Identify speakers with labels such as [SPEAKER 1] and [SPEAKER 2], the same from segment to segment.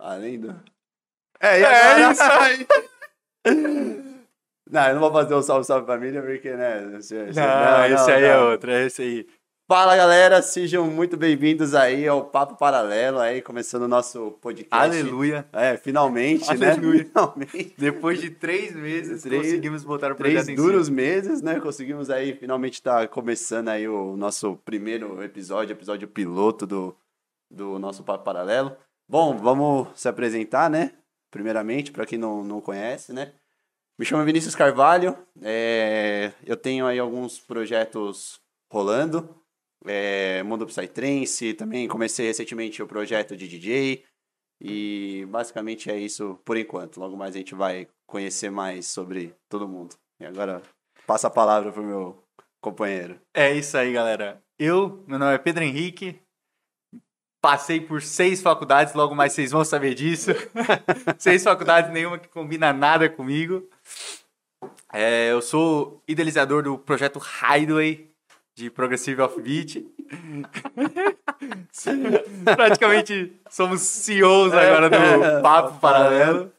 [SPEAKER 1] Além do. É, e agora... Não, eu não vou fazer o salve, salve família, porque, né? Esse, esse-
[SPEAKER 2] Não, esse aí é
[SPEAKER 1] não.
[SPEAKER 2] outro, é esse aí.
[SPEAKER 1] Fala galera, sejam muito bem-vindos aí ao Papo Paralelo, aí começando o nosso podcast.
[SPEAKER 2] Aleluia.
[SPEAKER 1] É, finalmente, né?
[SPEAKER 2] Aleluia.
[SPEAKER 1] Finalmente.
[SPEAKER 2] Depois de três meses,
[SPEAKER 1] Três-
[SPEAKER 2] conseguimos botar o projeto
[SPEAKER 1] Três
[SPEAKER 2] em
[SPEAKER 1] duros meses, né? Conseguimos aí, finalmente tá começando aí o nosso primeiro episódio, episódio piloto do, do nosso Papo Paralelo. Bom, vamos se apresentar, né? Primeiramente, para quem não, não conhece, né? Me chamo Vinícius Carvalho, é, eu tenho aí alguns projetos rolando, é, Mundo Psytrance, também comecei recentemente o projeto de DJ, e basicamente é isso por enquanto. Logo mais a gente vai conhecer mais sobre todo mundo. E agora passa a palavra pro meu companheiro.
[SPEAKER 2] É isso aí, galera. Eu, meu nome é Pedro Henrique. Passei por seis faculdades, logo mais vocês vão saber disso. seis faculdades, nenhuma que combina nada comigo. É, eu sou idealizador do projeto Hideaway de Progressive Offbeat. Praticamente somos CEOs agora do Papo Paralelo.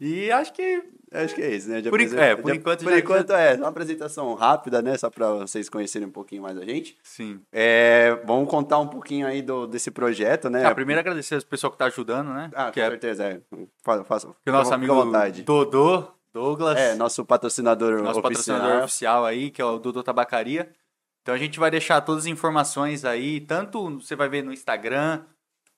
[SPEAKER 2] E acho que
[SPEAKER 1] Acho que é isso, né? De
[SPEAKER 2] Por en-
[SPEAKER 1] apresen-
[SPEAKER 2] é, por
[SPEAKER 1] de-
[SPEAKER 2] enquanto
[SPEAKER 1] por
[SPEAKER 2] já-
[SPEAKER 1] enquanto é uma apresentação rápida, né? Só para vocês conhecerem um pouquinho mais a gente.
[SPEAKER 2] sim.
[SPEAKER 1] É, vamos contar um pouquinho aí do, desse projeto, né?
[SPEAKER 2] Ah, primeiro agradecer ao pessoal que tá ajudando, né?
[SPEAKER 1] Ah, com
[SPEAKER 2] que é
[SPEAKER 1] certeza, é. Fa- Faça,
[SPEAKER 2] Que o nosso
[SPEAKER 1] fica à
[SPEAKER 2] amigo
[SPEAKER 1] vontade.
[SPEAKER 2] Dodô, Douglas,
[SPEAKER 1] É, nosso patrocinador
[SPEAKER 2] nosso
[SPEAKER 1] oficial.
[SPEAKER 2] patrocinador oficial aí, que é o Dodô Tabacaria. Então a gente vai deixar todas as informações aí, tanto você vai ver no Instagram,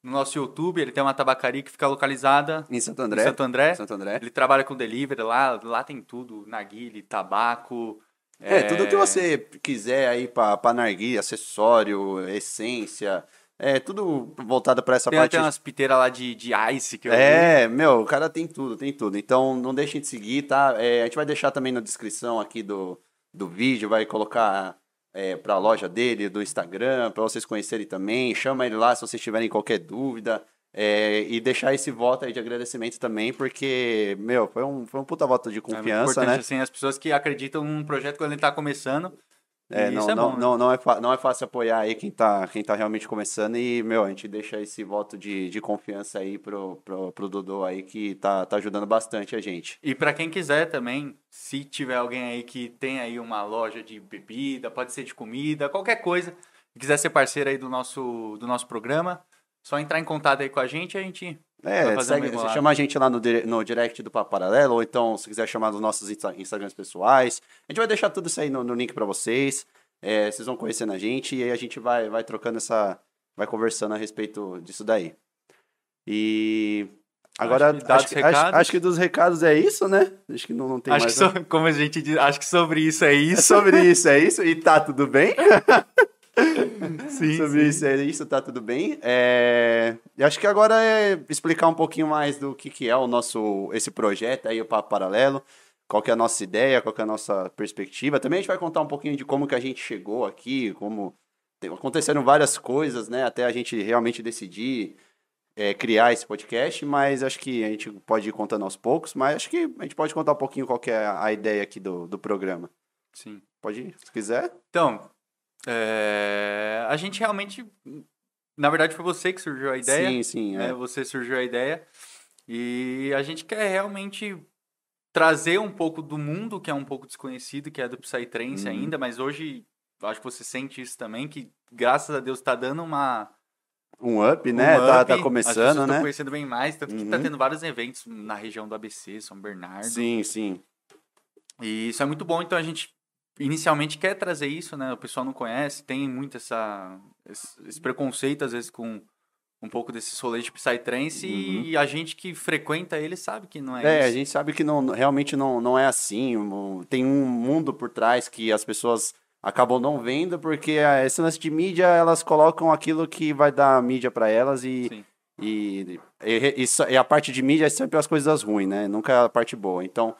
[SPEAKER 2] no nosso YouTube, ele tem uma tabacaria que fica localizada
[SPEAKER 1] Em Santo
[SPEAKER 2] em
[SPEAKER 1] André.
[SPEAKER 2] Santo André.
[SPEAKER 1] Santo André.
[SPEAKER 2] Ele trabalha com delivery lá, lá tem tudo, narguile, tabaco.
[SPEAKER 1] É, tudo que você quiser aí pra, pra narguilha, acessório, essência, é tudo voltado pra essa
[SPEAKER 2] Tem
[SPEAKER 1] parte.
[SPEAKER 2] até umas piteiras lá de, de ice que eu vi.
[SPEAKER 1] É, meu, o cara tem tudo, tem tudo. Então não deixem de seguir, tá? É, a gente vai deixar também na descrição aqui do, do vídeo, vai colocar é, pra loja dele, do Instagram, pra vocês conhecerem também. Chama ele lá se vocês tiverem qualquer dúvida. É, e deixar esse voto aí de agradecimento também, porque, meu, foi um, foi um puta voto de confiança,
[SPEAKER 2] é
[SPEAKER 1] né?
[SPEAKER 2] importante, assim, as pessoas que acreditam num projeto quando ele tá começando.
[SPEAKER 1] É,
[SPEAKER 2] E
[SPEAKER 1] não,
[SPEAKER 2] isso é
[SPEAKER 1] não,
[SPEAKER 2] bom, né?
[SPEAKER 1] não, não, é fa- não é fácil apoiar aí quem tá, quem tá realmente começando e, meu, a gente deixa esse voto de, de confiança aí pro, pro, pro Dodô aí que tá, tá ajudando bastante a gente.
[SPEAKER 2] E pra quem quiser também, se tiver alguém aí que tem aí uma loja de bebida, pode ser de comida, qualquer coisa, e quiser ser parceiro aí do nosso, do nosso programa, só entrar em contato aí com a gente, a gente. Vai
[SPEAKER 1] É,
[SPEAKER 2] fazer um uma
[SPEAKER 1] segue, você
[SPEAKER 2] embolada.
[SPEAKER 1] chama a gente lá no, dire- no direct do Papo Paralelo, ou então se quiser chamar nos nossos Insta- Instagrams pessoais, a gente vai deixar tudo isso aí no, no link pra vocês, é, vocês vão conhecendo a gente e aí a gente vai, vai trocando essa, vai conversando a respeito disso daí. E... Agora, acho
[SPEAKER 2] que
[SPEAKER 1] que,
[SPEAKER 2] dados
[SPEAKER 1] acho,
[SPEAKER 2] recados.
[SPEAKER 1] acho que dos recados é isso, né? Acho que não, não tem
[SPEAKER 2] acho que
[SPEAKER 1] mais um?
[SPEAKER 2] so- como a gente diz, acho que sobre isso é
[SPEAKER 1] É
[SPEAKER 2] isso.
[SPEAKER 1] sobre isso, é isso? E tá tudo bem?
[SPEAKER 2] Sim,
[SPEAKER 1] sobre isso, é isso, tá tudo bem? É... Eu acho que agora é explicar um pouquinho mais do que, que é o nosso, esse projeto aí, o Papo Paralelo, qual que é a nossa ideia, qual que é a nossa perspectiva. Também a gente vai contar um pouquinho de como que a gente chegou aqui, como te- aconteceram várias coisas, né, até a gente realmente decidir é, criar esse podcast, mas acho que a gente pode ir contando aos poucos, mas acho que a gente pode contar um pouquinho qual que é a a ideia aqui do, do programa.
[SPEAKER 2] Sim.
[SPEAKER 1] Pode ir, se quiser.
[SPEAKER 2] Então, é, a gente realmente. Na verdade, foi você que surgiu a ideia.
[SPEAKER 1] Sim, sim.
[SPEAKER 2] né?
[SPEAKER 1] É.
[SPEAKER 2] Você surgiu a ideia. E a gente quer realmente trazer um pouco do mundo que é um pouco desconhecido, que é do Psytrance
[SPEAKER 1] Uhum.
[SPEAKER 2] ainda, mas hoje acho que você sente isso também, que graças a Deus tá dando uma.
[SPEAKER 1] Um up,
[SPEAKER 2] um
[SPEAKER 1] né? tá,
[SPEAKER 2] up,
[SPEAKER 1] tá
[SPEAKER 2] as pessoas
[SPEAKER 1] começando,
[SPEAKER 2] tão
[SPEAKER 1] né?
[SPEAKER 2] conhecendo bem mais, tanto que tá
[SPEAKER 1] Uhum.
[SPEAKER 2] tendo vários eventos na região do ABC, São Bernardo.
[SPEAKER 1] Sim, sim.
[SPEAKER 2] E isso é muito bom, então a gente inicialmente quer trazer isso, né? O pessoal não conhece, tem muito essa, esse esse preconceito, às vezes, com um pouco desses rolês de Psytrance,
[SPEAKER 1] Uhum.
[SPEAKER 2] e a gente que frequenta ele sabe que não é,
[SPEAKER 1] É, a
[SPEAKER 2] isso.
[SPEAKER 1] gente sabe que não, realmente não, não é assim. um- Tem um mundo por trás que as pessoas acabam não vendo, porque ah, esse lance de mídia, elas colocam aquilo que vai dar mídia pra elas e.
[SPEAKER 2] Sim.
[SPEAKER 1] E, e, e só- e a parte de mídia é sempre as coisas ruins, né? Nunca a parte boa. Então,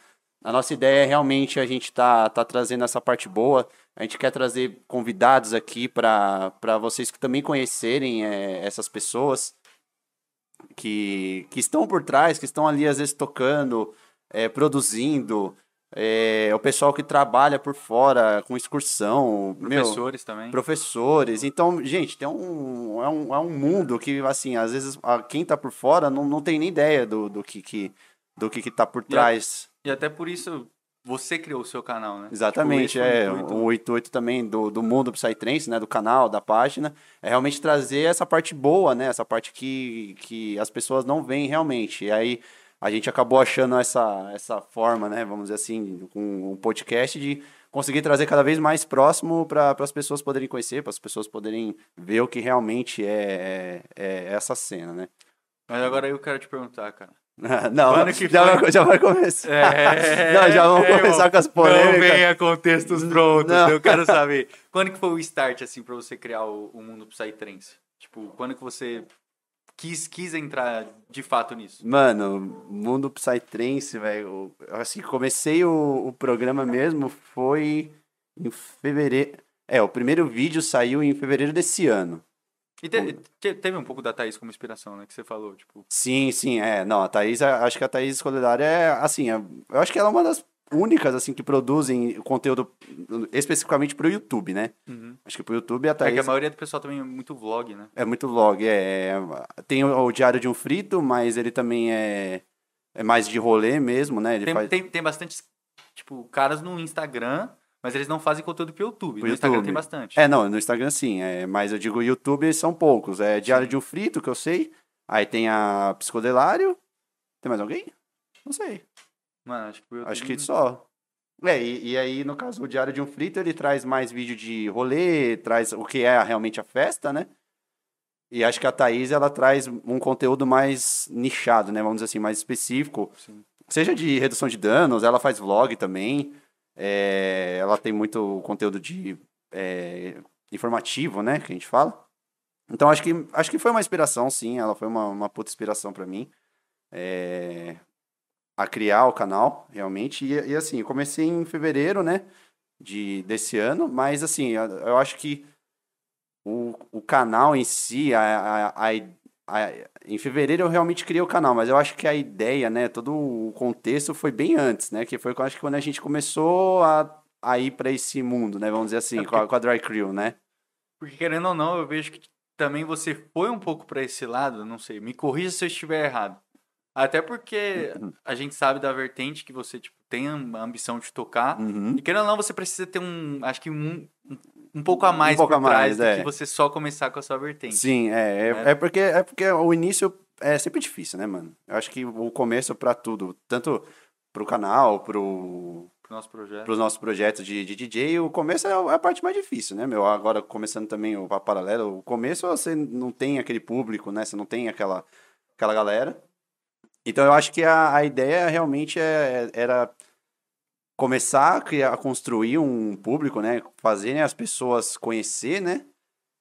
[SPEAKER 1] a nossa ideia é realmente a gente tá, tá trazendo essa parte boa. A gente quer trazer convidados aqui para vocês que também conhecerem eh, essas pessoas que, que estão por trás, que estão ali às vezes tocando, eh, é, produzindo, é, o pessoal que trabalha por fora, com excursão, meu,
[SPEAKER 2] Professores também.
[SPEAKER 1] professores. Então, gente, tem um, é, um, é um mundo que, assim, às vezes a- quem tá por fora não, não tem nem ideia do, do, que, que, do que, que tá por
[SPEAKER 2] E a-
[SPEAKER 1] trás.
[SPEAKER 2] E até por isso você criou o seu canal, né?
[SPEAKER 1] Exatamente,
[SPEAKER 2] Tipo, esse
[SPEAKER 1] é.
[SPEAKER 2] foi o intuito.
[SPEAKER 1] O 88 também do, do mundo Psytrance, né? Do canal, da página. É realmente trazer essa parte boa, né? Essa parte que, que as pessoas não veem realmente. E aí a gente acabou achando essa, essa forma, né? Vamos dizer assim, com um podcast de conseguir trazer cada vez mais próximo para as pessoas poderem conhecer, para as pessoas poderem ver o que realmente é, é, é essa cena, né?
[SPEAKER 2] Mas agora eu quero te perguntar, cara.
[SPEAKER 1] Não,
[SPEAKER 2] Ano que
[SPEAKER 1] já,
[SPEAKER 2] foi-
[SPEAKER 1] vai, já vai começar.
[SPEAKER 2] É,
[SPEAKER 1] não, já vamos
[SPEAKER 2] é, irmão.
[SPEAKER 1] começar com as
[SPEAKER 2] Não
[SPEAKER 1] polêmicas.
[SPEAKER 2] venha com textos prontos,
[SPEAKER 1] Não.
[SPEAKER 2] eu quero saber. Quando que foi o start, assim, pra você criar o, o mundo Psytrance? Tipo, quando que você quis, quis entrar de fato nisso?
[SPEAKER 1] Mano, mundo psytrance, velho. eu- Assim, comecei o, o programa mesmo foi em fevereiro. É, o primeiro vídeo saiu em fevereiro desse ano.
[SPEAKER 2] E te-
[SPEAKER 1] Tipo,
[SPEAKER 2] te- teve um pouco da Thaís como inspiração, né? Que você falou, tipo...
[SPEAKER 1] Sim, sim, é. Não, a Thaís, a- acho que a Thaís Escolar é, assim, é- eu acho que ela é uma das únicas, assim, que produzem conteúdo especificamente pro YouTube, né? Acho que pro YouTube a
[SPEAKER 2] É que a
[SPEAKER 1] Thaís
[SPEAKER 2] maioria do pessoal também é muito vlog, né?
[SPEAKER 1] É muito vlog, é. Tem o, o Diário de um Frito, mas ele também é, é mais de rolê mesmo, né? Ele
[SPEAKER 2] Tem,
[SPEAKER 1] faz...
[SPEAKER 2] tem, tem bastante, tipo, caras no Instagram, mas eles não fazem conteúdo pro YouTube.
[SPEAKER 1] Pro
[SPEAKER 2] no Instagram
[SPEAKER 1] YouTube.
[SPEAKER 2] tem bastante.
[SPEAKER 1] É, não, no Instagram sim, é, mas eu digo YouTube são poucos. É Diário de um Frito, que eu sei. Aí tem a Psicodelário. Tem mais alguém? Não sei.
[SPEAKER 2] Mano, acho que, pro
[SPEAKER 1] Acho
[SPEAKER 2] YouTube
[SPEAKER 1] que só. É, e, e aí, no caso, o Diário de um Frito, ele traz mais vídeo de rolê, traz o que é realmente a festa, né? E acho que a Thaís, ela traz um conteúdo mais nichado, né? Vamos dizer assim, mais específico.
[SPEAKER 2] Sim.
[SPEAKER 1] Seja de redução de danos, ela faz vlog também. é, ela tem muito conteúdo de é, informativo, né? Que a gente fala. Então, acho que, acho que foi uma inspiração, sim. Ela foi uma, uma puta inspiração pra mim. É, a criar o canal, realmente. E, e, assim, eu comecei em fevereiro, né? De, desse ano, mas assim, eu, eu acho que o, o canal em si, a, a, a, a- em fevereiro eu realmente criei o canal, mas eu acho que a ideia, né? Todo o contexto foi bem antes, né? Que foi eu acho que quando a gente começou a, a ir pra esse mundo, né? Vamos dizer assim,
[SPEAKER 2] É
[SPEAKER 1] com, a, com a Dry Crew, né?
[SPEAKER 2] Porque querendo ou não, eu vejo que também você foi um pouco pra esse lado, não sei, me corrija se eu estiver errado. Até porque
[SPEAKER 1] Uhum.
[SPEAKER 2] a gente sabe da vertente que você tipo, tem a ambição de tocar.
[SPEAKER 1] Uhum.
[SPEAKER 2] E querendo ou não, você precisa ter um, acho que um, um- um pouco a mais
[SPEAKER 1] pouco
[SPEAKER 2] por
[SPEAKER 1] a mais,
[SPEAKER 2] trás do
[SPEAKER 1] é.
[SPEAKER 2] que você só começar com a sua vertente.
[SPEAKER 1] Sim, é, é,
[SPEAKER 2] né?
[SPEAKER 1] é porque, é porque o início é sempre difícil, né, mano? Eu acho que o começo pra tudo, tanto pro canal, pro,
[SPEAKER 2] Pro nosso projeto.
[SPEAKER 1] pros nossos projetos de, de DJ, o começo é a parte mais difícil, né, meu? Agora, começando também o Papo Paralelo, o começo você não tem aquele público, né? Você não tem aquela, aquela galera. Então, eu acho que a, a ideia realmente é, era começar a, criar, a construir um público, né? Fazerem as pessoas conhecer, né?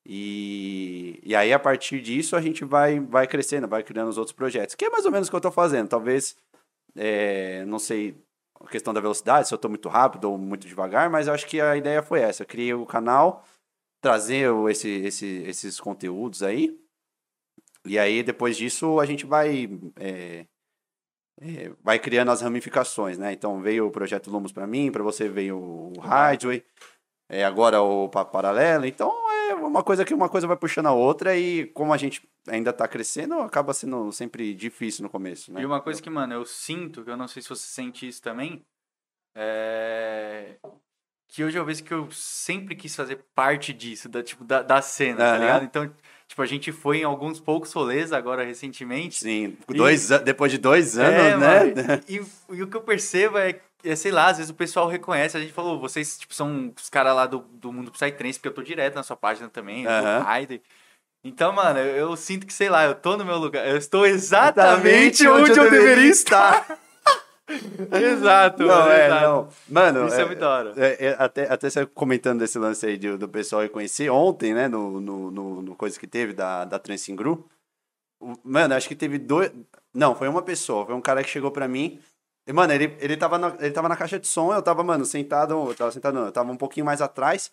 [SPEAKER 1] E, e aí, a partir disso, a gente vai, vai crescendo, vai criando os outros projetos. Que é mais ou menos o que eu tô fazendo. Talvez, é, não sei a questão da velocidade, se eu tô muito rápido ou muito devagar, mas eu acho que a ideia foi essa. Eu criei o canal, trazer o- esse, esse, esses conteúdos aí. E aí, depois disso, a gente vai... é, é, vai criando as ramificações, né? Então, veio o Projeto Lumos para mim, para você veio o Highway, é, agora o Papo Paralelo. Então, é uma coisa que uma coisa vai puxando a outra e como a gente ainda tá crescendo, acaba sendo sempre difícil no começo, né?
[SPEAKER 2] E uma coisa que, mano, eu sinto, que eu não sei se você sente isso também, é. Que hoje eu vejo que eu sempre quis fazer parte disso, da, tipo, da, da cena, tá
[SPEAKER 1] Aham.
[SPEAKER 2] ligado? Então, tipo, a gente foi em alguns poucos rolês agora recentemente.
[SPEAKER 1] Sim,
[SPEAKER 2] E-
[SPEAKER 1] dois an- depois de dois anos,
[SPEAKER 2] É,
[SPEAKER 1] né?
[SPEAKER 2] mano, E, e o que eu percebo é, é, sei lá, às vezes o pessoal reconhece, a gente falou, vocês tipo, são os caras lá do, do mundo Psytrance, porque eu tô direto na sua página também, eu
[SPEAKER 1] Aham.
[SPEAKER 2] tô Raider. Então, mano, eu, eu sinto que, sei lá, eu tô no meu lugar, eu estou exatamente, onde, eu deveria estar. Exato,
[SPEAKER 1] Não,
[SPEAKER 2] mano,
[SPEAKER 1] é,
[SPEAKER 2] exato.
[SPEAKER 1] não. Mano,
[SPEAKER 2] Isso é muito da hora.
[SPEAKER 1] é, é, até, até você comentando desse lance aí de- do pessoal reconhecer ontem, né? No, no, no, no coisa que teve da, da Trancing Gru. O- Mano, acho que teve dois. Não, foi uma pessoa, foi um cara que chegou pra mim. E, mano, ele, ele, tava na, ele tava na caixa de som, eu tava, mano, sentado. Eu tava sentado, não, eu tava um pouquinho mais atrás.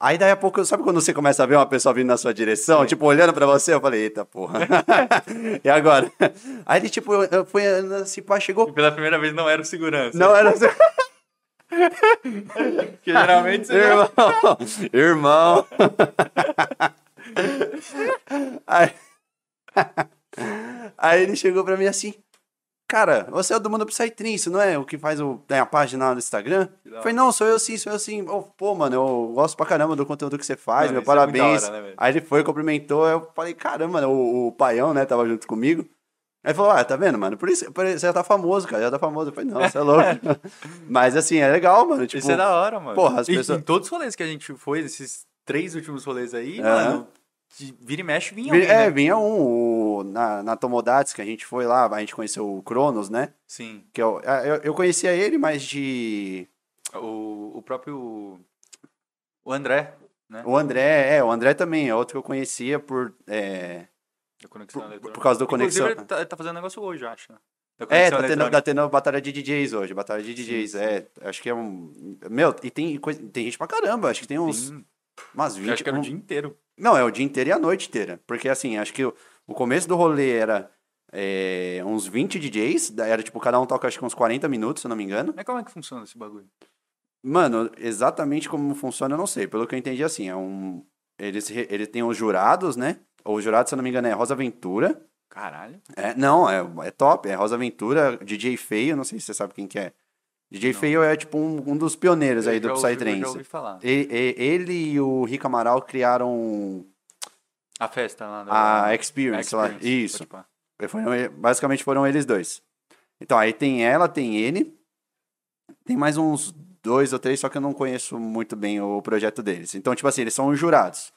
[SPEAKER 1] Aí daí a pouco, eu- sabe quando você começa a ver uma pessoa vindo na sua direção, tipo, olhando pra você, eu falei, eita porra. e agora? Aí ele, tipo, eu- eu fui andando assim, pá, chegou.
[SPEAKER 2] E pela primeira vez não era o segurança.
[SPEAKER 1] Não era. assim.
[SPEAKER 2] Porque geralmente você já-
[SPEAKER 1] Irmão! Irmão! Aí, aí ele chegou pra mim assim: Cara, você é o do mundo Psytrance, não é? O que faz o, tem a página do Instagram?
[SPEAKER 2] da
[SPEAKER 1] Eu
[SPEAKER 2] hora.
[SPEAKER 1] falei: Não, sou eu sim, sou eu sim. "Oh, pô, mano, eu gosto pra caramba do conteúdo que você faz, meu
[SPEAKER 2] Mano, isso é muito da
[SPEAKER 1] parabéns.
[SPEAKER 2] hora, né, velho?
[SPEAKER 1] aí ele foi, cumprimentou. Eu falei: Caramba, mano, o, o paião, né, tava junto comigo. Aí ele falou, ah, tá vendo, mano? Por isso, por isso você já tá famoso, cara, já tá famoso. Eu falei, não, você é louco. Mas assim, é legal, mano. Tipo,
[SPEAKER 2] Isso é da hora, mano.
[SPEAKER 1] porra, as
[SPEAKER 2] E
[SPEAKER 1] pessoas-
[SPEAKER 2] em todos os rolês que a gente foi, esses três últimos rolês aí,
[SPEAKER 1] É.
[SPEAKER 2] mano, de vira e mexe vinha
[SPEAKER 1] Vi-
[SPEAKER 2] alguém,
[SPEAKER 1] é,
[SPEAKER 2] né?
[SPEAKER 1] vinha um. o- na, na Tomodates, que a gente foi lá, a gente conheceu o Cronos, né?
[SPEAKER 2] Sim.
[SPEAKER 1] Que eu, a- eu, eu conhecia ele, mas de.
[SPEAKER 2] O, o próprio... O André,
[SPEAKER 1] O André, é, o André também é outro que eu conhecia por. É,
[SPEAKER 2] da Conexão
[SPEAKER 1] Por-
[SPEAKER 2] Eletrônica.
[SPEAKER 1] por causa do
[SPEAKER 2] Inclusive,
[SPEAKER 1] Conexão-
[SPEAKER 2] ele tá, ele tá fazendo negócio hoje, eu acho. né? Da
[SPEAKER 1] é
[SPEAKER 2] Conexão
[SPEAKER 1] tá tendo,
[SPEAKER 2] Eletrônica.
[SPEAKER 1] tá tendo batalha de DJs hoje, batalha de DJs.
[SPEAKER 2] sim.
[SPEAKER 1] É, acho que é um. Meu, e tem, coisa, tem gente pra caramba, acho que tem uns,
[SPEAKER 2] Sim,
[SPEAKER 1] umas
[SPEAKER 2] eu
[SPEAKER 1] 20.
[SPEAKER 2] acho que era
[SPEAKER 1] um-
[SPEAKER 2] o dia inteiro.
[SPEAKER 1] Não, é o dia inteiro e a noite inteira. Porque assim, acho que o, o começo do rolê era é, uns 20 DJs, da- era tipo, cada um toca acho que uns 40 minutos, se eu não me engano.
[SPEAKER 2] Mas como é que funciona esse bagulho?
[SPEAKER 1] Mano, exatamente como funciona, eu não sei. Pelo que eu entendi, assim, é um. Eles, re- ele tem os jurados, né? O jurado, se eu não me engano, é Rosa Ventura.
[SPEAKER 2] Caralho.
[SPEAKER 1] É, não, é, é top, é Rosa Ventura, DJ Feio, não sei se você sabe quem que é. DJ
[SPEAKER 2] Não.
[SPEAKER 1] Feio é tipo um, um dos pioneiros aí
[SPEAKER 2] Eu
[SPEAKER 1] do
[SPEAKER 2] já ouvi- eu já
[SPEAKER 1] Psytrance.
[SPEAKER 2] ouvi falar.
[SPEAKER 1] E- e- Ele e o Rico Amaral criaram
[SPEAKER 2] A festa lá. no-
[SPEAKER 1] a Ah, Experience, lá.
[SPEAKER 2] Ah, Experience,
[SPEAKER 1] Isso.
[SPEAKER 2] pode pá.
[SPEAKER 1] Foram e- basicamente foram eles dois. Então, aí tem ela, tem ele. Tem mais uns dois ou três, só que eu não conheço muito bem o projeto deles. Então, tipo assim, eles são os jurados.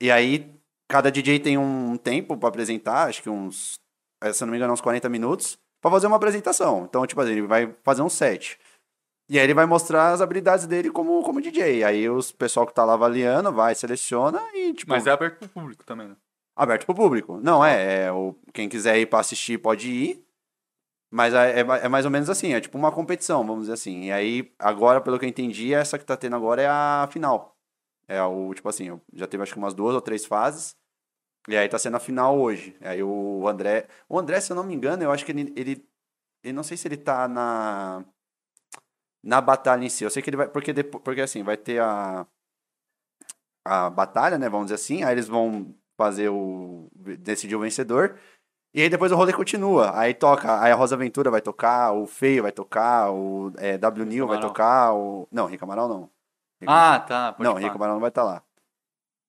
[SPEAKER 1] E aí, cada DJ tem um tempo pra apresentar, acho que uns, eh, se eu não me engano, uns 40 minutos, pra fazer uma apresentação. Então, tipo assim, ele vai fazer um set. E aí ele vai mostrar as habilidades dele como, como DJ. Aí os pessoal que tá lá avaliando vai, seleciona e, tipo,
[SPEAKER 2] Mas é aberto pro público também, né?
[SPEAKER 1] aberto pro público. Não, é, é o, quem quiser ir pra assistir pode ir, mas é, é ma- é mais ou menos assim, é tipo uma competição, vamos dizer assim. E aí, agora, pelo que eu entendi, essa que tá tendo agora é a final. É o, tipo assim, já teve acho que umas duas ou três fases, e aí tá sendo a final hoje. Aí o André, o André, se eu não me engano, eu acho que ele, ele, eu não sei se ele tá na na batalha em si. Eu sei que ele vai, porque depois, porque assim, vai ter a a batalha, né, vamos dizer assim, aí eles vão fazer o. decidir o vencedor. E aí depois o rolê continua. Aí toca, aí a Rosa Ventura vai tocar, o Feio vai tocar, o é, W New vai
[SPEAKER 2] Amaral.
[SPEAKER 1] tocar, o. Não, Rico Amaral não. Rico-
[SPEAKER 2] Ah, tá. Pode
[SPEAKER 1] não,
[SPEAKER 2] pá.
[SPEAKER 1] Rico Amaral não vai estar lá.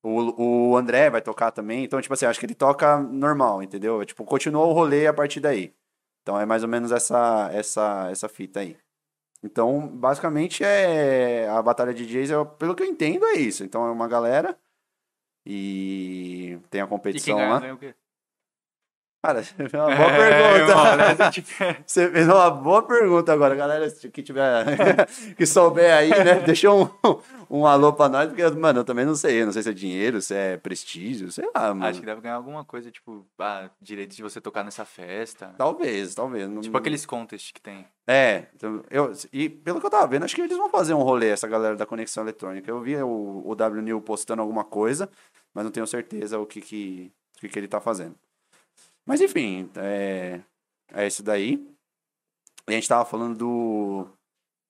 [SPEAKER 1] O, o André vai tocar também. Então, tipo assim, acho que ele toca normal, entendeu? Tipo, continua o rolê a partir daí. Então é mais ou menos essa, essa, essa fita aí. Então, basicamente, é a batalha de DJs, eu- pelo que eu entendo, é isso. Então é uma galera e tem a
[SPEAKER 2] E quem
[SPEAKER 1] competição
[SPEAKER 2] ganha,
[SPEAKER 1] lá.
[SPEAKER 2] ganha o quê?
[SPEAKER 1] Cara, você fez né? uma
[SPEAKER 2] É,
[SPEAKER 1] boa pergunta.
[SPEAKER 2] irmão, né? Se tiver-
[SPEAKER 1] Você fez uma boa pergunta agora, galera. se- Que tiver, que souber aí, né? Deixa um, um alô pra nós, porque, mano, eu também não sei. eu Não sei se é dinheiro, se é prestígio, sei lá, mano.
[SPEAKER 2] Acho que deve ganhar alguma coisa, tipo, ah, direito de você tocar nessa festa. né?
[SPEAKER 1] Talvez, talvez. não-
[SPEAKER 2] Tipo aqueles contest que tem.
[SPEAKER 1] É, então, eu, e pelo que eu tava vendo, acho que eles vão fazer um rolê, essa galera da Conexão Eletrônica. Eu vi o, o W New postando alguma coisa, mas não tenho certeza o que que, o que, que ele tá fazendo. Mas enfim, é, é isso daí. E a gente tava falando do.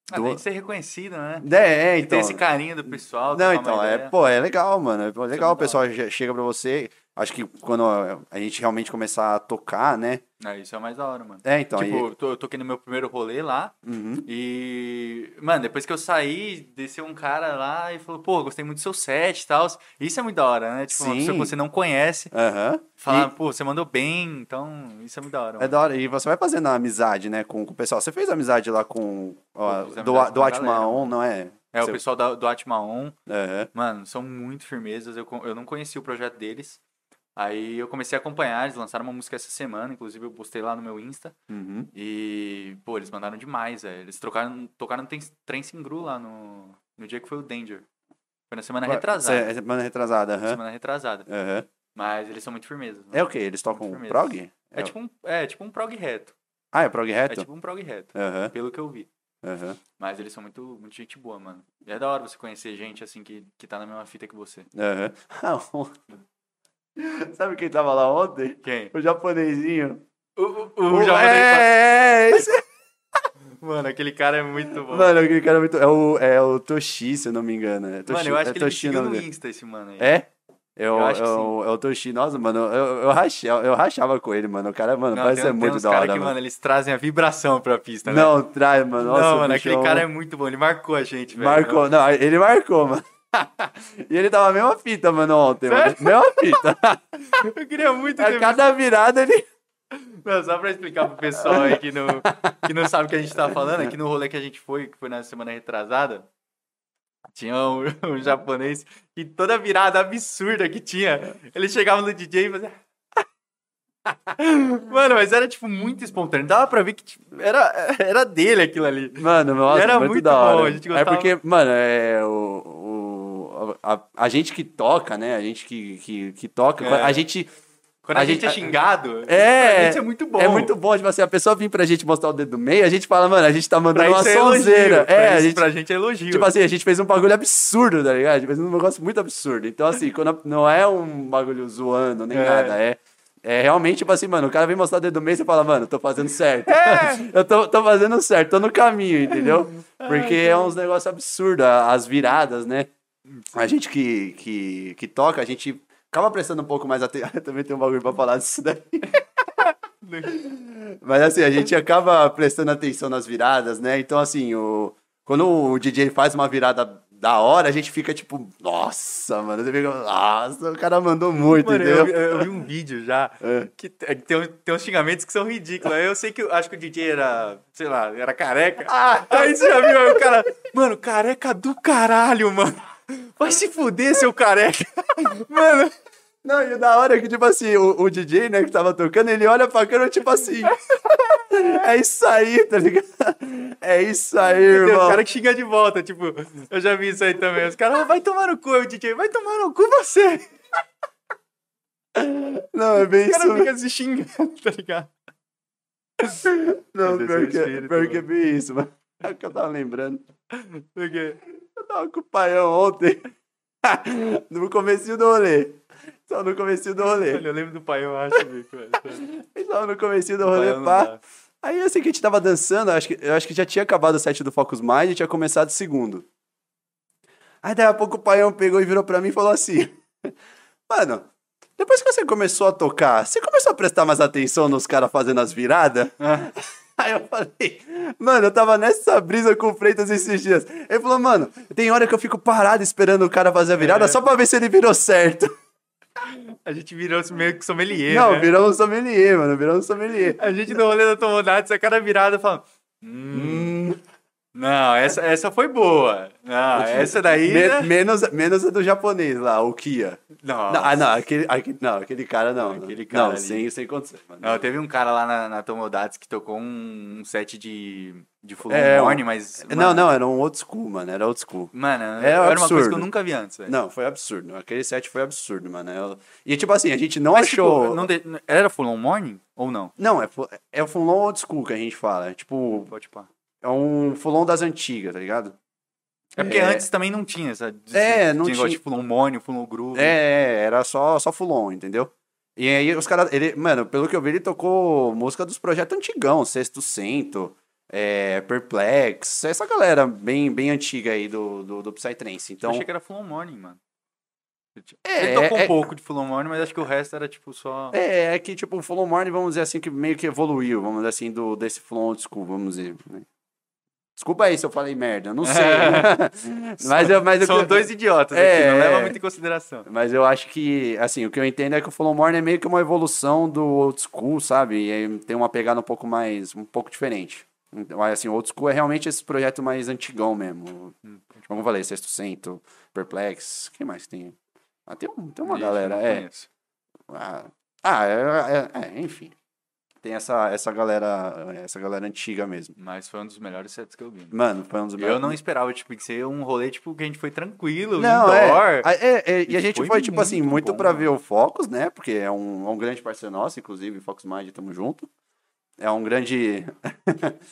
[SPEAKER 2] Ah,
[SPEAKER 1] Do-
[SPEAKER 2] tem que ser reconhecido, né?
[SPEAKER 1] É, é
[SPEAKER 2] Tem
[SPEAKER 1] então.
[SPEAKER 2] esse carinho do pessoal.
[SPEAKER 1] Não,
[SPEAKER 2] trocar uma
[SPEAKER 1] então, é,
[SPEAKER 2] ideia.
[SPEAKER 1] pô, é legal, mano. É pô,
[SPEAKER 2] é
[SPEAKER 1] legal, o
[SPEAKER 2] muito da
[SPEAKER 1] pessoal che- chega pra você. Acho que quando a a gente realmente começar a tocar, né?
[SPEAKER 2] Não, isso é o mais da hora, mano.
[SPEAKER 1] É, então.
[SPEAKER 2] tipo,
[SPEAKER 1] aí-
[SPEAKER 2] eu to- eu toquei no meu primeiro rolê lá
[SPEAKER 1] Uhum.
[SPEAKER 2] e. Mano, depois que eu saí, desceu um cara lá e falou, pô, gostei muito do seu set e tal. Isso é muito da hora, né? Tipo, uma pessoa
[SPEAKER 1] Sim.
[SPEAKER 2] que você não conhece,
[SPEAKER 1] Aham.
[SPEAKER 2] falar, pô, você mandou bem, então isso é muito da hora.
[SPEAKER 1] É
[SPEAKER 2] mano.
[SPEAKER 1] da hora. E você vai fazendo a amizade, né, com, com o pessoal. Você fez amizade lá com. ó,
[SPEAKER 2] Eu fiz
[SPEAKER 1] do
[SPEAKER 2] amizade
[SPEAKER 1] do
[SPEAKER 2] com a
[SPEAKER 1] Atma
[SPEAKER 2] galera.
[SPEAKER 1] On, não é?
[SPEAKER 2] É, o
[SPEAKER 1] Seu-
[SPEAKER 2] pessoal da- do Atmaon.
[SPEAKER 1] Aham.
[SPEAKER 2] Mano, são muito firmezas. Eu, con- eu não conhecia o projeto deles. Aí eu comecei a acompanhar, eles lançaram uma música essa semana, inclusive eu postei lá no meu Insta.
[SPEAKER 1] Uhum.
[SPEAKER 2] E, pô, eles mandaram demais, velho. Eles trocaram, tocaram Ten- Trance in Gru lá no, no dia que foi o Danger. Foi na semana retrasada.
[SPEAKER 1] Cê- é, Semana retrasada, aham.
[SPEAKER 2] Semana retrasada.
[SPEAKER 1] Aham.
[SPEAKER 2] Mas eles são muito firmezas. mano.
[SPEAKER 1] É o quê? Eles tocam
[SPEAKER 2] Firmeza.
[SPEAKER 1] prog?
[SPEAKER 2] É, tipo um, é tipo um prog reto.
[SPEAKER 1] Ah, é prog
[SPEAKER 2] É
[SPEAKER 1] reto?
[SPEAKER 2] tipo um prog reto,
[SPEAKER 1] Aham,
[SPEAKER 2] pelo que eu vi.
[SPEAKER 1] aham.
[SPEAKER 2] Mas eles são muito, muito gente boa, mano. E é da hora você conhecer gente assim que, que tá na mesma fita que você.
[SPEAKER 1] Aham. Ah, Sabe quem tava lá ontem?
[SPEAKER 2] Quem?
[SPEAKER 1] O japonesinho.
[SPEAKER 2] tá? O, o, o, japonês-
[SPEAKER 1] É, é, é, esse-
[SPEAKER 2] Mano, aquele cara é muito bom.
[SPEAKER 1] Mano, aquele cara é muito. É o, é o Toshi, se eu não me engano. É Toshi,
[SPEAKER 2] mano, eu acho
[SPEAKER 1] é
[SPEAKER 2] que ele me
[SPEAKER 1] Toshi o
[SPEAKER 2] seguiu
[SPEAKER 1] nome
[SPEAKER 2] no
[SPEAKER 1] dele.
[SPEAKER 2] Insta, esse mano aí.
[SPEAKER 1] É? É o,
[SPEAKER 2] Eu acho
[SPEAKER 1] é,
[SPEAKER 2] que
[SPEAKER 1] o, é o Toshi. Nossa, mano, eu, eu, racha- eu rachava com ele, mano. O cara, mano,
[SPEAKER 2] Não,
[SPEAKER 1] parece ser
[SPEAKER 2] tem, um, tem
[SPEAKER 1] muito
[SPEAKER 2] uns
[SPEAKER 1] da
[SPEAKER 2] cara
[SPEAKER 1] hora,
[SPEAKER 2] que,
[SPEAKER 1] mano.
[SPEAKER 2] mano, eles trazem a vibração pra pista, né?
[SPEAKER 1] Não, traz, mano. Nossa,
[SPEAKER 2] não, mano,
[SPEAKER 1] o
[SPEAKER 2] aquele
[SPEAKER 1] bichão-
[SPEAKER 2] cara é muito bom. Ele marcou a gente, velho.
[SPEAKER 1] Marcou, não, ele marcou, mano. e ele tava a mesma fita, mano, ontem, mano. Mesma fita.
[SPEAKER 2] Eu queria muito ter
[SPEAKER 1] a cada virada ele.
[SPEAKER 2] Não, só pra explicar pro pessoal aí que não, que não sabe o que a gente tá falando, aqui no rolê que a gente foi, que foi na semana retrasada, tinha um, um japonês e toda virada absurda que tinha, ele chegava no DJ e fazia. Mano, mas era tipo muito espontâneo. Dava pra ver que tipo, era, era dele aquilo ali.
[SPEAKER 1] Mano, nossa,
[SPEAKER 2] Era
[SPEAKER 1] muito,
[SPEAKER 2] muito
[SPEAKER 1] da hora.
[SPEAKER 2] bom, a gente gostava.
[SPEAKER 1] É porque, mano, é o. o a, a- a gente que toca, né? A gente que, que, que toca,
[SPEAKER 2] É.
[SPEAKER 1] a gente.
[SPEAKER 2] Quando a,
[SPEAKER 1] A
[SPEAKER 2] gente,
[SPEAKER 1] gente-
[SPEAKER 2] é xingado,
[SPEAKER 1] É,
[SPEAKER 2] pra gente é muito bom.
[SPEAKER 1] É muito bom, tipo assim, a pessoa vir pra gente mostrar o dedo do meio, a gente fala, mano, a gente tá
[SPEAKER 2] Pra
[SPEAKER 1] mandando uma
[SPEAKER 2] isso é elogio.
[SPEAKER 1] sonzeira.
[SPEAKER 2] pra,
[SPEAKER 1] É, a
[SPEAKER 2] isso,
[SPEAKER 1] gente.
[SPEAKER 2] pra gente é elogio.
[SPEAKER 1] Tipo assim, a gente fez um bagulho absurdo, tá ligado? A gente fez um negócio muito absurdo. Então, assim, quando a- não é um bagulho zoando nem
[SPEAKER 2] É.
[SPEAKER 1] nada, é. É realmente, tipo assim, mano, o cara vem mostrar o dedo do meio e você fala, mano, tô fazendo certo. eu tô, tô fazendo certo, tô no caminho, entendeu? Porque é uns negócios absurdos, a- as viradas, né? A gente que, que, que toca, a gente acaba prestando um pouco mais atenção. Também tem um bagulho pra falar disso daí. tipo, Mas assim, a gente acaba prestando atenção nas viradas, né? Então, assim, o... quando o DJ faz uma virada da hora, a gente fica tipo, nossa, mano, você fica, nossa, o cara mandou muito,
[SPEAKER 2] Mano, eu,
[SPEAKER 1] entendeu?
[SPEAKER 2] vi- eu vi um vídeo já
[SPEAKER 1] É.
[SPEAKER 2] que te- é que tem, um- tem uns xingamentos que são ridículos. Aí Eu sei que eu- acho que o DJ era, sei lá, era careca.
[SPEAKER 1] Ah!
[SPEAKER 2] aí você já viu aí o cara, mano, careca do caralho, mano. Vai se fuder, seu careca. Mano,
[SPEAKER 1] Não, e o da hora é que, tipo assim, o, o DJ, né, que tava tocando, ele olha pra câmera, tipo assim, é isso aí, tá ligado? É isso aí,
[SPEAKER 2] tem os
[SPEAKER 1] irmão.
[SPEAKER 2] caras que xingam de volta, tipo, eu já vi isso aí também. Os caras, "Ah, vai tomar no cu, aí o DJ, vai tomar no cu você.
[SPEAKER 1] Não, é bem
[SPEAKER 2] O
[SPEAKER 1] isso
[SPEAKER 2] cara
[SPEAKER 1] mesmo.
[SPEAKER 2] fica se xingando, tá ligado?
[SPEAKER 1] Não,
[SPEAKER 2] Desse
[SPEAKER 1] pior que,
[SPEAKER 2] espírito,
[SPEAKER 1] pior
[SPEAKER 2] mano.
[SPEAKER 1] que é bem isso, mano. É o que eu tava lembrando.
[SPEAKER 2] Porque...
[SPEAKER 1] Eu tava com o paião ontem. no comecinho do rolê. Só no comecinho do rolê.
[SPEAKER 2] Olha, eu lembro do pai, eu acho, Vico.
[SPEAKER 1] Só no comecinho do
[SPEAKER 2] O
[SPEAKER 1] rolê,
[SPEAKER 2] Paião não
[SPEAKER 1] pá.
[SPEAKER 2] dá.
[SPEAKER 1] Aí assim que a gente tava dançando, eu acho que, eu acho que já tinha acabado o set do Focus Mind e tinha começado o segundo. Aí daí a pouco o paião pegou e virou pra mim e falou assim: Mano, depois que você começou a tocar, você começou a prestar mais atenção nos caras fazendo as viradas? Aí eu falei, mano, eu tava nessa brisa com o Freitas esses dias. Ele falou, mano, tem hora que eu fico parado esperando o cara fazer a virada
[SPEAKER 2] É.
[SPEAKER 1] só pra ver se ele virou certo.
[SPEAKER 2] A gente virou meio que sommelier,
[SPEAKER 1] Não,
[SPEAKER 2] né?
[SPEAKER 1] virou um sommelier, mano, virou um sommelier.
[SPEAKER 2] A gente no rolê da Tomodates, a cada virada fala... Hum,
[SPEAKER 1] Hum,
[SPEAKER 2] não, essa, essa foi boa. Não, Ah, essa daí...
[SPEAKER 1] me-
[SPEAKER 2] né?
[SPEAKER 1] Tipo, menos, menos a do japonês lá, o Kia.
[SPEAKER 2] Não.
[SPEAKER 1] Não, ah, não, aquele, aquele, não, aquele cara não.
[SPEAKER 2] Aquele
[SPEAKER 1] Aquele
[SPEAKER 2] cara
[SPEAKER 1] cara
[SPEAKER 2] ali.
[SPEAKER 1] não, sem, sem condições, mano.
[SPEAKER 2] Não, teve um cara lá na, na Tomodates que tocou um, um set de, de Full
[SPEAKER 1] É,
[SPEAKER 2] on
[SPEAKER 1] um-
[SPEAKER 2] Morning, mas...
[SPEAKER 1] não,
[SPEAKER 2] mano,
[SPEAKER 1] não, era um old school, mano, era old school.
[SPEAKER 2] Mano,
[SPEAKER 1] É
[SPEAKER 2] era uma coisa que eu
[SPEAKER 1] absurdo.
[SPEAKER 2] nunca vi antes, velho.
[SPEAKER 1] Não, foi absurdo. Aquele set foi absurdo, mano. Eu- E tipo assim, a gente não
[SPEAKER 2] Mas, tipo,
[SPEAKER 1] achou.
[SPEAKER 2] não de- Era Full on Morning ou não?
[SPEAKER 1] Não, é, fu- é o Funlon old school que a gente fala. É tipo,
[SPEAKER 2] Pode pá.
[SPEAKER 1] é um Fulon das antigas, tá ligado?
[SPEAKER 2] É porque
[SPEAKER 1] É.
[SPEAKER 2] antes também não tinha essa...
[SPEAKER 1] É, não tinha.
[SPEAKER 2] negócio de Full on Morning, Full on Groove.
[SPEAKER 1] É, é, era só, só Fulon, entendeu? E aí os caras, ele, mano, pelo que eu vi, ele tocou música dos projetos antigão, Sexto Cento, é, Perplex, essa galera bem, bem antiga aí do, do, do Psytrance.
[SPEAKER 2] Eu
[SPEAKER 1] Então,
[SPEAKER 2] achei que era Full on Morning, mano.
[SPEAKER 1] é,
[SPEAKER 2] Ele tocou
[SPEAKER 1] é,
[SPEAKER 2] um pouco de Full on Morning, mas acho que o resto era, tipo, só...
[SPEAKER 1] É, é que tipo, o Fulon Morning, vamos dizer assim, que meio que evoluiu, vamos dizer assim, do, desse Fulon Old School, vamos dizer. né? Desculpa aí se eu falei merda, eu não sei. mas eu, mas eu-
[SPEAKER 2] São dois idiotas aqui,
[SPEAKER 1] É,
[SPEAKER 2] não
[SPEAKER 1] é.
[SPEAKER 2] leva muito em consideração.
[SPEAKER 1] Mas eu acho que, assim, o que eu entendo é que o Follow Morning é meio que uma evolução do old school, sabe? E aí tem uma pegada um pouco mais, um pouco diferente. Então, aí, assim, o old school é realmente esse projeto mais antigão mesmo. Tipo, Como eu falei, Sexto Cento, Perplex, quem mais tem? Ah, tem, um- tem uma
[SPEAKER 2] Ixi,
[SPEAKER 1] galera,
[SPEAKER 2] não
[SPEAKER 1] é.
[SPEAKER 2] conheço.
[SPEAKER 1] Ah, ah, é, é- é, enfim. Tem essa, essa galera, essa galera antiga mesmo.
[SPEAKER 2] Mas foi um dos melhores sets que eu vi.
[SPEAKER 1] Mano, foi um dos
[SPEAKER 2] Eu não esperava, tipo, que seria um rolê, tipo, que a gente foi tranquilo,
[SPEAKER 1] Não, é.
[SPEAKER 2] indoor.
[SPEAKER 1] A- é, é, e
[SPEAKER 2] E
[SPEAKER 1] a gente
[SPEAKER 2] foi
[SPEAKER 1] foi, tipo assim,
[SPEAKER 2] muito
[SPEAKER 1] muito
[SPEAKER 2] bom,
[SPEAKER 1] pra
[SPEAKER 2] né?
[SPEAKER 1] ver o Focus, né? Porque é um, é um grande parceiro nosso, inclusive, Focus Mind, tamo junto. É um grande,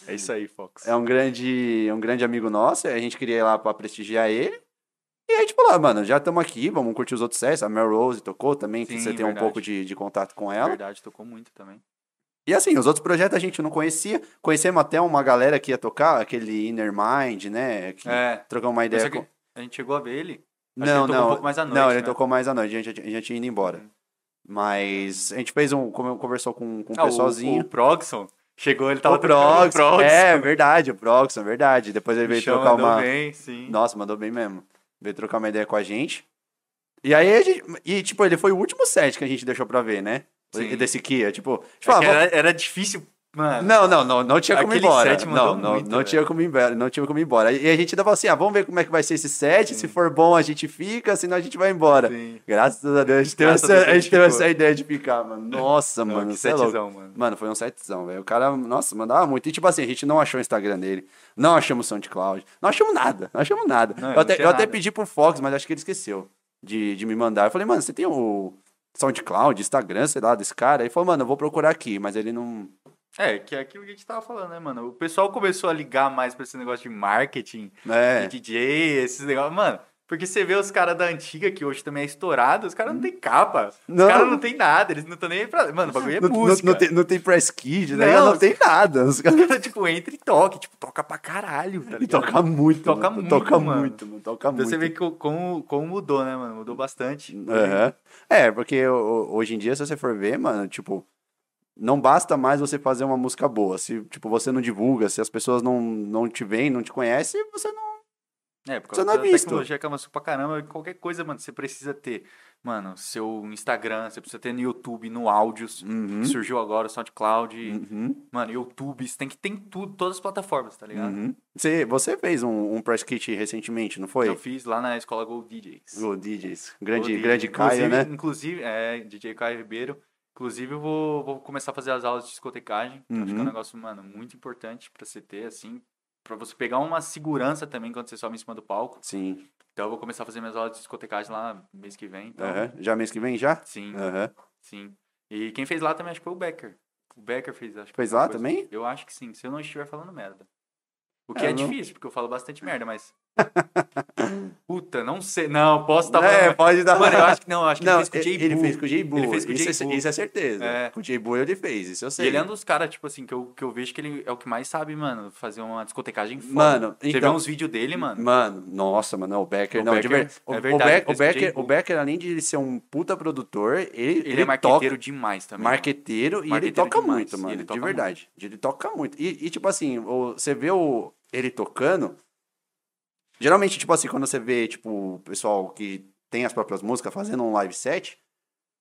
[SPEAKER 2] É isso aí, Fox.
[SPEAKER 1] é um grande, um grande amigo nosso, e a gente queria ir lá pra prestigiar ele. E aí, tipo, lá, mano, já estamos aqui, vamos curtir os outros sets. A Mel Rose tocou também,
[SPEAKER 2] Sim,
[SPEAKER 1] que você tem um
[SPEAKER 2] É verdade.
[SPEAKER 1] pouco de, de contato com ela.
[SPEAKER 2] Verdade, tocou muito também.
[SPEAKER 1] E assim, os outros projetos a gente não conhecia. Conhecemos até uma galera que ia tocar, aquele Inner Mind, né? Que
[SPEAKER 2] É.
[SPEAKER 1] Trocamos uma
[SPEAKER 2] Mas
[SPEAKER 1] ideia
[SPEAKER 2] só que
[SPEAKER 1] com...
[SPEAKER 2] a gente chegou a ver ele. Acho que ele
[SPEAKER 1] Não,
[SPEAKER 2] tocou
[SPEAKER 1] não.
[SPEAKER 2] um pouco mais à noite,
[SPEAKER 1] não, ele
[SPEAKER 2] né? Uhum.
[SPEAKER 1] tocou mais à noite, a gente, a gente indo embora. Mas a gente fez um. como eu- Conversou com, com o
[SPEAKER 2] Ah,
[SPEAKER 1] pessoalzinho.
[SPEAKER 2] O, o Proxon chegou, ele
[SPEAKER 1] O,
[SPEAKER 2] tava tocando
[SPEAKER 1] Prox. É, verdade, o Prox, é verdade. Depois ele
[SPEAKER 2] O
[SPEAKER 1] veio
[SPEAKER 2] bichão
[SPEAKER 1] trocar
[SPEAKER 2] mandou
[SPEAKER 1] uma.
[SPEAKER 2] bem, sim.
[SPEAKER 1] Nossa, mandou bem mesmo. Veio trocar uma ideia com a gente. E aí a gente. E, tipo, ele foi o último set que a gente deixou pra ver, né?
[SPEAKER 2] Sim.
[SPEAKER 1] Desse Kia. Tipo,
[SPEAKER 2] É
[SPEAKER 1] tipo, ah, vamos-
[SPEAKER 2] que era, era difícil, mano.
[SPEAKER 1] Não, não, não, não tinha como ir
[SPEAKER 2] Aquele
[SPEAKER 1] embora.
[SPEAKER 2] set mandou
[SPEAKER 1] não, não,
[SPEAKER 2] muito,
[SPEAKER 1] não
[SPEAKER 2] velho.
[SPEAKER 1] tinha como ir embora, não tinha como ir embora. E a gente ainda falou assim: ah, vamos ver como é que vai ser esse set. Se for bom, a gente fica, senão a gente vai embora.
[SPEAKER 2] Sim.
[SPEAKER 1] Graças a Deus, a gente teve,
[SPEAKER 2] Graças
[SPEAKER 1] essa,
[SPEAKER 2] a Deus,
[SPEAKER 1] a gente teve
[SPEAKER 2] ficou.
[SPEAKER 1] essa ideia de ficar, mano. Nossa,
[SPEAKER 2] Não,
[SPEAKER 1] mano,
[SPEAKER 2] que
[SPEAKER 1] cê é louco.
[SPEAKER 2] setzão, um mano.
[SPEAKER 1] Mano, foi um setzão, velho. O cara, nossa, mandava muito. E tipo assim, a gente não achou o Instagram dele, não achamos o SoundCloud, não achamos nada, não achamos nada.
[SPEAKER 2] Não,
[SPEAKER 1] eu
[SPEAKER 2] não
[SPEAKER 1] até,
[SPEAKER 2] tinha
[SPEAKER 1] eu até
[SPEAKER 2] nada.
[SPEAKER 1] pedi pro Fox, mas acho que ele esqueceu de, de me mandar. Eu falei, mano, você tem o SoundCloud, Instagram, sei lá, desse cara? Ele falou, mano, eu vou procurar aqui, mas ele não.
[SPEAKER 2] É, que é aquilo que a gente tava falando, né, mano? O pessoal começou a ligar mais pra esse negócio de marketing,
[SPEAKER 1] É.
[SPEAKER 2] de DJ, esses negócios. Mano, porque você vê os caras da antiga, que hoje também é estourado, os caras não tem capa.
[SPEAKER 1] Não.
[SPEAKER 2] Os caras não tem nada, eles não estão nem aí pra. Mano, o bagulho é
[SPEAKER 1] não, não-
[SPEAKER 2] música.
[SPEAKER 1] não tem, não tem press kid, né?
[SPEAKER 2] Não,
[SPEAKER 1] Não,
[SPEAKER 2] os-
[SPEAKER 1] tem nada. Os caras
[SPEAKER 2] O cara, tipo, entra e toca. Tipo, toca pra caralho, tá
[SPEAKER 1] e
[SPEAKER 2] ligado?
[SPEAKER 1] toca muito.
[SPEAKER 2] Toca
[SPEAKER 1] mano.
[SPEAKER 2] muito,
[SPEAKER 1] Toca
[SPEAKER 2] mano.
[SPEAKER 1] muito, mano. Toca
[SPEAKER 2] Então
[SPEAKER 1] muito.
[SPEAKER 2] você vê que, o- como, como mudou, né, mano? Mudou bastante.
[SPEAKER 1] Aham. É, porque o- hoje em dia, se você for ver, mano, tipo, não basta mais você fazer uma música boa. Se, tipo, você não divulga, se as pessoas não, não te veem, não te conhecem, você não.
[SPEAKER 2] É, porque
[SPEAKER 1] Você
[SPEAKER 2] a
[SPEAKER 1] não é visto.
[SPEAKER 2] tecnologia que avançou pra caramba, qualquer coisa, mano, você precisa ter. Mano, seu Instagram, você precisa ter no YouTube, no áudios.
[SPEAKER 1] Uhum.
[SPEAKER 2] que Surgiu agora o SoundCloud.
[SPEAKER 1] Uhum,
[SPEAKER 2] Mano, YouTube, você tem que ter em tudo, todas as plataformas, tá ligado?
[SPEAKER 1] uhum. Você, você fez um, um press kit recentemente, não
[SPEAKER 2] Eu
[SPEAKER 1] foi?
[SPEAKER 2] fiz lá na escola Gold DJs.
[SPEAKER 1] O DJs.
[SPEAKER 2] Gold
[SPEAKER 1] Grande,
[SPEAKER 2] DJs.
[SPEAKER 1] grande Caio,
[SPEAKER 2] Inclusive-
[SPEAKER 1] né?
[SPEAKER 2] Inclusive, é, DJ Caio Ribeiro. Inclusive, eu vou, vou começar a fazer as aulas de discotecagem. que eu Acho que é
[SPEAKER 1] Uhum.
[SPEAKER 2] um negócio, mano, muito importante pra você ter, assim, pra você pegar uma segurança também quando você sobe em cima do palco.
[SPEAKER 1] Sim.
[SPEAKER 2] Então, eu vou começar a fazer minhas aulas de discotecagem lá mês que vem. Então,
[SPEAKER 1] Aham. Já mês que vem já?
[SPEAKER 2] sim,
[SPEAKER 1] Aham.
[SPEAKER 2] sim. E quem fez lá também, acho que foi o Becker. O Becker fez, acho que
[SPEAKER 1] Fez
[SPEAKER 2] alguma
[SPEAKER 1] lá também?
[SPEAKER 2] Eu acho que sim, se eu não estiver falando merda. O que
[SPEAKER 1] É,
[SPEAKER 2] é,
[SPEAKER 1] eu não-
[SPEAKER 2] difícil, porque eu falo bastante merda, mas. Puta, não sei. Não, posso estar falando.
[SPEAKER 1] É,
[SPEAKER 2] merda.
[SPEAKER 1] pode dar.
[SPEAKER 2] Mano, eu acho que não, eu acho que
[SPEAKER 1] Não,
[SPEAKER 2] ele fez com o Jay
[SPEAKER 1] ele
[SPEAKER 2] Boo.
[SPEAKER 1] fez com o Jay Boo.
[SPEAKER 2] Ele fez com o Jay
[SPEAKER 1] isso,
[SPEAKER 2] Boo.
[SPEAKER 1] é, isso é certeza.
[SPEAKER 2] É.
[SPEAKER 1] Com o Jay Boo ele fez, isso eu
[SPEAKER 2] E
[SPEAKER 1] sei.
[SPEAKER 2] ele é um dos caras, tipo assim, que eu, que eu vejo que ele é o que mais sabe, mano, fazer uma discotecagem foda.
[SPEAKER 1] Mano,
[SPEAKER 2] Você vê
[SPEAKER 1] então...
[SPEAKER 2] uns vídeos dele, mano.
[SPEAKER 1] Mano, nossa, mano, não, o Becker,
[SPEAKER 2] O
[SPEAKER 1] não, de
[SPEAKER 2] Becker-
[SPEAKER 1] verdade.
[SPEAKER 2] é
[SPEAKER 1] o,
[SPEAKER 2] verdade,
[SPEAKER 1] o,
[SPEAKER 2] ele
[SPEAKER 1] Beck- o
[SPEAKER 2] fez com o Jay
[SPEAKER 1] Becker,
[SPEAKER 2] Boo.
[SPEAKER 1] o Becker, além de ele ser um puta produtor, ele,
[SPEAKER 2] Ele,
[SPEAKER 1] toca
[SPEAKER 2] é marqueteiro demais também. mano.
[SPEAKER 1] marqueteiro e ele
[SPEAKER 2] Marqueteiro
[SPEAKER 1] toca
[SPEAKER 2] demais,
[SPEAKER 1] muito,
[SPEAKER 2] e
[SPEAKER 1] mano,
[SPEAKER 2] ele
[SPEAKER 1] de
[SPEAKER 2] toca
[SPEAKER 1] verdade. Ele toca muito. E, e, tipo assim, o- você vê o, ele tocando, geralmente, tipo assim, quando você vê, tipo, o pessoal que tem as próprias músicas fazendo um live set,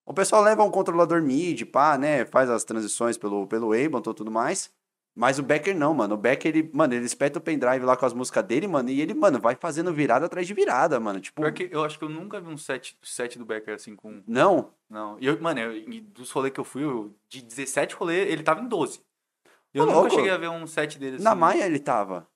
[SPEAKER 1] o pessoal leva um controlador MIDI, pá, né? Faz as transições pelo, pelo Ableton e tudo mais. Mas o Becker não, mano. O Becker, ele, mano, ele espeta o pendrive lá com as músicas dele, mano. E ele, mano, vai fazendo virada atrás de virada, mano. Tipo,
[SPEAKER 2] Pior que eu acho que eu nunca vi um set, set do Becker assim com.
[SPEAKER 1] não.
[SPEAKER 2] Não. E eu, mano, eu- e dos rolês que eu fui, eu- de 17 rolês, ele tava em 12. Eu
[SPEAKER 1] Ô,
[SPEAKER 2] nunca
[SPEAKER 1] louco.
[SPEAKER 2] cheguei a ver um set dele assim.
[SPEAKER 1] Na Maia ele tava.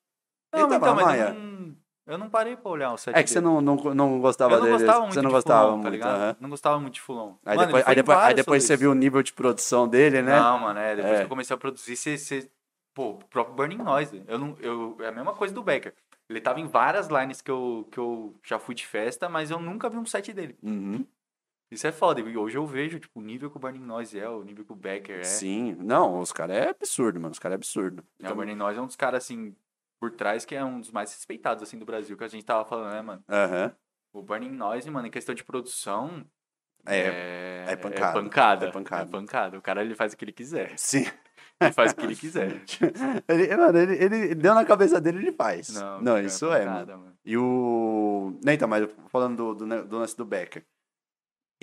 [SPEAKER 2] Não,
[SPEAKER 1] ele tava
[SPEAKER 2] então,
[SPEAKER 1] na
[SPEAKER 2] mas
[SPEAKER 1] Maia.
[SPEAKER 2] eu não, eu não parei pra olhar o set
[SPEAKER 1] É que você
[SPEAKER 2] dele.
[SPEAKER 1] não, não, não gostava
[SPEAKER 2] eu não
[SPEAKER 1] dele.
[SPEAKER 2] gostava muito
[SPEAKER 1] você não
[SPEAKER 2] de
[SPEAKER 1] gostava
[SPEAKER 2] fulão,
[SPEAKER 1] muito.
[SPEAKER 2] tá ligado?
[SPEAKER 1] aham.
[SPEAKER 2] Não gostava muito de fulão.
[SPEAKER 1] Aí
[SPEAKER 2] Mano,
[SPEAKER 1] depois,
[SPEAKER 2] ele foi
[SPEAKER 1] aí
[SPEAKER 2] em
[SPEAKER 1] depois, aí
[SPEAKER 2] vários
[SPEAKER 1] depois você
[SPEAKER 2] rolês.
[SPEAKER 1] viu o nível de produção dele, né?
[SPEAKER 2] Não, mano, é. Depois
[SPEAKER 1] É.
[SPEAKER 2] que eu comecei a produzir, você, você- Pô, o próprio Burning Noise. Eu não, eu, é a mesma coisa do Becker. Ele tava em várias lines que eu, que eu já fui de festa, mas eu nunca vi um set dele.
[SPEAKER 1] Uhum.
[SPEAKER 2] Isso é foda. E hoje eu vejo, tipo, o nível que o Burning Noise é, o nível que o Becker é.
[SPEAKER 1] Sim. Não, os caras é absurdo, mano. Os caras é absurdo.
[SPEAKER 2] É, o Burning Noise é um dos caras, assim, por trás, que é um dos mais respeitados, assim, do Brasil, que a gente tava falando, né, mano?
[SPEAKER 1] Aham.
[SPEAKER 2] O Burning Noise, mano, em questão de produção,
[SPEAKER 1] É,
[SPEAKER 2] é,
[SPEAKER 1] é pancada,
[SPEAKER 2] É pancada.
[SPEAKER 1] é pancada.
[SPEAKER 2] é pancada. O cara, ele faz o que ele quiser.
[SPEAKER 1] sim.
[SPEAKER 2] Ele faz o que ele quiser.
[SPEAKER 1] Ele, mano, ele, ele deu na cabeça dele, ele faz. Não,
[SPEAKER 2] cara,
[SPEAKER 1] isso é, mano.
[SPEAKER 2] pancada, mano.
[SPEAKER 1] E o. Não, então, mas falando do, do, ne- do lance do Becker.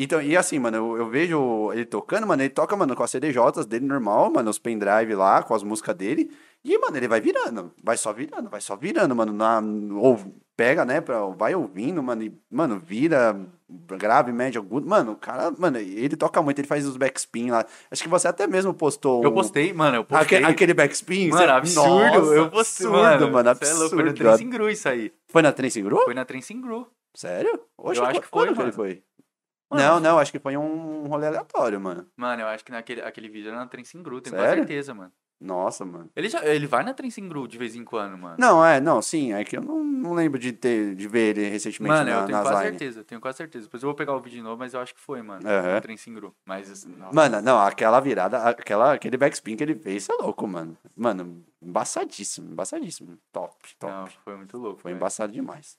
[SPEAKER 1] Então, e assim, mano, eu, eu vejo ele tocando, mano, ele toca, mano, com as CDJs dele normal, mano, os pendrive lá, com as músicas dele. E, mano, ele vai virando, vai só virando, vai só virando, mano. Na, ou pega, né, pra, vai ouvindo, mano, e, mano, vira grave, médio, agudo. Mano, o cara, mano, ele toca muito, ele faz os backspin lá. Acho que você até mesmo postou.
[SPEAKER 2] Eu
[SPEAKER 1] um-
[SPEAKER 2] postei, mano, eu postei.
[SPEAKER 1] Aquele, aquele backspin?
[SPEAKER 2] Mano,
[SPEAKER 1] você-
[SPEAKER 2] absurdo.
[SPEAKER 1] Nossa,
[SPEAKER 2] eu postei,
[SPEAKER 1] é absurdo, mano,
[SPEAKER 2] Você é
[SPEAKER 1] absurdo.
[SPEAKER 2] louco, foi na Trens Ingru isso aí.
[SPEAKER 1] Foi na Trensing Group?
[SPEAKER 2] Foi na Trens Ingru.
[SPEAKER 1] Sério? Oxe,
[SPEAKER 2] Eu
[SPEAKER 1] qu-
[SPEAKER 2] acho que
[SPEAKER 1] quando
[SPEAKER 2] foi,
[SPEAKER 1] ele
[SPEAKER 2] mano.
[SPEAKER 1] foi?
[SPEAKER 2] Mano,
[SPEAKER 1] não, não, acho que foi um rolê aleatório, mano.
[SPEAKER 2] Mano, eu acho que naquele, aquele vídeo era na Trens Ingru, tenho
[SPEAKER 1] Sério?
[SPEAKER 2] quase certeza, mano.
[SPEAKER 1] Nossa, mano.
[SPEAKER 2] Ele, já, ele vai na Trensing Gru de vez em quando, mano.
[SPEAKER 1] Não, é, não, sim, é que eu não, não lembro de, ter, de ver ele recentemente
[SPEAKER 2] Mano,
[SPEAKER 1] na,
[SPEAKER 2] eu tenho
[SPEAKER 1] nas
[SPEAKER 2] quase
[SPEAKER 1] line.
[SPEAKER 2] certeza, eu tenho quase certeza. Depois eu vou pegar o vídeo de novo, mas eu acho que foi, mano.
[SPEAKER 1] Aham.
[SPEAKER 2] O Trensing Gru. Mas, assim, nossa.
[SPEAKER 1] Mano, não, aquela virada, aquela, aquele backspin que ele fez, isso é louco, mano. Mano, embaçadíssimo, embaçadíssimo. Top, top.
[SPEAKER 2] Não, é. foi muito louco.
[SPEAKER 1] Foi
[SPEAKER 2] velho.
[SPEAKER 1] embaçado demais.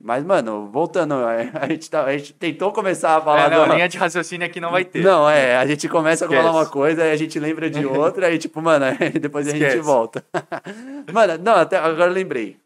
[SPEAKER 1] Mas, mano, voltando, é, a gente, tá- a gente tentou começar a falar
[SPEAKER 2] É, não,
[SPEAKER 1] da-
[SPEAKER 2] linha de raciocínio aqui não vai ter.
[SPEAKER 1] Não, é, a gente começa a falar
[SPEAKER 2] Esquece.
[SPEAKER 1] uma coisa, aí a gente lembra de outra, aí tipo, mano, aí depois a gente
[SPEAKER 2] Esquece.
[SPEAKER 1] volta. mano, não, até agora eu lembrei.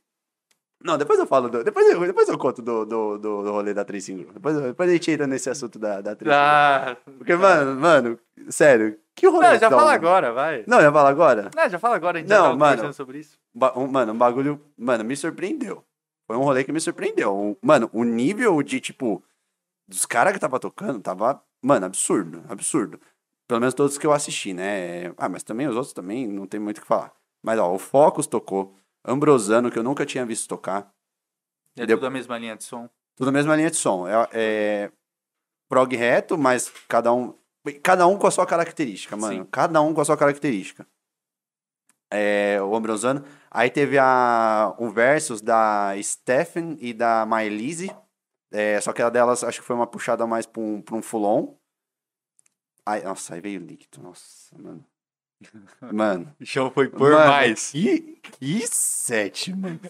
[SPEAKER 1] Não, depois eu falo, do- depois, eu, depois eu conto do, do, do, do rolê da 35. Depois, eu- depois a gente entra nesse assunto da, da 35.
[SPEAKER 2] Ah,
[SPEAKER 1] Porque, mano, mano, sério, que rolê.
[SPEAKER 2] não, já
[SPEAKER 1] tão-
[SPEAKER 2] fala agora, vai.
[SPEAKER 1] Não, já fala agora?
[SPEAKER 2] Não, já fala agora, a gente
[SPEAKER 1] Não,
[SPEAKER 2] já tava
[SPEAKER 1] mano.
[SPEAKER 2] conversando sobre isso.
[SPEAKER 1] Ba- um- mano, um bagulho. Mano, me surpreendeu. Foi um rolê que me surpreendeu. Um- Mano, o nível de, tipo, dos caras que tava tocando tava, mano, absurdo, absurdo. Pelo menos todos que eu assisti, né? Ah, mas também os outros também, não tem muito o que falar. Mas, ó, o Focus tocou. Ambrosano, que eu nunca tinha visto tocar.
[SPEAKER 2] É
[SPEAKER 1] Deu-
[SPEAKER 2] tudo a mesma linha de som.
[SPEAKER 1] Tudo na mesma linha de som. É, é prog reto, mas cada um cada um com a sua característica, mano.
[SPEAKER 2] Sim.
[SPEAKER 1] Cada um com a sua característica. É, o Ambrosano. Aí teve a, o versus da Stephen e da Maelise. É, só que a delas, acho que foi uma puxada mais pra um, pra um full-on. Aí, nossa, aí veio o líquido. Nossa, mano. Mano.
[SPEAKER 2] O chão foi
[SPEAKER 1] Mano, Que, que set, mano.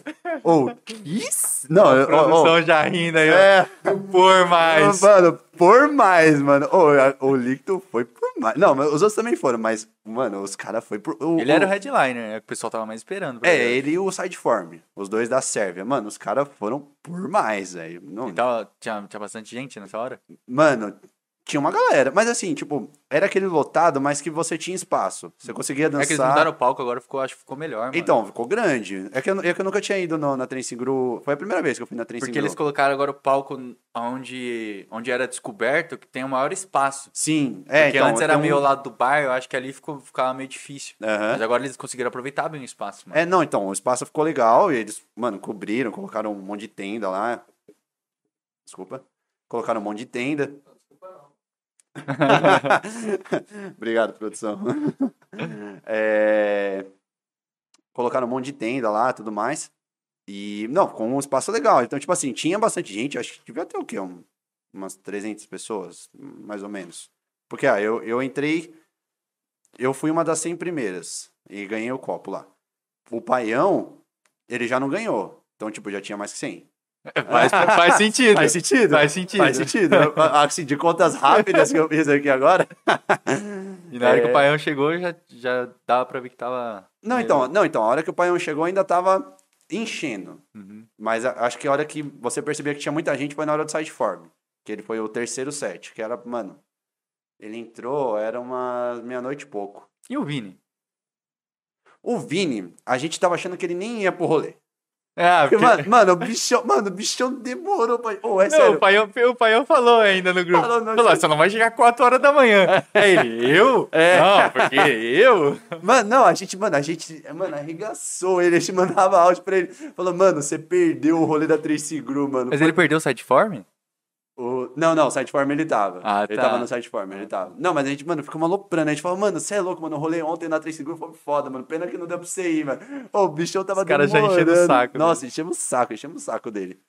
[SPEAKER 1] Ou que. s- Não, eu-
[SPEAKER 2] A produção já rindo aí, ó.
[SPEAKER 1] É.
[SPEAKER 2] Por mais.
[SPEAKER 1] Mano, por mais, mano. Ô, a- o Licto foi por mais. Não, mas os outros também foram, mas, mano, os caras foi por. o-
[SPEAKER 2] Ele era o
[SPEAKER 1] o-
[SPEAKER 2] headliner, é o que o pessoal tava mais esperando. pra
[SPEAKER 1] É,
[SPEAKER 2] ver.
[SPEAKER 1] ele e o Sideform. Os dois da Sérvia. Mano, os caras foram por mais, velho. Não-
[SPEAKER 2] E tava- tinha, tinha bastante gente nessa hora? É
[SPEAKER 1] Mano, tinha uma galera. Mas assim, tipo, era aquele lotado, mas que você tinha espaço. Você conseguia dançar.
[SPEAKER 2] É que eles mudaram né? o palco agora, ficou, acho que ficou melhor, mano.
[SPEAKER 1] Então, ficou grande. É que eu, é que eu nunca tinha ido no- na Trensing Gru. Foi a primeira vez que eu fui na Trensing
[SPEAKER 2] Porque
[SPEAKER 1] Gru.
[SPEAKER 2] eles colocaram agora o palco onde, onde era descoberto, que tem o maior espaço.
[SPEAKER 1] Sim, é.
[SPEAKER 2] Porque
[SPEAKER 1] então,
[SPEAKER 2] antes era
[SPEAKER 1] tem um-
[SPEAKER 2] meio ao lado do bar, eu acho que ali ficou, ficava meio difícil.
[SPEAKER 1] Aham.
[SPEAKER 2] Mas agora eles conseguiram aproveitar bem o espaço, mano.
[SPEAKER 1] É, não, então, o espaço ficou legal e eles, mano, cobriram, colocaram um monte de tenda lá. Desculpa. Colocaram um monte de tenda. Obrigado, produção. É, Colocaram um monte de tenda lá tudo mais. E, não, ficou um espaço legal. Então, tipo assim, tinha bastante gente, acho que devia ter o quê? Um- umas 300 pessoas, mais ou menos. Porque, ah, eu, eu entrei, eu fui uma das 100 primeiras e ganhei o copo lá. O Paião, ele já não ganhou. Então, tipo, já tinha mais que 100.
[SPEAKER 2] É, Faz, faz sentido.
[SPEAKER 1] Faz sentido.
[SPEAKER 2] Faz sentido.
[SPEAKER 1] Faz sentido. Eu- assim, de contas rápidas que eu fiz aqui agora.
[SPEAKER 2] E na hora que
[SPEAKER 1] É.
[SPEAKER 2] o Paião chegou, já, já dava pra ver que tava.
[SPEAKER 1] Não,
[SPEAKER 2] meio-
[SPEAKER 1] então, não, então, a hora que o Paião chegou ainda tava enchendo.
[SPEAKER 2] Uhum.
[SPEAKER 1] Mas a- acho que a hora que você percebia que tinha muita gente foi na hora do sideform. Que ele foi o terceiro set, que era, mano. Ele entrou, era uma meia-noite e pouco.
[SPEAKER 2] E o Vini?
[SPEAKER 1] O Vini, a gente tava achando que ele nem ia pro rolê.
[SPEAKER 2] É,
[SPEAKER 1] Porque, mano, mano, o bichão, mano, o bichão demorou pra. Ô, é
[SPEAKER 2] Não,
[SPEAKER 1] sério.
[SPEAKER 2] o, Paião, o Paião falou ainda no grupo.
[SPEAKER 1] Falou, não,
[SPEAKER 2] Falou, "Você não vai chegar 4 horas da manhã. Aí ele, eu?
[SPEAKER 1] É.
[SPEAKER 2] Não, porque eu?
[SPEAKER 1] Mano, não, a gente, mano, a gente, mano, arregaçou ele, a gente mandava áudio pra ele. Falou, mano, você perdeu o rolê da 3 Gru, mano.
[SPEAKER 2] Mas ele perdeu o sideform?
[SPEAKER 1] O- Não, não, o Sideform ele tava.
[SPEAKER 2] Ah,
[SPEAKER 1] ele
[SPEAKER 2] tá.
[SPEAKER 1] tava no Sideform, ele tava. Não, mas a gente, mano, ficou maloprando. A gente falou, mano, você é louco, mano. O rolê ontem na 3 Gru foi foda, mano. Pena que não deu pra você ir, mano. Ô, o bichão tava
[SPEAKER 2] Os caras já enchendo o
[SPEAKER 1] demorando.
[SPEAKER 2] saco, né?
[SPEAKER 1] Nossa, enchemos o saco, enchemos o saco dele.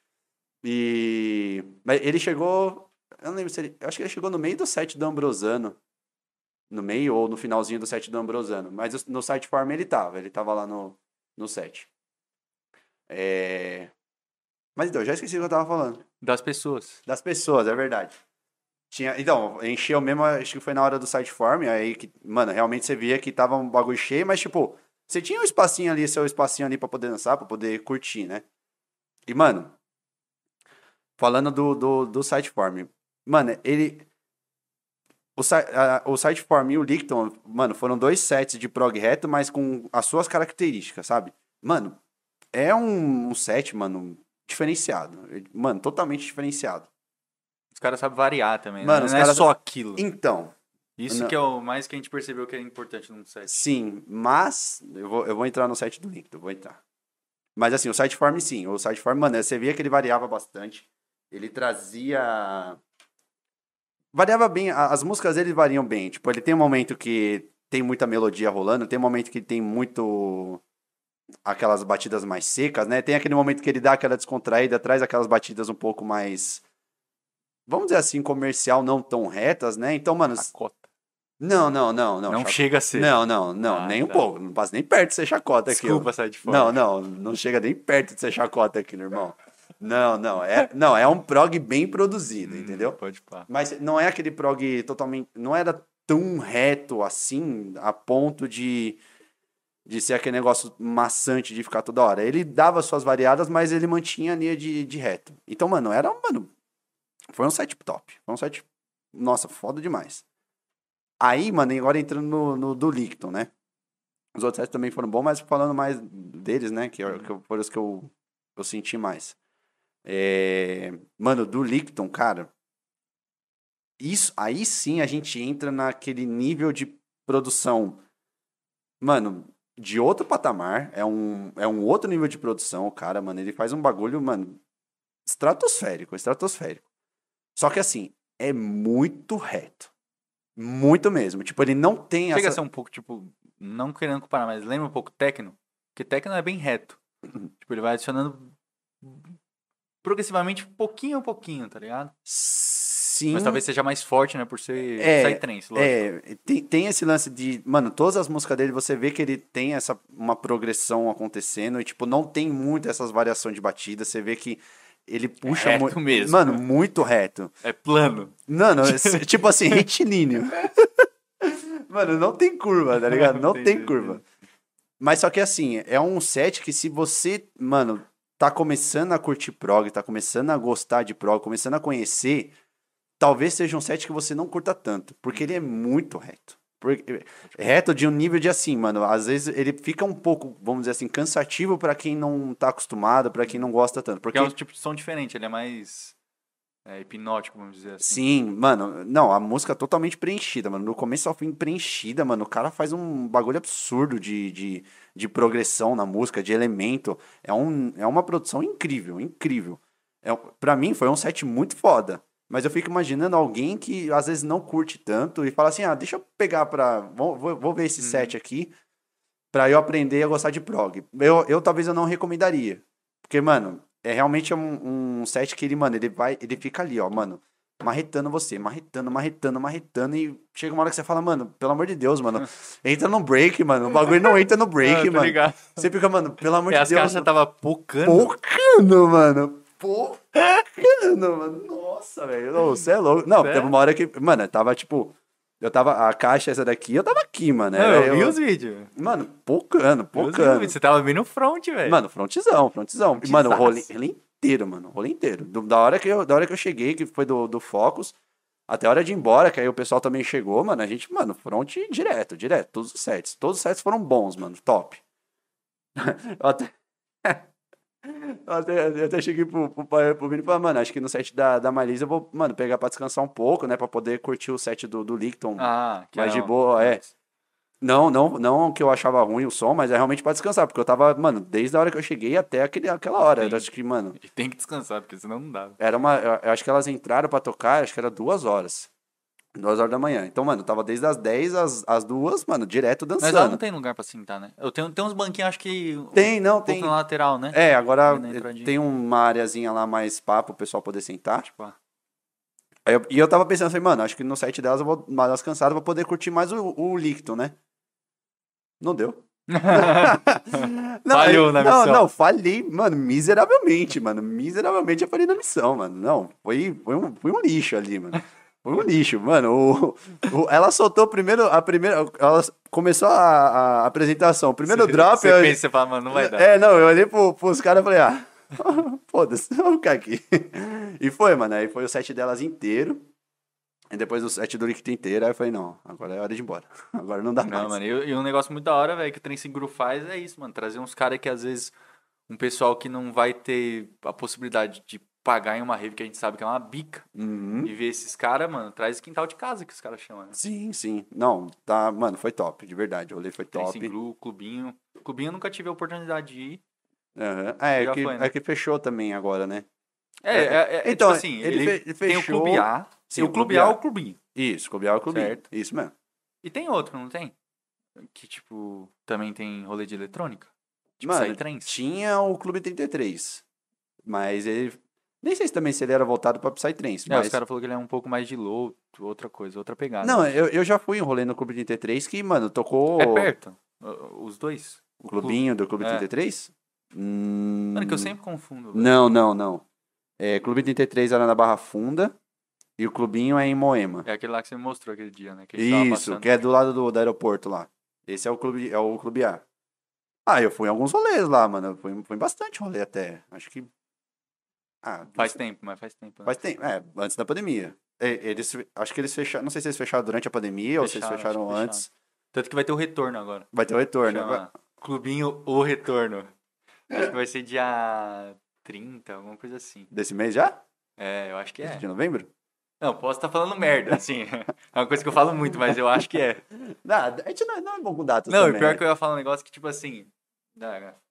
[SPEAKER 1] E. Mas ele chegou. Eu não lembro se ele. eu acho que ele chegou no meio do set do Ambrosano. No meio ou no finalzinho do set do Ambrosano. Mas o- no Sideform ele tava. Ele tava lá no, no set. É. Mas então, eu já esqueci o que eu tava falando.
[SPEAKER 2] Das pessoas.
[SPEAKER 1] Das pessoas, é verdade. Tinha, então, encheu mesmo, acho que foi na hora do site form, aí que, mano, realmente você via que tava um bagulho cheio, mas tipo, você tinha um espacinho ali, seu espacinho ali pra poder dançar, pra poder curtir, né? E, mano, falando do, do, do site form, mano, ele. O, si- a- o site form e o Licton, mano, foram dois sets de prog reto, mas com as suas características, sabe? Mano, é um, um set, mano, diferenciado. Mano, totalmente diferenciado.
[SPEAKER 2] Os caras sabem variar também.
[SPEAKER 1] Mano,
[SPEAKER 2] né?
[SPEAKER 1] os
[SPEAKER 2] não é
[SPEAKER 1] caras-
[SPEAKER 2] só aquilo.
[SPEAKER 1] Então,
[SPEAKER 2] Isso
[SPEAKER 1] Não.
[SPEAKER 2] que é o mais que a gente percebeu que é importante num set.
[SPEAKER 1] Sim, mas eu vou, eu vou entrar no site do Linked, eu vou entrar. Mas assim, o site form sim, o site form, mano, você via que ele variava bastante. Ele trazia variava bem, a- as músicas dele variam bem. Tipo, ele tem um momento que tem muita melodia rolando, tem um momento que tem muito aquelas batidas mais secas, né? Tem aquele momento que ele dá aquela descontraída, traz aquelas batidas um pouco mais vamos dizer assim, comercial não tão retas, né? Então, mano,
[SPEAKER 2] Chacota.
[SPEAKER 1] não, não, não, não.
[SPEAKER 2] Não,
[SPEAKER 1] Chacota-
[SPEAKER 2] chega um a ser.
[SPEAKER 1] Não, não, não,
[SPEAKER 2] Ah,
[SPEAKER 1] nem um
[SPEAKER 2] tá.
[SPEAKER 1] pouco, não passa nem perto de ser chacota aqui.
[SPEAKER 2] Desculpa sair de fora.
[SPEAKER 1] Não, não, não chega nem perto de ser chacota aquilo, irmão. Não, não, é, não, é um prog bem produzido,
[SPEAKER 2] Hum,
[SPEAKER 1] entendeu?
[SPEAKER 2] Pode pá.
[SPEAKER 1] Mas não é aquele prog totalmente, não era tão reto assim, a ponto de de ser aquele negócio maçante de ficar toda hora. Ele dava suas variadas, mas ele mantinha a linha de, de reto. Então, mano, era, um- mano, foi um set top, foi um set, nossa, foda demais. Aí, mano, e agora entrando no, no do Licton, né? Os outros sets também foram bons, mas falando mais deles, né? Que,
[SPEAKER 2] Uhum.
[SPEAKER 1] eu- que eu- foram os que eu, eu senti mais. É, Mano, do Licton, cara. Isso, aí sim a gente entra naquele nível de produção. Mano, de outro patamar. É um, é um outro nível de produção, o cara, mano. Ele faz um bagulho, mano, estratosférico, estratosférico. Só que assim, é muito reto. Muito mesmo. Tipo, ele não tem
[SPEAKER 2] Chega a
[SPEAKER 1] essa...
[SPEAKER 2] ser um pouco, tipo, não querendo comparar, mas lembra um pouco Tecno? Porque Tecno é bem reto.
[SPEAKER 1] Uhum.
[SPEAKER 2] tipo, ele vai adicionando progressivamente, pouquinho a pouquinho, tá ligado?
[SPEAKER 1] Sim.
[SPEAKER 2] Mas talvez seja mais forte, né? Por ser
[SPEAKER 1] É,
[SPEAKER 2] psytrance, lógico.
[SPEAKER 1] É, tem, tem esse lance de. Mano, todas as músicas dele você vê que ele tem essa uma progressão acontecendo e, tipo, não tem muito essas variações de batida. Você vê que ele puxa
[SPEAKER 2] reto
[SPEAKER 1] muito.
[SPEAKER 2] mesmo,
[SPEAKER 1] Mano,
[SPEAKER 2] né?
[SPEAKER 1] muito reto.
[SPEAKER 2] É, plano.
[SPEAKER 1] Mano, esse- tipo assim, retilíneo. Mano, não tem curva, tá ligado? Não tem
[SPEAKER 2] Entendi,
[SPEAKER 1] curva. Mas só que assim, é um set que se você, mano, tá começando a curtir prog, tá começando a gostar de prog, começando a conhecer, talvez seja um set que você não curta tanto, porque ele é muito reto. Porque- reto de um nível de assim, mano, às vezes ele fica um pouco, vamos dizer assim, cansativo pra quem não tá acostumado, pra quem não gosta tanto, porque
[SPEAKER 2] Porque é um tipo de som diferente, ele é mais é, hipnótico, vamos dizer assim.
[SPEAKER 1] Sim, mano. Não, a música é totalmente preenchida, mano. Do começo ao fim preenchida, mano. O cara faz um bagulho absurdo de, de, de progressão na música, de elemento. É, um, é uma produção incrível, incrível. É, para mim, foi um set muito foda. Mas eu fico imaginando alguém que às vezes não curte tanto e fala assim: ah, deixa eu pegar pra. Vou, vou, vou ver esse set aqui pra eu aprender a gostar de prog. Eu, eu talvez eu não recomendaria. Porque, mano, é realmente um, um set que ele, mano, ele vai. Ele fica ali, ó, mano marretando você, marretando, marretando, marretando, e chega uma hora que você fala, mano, pelo amor de Deus, mano, entra no break, mano, o bagulho não entra no
[SPEAKER 2] Ah,
[SPEAKER 1] break,
[SPEAKER 2] tá
[SPEAKER 1] mano.
[SPEAKER 2] ligado?
[SPEAKER 1] Você fica, mano, pelo amor
[SPEAKER 2] É,
[SPEAKER 1] de
[SPEAKER 2] as
[SPEAKER 1] Deus,
[SPEAKER 2] caixas tá tava pocando.
[SPEAKER 1] pocando, mano, pocando, mano, nossa, velho, Ô, você é louco. Não,
[SPEAKER 2] Sério?
[SPEAKER 1] teve uma hora que, mano, eu tava, tipo, eu tava, a caixa essa daqui, eu tava aqui, mano,
[SPEAKER 2] Não,
[SPEAKER 1] era
[SPEAKER 2] eu vi os vídeos. Eu vi
[SPEAKER 1] mano, pocando,
[SPEAKER 2] os
[SPEAKER 1] né, pocando.
[SPEAKER 2] vídeos, Você tava bem no front, velho.
[SPEAKER 1] Mano, frontzão, frontzão. E, Mano, o rolê,
[SPEAKER 2] Frontzaço.
[SPEAKER 1] rolê inteiro, mano. Rolê inteiro. Do- da, hora que eu, da hora que eu cheguei, que foi do, do Focus, até a hora de ir embora, que aí o pessoal também chegou, mano. A gente, mano, front direto, direto. Todos os sets. Todos os sets foram bons, mano. Top. eu até. Eu até, eu até cheguei pro, pro, pai- pro Vini e falei, "Ah, mano, acho que no set da, da Marisa eu vou, mano, pegar pra descansar um pouco, né? Pra poder curtir o set do, do Licton
[SPEAKER 2] Ah, que
[SPEAKER 1] mas de
[SPEAKER 2] era um-
[SPEAKER 1] boa, é. Não, não, não que eu achava ruim o som, mas é realmente pra descansar, porque eu tava, mano, desde a hora que eu cheguei até aquele, aquela hora. Eu
[SPEAKER 2] Entendi.
[SPEAKER 1] acho que, mano,
[SPEAKER 2] E tem que descansar, porque senão não dá.
[SPEAKER 1] era uma. Eu eu acho que elas entraram pra tocar, acho que era duas horas. Duas horas da manhã. Então, mano, eu tava desde as 10 às, às duas, mano, direto
[SPEAKER 2] Mas lá
[SPEAKER 1] dançando.
[SPEAKER 2] não tem lugar pra sentar, né? Eu tenho, tem uns banquinhos, acho que.
[SPEAKER 1] Tem, não,
[SPEAKER 2] um pouco
[SPEAKER 1] tem.
[SPEAKER 2] na lateral, né?
[SPEAKER 1] É, agora
[SPEAKER 2] Ali na entradinha.
[SPEAKER 1] tem uma areazinha lá mais papo, o pessoal poder sentar.
[SPEAKER 2] Tipo, ah,
[SPEAKER 1] Aí eu- e eu tava pensando assim, mano, acho que no site delas eu vou mais descansado pra poder curtir mais o, o Licton, né? Não deu. Não,
[SPEAKER 2] Falhou
[SPEAKER 1] eu-
[SPEAKER 2] na
[SPEAKER 1] não,
[SPEAKER 2] missão.
[SPEAKER 1] Não, falhei, mano, miseravelmente, mano. Miseravelmente eu falei na missão, mano. Não, foi, foi, um, foi um lixo ali, mano. Foi um lixo, mano. O- o- ela soltou primeiro, a primeira. Ela começou a, a apresentação. O primeiro
[SPEAKER 2] você-
[SPEAKER 1] drop.
[SPEAKER 2] Você
[SPEAKER 1] eu-
[SPEAKER 2] pensa, você fala, mano, não vai dar.
[SPEAKER 1] é, não, eu olhei pro, pros caras e falei, ah, foda-se, vamos ficar aqui. E foi, mano, aí foi o set delas inteiro. E depois o set do Liquid inteiro, aí eu falei, não, agora é hora de ir embora. Agora não dá mais.
[SPEAKER 2] Não, mano, e, e um negócio muito da hora, velho, que o Trem Seguro faz é isso, mano. Trazer uns caras que às vezes. Um pessoal que não vai ter a possibilidade de pagar em uma rave que a gente sabe que é uma bica.
[SPEAKER 1] Uhum.
[SPEAKER 2] E ver esses caras, mano, traz quintal de casa que os caras chamam, né?
[SPEAKER 1] Sim, sim. Não, tá, mano, foi top, de verdade. O rolê foi
[SPEAKER 2] Trem
[SPEAKER 1] top.
[SPEAKER 2] Seguro, Clubinho. Clubinho eu nunca tive a oportunidade de ir.
[SPEAKER 1] Aham. Ah, é
[SPEAKER 2] Já
[SPEAKER 1] que,
[SPEAKER 2] foi, né?
[SPEAKER 1] é que fechou também agora, né?
[SPEAKER 2] É, é, é, é
[SPEAKER 1] Então,
[SPEAKER 2] tipo assim,
[SPEAKER 1] ele
[SPEAKER 2] ele,
[SPEAKER 1] fe- ele
[SPEAKER 2] tem o
[SPEAKER 1] fechou-
[SPEAKER 2] Clube A,
[SPEAKER 1] Sim,
[SPEAKER 2] tem
[SPEAKER 1] o
[SPEAKER 2] o Clube
[SPEAKER 1] Clube
[SPEAKER 2] A
[SPEAKER 1] A.
[SPEAKER 2] e o Clubinho.
[SPEAKER 1] Isso, Clube A e o Clube.
[SPEAKER 2] Certo.
[SPEAKER 1] Isso mesmo.
[SPEAKER 2] E tem outro, não tem? que, tipo, também tem rolê de eletrônica? Tipo,
[SPEAKER 1] Mano,
[SPEAKER 2] Psytrance?
[SPEAKER 1] Tinha o Clube 33, mas ele... Nem sei se também se ele era voltado pra Psytrance,
[SPEAKER 2] É,
[SPEAKER 1] mas...
[SPEAKER 2] os caras falaram que ele é um pouco mais de low, outra coisa, outra pegada.
[SPEAKER 1] Não, eu, eu já fui em um rolê no Clube 33 que, mano, tocou
[SPEAKER 2] É perto, o- os dois.
[SPEAKER 1] o clubinho do Clube
[SPEAKER 2] É.
[SPEAKER 1] 33. Hum...
[SPEAKER 2] Mano, que eu sempre confundo. velho.
[SPEAKER 1] Não, não, não. É, Clube 33 era na Barra Funda e o clubinho é em Moema.
[SPEAKER 2] É aquele lá que você me mostrou aquele dia, né? Que a gente tava
[SPEAKER 1] Isso,
[SPEAKER 2] passando.
[SPEAKER 1] que é do lado do, do aeroporto lá. Esse é o clube, é o clube A. Ah, eu fui em alguns rolês lá, mano. Eu fui, em- fui em bastante rolê até. Acho que. Ah,
[SPEAKER 2] Faz tempo, mas faz tempo. né?
[SPEAKER 1] Mas tem, é, antes da pandemia. E- Eles, fe- acho que eles fecharam, não sei se eles fecharam durante a pandemia ou se eles
[SPEAKER 2] Fecharam, acho
[SPEAKER 1] fecharam
[SPEAKER 2] que fecharam.
[SPEAKER 1] antes.
[SPEAKER 2] Tanto que vai ter o retorno agora.
[SPEAKER 1] Vai ter o retorno.
[SPEAKER 2] Chama Clubinho O Retorno. Acho que vai ser dia 30, alguma coisa assim.
[SPEAKER 1] Desse mês já?
[SPEAKER 2] É, eu acho que é.
[SPEAKER 1] De novembro?
[SPEAKER 2] Não, posso estar falando merda, assim. É uma coisa que eu falo muito, mas eu acho que é.
[SPEAKER 1] Não, a gente não, é- não é bom com datas
[SPEAKER 2] Não, e
[SPEAKER 1] também.
[SPEAKER 2] pior que eu ia falar um negócio que, tipo assim. não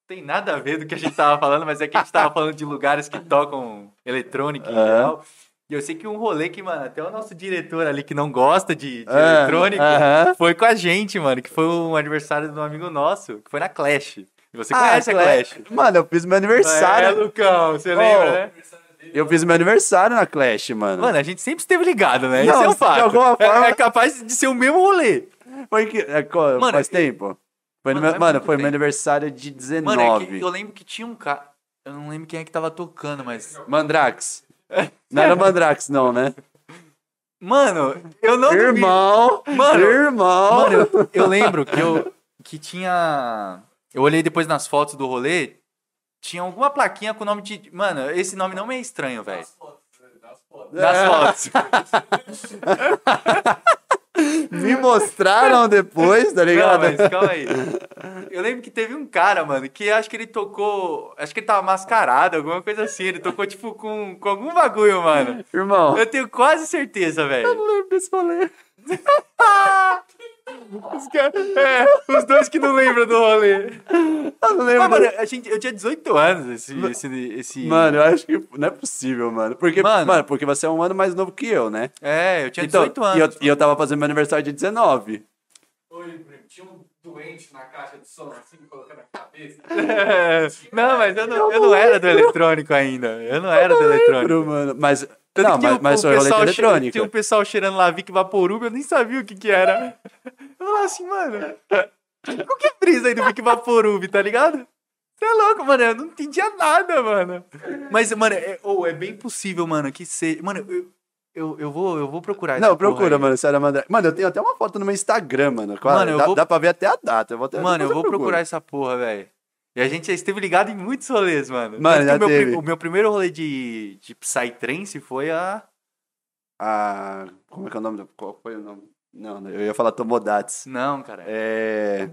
[SPEAKER 2] Tem nada a ver do que a gente tava falando, mas é que a gente tava falando de lugares que tocam eletrônica em
[SPEAKER 1] Aham.
[SPEAKER 2] geral. E eu sei que um rolê que, mano, até o nosso diretor ali que não gosta de, de
[SPEAKER 1] Ah,
[SPEAKER 2] eletrônica
[SPEAKER 1] aham.
[SPEAKER 2] foi com a gente, mano, que foi um aniversário de um amigo nosso, que foi na Clash. E você conhece a
[SPEAKER 1] Cla-
[SPEAKER 2] Clash?
[SPEAKER 1] então Mano, eu fiz meu
[SPEAKER 2] É,
[SPEAKER 1] Ah, aniversário.
[SPEAKER 2] Lucão, você lembra,
[SPEAKER 1] Oh.
[SPEAKER 2] né?
[SPEAKER 1] Eu fiz meu aniversário na Clash, mano.
[SPEAKER 2] Mano, a gente sempre esteve ligado, né?
[SPEAKER 1] Não,
[SPEAKER 2] Isso é um
[SPEAKER 1] de
[SPEAKER 2] fato.
[SPEAKER 1] alguma
[SPEAKER 2] É-
[SPEAKER 1] forma-
[SPEAKER 2] É capaz de ser o mesmo rolê.
[SPEAKER 1] Foi que. é, co-
[SPEAKER 2] Mano,
[SPEAKER 1] faz
[SPEAKER 2] eu-
[SPEAKER 1] tempo? Foi no
[SPEAKER 2] Mano,
[SPEAKER 1] meu-
[SPEAKER 2] é
[SPEAKER 1] mano,
[SPEAKER 2] muito
[SPEAKER 1] foi meu
[SPEAKER 2] tempo.
[SPEAKER 1] aniversário de 19.
[SPEAKER 2] Mano, é que eu lembro que tinha um cara. Eu não lembro quem é que tava tocando, mas.
[SPEAKER 1] Mandrax. Não era Mandrax, não, né?
[SPEAKER 2] Mano, eu não. duvido.
[SPEAKER 1] Irmão!
[SPEAKER 2] Mano,
[SPEAKER 1] irmão!
[SPEAKER 2] Mano, eu, eu lembro que eu. Que tinha. Eu olhei depois nas fotos do rolê. Tinha alguma plaquinha com o nome de. Mano, esse nome não me é estranho, velho.
[SPEAKER 1] É.
[SPEAKER 2] Nas fotos.
[SPEAKER 1] Me mostraram depois, tá
[SPEAKER 2] Não,
[SPEAKER 1] ligado?
[SPEAKER 2] mas calma aí. Eu lembro que teve um cara, mano, que acho que ele tocou. Acho que ele tava mascarado, alguma coisa assim. Ele tocou, tipo, com, com algum bagulho, mano.
[SPEAKER 1] Irmão,
[SPEAKER 2] Eu tenho quase certeza, velho.
[SPEAKER 1] lembro desse rolê.
[SPEAKER 2] Os, cara- é, os dois que não lembram do rolê.
[SPEAKER 1] Eu não lembro.
[SPEAKER 2] Mas, mano,
[SPEAKER 1] desse-
[SPEAKER 2] a gente, eu tinha 18 anos esse. esse, esse...
[SPEAKER 1] Mano, eu acho que não é possível, mano. Porque, mano,
[SPEAKER 2] Mano.
[SPEAKER 1] porque você é um ano mais novo que eu, né?
[SPEAKER 2] É, eu tinha
[SPEAKER 1] Então,
[SPEAKER 2] 18 anos.
[SPEAKER 1] e eu, e eu tava fazendo meu aniversário de 19.
[SPEAKER 3] Oi, primo. Tinha um doente na caixa de som, assim, colocando a cabeça.
[SPEAKER 2] É, Não, mas eu não, eu não era do eletrônico ainda. Eu não era do eletrônico.
[SPEAKER 1] Lembro, mano. Mas,
[SPEAKER 2] Tanto
[SPEAKER 1] não,
[SPEAKER 2] que tinha
[SPEAKER 1] mas, mas
[SPEAKER 2] o
[SPEAKER 1] foi rolê de
[SPEAKER 2] pessoal cheirando-
[SPEAKER 1] eletrônica.
[SPEAKER 2] Tinha o pessoal cheirando lá Vic Vaporub, eu nem sabia o que que era. Eu falava assim, mano, qual que é a brisa aí do Vic Vaporub, tá ligado? Você é louco, mano, eu não entendia nada, mano. Mas, mano, é, ou é bem possível, mano, que seja... Mano, eu, eu, eu vou, eu vou procurar essa
[SPEAKER 1] Não,
[SPEAKER 2] porra
[SPEAKER 1] procura,
[SPEAKER 2] aí.
[SPEAKER 1] mano, Sarah Mandrake. Mano, eu tenho até uma foto no meu Instagram, mano. com a-
[SPEAKER 2] Mano, eu
[SPEAKER 1] dá,
[SPEAKER 2] vou-
[SPEAKER 1] dá pra ver até a data. Eu vou até
[SPEAKER 2] Mano,
[SPEAKER 1] Tá, depois
[SPEAKER 2] eu vou
[SPEAKER 1] procuro.
[SPEAKER 2] procurar essa porra, velho. E a gente já esteve ligado em muitos rolês, mano.
[SPEAKER 1] Mano,
[SPEAKER 2] Tanto que
[SPEAKER 1] já
[SPEAKER 2] o, meu,
[SPEAKER 1] teve.
[SPEAKER 2] pri- o meu primeiro rolê de, de Psytrance foi a.
[SPEAKER 1] Ah, como é que é o nome? do- Qual foi o nome? Não, né, eu ia falar Tomodates.
[SPEAKER 2] Não, cara.
[SPEAKER 1] É...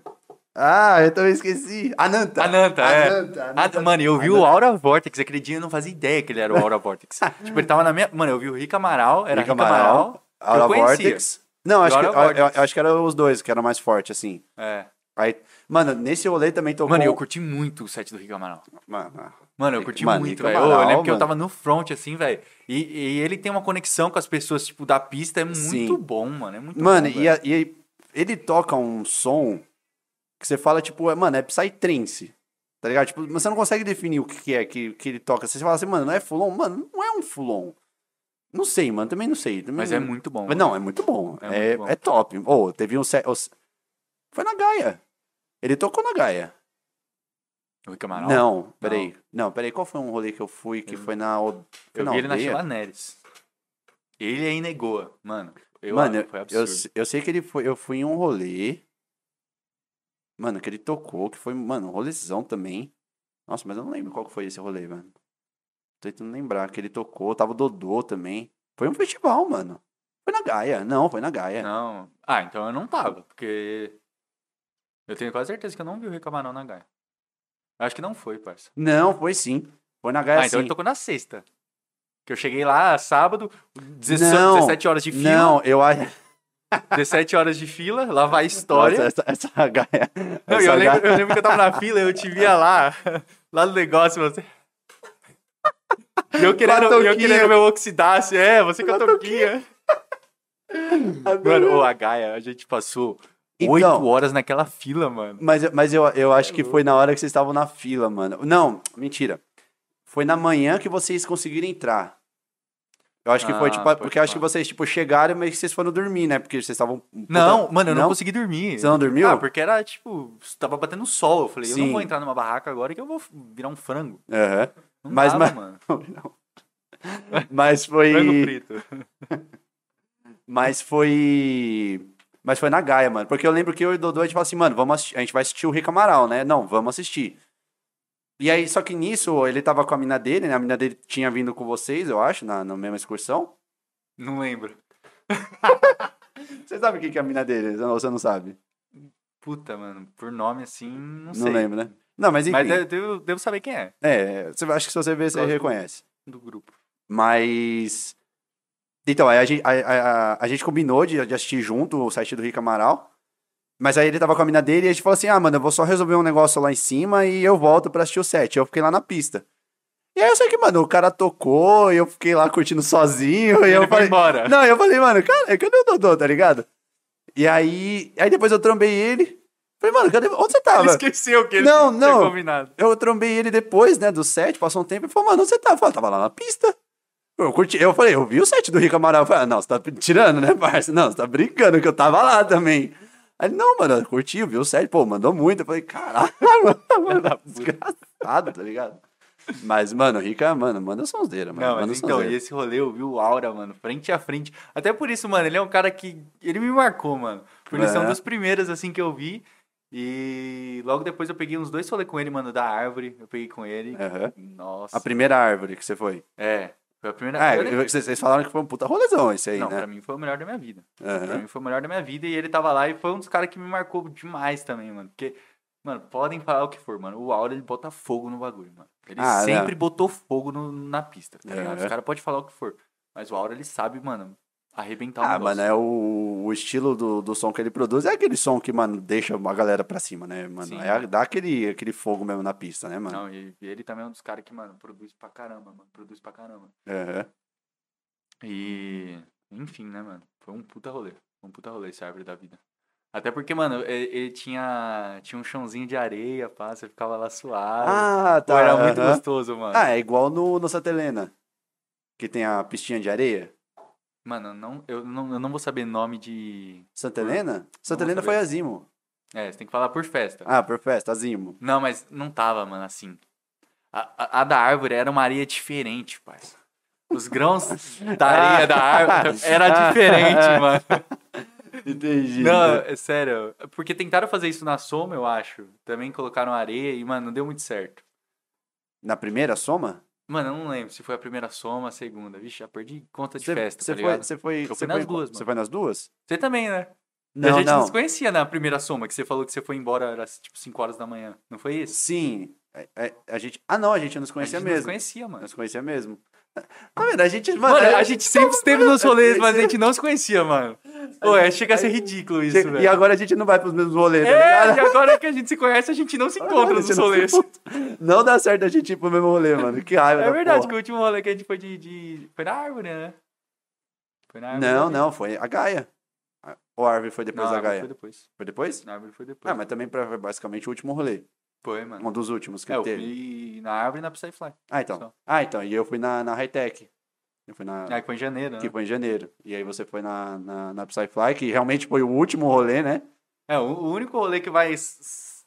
[SPEAKER 1] Ah, eu também esqueci. Ananta.
[SPEAKER 2] A Nanta, é.
[SPEAKER 1] Ananta, tá
[SPEAKER 2] Ah,
[SPEAKER 1] Ananta.
[SPEAKER 2] mano, eu vi
[SPEAKER 1] Ananta.
[SPEAKER 2] o Aura Vortex, aquele dia eu não fazia ideia que ele era o Aura Vortex. tipo, ele tava na minha. Mano, eu vi o Rick Amaral, era
[SPEAKER 1] Rick
[SPEAKER 2] Rick
[SPEAKER 1] Amaral,
[SPEAKER 2] Amaral.
[SPEAKER 1] Aura
[SPEAKER 2] eu conhecia.
[SPEAKER 1] Vortex. Não, acho que,
[SPEAKER 2] Aura
[SPEAKER 1] eu,
[SPEAKER 2] Vortex.
[SPEAKER 1] eu- acho que eram os dois, que eram mais fortes, assim.
[SPEAKER 2] É.
[SPEAKER 1] Aí, mano, nesse rolê também tocou...
[SPEAKER 2] Mano, eu curti muito o set do Rick Amaral.
[SPEAKER 1] Mano,
[SPEAKER 2] Mano, eu curti
[SPEAKER 1] Mano, Rick
[SPEAKER 2] muito, velho. Eu
[SPEAKER 1] Amaral,
[SPEAKER 2] lembro que eu
[SPEAKER 1] mano.
[SPEAKER 2] tava no front, assim, velho. E, e ele tem uma conexão com as pessoas, tipo, da pista, é muito
[SPEAKER 1] Sim.
[SPEAKER 2] bom, mano. É muito
[SPEAKER 1] Mano,
[SPEAKER 2] bom,
[SPEAKER 1] e,
[SPEAKER 2] velho.
[SPEAKER 1] a- e ele toca um som que você fala, tipo, é, mano, é psytrance. Tá ligado? Tipo, mas você não consegue definir o que que é que, que ele toca. Você fala assim, mano, não é fulon? Mano, não é um fulon. Não sei, mano, também não sei. também
[SPEAKER 2] Mas
[SPEAKER 1] não-
[SPEAKER 2] é muito bom.
[SPEAKER 1] Mas não, é muito bom.
[SPEAKER 2] É
[SPEAKER 1] É, é,
[SPEAKER 2] muito bom.
[SPEAKER 1] top. Ô, teve um set. os- Foi na Gaia. Ele tocou na Gaia.
[SPEAKER 2] O Rick Amaral?
[SPEAKER 1] Não, peraí. Não. peraí, qual foi um rolê que eu fui que foi na. o- foi
[SPEAKER 2] Eu vi ele na
[SPEAKER 1] aldeia?
[SPEAKER 2] Sheila Neres. Ele aí negou, mano. Eu,
[SPEAKER 1] Mano,
[SPEAKER 2] acho
[SPEAKER 1] eu,
[SPEAKER 2] que foi
[SPEAKER 1] eu,
[SPEAKER 2] absurdo.
[SPEAKER 1] se- eu sei que ele foi. Eu fui em um rolê. Mano, que ele tocou, que foi, mano, um rolezão também. Nossa, mas eu não lembro qual que foi esse rolê, mano. Tô tentando lembrar que ele tocou, tava o Dodô também. Foi um festival, mano. Foi na Gaia. Não, foi na Gaia.
[SPEAKER 2] Não. Ah, então eu não tava, porque. Eu tenho quase certeza que eu não vi o Rick Amaral na Gaia. Eu acho que não foi, parça.
[SPEAKER 1] Não, foi sim. Foi na Gaia
[SPEAKER 2] ah,
[SPEAKER 1] sim.
[SPEAKER 2] então ele tocou na sexta. Que eu cheguei lá sábado, 17,
[SPEAKER 1] Não,
[SPEAKER 2] 17 horas de fila.
[SPEAKER 1] Não, eu acho.
[SPEAKER 2] 17 horas de fila, lá vai a história.
[SPEAKER 1] Nossa, essa, essa Gaia.
[SPEAKER 2] Não,
[SPEAKER 1] essa
[SPEAKER 2] eu, lembro,
[SPEAKER 1] Gaia-
[SPEAKER 2] eu lembro que eu tava na fila, eu te via lá, lá no negócio, você. E eu querendo, e
[SPEAKER 1] Batoquinha.
[SPEAKER 2] eu querendo assim, meu oxidaço, é, você com a touquinha. Mano, ô, a Gaia, a gente passou Oito
[SPEAKER 1] Então,
[SPEAKER 2] horas naquela fila, mano.
[SPEAKER 1] Mas, eu- mas eu, eu acho que foi na hora que vocês estavam na fila, mano. Não, mentira. Foi na manhã que vocês conseguiram entrar. Eu acho que foi,
[SPEAKER 2] Ah,
[SPEAKER 1] tipo, a-
[SPEAKER 2] pode
[SPEAKER 1] porque eu acho que
[SPEAKER 2] falar.
[SPEAKER 1] vocês, tipo, chegaram, mas vocês foram dormir, né? Porque vocês estavam...
[SPEAKER 2] Não, mano, eu não,
[SPEAKER 1] Então, não?
[SPEAKER 2] consegui dormir.
[SPEAKER 1] Você não dormiu?
[SPEAKER 2] Ah, porque era tipo, tava batendo sol. Eu falei, eu
[SPEAKER 1] Sim.
[SPEAKER 2] não vou entrar numa barraca agora que eu vou virar um frango.
[SPEAKER 1] Aham.
[SPEAKER 2] Não
[SPEAKER 1] Mas,
[SPEAKER 2] dava,
[SPEAKER 1] mas-
[SPEAKER 2] mano.
[SPEAKER 1] Mas
[SPEAKER 2] Frango
[SPEAKER 1] foi...
[SPEAKER 2] frito.
[SPEAKER 1] Mas foi... Mas foi na Gaia, mano. Porque eu lembro que eu e o Dodô, a gente falou assim, mano, vamos assistir- a gente vai assistir o Rico Amaral, né? Não, vamos assistir. E aí, só que nisso, ele tava com a mina dele, né? A mina dele tinha vindo com vocês, eu acho, na, na mesma excursão.
[SPEAKER 2] Não lembro.
[SPEAKER 1] Você sabe quem que é a mina dele? Ou você não sabe?
[SPEAKER 2] Puta, mano, por nome assim, não sei.
[SPEAKER 1] Não lembro, né? Não, mas enfim.
[SPEAKER 2] Mas eu devo, devo saber quem é
[SPEAKER 1] É, você, acho que se você ver, você
[SPEAKER 2] Gosto.
[SPEAKER 1] reconhece.
[SPEAKER 2] do grupo.
[SPEAKER 1] Mas. Então, aí a gente, a, a- a- a gente combinou de, de assistir junto o site do Rica Amaral. Mas aí ele tava com a mina dele e a gente falou assim: ah, mano, eu vou só resolver um negócio lá em cima e eu volto pra assistir o set. Eu fiquei lá na pista. E aí eu sei que, mano, o cara tocou e eu fiquei lá curtindo sozinho. E
[SPEAKER 2] Ele
[SPEAKER 1] eu
[SPEAKER 2] foi
[SPEAKER 1] falei,
[SPEAKER 2] embora.
[SPEAKER 1] Não, eu falei, mano, cara, cadê o Dodô, tá ligado? E aí, aí depois eu trombei ele. Falei, mano, cadê, onde você tava?
[SPEAKER 2] Ele esqueceu que ele
[SPEAKER 1] Ah, Não,
[SPEAKER 2] tinha
[SPEAKER 1] não.
[SPEAKER 2] combinado.
[SPEAKER 1] Eu trombei ele depois, né, do set, passou um tempo e falou, mano, onde você tava? Eu falei, "Ah, tava lá na pista. Eu curti, eu falei, eu vi o set do Rico Amaral. Eu falei, ah, não, você tá tirando, né, parça? Não, você tá brincando que eu tava lá também. Aí, ele, não, mano, eu curti, eu vi o set, pô, mandou muito. Eu falei, caralho, mano, desgraçado, tá ligado? Mas, mano, o Rica, mano, manda sonzeira, mano.
[SPEAKER 2] Não,
[SPEAKER 1] manda
[SPEAKER 2] mas então,
[SPEAKER 1] sonzeira.
[SPEAKER 2] e esse rolê eu vi o Aura, mano, frente a frente. Até por isso, mano, ele é um cara que. Ele me marcou, mano. Porque ele é
[SPEAKER 1] É.
[SPEAKER 2] um dos primeiros, assim, que eu vi. E logo depois eu peguei uns dois rolês com ele, mano, da árvore. Eu peguei com ele.
[SPEAKER 1] Aham.
[SPEAKER 2] Nossa.
[SPEAKER 1] A primeira árvore que você foi.
[SPEAKER 2] É. Foi a primeira.
[SPEAKER 1] Ah,
[SPEAKER 2] eu lembro-
[SPEAKER 1] eu- vocês vocês falaram que foi um puta rolezão esse aí,
[SPEAKER 2] Não, pra
[SPEAKER 1] né?
[SPEAKER 2] mim foi o melhor da minha vida. Pra
[SPEAKER 1] Aham.
[SPEAKER 2] mim foi o melhor da minha vida e ele tava lá e foi um dos caras que me marcou demais também, mano. Porque, mano, podem falar o que for, mano. O Aura, ele bota fogo no bagulho, mano. Ele
[SPEAKER 1] Ah,
[SPEAKER 2] sempre botou fogo no- na pista, tá
[SPEAKER 1] É.
[SPEAKER 2] ligado? Os caras podem falar o que for. Mas o Aura, ele sabe, mano, arrebentar o
[SPEAKER 1] Ah,
[SPEAKER 2] Tá um negócio.
[SPEAKER 1] mano, é o, o estilo do, do som que ele produz. É aquele som que, mano, deixa a galera pra cima, né, mano?
[SPEAKER 2] Sim.
[SPEAKER 1] É, dá aquele, aquele fogo mesmo na pista, né, mano?
[SPEAKER 2] Não, e e ele também é um dos caras que, mano, produz pra caramba, mano. Produz pra caramba.
[SPEAKER 1] Aham.
[SPEAKER 2] E, enfim, né, mano? Foi um puta rolê. Foi Um puta rolê esse árvore da vida. Até porque, mano, ele, ele tinha, tinha um chãozinho de areia, pá, você ficava lá suave.
[SPEAKER 1] Ah,
[SPEAKER 2] Pô,
[SPEAKER 1] tá.
[SPEAKER 2] era é muito
[SPEAKER 1] aham.
[SPEAKER 2] gostoso, mano.
[SPEAKER 1] Ah, é igual no, no Santa Helena, que tem a pistinha de areia.
[SPEAKER 2] Mano, não, eu, não, eu não vou saber nome de.
[SPEAKER 1] Santa Helena? Santa
[SPEAKER 2] vou
[SPEAKER 1] Helena
[SPEAKER 2] saber.
[SPEAKER 1] foi Azimo.
[SPEAKER 2] É, você tem que falar por festa.
[SPEAKER 1] Ah, perfeito, Azimo.
[SPEAKER 2] Não, mas não tava, mano, assim. A, a- a da árvore era uma areia diferente, parça. Os grãos da areia da árvore era diferente, mano.
[SPEAKER 1] Entendi.
[SPEAKER 2] Não, é sério. Porque tentaram fazer isso na soma, eu acho. Também colocaram areia e, mano, não deu muito certo.
[SPEAKER 1] Na primeira soma?
[SPEAKER 2] Mano, eu não lembro se foi a primeira soma, a segunda. Vixe, já perdi conta de festa,
[SPEAKER 1] Você
[SPEAKER 2] tá
[SPEAKER 1] foi,
[SPEAKER 2] ligado?
[SPEAKER 1] você foi,
[SPEAKER 2] Eu fui
[SPEAKER 1] você
[SPEAKER 2] nas
[SPEAKER 1] foi em-
[SPEAKER 2] duas,
[SPEAKER 1] Você
[SPEAKER 2] mano.
[SPEAKER 1] foi nas duas?
[SPEAKER 2] Você também, né? a
[SPEAKER 1] Não,
[SPEAKER 2] gente
[SPEAKER 1] não.
[SPEAKER 2] nos conhecia na primeira soma, que você falou que você foi embora, era tipo 5 horas da manhã. Não foi isso?
[SPEAKER 1] Sim. É- é- a gente... Ah, não, a gente nos conhecia
[SPEAKER 2] a gente nos
[SPEAKER 1] mesmo.
[SPEAKER 2] conhecia, mano.
[SPEAKER 1] Nós conhecia é mesmo. Na verdade, a gente. é
[SPEAKER 2] Mano, a gente sempre esteve nos rolês, mas a gente não se conhecia, mano. Pô, é, chega a ser
[SPEAKER 1] aí-
[SPEAKER 2] ridículo isso,
[SPEAKER 1] E
[SPEAKER 2] velho.
[SPEAKER 1] agora a gente não vai pros mesmos rolês, tá
[SPEAKER 2] É,
[SPEAKER 1] ligado?
[SPEAKER 2] e agora que a gente se conhece, a gente não se encontra
[SPEAKER 1] A
[SPEAKER 2] nos
[SPEAKER 1] gente não se
[SPEAKER 2] rolês.
[SPEAKER 1] encontra. Não dá certo a gente ir pro mesmo rolê, mano. Que raiva.
[SPEAKER 2] É
[SPEAKER 1] da
[SPEAKER 2] verdade, que
[SPEAKER 1] porra.
[SPEAKER 2] o último rolê que a gente foi de. de- Foi na árvore, né? Foi na árvore.
[SPEAKER 1] Não, não, foi a Gaia. A- Ou a árvore foi depois
[SPEAKER 2] na
[SPEAKER 1] da
[SPEAKER 2] árvore
[SPEAKER 1] Gaia?
[SPEAKER 2] foi
[SPEAKER 1] Foi...
[SPEAKER 2] depois.
[SPEAKER 1] depois?
[SPEAKER 2] Na árvore foi depois.
[SPEAKER 1] Ah, mas também pra, foi basicamente o último rolê.
[SPEAKER 2] Foi, mano.
[SPEAKER 1] Um dos últimos que
[SPEAKER 2] É, eu
[SPEAKER 1] teve.
[SPEAKER 2] fui na árvore e na Psyfly.
[SPEAKER 1] Ah, então.
[SPEAKER 2] só.
[SPEAKER 1] Ah, então. E eu fui na, na high-tech. Eu fui na.
[SPEAKER 2] Ah, que foi em janeiro, né?
[SPEAKER 1] Que foi em janeiro. E aí você foi na, na, na Psyfly, que realmente foi o último rolê, né?
[SPEAKER 2] É, o o único rolê que vai s- s-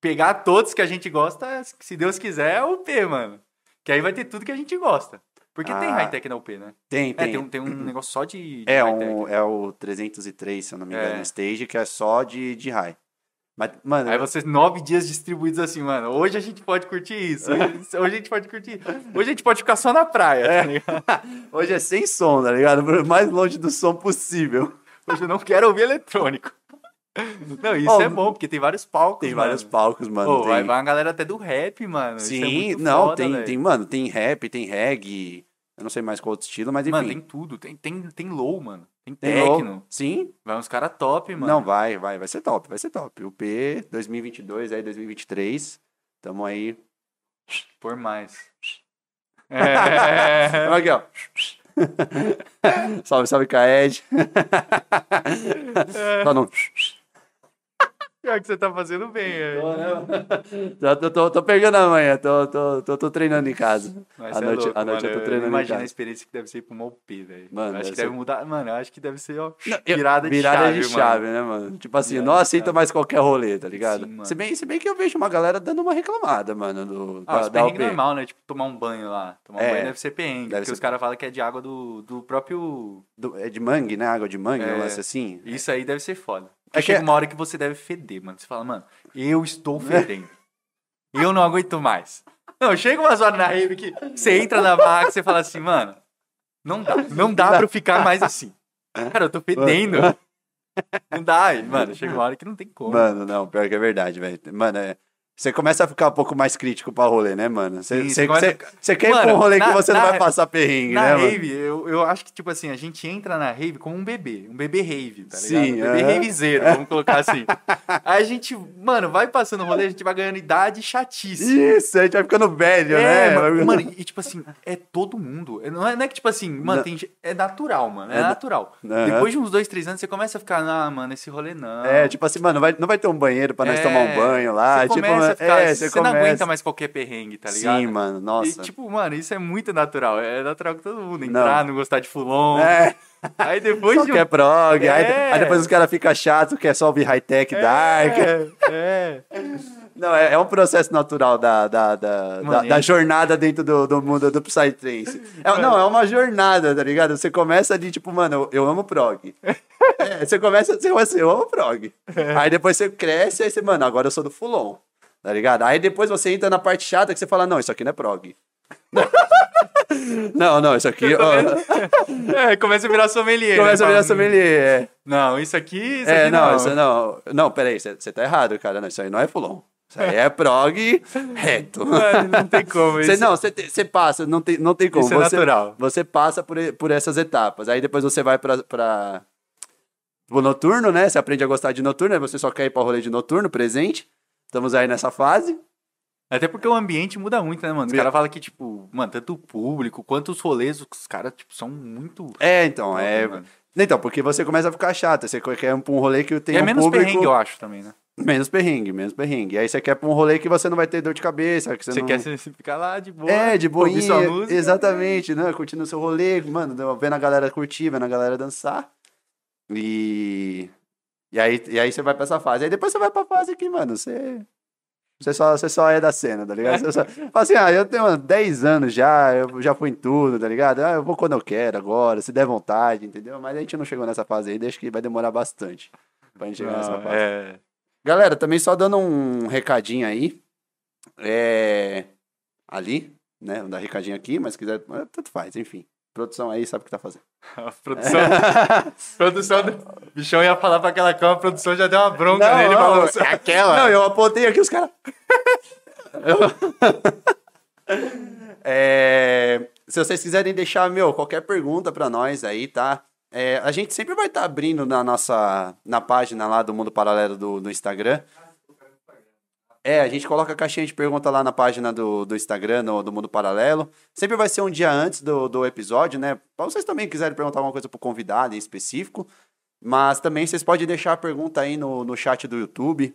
[SPEAKER 2] pegar todos que a gente gosta, se Deus quiser, é o UP, mano. Que aí vai ter tudo que a gente gosta. Porque tem
[SPEAKER 1] Ah.
[SPEAKER 2] high-tech na UP, né?
[SPEAKER 1] Tem,
[SPEAKER 2] É,
[SPEAKER 1] tem.
[SPEAKER 2] tem, um, tem um negócio só de, de
[SPEAKER 1] É,
[SPEAKER 2] high-tech.
[SPEAKER 1] um, é o 303, se eu não me engano,
[SPEAKER 2] É.
[SPEAKER 1] stage, que é só de, de high. Mas, mano,
[SPEAKER 2] Aí vocês, nove dias distribuídos assim, mano. Hoje a gente pode curtir isso. Hoje, hoje a gente pode curtir. Hoje a gente pode ficar só na praia,
[SPEAKER 1] É.
[SPEAKER 2] tá ligado?
[SPEAKER 1] hoje é sem som, tá ligado? O Mais longe do som possível.
[SPEAKER 2] Hoje eu não quero ouvir eletrônico. Não, isso
[SPEAKER 1] Ó,
[SPEAKER 2] é bom, porque tem vários palcos.
[SPEAKER 1] Tem
[SPEAKER 2] mano.
[SPEAKER 1] vários palcos, mano.
[SPEAKER 2] Pô,
[SPEAKER 1] tem-
[SPEAKER 2] vai, vai uma galera até do rap, mano. Isso é
[SPEAKER 1] Sim,
[SPEAKER 2] muito
[SPEAKER 1] não,
[SPEAKER 2] foda,
[SPEAKER 1] tem,
[SPEAKER 2] velho.
[SPEAKER 1] tem, mano, tem rap, tem reggae, eu não sei mais qual outro estilo, mas enfim.
[SPEAKER 2] Mano, tem tudo. Tem, tem, tem low, mano. Tem,
[SPEAKER 1] Tem
[SPEAKER 2] techno.
[SPEAKER 1] low- Sim,
[SPEAKER 2] Vai uns caras top, mano.
[SPEAKER 1] não, vai, vai, vai ser top, vai ser top. O P 2022, aí 2023, tamo aí.
[SPEAKER 2] Por mais. É.
[SPEAKER 1] Tamo aqui, ó. salve, salve, Caed. Só não...
[SPEAKER 2] Pior que você tá fazendo bem, velho.
[SPEAKER 1] Tô, né? Tô- tô, tô, tô pegando amanhã, tô, tô, tô, tô treinando em casa.
[SPEAKER 2] Mas
[SPEAKER 1] à
[SPEAKER 2] cê é
[SPEAKER 1] noite,
[SPEAKER 2] louco,
[SPEAKER 1] à noite
[SPEAKER 2] mano.
[SPEAKER 1] eu tô treinando em
[SPEAKER 2] Imagina a
[SPEAKER 1] casa.
[SPEAKER 2] experiência que deve ser pro Mopê, velho.
[SPEAKER 1] Mano,
[SPEAKER 2] Acho
[SPEAKER 1] deve
[SPEAKER 2] que deve
[SPEAKER 1] ser-
[SPEAKER 2] mudar. Mano, acho que deve ser, ó.
[SPEAKER 1] Não, eu-
[SPEAKER 2] Virada,
[SPEAKER 1] virada
[SPEAKER 2] de chave,
[SPEAKER 1] de chave, né, mano? Tipo assim,
[SPEAKER 2] Virada
[SPEAKER 1] não
[SPEAKER 2] de
[SPEAKER 1] aceita
[SPEAKER 2] chave.
[SPEAKER 1] mais qualquer rolê, tá ligado?
[SPEAKER 2] Sim, mano.
[SPEAKER 1] se, bem, se bem que eu vejo uma galera dando uma reclamada, mano, do,
[SPEAKER 2] Ah,
[SPEAKER 1] da-
[SPEAKER 2] os
[SPEAKER 1] da
[SPEAKER 2] perrengues
[SPEAKER 1] UP.
[SPEAKER 2] normal, né? Tipo, tomar um banho lá. Tomar um
[SPEAKER 1] É.
[SPEAKER 2] banho deve ser
[SPEAKER 1] Deve
[SPEAKER 2] perrengue. porque
[SPEAKER 1] ser-
[SPEAKER 2] os caras falam que é de água do, do próprio...
[SPEAKER 1] Do- é de mangue, né? Água de mangue,
[SPEAKER 2] É.
[SPEAKER 1] um lance assim.
[SPEAKER 2] Isso aí deve ser foda.
[SPEAKER 1] É
[SPEAKER 2] Porque
[SPEAKER 1] que-
[SPEAKER 2] chega uma hora que você deve feder, mano. Você fala, mano, eu estou
[SPEAKER 1] Né?"
[SPEAKER 2] fedendo. eu não aguento mais. Não, chega umas horas na rave que você entra na barraca e você fala assim, mano, não dá, não dá pra eu ficar mais assim. Cara, eu tô fedendo. Não dá, e, mano. Chega uma hora que não tem como.
[SPEAKER 1] Mano, não, pior que é verdade, velho. Mano, é- Você começa a ficar um pouco mais crítico pra rolê, né, mano? Você
[SPEAKER 2] Sim,
[SPEAKER 1] você-
[SPEAKER 2] você começa a
[SPEAKER 1] você-
[SPEAKER 2] ficar-
[SPEAKER 1] você quer ir pra
[SPEAKER 2] Mano,
[SPEAKER 1] um rolê que
[SPEAKER 2] na-
[SPEAKER 1] você não
[SPEAKER 2] na-
[SPEAKER 1] vai passar perrengue,
[SPEAKER 2] na
[SPEAKER 1] né, mano?
[SPEAKER 2] rave, eu, eu acho que, tipo assim, a gente entra na rave como um bebê. Um bebê rave, tá ligado?
[SPEAKER 1] Sim,
[SPEAKER 2] um bebê
[SPEAKER 1] aham.
[SPEAKER 2] ravezeiro, vamos colocar assim. Aí a gente, mano, vai passando o rolê, a gente vai ganhando idade e chatice.
[SPEAKER 1] Isso, a gente vai ficando velho,
[SPEAKER 2] É,
[SPEAKER 1] né?
[SPEAKER 2] mano, mano, e tipo assim, é todo mundo. É, Não é, não é que tipo assim, mano,
[SPEAKER 1] Não.
[SPEAKER 2] tem gente- é natural, mano, é,
[SPEAKER 1] É na-
[SPEAKER 2] natural.
[SPEAKER 1] Aham.
[SPEAKER 2] Depois de uns dois, três anos, você começa a ficar, ah, mano, esse rolê não.
[SPEAKER 1] É, tipo assim, mano, vai- não vai ter um banheiro pra nós
[SPEAKER 2] É,
[SPEAKER 1] tomar um banho lá.
[SPEAKER 2] Você
[SPEAKER 1] tipo,
[SPEAKER 2] começa
[SPEAKER 1] mano,
[SPEAKER 2] a ficar,
[SPEAKER 1] é,
[SPEAKER 2] você
[SPEAKER 1] você
[SPEAKER 2] não
[SPEAKER 1] começa.
[SPEAKER 2] aguenta mais qualquer perrengue, tá ligado?
[SPEAKER 1] Sim, mano, nossa.
[SPEAKER 2] E tipo, mano, isso é muito natural. É natural que todo mundo entrar, não, gostar de fulon.
[SPEAKER 1] é,
[SPEAKER 2] Aí depois
[SPEAKER 1] só
[SPEAKER 2] de um
[SPEAKER 1] quer prog, aí,
[SPEAKER 2] É.
[SPEAKER 1] aí depois os caras ficam chatos, quer só ouvir high-tech, dark.
[SPEAKER 2] É, é.
[SPEAKER 1] Não, é, é um processo natural da, da, da,
[SPEAKER 2] Mano,
[SPEAKER 1] da-
[SPEAKER 2] e-
[SPEAKER 1] da jornada dentro do, do mundo do Psytrance. É, não, é uma jornada, tá ligado? Você começa ali, tipo, mano, eu, eu amo prog. É, você começa, você começa assim, eu amo prog.
[SPEAKER 2] É.
[SPEAKER 1] Aí depois você cresce, aí você, mano, agora eu sou do Fulon, tá ligado? Aí depois você entra na parte chata que você fala, não, isso aqui não é prog. não, não, isso aqui... ó,
[SPEAKER 2] É, começa a virar sommelier. né?
[SPEAKER 1] começa a virar
[SPEAKER 2] Fala,
[SPEAKER 1] sommelier, é.
[SPEAKER 2] Não, isso aqui, isso
[SPEAKER 1] É,
[SPEAKER 2] aqui
[SPEAKER 1] não,
[SPEAKER 2] não.
[SPEAKER 1] isso não. Não, peraí, você você tá errado, cara. Não, isso aí não é Fulon. Isso aí é prog reto.
[SPEAKER 2] Mano, não tem como
[SPEAKER 1] Cê,
[SPEAKER 2] isso.
[SPEAKER 1] não, você passa, não tem, não tem como.
[SPEAKER 2] é. Isso é
[SPEAKER 1] você,
[SPEAKER 2] natural.
[SPEAKER 1] Você passa por, e- por essas etapas. Aí depois você vai pra, pra pro noturno, né? Você aprende a gostar de noturno, aí você só quer ir pra rolê de noturno, presente. Estamos aí nessa fase.
[SPEAKER 2] Até porque o ambiente muda muito, né, mano? Os caras falam que, tipo, mano, tanto o público quanto os rolês, os caras, tipo, são muito.
[SPEAKER 1] É, então, é.
[SPEAKER 2] Mano.
[SPEAKER 1] Então, porque você começa a ficar chato. Você quer ir pra um rolê que tem
[SPEAKER 2] E é
[SPEAKER 1] um
[SPEAKER 2] menos
[SPEAKER 1] público...
[SPEAKER 2] perrengue, eu acho, também, né?
[SPEAKER 1] Menos perrengue, menos perrengue. Aí você quer pra um rolê que você não vai ter dor de cabeça. Que você
[SPEAKER 2] Você
[SPEAKER 1] não...
[SPEAKER 2] quer se- se ficar lá de boa.
[SPEAKER 1] É, de boinha,
[SPEAKER 2] ouvir sua música.
[SPEAKER 1] exatamente, né? Curtindo o seu rolê, mano, vendo a galera curtir, vendo a galera dançar. E. E aí, e aí você vai pra essa fase. Aí depois você vai pra fase que, mano, você. Você só, você só é da cena, tá ligado? Você só... Fala assim, ah, eu tenho mano, 10 anos já, eu já fui em tudo, tá ligado? Ah, eu vou quando eu quero agora, se der vontade, entendeu? Mas a gente não chegou nessa fase aí, deixa que vai demorar bastante pra gente chegar nessa
[SPEAKER 2] Não,
[SPEAKER 1] fase.
[SPEAKER 2] é.
[SPEAKER 1] Galera, também só dando um recadinho aí. É. Ali, né? Não dá recadinho aqui, mas se quiser. é, Tanto faz, enfim. Produção aí sabe o que tá fazendo.
[SPEAKER 2] A produção. produção. do- O bichão ia falar pra aquela cama, a produção já deu uma bronca nele e falou.
[SPEAKER 1] é aquela. Não, eu apontei aqui os caras. Eu- É, se vocês quiserem deixar, meu, qualquer pergunta pra nós aí, tá? É, a gente sempre vai estar abrindo na nossa na página lá do Mundo Paralelo do, do Instagram. É, a gente coloca a caixinha de pergunta lá na página do, do Instagram, no- do Mundo Paralelo. Sempre vai ser um dia antes do, do episódio, né? Pra vocês também quiserem perguntar alguma coisa pro convidado em específico. Mas também vocês podem deixar a pergunta aí no, no chat do YouTube.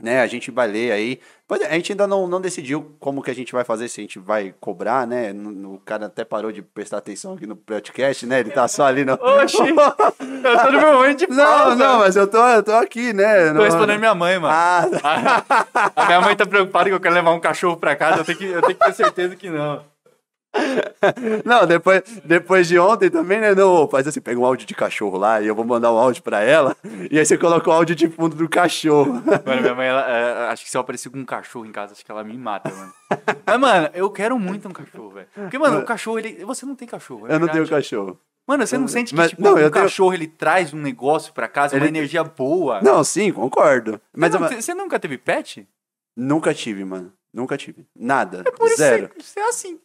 [SPEAKER 1] Né, a gente vai ler aí. Pois é, a gente ainda não, não decidiu como que a gente vai fazer, se a gente vai cobrar, né? No- no- O cara até parou de prestar atenção aqui no podcast, né? Ele tá só ali no.
[SPEAKER 2] Oxi! Eu tô no meu momento de
[SPEAKER 1] Não,
[SPEAKER 2] pausa.
[SPEAKER 1] não, mas eu tô, eu tô aqui, né?
[SPEAKER 2] Tô respondendo minha mãe, mano.
[SPEAKER 1] Ah,
[SPEAKER 2] A minha mãe tá preocupada que eu quero levar um cachorro pra casa, eu tenho que, eu tenho que ter certeza que não.
[SPEAKER 1] não, depois, depois de ontem também, né? Não, faz assim, pega um áudio de cachorro lá e eu vou mandar um áudio pra ela. E aí você coloca o áudio de fundo do cachorro.
[SPEAKER 2] Mano, minha mãe, ela, é, acho que se eu aparecer com um cachorro em casa, acho que ela me mata, mano. Mas, mano, eu quero muito um cachorro, velho. Porque, mano, o cachorro, ele. Você não tem cachorro, é
[SPEAKER 1] Eu não
[SPEAKER 2] verdade.
[SPEAKER 1] tenho cachorro.
[SPEAKER 2] Mano, você não sente que,
[SPEAKER 1] Mas-
[SPEAKER 2] tipo,
[SPEAKER 1] não,
[SPEAKER 2] um
[SPEAKER 1] eu tenho-
[SPEAKER 2] cachorro, ele traz um negócio pra casa, uma
[SPEAKER 1] Ele-
[SPEAKER 2] energia boa.
[SPEAKER 1] Não, sim, concordo. Mas é
[SPEAKER 2] Mas
[SPEAKER 1] eu-
[SPEAKER 2] você nunca teve pet?
[SPEAKER 1] nunca tive, mano. Nunca tive. Nada.
[SPEAKER 2] Por isso
[SPEAKER 1] Zero.
[SPEAKER 2] Você, você é assim.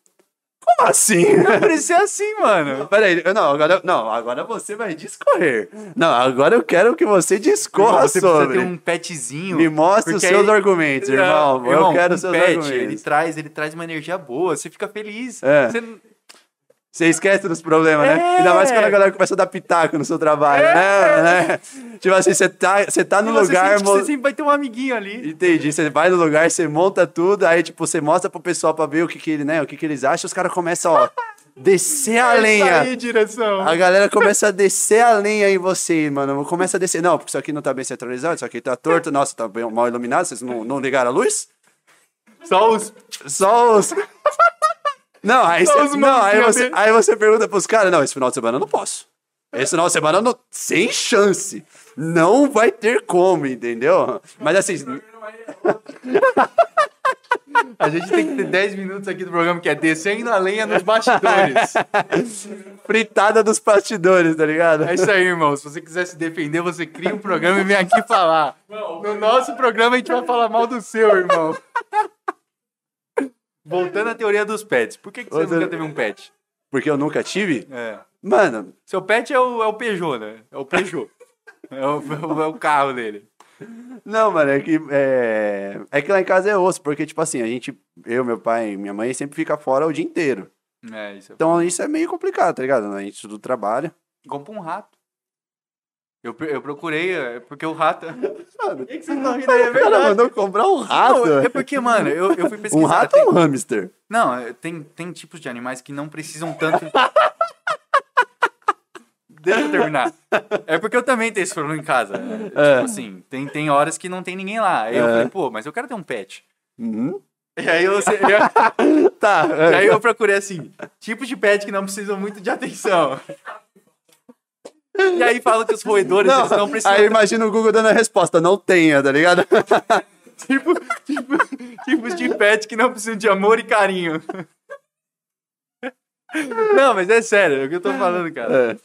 [SPEAKER 1] Como assim?
[SPEAKER 2] Por isso você é assim, mano.
[SPEAKER 1] Peraí, eu- não agora, não, agora você vai discorrer. Não, agora eu quero que você discorra
[SPEAKER 2] você
[SPEAKER 1] sobre.
[SPEAKER 2] precisa ter um petzinho.
[SPEAKER 1] Me mostre os
[SPEAKER 2] porque
[SPEAKER 1] seus
[SPEAKER 2] aí-
[SPEAKER 1] argumentos, irmão.
[SPEAKER 2] Não,
[SPEAKER 1] Eu
[SPEAKER 2] irmão,
[SPEAKER 1] quero
[SPEAKER 2] um
[SPEAKER 1] seus
[SPEAKER 2] pet,
[SPEAKER 1] argumentos.
[SPEAKER 2] Ele traz, ele traz uma energia boa, você fica feliz.
[SPEAKER 1] É.
[SPEAKER 2] Você-
[SPEAKER 1] Você esquece dos problemas, né?
[SPEAKER 2] É.
[SPEAKER 1] Ainda mais quando a galera começa a dar pitaco no seu trabalho, né?
[SPEAKER 2] É.
[SPEAKER 1] né? Tipo assim, você tá, você tá no
[SPEAKER 2] E você
[SPEAKER 1] lugar...
[SPEAKER 2] sente que
[SPEAKER 1] mo-
[SPEAKER 2] Você sempre vai ter um amiguinho ali.
[SPEAKER 1] Entendi. Você vai no lugar, você monta tudo, aí, tipo, você mostra pro pessoal pra ver o que que, ele, né, o que, que eles acham, os caras começam, ó, descer a lenha.
[SPEAKER 2] É Isso aí, direção.
[SPEAKER 1] A galera começa a descer a lenha em você, mano. Começa a descer. Não, porque isso aqui não tá bem centralizado, isso aqui tá torto. Nossa, tá bem- mal iluminado. Vocês não, não ligaram a luz?
[SPEAKER 2] Só os...
[SPEAKER 1] Só os. Não, aí
[SPEAKER 2] Só
[SPEAKER 1] você,
[SPEAKER 2] os
[SPEAKER 1] não, aí
[SPEAKER 2] mãozinha
[SPEAKER 1] você,
[SPEAKER 2] dele.
[SPEAKER 1] aí você pergunta pros caras: não, esse final de semana eu não posso. Esse final de semana eu não, sem chance. Não vai ter como, entendeu? Mas assim,
[SPEAKER 2] A gente tem que ter 10 minutos aqui do programa que é descendo a lenha nos bastidores.
[SPEAKER 1] fritada dos bastidores, tá ligado?
[SPEAKER 2] É isso aí, irmão. Se você quiser se defender, você cria um programa e vem aqui falar. No nosso programa a gente vai falar mal do seu, irmão. Voltando à teoria dos pets. Por que, que você
[SPEAKER 1] Outra-
[SPEAKER 2] nunca teve um pet?
[SPEAKER 1] Porque eu nunca tive?
[SPEAKER 2] É.
[SPEAKER 1] Mano,
[SPEAKER 2] Seu pet é o, é o Peugeot, né? É o Peugeot. É o, é o- é o carro dele.
[SPEAKER 1] Não, mano, é que, é... é que lá em casa é osso, porque, tipo assim, a gente, eu, meu pai e minha mãe sempre fica fora o dia inteiro.
[SPEAKER 2] É isso.
[SPEAKER 1] Então isso é meio complicado, tá ligado? A gente tudo trabalha.
[SPEAKER 2] Compra um rato. Eu, eu procurei, é, porque o rato.
[SPEAKER 1] Mano,
[SPEAKER 2] que você tá rindo aí? É
[SPEAKER 1] o cara
[SPEAKER 2] verdade.
[SPEAKER 1] mandou comprar um rato.
[SPEAKER 2] Não, é porque, mano, eu, eu fui pesquisar.
[SPEAKER 1] um rato
[SPEAKER 2] tem-
[SPEAKER 1] ou um hamster?
[SPEAKER 2] Não, é, tem, tem tipos de animais que não precisam tanto. Deixa eu terminar. É porque eu também tenho esse problema em casa.
[SPEAKER 1] É.
[SPEAKER 2] Tipo assim, tem, tem horas que não tem ninguém lá. Aí eu
[SPEAKER 1] É.
[SPEAKER 2] falei, pô, mas eu quero ter um pet.
[SPEAKER 1] Uhum.
[SPEAKER 2] E aí eu,
[SPEAKER 1] Tá.
[SPEAKER 2] e aí
[SPEAKER 1] é.
[SPEAKER 2] eu procurei assim, tipos de pet que não precisam muito de atenção. E aí fala que os roedores, eles não precisam
[SPEAKER 1] aí imagina o Google dando a resposta, não tenha, tá ligado?
[SPEAKER 2] Tipo, tipo, tipos de pet que não precisam de amor e carinho. Não, mas é sério, é o que eu tô falando, cara.
[SPEAKER 1] É.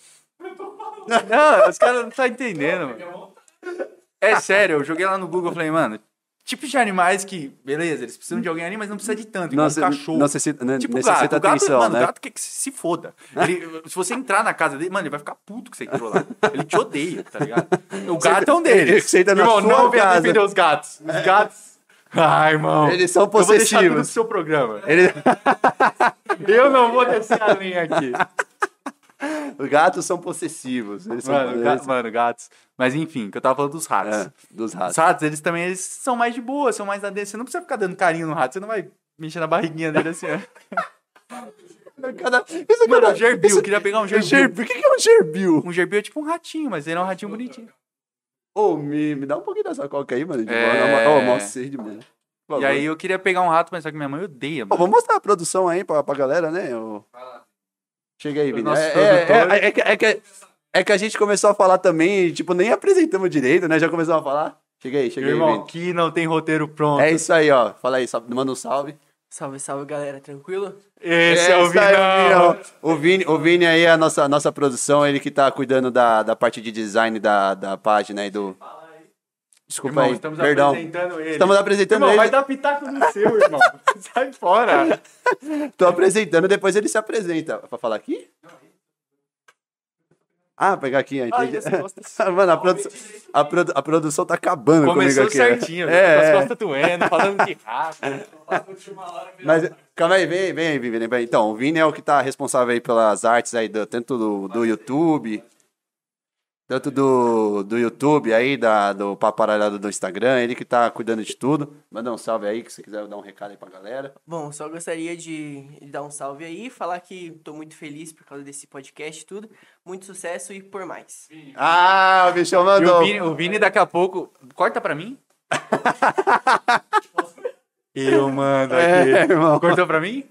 [SPEAKER 2] Não, os caras não tá entendendo, mano. É sério, eu joguei lá no Google e falei, mano, tipos de animais que, beleza, eles precisam de alguém ali, mas não precisa de tanto, igual
[SPEAKER 1] Não,
[SPEAKER 2] um
[SPEAKER 1] se-
[SPEAKER 2] cachorro.
[SPEAKER 1] não necessita, né,
[SPEAKER 2] Tipo
[SPEAKER 1] necessita
[SPEAKER 2] gato, o gato,
[SPEAKER 1] atenção,
[SPEAKER 2] mano,
[SPEAKER 1] né?
[SPEAKER 2] o gato quer que se foda. Ele- se você entrar na casa dele, mano, ele vai ficar puto que você entrou lá. Ele te odeia, tá ligado? O gato é um deles.
[SPEAKER 1] Você entra na
[SPEAKER 2] irmão,
[SPEAKER 1] sua
[SPEAKER 2] não
[SPEAKER 1] casa. É.
[SPEAKER 2] defender os gatos. Os gatos... Ai, irmão.
[SPEAKER 1] Eles são
[SPEAKER 2] Eu vou deixar tudo pro
[SPEAKER 1] possessivos.
[SPEAKER 2] seu programa.
[SPEAKER 1] Ele-
[SPEAKER 2] Eu não vou descer a linha aqui.
[SPEAKER 1] Os gatos são possessivos. Eles são
[SPEAKER 2] Mano, ga- mano, gatos. Mas enfim, que eu tava falando dos ratos.
[SPEAKER 1] É, dos
[SPEAKER 2] Os
[SPEAKER 1] ratos.
[SPEAKER 2] ratos, eles também eles são mais de boa, são mais na dele. Você não precisa ficar dando carinho no rato, você não vai mexer na barriguinha dele assim, ó. é
[SPEAKER 1] Cada- Isso,
[SPEAKER 2] Mano,
[SPEAKER 1] cara,
[SPEAKER 2] um gerbil,
[SPEAKER 1] isso-
[SPEAKER 2] eu queria pegar um gerbil.
[SPEAKER 1] Gerbil. O que que é um gerbil?
[SPEAKER 2] Um gerbil é tipo um ratinho, mas ele é um ratinho bonitinho.
[SPEAKER 1] Ô, me, me dá um pouquinho dessa coca aí, mano. De
[SPEAKER 2] É.
[SPEAKER 1] boa, na moral. Ô, mó sede, mano. Por
[SPEAKER 2] E
[SPEAKER 1] favor.
[SPEAKER 2] aí eu queria pegar um rato, mas só que minha mãe odeia,
[SPEAKER 1] Pô,
[SPEAKER 2] mano.
[SPEAKER 1] vamos mostrar a produção aí pra, pra galera, né? Eu...
[SPEAKER 3] Vai lá.
[SPEAKER 1] Chega aí,
[SPEAKER 2] Os
[SPEAKER 1] Vini.
[SPEAKER 2] nossos
[SPEAKER 1] É, é,
[SPEAKER 2] produtores.
[SPEAKER 1] é, é que, é, que, é que a gente começou a falar também, e, tipo, nem apresentamos direito, né? Já começamos a falar. Chega aí, chega aí,
[SPEAKER 2] Irmão,
[SPEAKER 1] Vini.
[SPEAKER 2] aqui não tem roteiro pronto.
[SPEAKER 1] É isso aí, ó. Fala aí, só manda um salve.
[SPEAKER 4] Salve, salve, galera, tranquilo?
[SPEAKER 2] Esse é, o
[SPEAKER 1] isso aí,
[SPEAKER 2] Vinão.
[SPEAKER 1] ó. O Vini, o Vini aí é a nossa, nossa produção, ele que tá cuidando da, da parte de design da, da página aí do. Desculpa
[SPEAKER 2] Irmão,
[SPEAKER 1] aí,
[SPEAKER 2] estamos
[SPEAKER 1] perdão.
[SPEAKER 2] apresentando ele.
[SPEAKER 1] Estamos apresentando
[SPEAKER 2] Irmão,
[SPEAKER 1] ele.
[SPEAKER 2] vai dar pitaco no seu, irmão. Sai fora.
[SPEAKER 1] Tô apresentando, depois ele se apresenta. Pra falar aqui? Ah, pegar aqui, aí,
[SPEAKER 2] Ai, é
[SPEAKER 1] entendi.
[SPEAKER 2] as costas.
[SPEAKER 1] Mano, a, produ- a produ- a produção tá acabando
[SPEAKER 2] Começou
[SPEAKER 1] comigo aqui. né? é,
[SPEAKER 2] certinho, com
[SPEAKER 1] é.
[SPEAKER 2] as costas doendo, falando de rato.
[SPEAKER 3] Passa a última hora, vira
[SPEAKER 1] Mas calma aí, vem, vem aí, Vini. vem. Então, o Vini é o que tá responsável aí pelas artes aí, do- tanto do, do YouTube, tanto do, do YouTube aí, da, do paparalhado do Instagram, ele que tá cuidando de tudo. Manda um salve aí, que se quiser dar um recado aí pra galera.
[SPEAKER 4] Bom, só gostaria de de dar um salve aí, falar que tô muito feliz por causa desse podcast e tudo. Muito sucesso e por mais.
[SPEAKER 1] Ah, o bichão
[SPEAKER 2] E o
[SPEAKER 1] mandou.
[SPEAKER 2] Vini, o Vini daqui a pouco... Corta pra mim. Eu mando aqui.
[SPEAKER 1] É, irmão.
[SPEAKER 2] Cortou pra mim?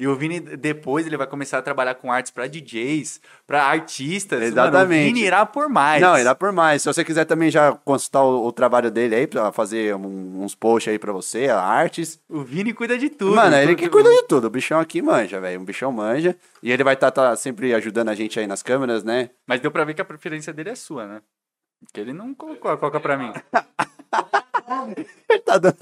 [SPEAKER 2] E o Vini, depois, ele vai começar a trabalhar com artes pra DJs, pra artistas. Mano,
[SPEAKER 1] Exatamente.
[SPEAKER 2] o Vini irá por mais.
[SPEAKER 1] Não, irá por mais. Se você quiser também já consultar o, o trabalho dele aí, pra fazer um- uns posts aí pra você, artes.
[SPEAKER 2] O Vini cuida de tudo.
[SPEAKER 1] Mano,
[SPEAKER 2] Tudo-
[SPEAKER 1] ele que cuida de tudo. O bichão aqui manja, velho. O bichão manja. E ele vai estar sempre ajudando a gente aí nas câmeras, né?
[SPEAKER 2] Mas deu pra ver que a preferência dele é sua, né? Porque ele não colocou a coca pra mim.
[SPEAKER 1] Ele tá dando...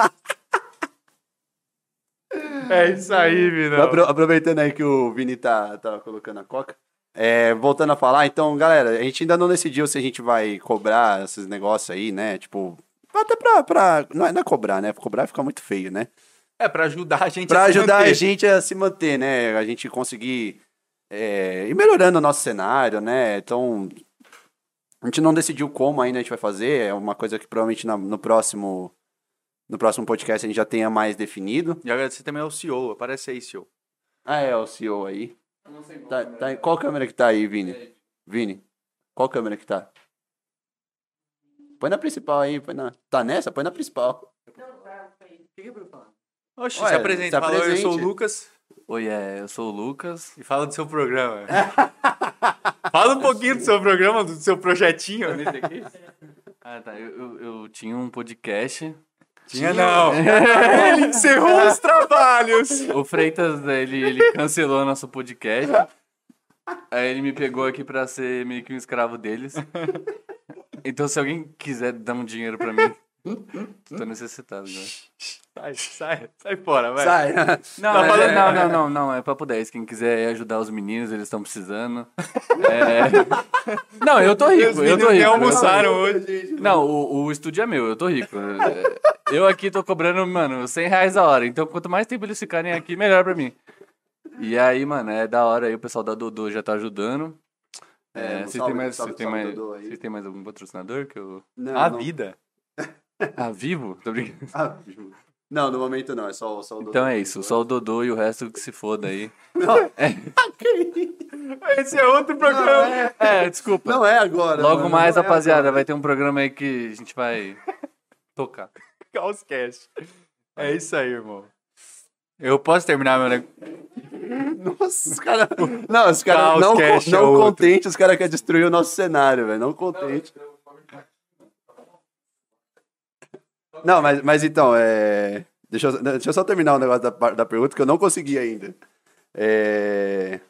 [SPEAKER 2] É isso aí, Vini.
[SPEAKER 1] Apro- Aproveitando aí que o Vini tá, tá colocando a coca. É, voltando a falar, então, galera, a gente ainda não decidiu se a gente vai cobrar esses negócios aí, né? Tipo, até pra. pra não, é, não é cobrar, né? Cobrar fica muito feio, né?
[SPEAKER 2] É, pra ajudar a gente
[SPEAKER 1] Pra
[SPEAKER 2] a se
[SPEAKER 1] ajudar a
[SPEAKER 2] manter.
[SPEAKER 1] gente a se manter, né? A gente conseguir é, e melhorando o nosso cenário, né? Então, a gente não decidiu como ainda a gente vai fazer, é uma coisa que provavelmente na- no próximo no próximo podcast a gente já tenha mais definido.
[SPEAKER 2] E agradecer também ao CEO, aparece aí, CEO.
[SPEAKER 1] Ah, é, o CEO aí.
[SPEAKER 3] Eu não sei qual
[SPEAKER 1] Tá,
[SPEAKER 3] câmera
[SPEAKER 1] tá-
[SPEAKER 3] é.
[SPEAKER 1] qual câmera que tá aí, Vini? Vini, qual câmera que tá? Põe na principal aí, põe na... Tá nessa? Põe na principal.
[SPEAKER 4] Não, tá, tá aí. Fica pra eu falar.
[SPEAKER 2] Oxe,
[SPEAKER 1] Ué,
[SPEAKER 2] se apresenta.
[SPEAKER 1] se
[SPEAKER 2] Falou, eu sou o
[SPEAKER 1] apresente.
[SPEAKER 2] Lucas
[SPEAKER 5] Oi, é, eu sou o Lucas.
[SPEAKER 2] e fala do seu programa. fala um pouquinho do seu programa, do seu projetinho. nesse aqui.
[SPEAKER 5] Ah, tá. Eu, eu, eu tinha um podcast.
[SPEAKER 2] Tinha não. Ele encerrou os trabalhos.
[SPEAKER 5] O Freitas, né, ele, ele cancelou nosso podcast. Aí ele me pegou aqui pra ser meio que um escravo deles. Então, se alguém quiser dar um dinheiro pra mim, tô necessitado agora.
[SPEAKER 2] Sai, sai, sai fora, vai.
[SPEAKER 1] Sai.
[SPEAKER 5] Não,
[SPEAKER 2] Tá
[SPEAKER 5] é-
[SPEAKER 2] falando-
[SPEAKER 5] não, não, não, não, é papo 10. Quem quiser ajudar os meninos, eles estão precisando. É. Não, eu tô
[SPEAKER 2] Os
[SPEAKER 5] rico, eu
[SPEAKER 2] meninos
[SPEAKER 5] tô rico.
[SPEAKER 2] nem
[SPEAKER 5] eu tô
[SPEAKER 2] almoçaram hoje.
[SPEAKER 5] Não, o, o estúdio é meu, eu tô rico. É, Eu aqui tô cobrando, mano, 100 reais a hora. Então, quanto mais tempo eles ficarem aqui, melhor pra mim. E aí, mano, é da hora aí, o pessoal da Dodô já tá ajudando.
[SPEAKER 1] É,
[SPEAKER 5] É,
[SPEAKER 1] um
[SPEAKER 5] se
[SPEAKER 1] salve-
[SPEAKER 5] tem mais,
[SPEAKER 1] salve-
[SPEAKER 5] se tem
[SPEAKER 1] salve,
[SPEAKER 5] mais,
[SPEAKER 1] Dodô, aí.
[SPEAKER 5] se tem mais algum patrocinador que eu...
[SPEAKER 1] Não,
[SPEAKER 2] A
[SPEAKER 1] não.
[SPEAKER 2] vida.
[SPEAKER 5] Ah, vivo? Tô brincando.
[SPEAKER 1] Ah, ju- não, no momento não, é só, só o Dodô.
[SPEAKER 5] Então é isso, só o Dodô e o resto que se foda aí.
[SPEAKER 2] Esse é outro programa.
[SPEAKER 5] É, desculpa.
[SPEAKER 1] Não é agora.
[SPEAKER 5] Logo
[SPEAKER 1] mano,
[SPEAKER 5] mais,
[SPEAKER 1] não é
[SPEAKER 5] rapaziada,
[SPEAKER 1] agora.
[SPEAKER 5] vai ter um programa aí que a gente vai tocar.
[SPEAKER 2] Caoscast. É isso aí, irmão. Eu posso terminar meu negócio?
[SPEAKER 1] Nossa, os caras. Não, os caras.
[SPEAKER 2] Caos
[SPEAKER 1] Não,
[SPEAKER 2] Cast
[SPEAKER 1] co-
[SPEAKER 2] é
[SPEAKER 1] não
[SPEAKER 2] outro.
[SPEAKER 1] contente, os caras querem destruir o nosso cenário, velho. Não contente. Não, mas, mas então, é. Deixa eu, deixa eu só terminar o negócio da, par- da pergunta que eu não consegui ainda. É.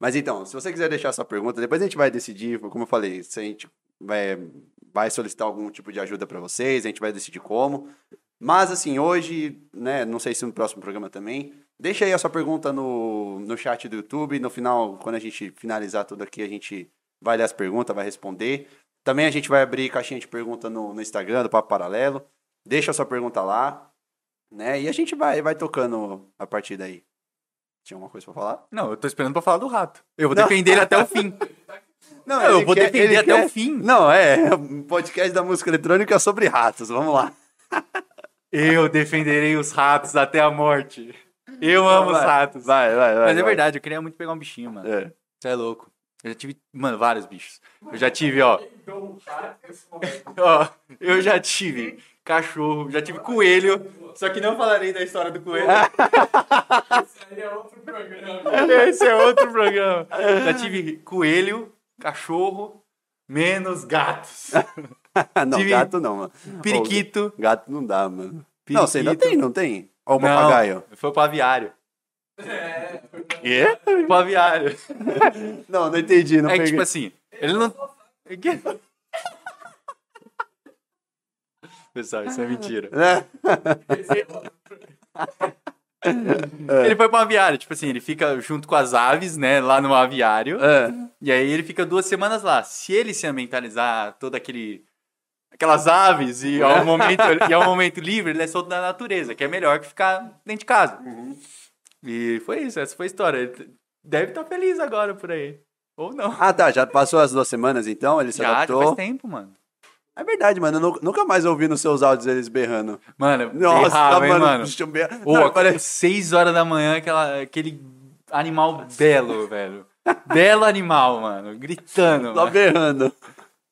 [SPEAKER 1] Mas então, se você quiser deixar sua pergunta, depois a gente vai decidir, como eu falei, se a gente vai, vai solicitar algum tipo de ajuda pra vocês, a gente vai decidir como. Mas assim, hoje, né, não sei se no próximo programa também, deixa aí a sua pergunta no, no chat do YouTube, no final, quando a gente finalizar tudo aqui, a gente vai ler as perguntas, vai responder. Também a gente vai abrir caixinha de pergunta no, no Instagram do Papo Paralelo. Deixa a sua pergunta lá, né? E a gente vai, vai tocando a partir daí. Tinha alguma coisa pra falar?
[SPEAKER 2] Não, eu tô esperando pra falar do rato. Eu vou
[SPEAKER 1] Não.
[SPEAKER 2] defender ele até o fim.
[SPEAKER 1] Não,
[SPEAKER 2] eu
[SPEAKER 1] ele
[SPEAKER 2] vou
[SPEAKER 1] quer-
[SPEAKER 2] defender
[SPEAKER 1] ele
[SPEAKER 2] até
[SPEAKER 1] quer-
[SPEAKER 2] o fim.
[SPEAKER 1] um Não, é, um podcast da música eletrônica é sobre ratos, vamos lá.
[SPEAKER 2] Eu defenderei os ratos até a morte.
[SPEAKER 3] Então
[SPEAKER 2] Eu amo os
[SPEAKER 1] vai.
[SPEAKER 2] ratos.
[SPEAKER 1] Vai, vai, vai.
[SPEAKER 2] Mas
[SPEAKER 1] vai.
[SPEAKER 2] é verdade, eu queria muito pegar um bichinho, mano.
[SPEAKER 1] É.
[SPEAKER 2] Você é louco. Eu já tive, mano, vários bichos. Eu já tive, ó.
[SPEAKER 3] Então, é
[SPEAKER 2] ó eu já tive cachorro, já tive coelho. Só que não falarei da história do coelho.
[SPEAKER 3] Isso aí é outro programa.
[SPEAKER 2] Esse é outro programa. Já tive coelho, cachorro, menos gatos.
[SPEAKER 1] Ah, não,
[SPEAKER 2] Tive-
[SPEAKER 1] gato não, mano.
[SPEAKER 2] Periquito.
[SPEAKER 1] Ô, gato não dá, mano. Não, você ainda
[SPEAKER 2] Periquito.
[SPEAKER 1] tem, não tem? Ó, o
[SPEAKER 2] Não,
[SPEAKER 1] papagaio.
[SPEAKER 2] Foi pro aviário.
[SPEAKER 3] É, foi pra-
[SPEAKER 2] Quê? Pro aviário.
[SPEAKER 1] Não, não entendi, não
[SPEAKER 2] é que,
[SPEAKER 1] peguei.
[SPEAKER 2] tipo assim, ele não. É O quê? Pessoal, isso é mentira.
[SPEAKER 1] Né? É.
[SPEAKER 2] Ele foi pra um aviário, tipo assim, ele fica junto com as aves, né, lá no aviário.
[SPEAKER 1] É.
[SPEAKER 2] E aí ele fica duas semanas lá. Se ele se ambientalizar todo aquele. Aquelas aves e
[SPEAKER 1] É.
[SPEAKER 2] ao, momento, e ao momento livre, ele é solto na natureza, que é melhor que ficar dentro de casa.
[SPEAKER 1] Uhum.
[SPEAKER 2] E foi isso, essa foi a história. Ele t- deve estar feliz agora por aí. Ou não.
[SPEAKER 1] Ah, tá, já passou as duas semanas então, ele se
[SPEAKER 2] Já, já
[SPEAKER 1] adaptou.
[SPEAKER 2] faz tempo, mano.
[SPEAKER 1] É verdade, mano, eu nu- nunca mais ouvi nos seus áudios eles berrando.
[SPEAKER 2] Mano,
[SPEAKER 1] Nossa,
[SPEAKER 2] berrava, hein,
[SPEAKER 1] mano,
[SPEAKER 2] mano.
[SPEAKER 1] bicho berra-
[SPEAKER 2] Ô,
[SPEAKER 1] Não,
[SPEAKER 2] acorda
[SPEAKER 1] parece-
[SPEAKER 2] às 6 horas da manhã, aquela, aquele animal belo, velho. Belo animal, mano. Gritando.
[SPEAKER 1] Só
[SPEAKER 2] mano.
[SPEAKER 1] berrando.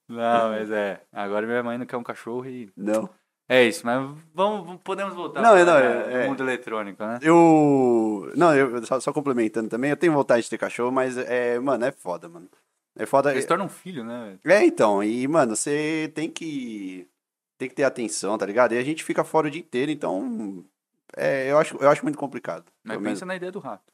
[SPEAKER 2] Não, mas é. Agora minha mãe não quer um cachorro e.
[SPEAKER 1] Não.
[SPEAKER 2] É isso, mas vamos, vamos- podemos voltar
[SPEAKER 1] Não,
[SPEAKER 2] para
[SPEAKER 1] não, é- é.
[SPEAKER 2] o mundo eletrônico, né?
[SPEAKER 1] Eu. Não, eu só, só complementando também, eu tenho vontade de ter cachorro, mas é, mano, é foda, mano. É foda.
[SPEAKER 2] Ele se torna um filho, né?
[SPEAKER 1] É, então, e, mano, você tem que. Tem que ter atenção, tá ligado? E a gente fica fora o dia inteiro, então. É, eu acho, eu acho muito complicado.
[SPEAKER 2] Mas
[SPEAKER 1] Pelo menos-
[SPEAKER 2] pensa na ideia do rato.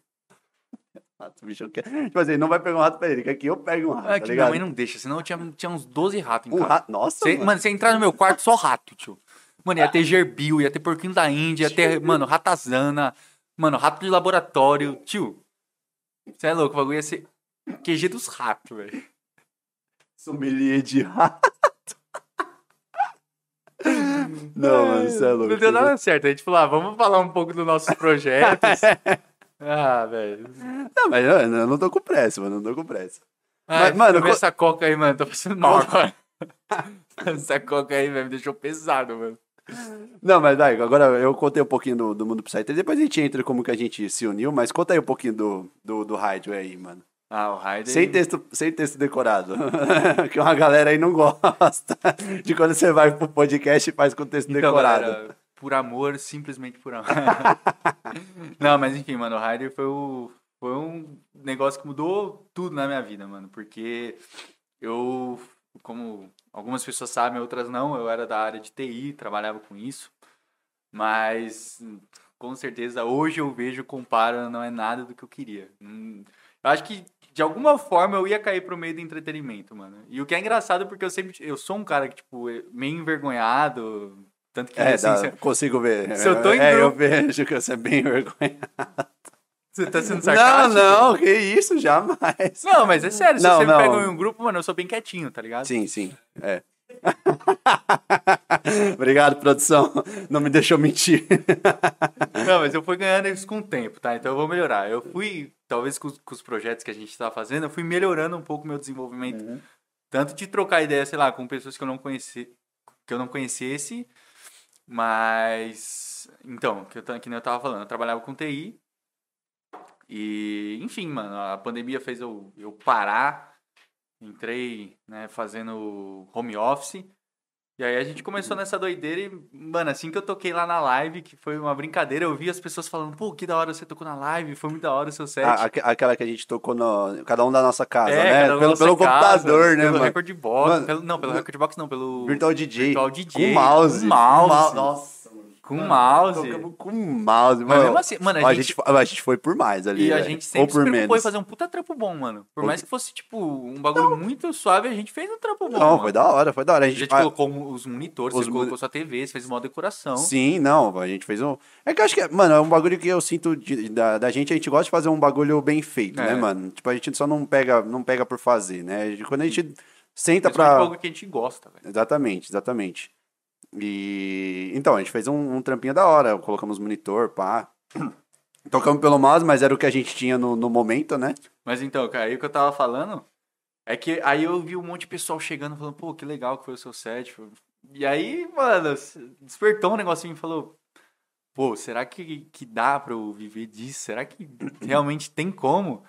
[SPEAKER 1] rato, bicho, eu quero- Tipo assim, não vai pegar um rato pra ele, quer que eu pegue um rato,
[SPEAKER 2] é
[SPEAKER 1] tá
[SPEAKER 2] que minha
[SPEAKER 1] ligado?
[SPEAKER 2] mãe não deixa, senão eu tinha, tinha uns 12 ratos em
[SPEAKER 1] Um
[SPEAKER 2] casa.
[SPEAKER 1] rato. Nossa,
[SPEAKER 2] Cê-
[SPEAKER 1] mano.
[SPEAKER 2] mano, você entrar no meu quarto, só rato, tio. Mano, ia ter gerbil, ia ter porquinho da Índia, ia ter, mano, ratazana, mano, rato de laboratório, tio. Você é louco, o bagulho ia ser QG dos ratos, velho.
[SPEAKER 1] Sommelier de rato. não, mano, isso é louco. é
[SPEAKER 2] Não deu nada certo. A gente falou, ah, vamos falar um pouco dos nossos projetos. Ah, velho.
[SPEAKER 1] Não, mas eu, eu não tô com pressa, mano. eu Não tô com pressa.
[SPEAKER 2] Ai,
[SPEAKER 1] Mas, mano,
[SPEAKER 2] mano,
[SPEAKER 1] co-
[SPEAKER 2] Ah, essa coca aí, mano. Tô passando mal agora. essa coca aí, velho, me deixou pesado, mano.
[SPEAKER 1] Não, mas vai, agora eu contei um pouquinho do, do mundo Psytrance, depois a gente entra como que a gente se uniu, mas conta aí um pouquinho do, do, do Hideaway aí, mano.
[SPEAKER 5] Ah, o Raiden.
[SPEAKER 2] é
[SPEAKER 1] Sem texto, sem texto decorado. que uma galera aí não gosta de quando você vai pro podcast e faz com texto decorado.
[SPEAKER 2] Então, galera, por amor, simplesmente por amor. Não, mas enfim, mano, o Raider foi, o, foi um negócio que mudou tudo na minha vida, mano. Porque eu, como algumas pessoas sabem, outras não, eu era da área de TI, trabalhava com isso. Mas, com certeza, hoje eu vejo, comparo, não é nada do que eu queria. Hum, Eu acho que, de alguma forma, eu ia cair pro meio do entretenimento, mano. E o que é engraçado, porque eu sempre... Eu sou um cara que, tipo, é meio envergonhado... Tanto que,
[SPEAKER 1] É,
[SPEAKER 2] assim,
[SPEAKER 1] dá-
[SPEAKER 2] cê-
[SPEAKER 1] consigo ver.
[SPEAKER 2] Se eu tô em
[SPEAKER 1] é, eu
[SPEAKER 2] grupo-
[SPEAKER 1] vejo que você é bem vergonha.
[SPEAKER 2] Você tá sendo
[SPEAKER 1] Não,
[SPEAKER 2] sarcástico?
[SPEAKER 1] não, que isso, jamais.
[SPEAKER 2] Não, mas é sério, se
[SPEAKER 1] Não,
[SPEAKER 2] você
[SPEAKER 1] não.
[SPEAKER 2] me pega em um grupo, mano, eu sou bem quietinho, tá ligado?
[SPEAKER 1] Sim, sim, é. Obrigado, produção. Não me deixou mentir.
[SPEAKER 2] Não, mas eu fui ganhando isso com o tempo, tá? Então eu vou melhorar. Eu fui, talvez com, os- com os projetos que a gente tá fazendo, eu fui melhorando um pouco meu desenvolvimento. Tanto de trocar ideia, sei lá, com pessoas que eu não conheci, que eu não conhecesse, mas então, que eu ta- que nem eu tava falando, eu trabalhava com TI. E, enfim, mano, a pandemia fez eu, eu parar. Entrei, né, fazendo home office. E aí a gente começou nessa doideira e, mano, assim que eu toquei lá na live, que foi uma brincadeira, eu vi as pessoas falando, pô, que da hora você tocou na live, foi muito da hora o seu set.
[SPEAKER 1] A- aque- aquela que a gente tocou no, cada um da nossa casa,
[SPEAKER 2] É,
[SPEAKER 1] né?
[SPEAKER 2] cada um
[SPEAKER 1] pelo
[SPEAKER 2] na
[SPEAKER 1] pelo
[SPEAKER 2] sua casa,
[SPEAKER 1] computador, né,
[SPEAKER 2] pelo
[SPEAKER 1] mano?
[SPEAKER 2] Record box,
[SPEAKER 1] Mano,
[SPEAKER 2] pelo- não, pelo
[SPEAKER 1] no-
[SPEAKER 2] record box não, pelo
[SPEAKER 1] Virtual DJ.
[SPEAKER 2] Virtual DJ,
[SPEAKER 1] Com mouse.
[SPEAKER 2] com mouse.
[SPEAKER 1] Nossa, mano.
[SPEAKER 2] com mouse.
[SPEAKER 1] Tocamos com mouse,
[SPEAKER 2] Mas
[SPEAKER 1] é mano.
[SPEAKER 2] mesmo assim, mano, a
[SPEAKER 1] Ó, a,
[SPEAKER 2] gente-
[SPEAKER 1] gente... fo- a gente foi por mais ali.
[SPEAKER 2] E a
[SPEAKER 1] velho. Ou
[SPEAKER 2] gente sempre
[SPEAKER 1] por
[SPEAKER 2] se preocupou em
[SPEAKER 1] menos.
[SPEAKER 2] fazer um puta trampo bom, mano. Por
[SPEAKER 1] Ou-
[SPEAKER 2] mais que fosse, tipo, um bagulho muito suave, a gente fez um trampo bom.
[SPEAKER 1] Não,
[SPEAKER 2] mano.
[SPEAKER 1] foi da hora, foi da hora. A
[SPEAKER 2] A
[SPEAKER 1] gente,
[SPEAKER 2] gente
[SPEAKER 1] ah,
[SPEAKER 2] colocou um, os monitores,
[SPEAKER 1] os
[SPEAKER 2] você
[SPEAKER 1] moni-
[SPEAKER 2] colocou sua TV, você fez uma decoração.
[SPEAKER 1] Sim, não, a gente fez um. É que eu acho que, é- mano, é um bagulho que eu sinto de- da, da gente, a gente gosta de fazer um bagulho bem feito, né,
[SPEAKER 2] É.
[SPEAKER 1] mano? Tipo, a gente só não pega, não pega por fazer, né? A gente- Quando a gente senta
[SPEAKER 2] Principalmente
[SPEAKER 1] pra.
[SPEAKER 2] algo que a gente gosta, velho.
[SPEAKER 1] Exatamente, exatamente. E então, a gente fez um, um trampinho da hora, colocamos monitor, pá. Tocamos pelo mouse, mas era o que a gente tinha no, no momento, né?
[SPEAKER 2] Mas então, cara, aí o que eu tava falando é que aí eu vi um monte de pessoal chegando falando, pô, que legal que foi o seu set. E aí, mano, despertou um negocinho e falou, pô, será que, que dá pra eu viver disso? Será que realmente tem como?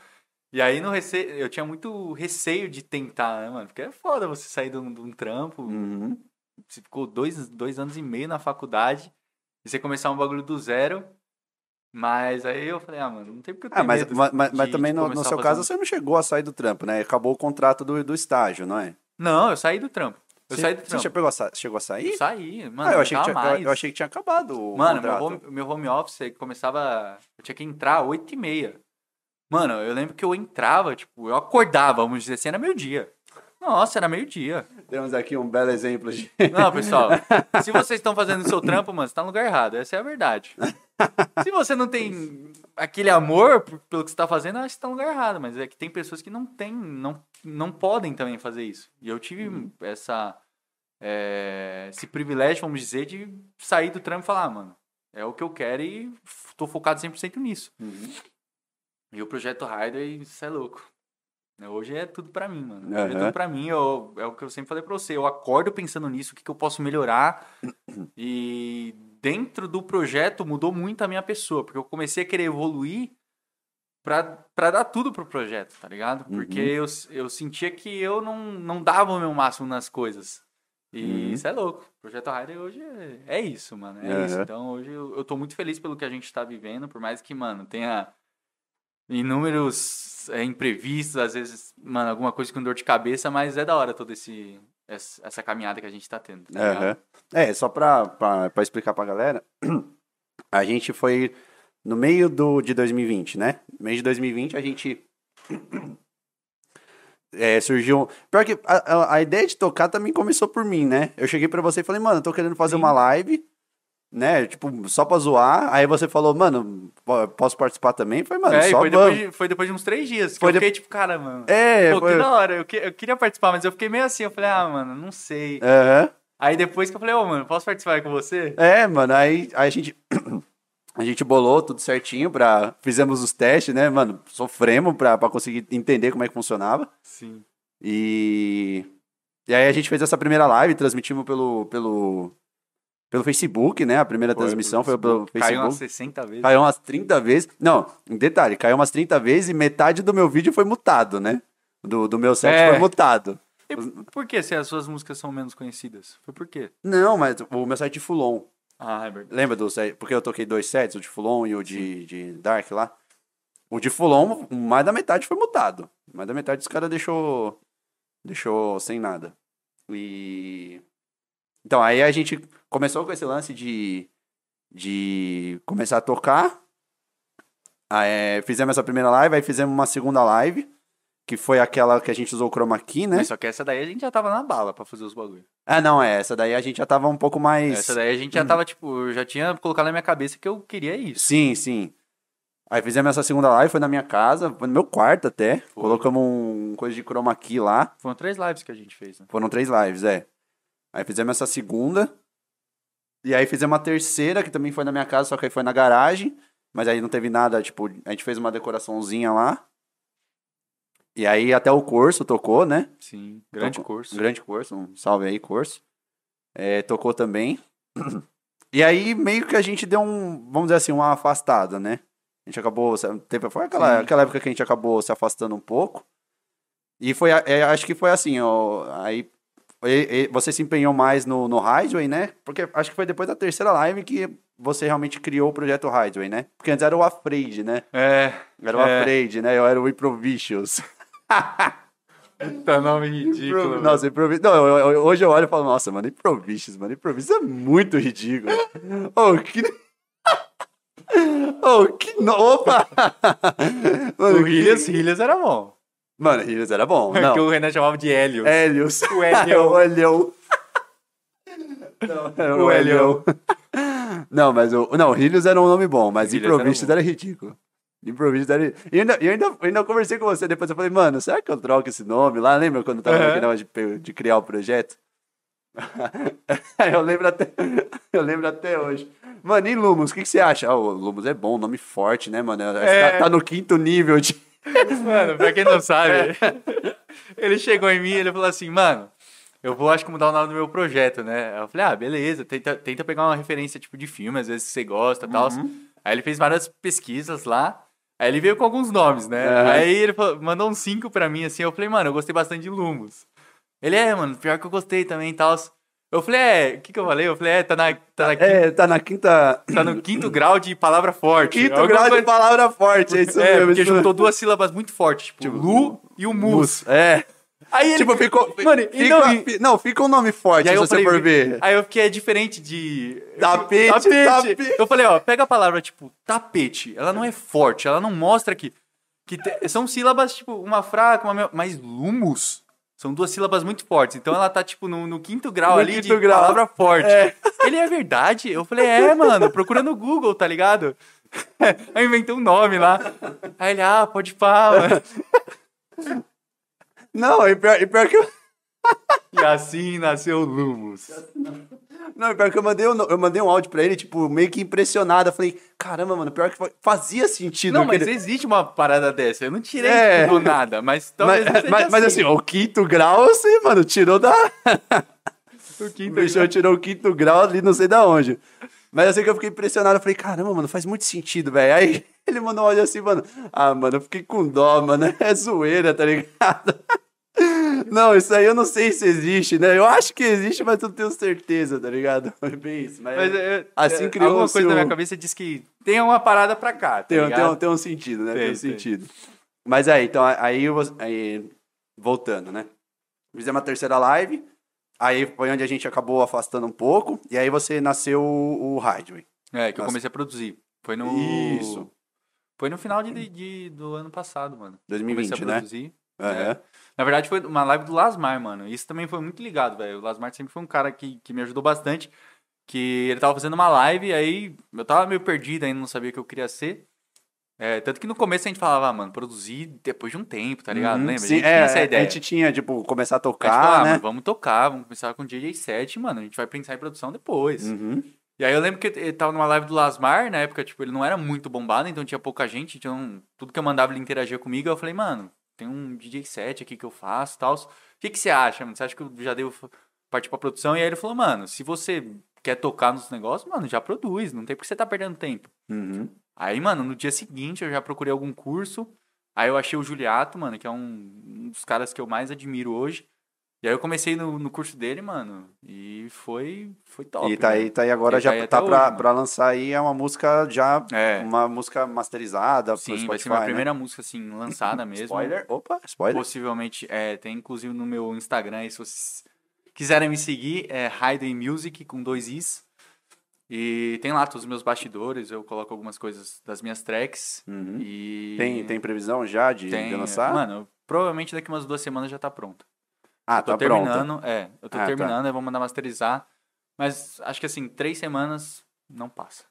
[SPEAKER 2] E aí no rece... eu tinha muito receio de tentar, né, mano? Porque é foda você sair de um, de um trampo, você ficou dois, dois anos e meio na faculdade, e você começar um bagulho do zero. Mas aí eu falei, ah, mano, não tem porque eu
[SPEAKER 1] Ah,
[SPEAKER 2] tenho
[SPEAKER 1] mas,
[SPEAKER 2] medo
[SPEAKER 1] mas, mas-
[SPEAKER 2] de-
[SPEAKER 1] mas
[SPEAKER 2] de
[SPEAKER 1] também no, no
[SPEAKER 2] começar
[SPEAKER 1] seu
[SPEAKER 2] fazendo-
[SPEAKER 1] caso você não chegou a sair do trampo, né? Acabou o contrato do, do estágio, não é?
[SPEAKER 2] Não, eu saí do trampo. Eu
[SPEAKER 1] Você-
[SPEAKER 2] saí do
[SPEAKER 1] Você
[SPEAKER 2] trampo.
[SPEAKER 1] já pegou a sa- chegou a sair?
[SPEAKER 2] Eu saí, mano.
[SPEAKER 1] ah, eu
[SPEAKER 2] não
[SPEAKER 1] achei, que
[SPEAKER 2] tava
[SPEAKER 1] tinha, eu,
[SPEAKER 2] mais.
[SPEAKER 1] eu achei que tinha acabado o
[SPEAKER 2] Mano, meu
[SPEAKER 1] contrato.
[SPEAKER 2] home, meu home office começava. Eu tinha que entrar às 8h30. Mano, eu lembro que eu entrava, tipo, eu acordava, vamos dizer assim, era meio-dia. Nossa, era meio-dia.
[SPEAKER 1] Temos aqui um belo exemplo de.
[SPEAKER 2] Não, pessoal, se vocês estão fazendo o seu trampo, mano, você tá no lugar errado. Essa é a verdade. Se você não tem aquele amor p- pelo que você tá fazendo, acho que você tá no lugar errado. Mas é que tem pessoas que não têm, não, não podem também fazer isso. E eu tive essa, é, esse privilégio, vamos dizer, de sair do trampo e falar, ah, mano, é o que eu quero e f- tô focado 100% nisso. E o projeto Raider, isso é louco. Hoje é tudo pra mim, mano. Hoje é
[SPEAKER 1] Aham.
[SPEAKER 2] tudo pra mim. Eu, é o que eu sempre falei pra você. Eu acordo pensando nisso, o que, que eu posso melhorar. e dentro do projeto mudou muito a minha pessoa, porque eu comecei a querer evoluir pra, pra dar tudo pro projeto, tá ligado?
[SPEAKER 1] Uhum.
[SPEAKER 2] Porque eu, eu sentia que eu não, não dava o meu máximo nas coisas. E
[SPEAKER 1] Uhum.
[SPEAKER 2] isso é louco. O Projeto Rider hoje é, é isso, mano. É isso.
[SPEAKER 1] Aham.
[SPEAKER 2] Então hoje eu, eu tô muito feliz pelo que a gente tá vivendo, por mais que, mano, tenha inúmeros é, imprevistos, às vezes, mano, alguma coisa com dor de cabeça, mas é da hora toda esse, essa essa caminhada que a gente tá tendo. tá ligado?
[SPEAKER 1] Aham. É, só pra, pra, pra explicar pra galera, a gente foi no meio do, de 2020, né? No mês de 2020 a gente é, surgiu... Pior que a, a- a ideia de tocar também começou por mim, né? Eu cheguei pra você e falei, mano, eu tô querendo fazer uma live, né? Tipo, só pra zoar. Aí você falou, mano, po- posso participar também? Eu falei, mano,
[SPEAKER 2] É, e
[SPEAKER 1] só
[SPEAKER 2] foi,
[SPEAKER 1] vamos.
[SPEAKER 2] depois de, foi depois de uns três dias. Que
[SPEAKER 1] Foi
[SPEAKER 2] eu
[SPEAKER 1] de-
[SPEAKER 2] fiquei tipo, cara, mano.
[SPEAKER 1] É,
[SPEAKER 2] pô,
[SPEAKER 1] foi...
[SPEAKER 2] que da hora. Eu, que- eu queria participar, mas eu fiquei meio assim. Eu falei, ah, mano, não sei.
[SPEAKER 1] Aham.
[SPEAKER 2] Aí depois que eu falei, ô, mano, posso participar com você?
[SPEAKER 1] É, mano, aí, aí a gente. A gente bolou tudo certinho pra. Fizemos os testes, né, mano? Sofremos pra, pra conseguir entender como é que funcionava.
[SPEAKER 2] Sim.
[SPEAKER 1] E. E aí a gente fez essa primeira live, transmitimos pelo. pelo. pelo Facebook, né? A primeira transmissão foi pelo Facebook.
[SPEAKER 2] Caiu umas 60 vezes.
[SPEAKER 1] Caiu umas 30 vezes. Não, um detalhe, caiu umas 30 vezes e metade do meu vídeo foi mutado, né? Do, do meu set
[SPEAKER 2] É.
[SPEAKER 1] foi mutado.
[SPEAKER 2] E p- por que se as suas músicas são menos conhecidas? Foi por quê?
[SPEAKER 1] Não, mas o meu site é Fulon.
[SPEAKER 2] Ah, é verdade.
[SPEAKER 1] Lembra do set? Porque eu toquei dois sets, o de Fulon e o de, de Dark lá. O de Fulon, mais da metade foi mutado. Mais da metade os caras deixou. Deixou sem nada. E. Então, aí a gente começou com esse lance de. De começar a tocar. Ah, é, fizemos essa primeira live, aí fizemos uma segunda live. Que foi aquela que a gente usou o chroma key, né?
[SPEAKER 2] Mas É, Só que essa daí a gente já tava na bala pra fazer os bagulho.
[SPEAKER 1] Ah, não, é. Essa daí a gente já tava um pouco mais.
[SPEAKER 2] Essa daí a
[SPEAKER 1] Uhum.
[SPEAKER 2] gente já tava, tipo, eu já tinha colocado na minha cabeça que eu queria isso.
[SPEAKER 1] Sim, sim. Aí fizemos essa segunda live, foi na minha casa, foi no meu quarto até. Colocamos um coisa de chroma key lá.
[SPEAKER 2] Foram três lives que a gente fez, né?
[SPEAKER 1] Foram três lives, é. Aí fizemos essa segunda. E aí fizemos uma terceira, que também foi na minha casa, só que aí foi na garagem. Mas aí não teve nada, tipo, a gente fez uma decoraçãozinha lá. E aí até o curso tocou, né?
[SPEAKER 2] Sim. Grande
[SPEAKER 1] Então,
[SPEAKER 2] curso.
[SPEAKER 1] Um grande curso, um salve aí, curso. É, tocou também. E aí, meio que a gente deu um, vamos dizer assim, uma afastada, né? A gente acabou, se- teve, foi aquela,
[SPEAKER 2] Sim.
[SPEAKER 1] aquela época que a gente acabou se afastando um pouco. E foi, a- é, acho que foi assim, ó, aí e- e você se empenhou mais no, no Hideaway, né? Porque acho que foi depois da terceira live que você realmente criou o projeto Hideaway, né? Porque antes era o Afraid, né?
[SPEAKER 2] É.
[SPEAKER 1] Era o
[SPEAKER 2] É.
[SPEAKER 1] Afraid, né? Eu era o Improvicious.
[SPEAKER 2] Puta nome tá, ridículo.
[SPEAKER 1] Nossa, improviso. Não, eu- eu- hoje eu olho e falo, nossa, mano, improvisos, mano, improviso é muito ridículo. oh, que. oh, que. No... Opa! mano,
[SPEAKER 2] O
[SPEAKER 1] que-
[SPEAKER 2] Hillias, Hillias era bom.
[SPEAKER 1] Mano, Helios era bom.
[SPEAKER 2] Que
[SPEAKER 1] Não. É,
[SPEAKER 2] o Renan chamava de Hélio.
[SPEAKER 1] Helios.
[SPEAKER 2] O Hélio.
[SPEAKER 1] o Helion. Não, era o
[SPEAKER 2] O
[SPEAKER 1] Helion. Não, mas o. Não, Helios era um nome bom, mas
[SPEAKER 2] Helios era
[SPEAKER 1] improvisos
[SPEAKER 2] bom.
[SPEAKER 1] era, ridículo. Improviso era. E ainda, e ainda, eu ainda conversei com você depois. Eu falei, mano, será que eu troco esse nome lá? Lembra quando eu tava
[SPEAKER 2] Aham.
[SPEAKER 1] naquele negócio de pe- de criar o projeto? eu, lembro até, eu lembro até hoje. Mano, e Lumos? O que, que você acha? Ah, o Lumos é bom, nome forte, né, mano? Tá-
[SPEAKER 2] É.
[SPEAKER 1] Tá, no quinto nível de.
[SPEAKER 2] Mano, pra quem não sabe,
[SPEAKER 1] É.
[SPEAKER 2] ele chegou em mim e ele falou assim, mano, eu vou acho que mudar o nome do meu projeto, né? Eu falei, ah, beleza, tenta, tenta pegar uma referência tipo de filme, às vezes você gosta e tal.
[SPEAKER 1] Uhum.
[SPEAKER 2] Aí ele fez várias pesquisas lá, aí ele veio com alguns nomes, né?
[SPEAKER 1] Aham.
[SPEAKER 2] Aí ele falou- mandou uns cinco pra mim, assim, eu falei, mano, eu gostei bastante de Lumos. Ele, é, mano, pior que eu gostei também e tal. Eu falei, é, o que que eu falei? Eu falei, é, tá, na, tá, na,
[SPEAKER 1] É, tá na quinta.
[SPEAKER 2] tá no quinto grau de palavra forte.
[SPEAKER 1] Quinto
[SPEAKER 2] Alguma
[SPEAKER 1] grau de
[SPEAKER 2] coisa-
[SPEAKER 1] palavra forte, é isso
[SPEAKER 2] é,
[SPEAKER 1] mesmo.
[SPEAKER 2] porque
[SPEAKER 1] isso
[SPEAKER 2] juntou duas sílabas muito fortes, tipo, Lu e o Mus.
[SPEAKER 1] É.
[SPEAKER 2] Aí ele...
[SPEAKER 1] Tipo, ficou.
[SPEAKER 2] Mano,
[SPEAKER 1] fica,
[SPEAKER 2] e não, e-
[SPEAKER 1] fi- não, fica um nome forte
[SPEAKER 2] e aí
[SPEAKER 1] se
[SPEAKER 2] eu
[SPEAKER 1] você
[SPEAKER 2] falei,
[SPEAKER 1] for ver.
[SPEAKER 2] Aí eu fiquei, é diferente de...
[SPEAKER 1] Tapete, tapete.
[SPEAKER 2] Eu falei, ó, pega a palavra, tipo, tapete. Ela não é forte, ela não mostra que... que te- são sílabas, tipo, uma fraca, uma... me- Mas Lumus são duas sílabas muito fortes. Então ela tá, tipo, no, no quinto grau
[SPEAKER 1] No
[SPEAKER 2] ali
[SPEAKER 1] quinto
[SPEAKER 2] de
[SPEAKER 1] grau.
[SPEAKER 2] palavra forte.
[SPEAKER 1] É.
[SPEAKER 2] Ele é verdade? Eu falei, é, mano, procura no Google, tá ligado? Aí inventou um nome lá. Aí ele, ah, pode pá, mano.
[SPEAKER 1] Não, e pior, e pior que eu.
[SPEAKER 2] E assim nasceu o Lumos.
[SPEAKER 1] Não, e pior que eu mandei, um, eu mandei um áudio pra ele, tipo, meio que impressionado. Eu falei, caramba, mano, pior que fa- fazia sentido.
[SPEAKER 2] Não,
[SPEAKER 1] que
[SPEAKER 2] mas
[SPEAKER 1] ele-
[SPEAKER 2] existe uma parada dessa. Eu não tirei
[SPEAKER 1] É.
[SPEAKER 2] do nada, mas talvez
[SPEAKER 1] mas,
[SPEAKER 2] não seja
[SPEAKER 1] mas, mas assim, ó, o quinto grau, assim, mano, tirou da.
[SPEAKER 2] o
[SPEAKER 1] O
[SPEAKER 2] quinto
[SPEAKER 1] bichão tirou o quinto grau ali, não sei da onde. Mas eu sei que eu fiquei impressionado. Eu falei, caramba, mano, faz muito sentido, velho. Aí ele mandou um áudio assim, mano. Ah, mano, eu fiquei com dó, mano. É zoeira, tá ligado? Não, isso aí eu não sei se existe, né? Eu acho que existe, mas eu não tenho certeza, tá ligado? É bem isso. Mas,
[SPEAKER 2] Mas, é,
[SPEAKER 1] assim
[SPEAKER 2] é,
[SPEAKER 1] criou
[SPEAKER 2] alguma
[SPEAKER 1] o
[SPEAKER 2] coisa na
[SPEAKER 1] seu-
[SPEAKER 2] minha cabeça diz que tem uma parada pra cá, tá
[SPEAKER 1] tem, um- tem, um,
[SPEAKER 2] ligado?
[SPEAKER 1] tem um sentido, né? Tem,
[SPEAKER 2] Tem,
[SPEAKER 1] um
[SPEAKER 2] tem.
[SPEAKER 1] sentido. Mas aí, então, aí, eu vou- aí, voltando, né? Fizemos a terceira live, aí foi onde a gente acabou afastando um pouco, e aí você nasceu o, o Hideaway.
[SPEAKER 2] É, que eu
[SPEAKER 1] Nossa.
[SPEAKER 2] comecei a produzir. Foi no...
[SPEAKER 1] Isso.
[SPEAKER 2] Foi no final de, de- do ano passado, mano.
[SPEAKER 1] 2020,
[SPEAKER 2] comecei a
[SPEAKER 1] né?
[SPEAKER 2] produzir. é, tá
[SPEAKER 1] Aham.
[SPEAKER 2] Na verdade, foi uma live do Lasmar, mano. Isso também foi muito ligado, velho. O Lasmar sempre foi um cara que, que me ajudou bastante. Que ele tava fazendo uma live, aí eu tava meio perdido ainda, não sabia o que eu queria ser. É, tanto que no começo a gente falava, ah, mano, produzir depois de um tempo, tá ligado?
[SPEAKER 1] Uhum,
[SPEAKER 2] Lembra?
[SPEAKER 1] Sim,
[SPEAKER 2] a gente
[SPEAKER 1] é,
[SPEAKER 2] tinha essa ideia.
[SPEAKER 1] A gente tinha, tipo, começar a
[SPEAKER 2] A gente
[SPEAKER 1] tocar,
[SPEAKER 2] falava, ah,
[SPEAKER 1] né?
[SPEAKER 2] mano, vamos tocar, vamos começar com DJ set, mano. A gente vai pensar em produção depois.
[SPEAKER 1] Uhum.
[SPEAKER 2] E aí eu lembro que ele tava numa live do Lasmar, na época, tipo, ele não era muito bombado, então tinha pouca gente, então tudo que eu mandava ele interagia comigo, eu falei, mano, tem um DJ set aqui que eu faço e tal. O que, que você acha, mano? Você acha que eu já devo partir pra produção? E aí ele falou, mano, se você quer tocar nos negócios, mano, já produz, não tem por que você tá perdendo tempo.
[SPEAKER 1] Uhum.
[SPEAKER 2] Aí, mano, no dia seguinte eu já procurei algum curso. Aí eu achei o Juliato, mano, que é um, um dos caras que eu mais admiro hoje. E aí eu comecei no, no curso dele, mano. E foi, foi top.
[SPEAKER 1] E tá aí, tá aí agora,
[SPEAKER 2] E tá
[SPEAKER 1] já
[SPEAKER 2] aí até
[SPEAKER 1] tá
[SPEAKER 2] hoje,
[SPEAKER 1] pra,
[SPEAKER 2] mano.
[SPEAKER 1] pra lançar aí, é uma música já,
[SPEAKER 2] né? É.
[SPEAKER 1] uma música masterizada pro
[SPEAKER 2] Sim,
[SPEAKER 1] Spotify,
[SPEAKER 2] vai ser minha
[SPEAKER 1] né?
[SPEAKER 2] primeira música, assim, lançada mesmo.
[SPEAKER 1] Spoiler, opa, spoiler.
[SPEAKER 2] Possivelmente, é, tem inclusive no meu Instagram, aí, se vocês quiserem me seguir, é Raiden Music, com dois Is. E tem lá todos os meus bastidores, eu coloco algumas coisas das minhas tracks.
[SPEAKER 1] Uhum.
[SPEAKER 2] E...
[SPEAKER 1] Tem, tem previsão já de, de
[SPEAKER 2] é.
[SPEAKER 1] lançar?
[SPEAKER 2] Mano, provavelmente daqui umas duas semanas já tá pronto.
[SPEAKER 1] ah,
[SPEAKER 2] Eu tô
[SPEAKER 1] tá pronto.
[SPEAKER 2] terminando, é. Eu tô
[SPEAKER 1] Ah, tá.
[SPEAKER 2] terminando, eu vou mandar masterizar. Mas acho que assim, três semanas não passa.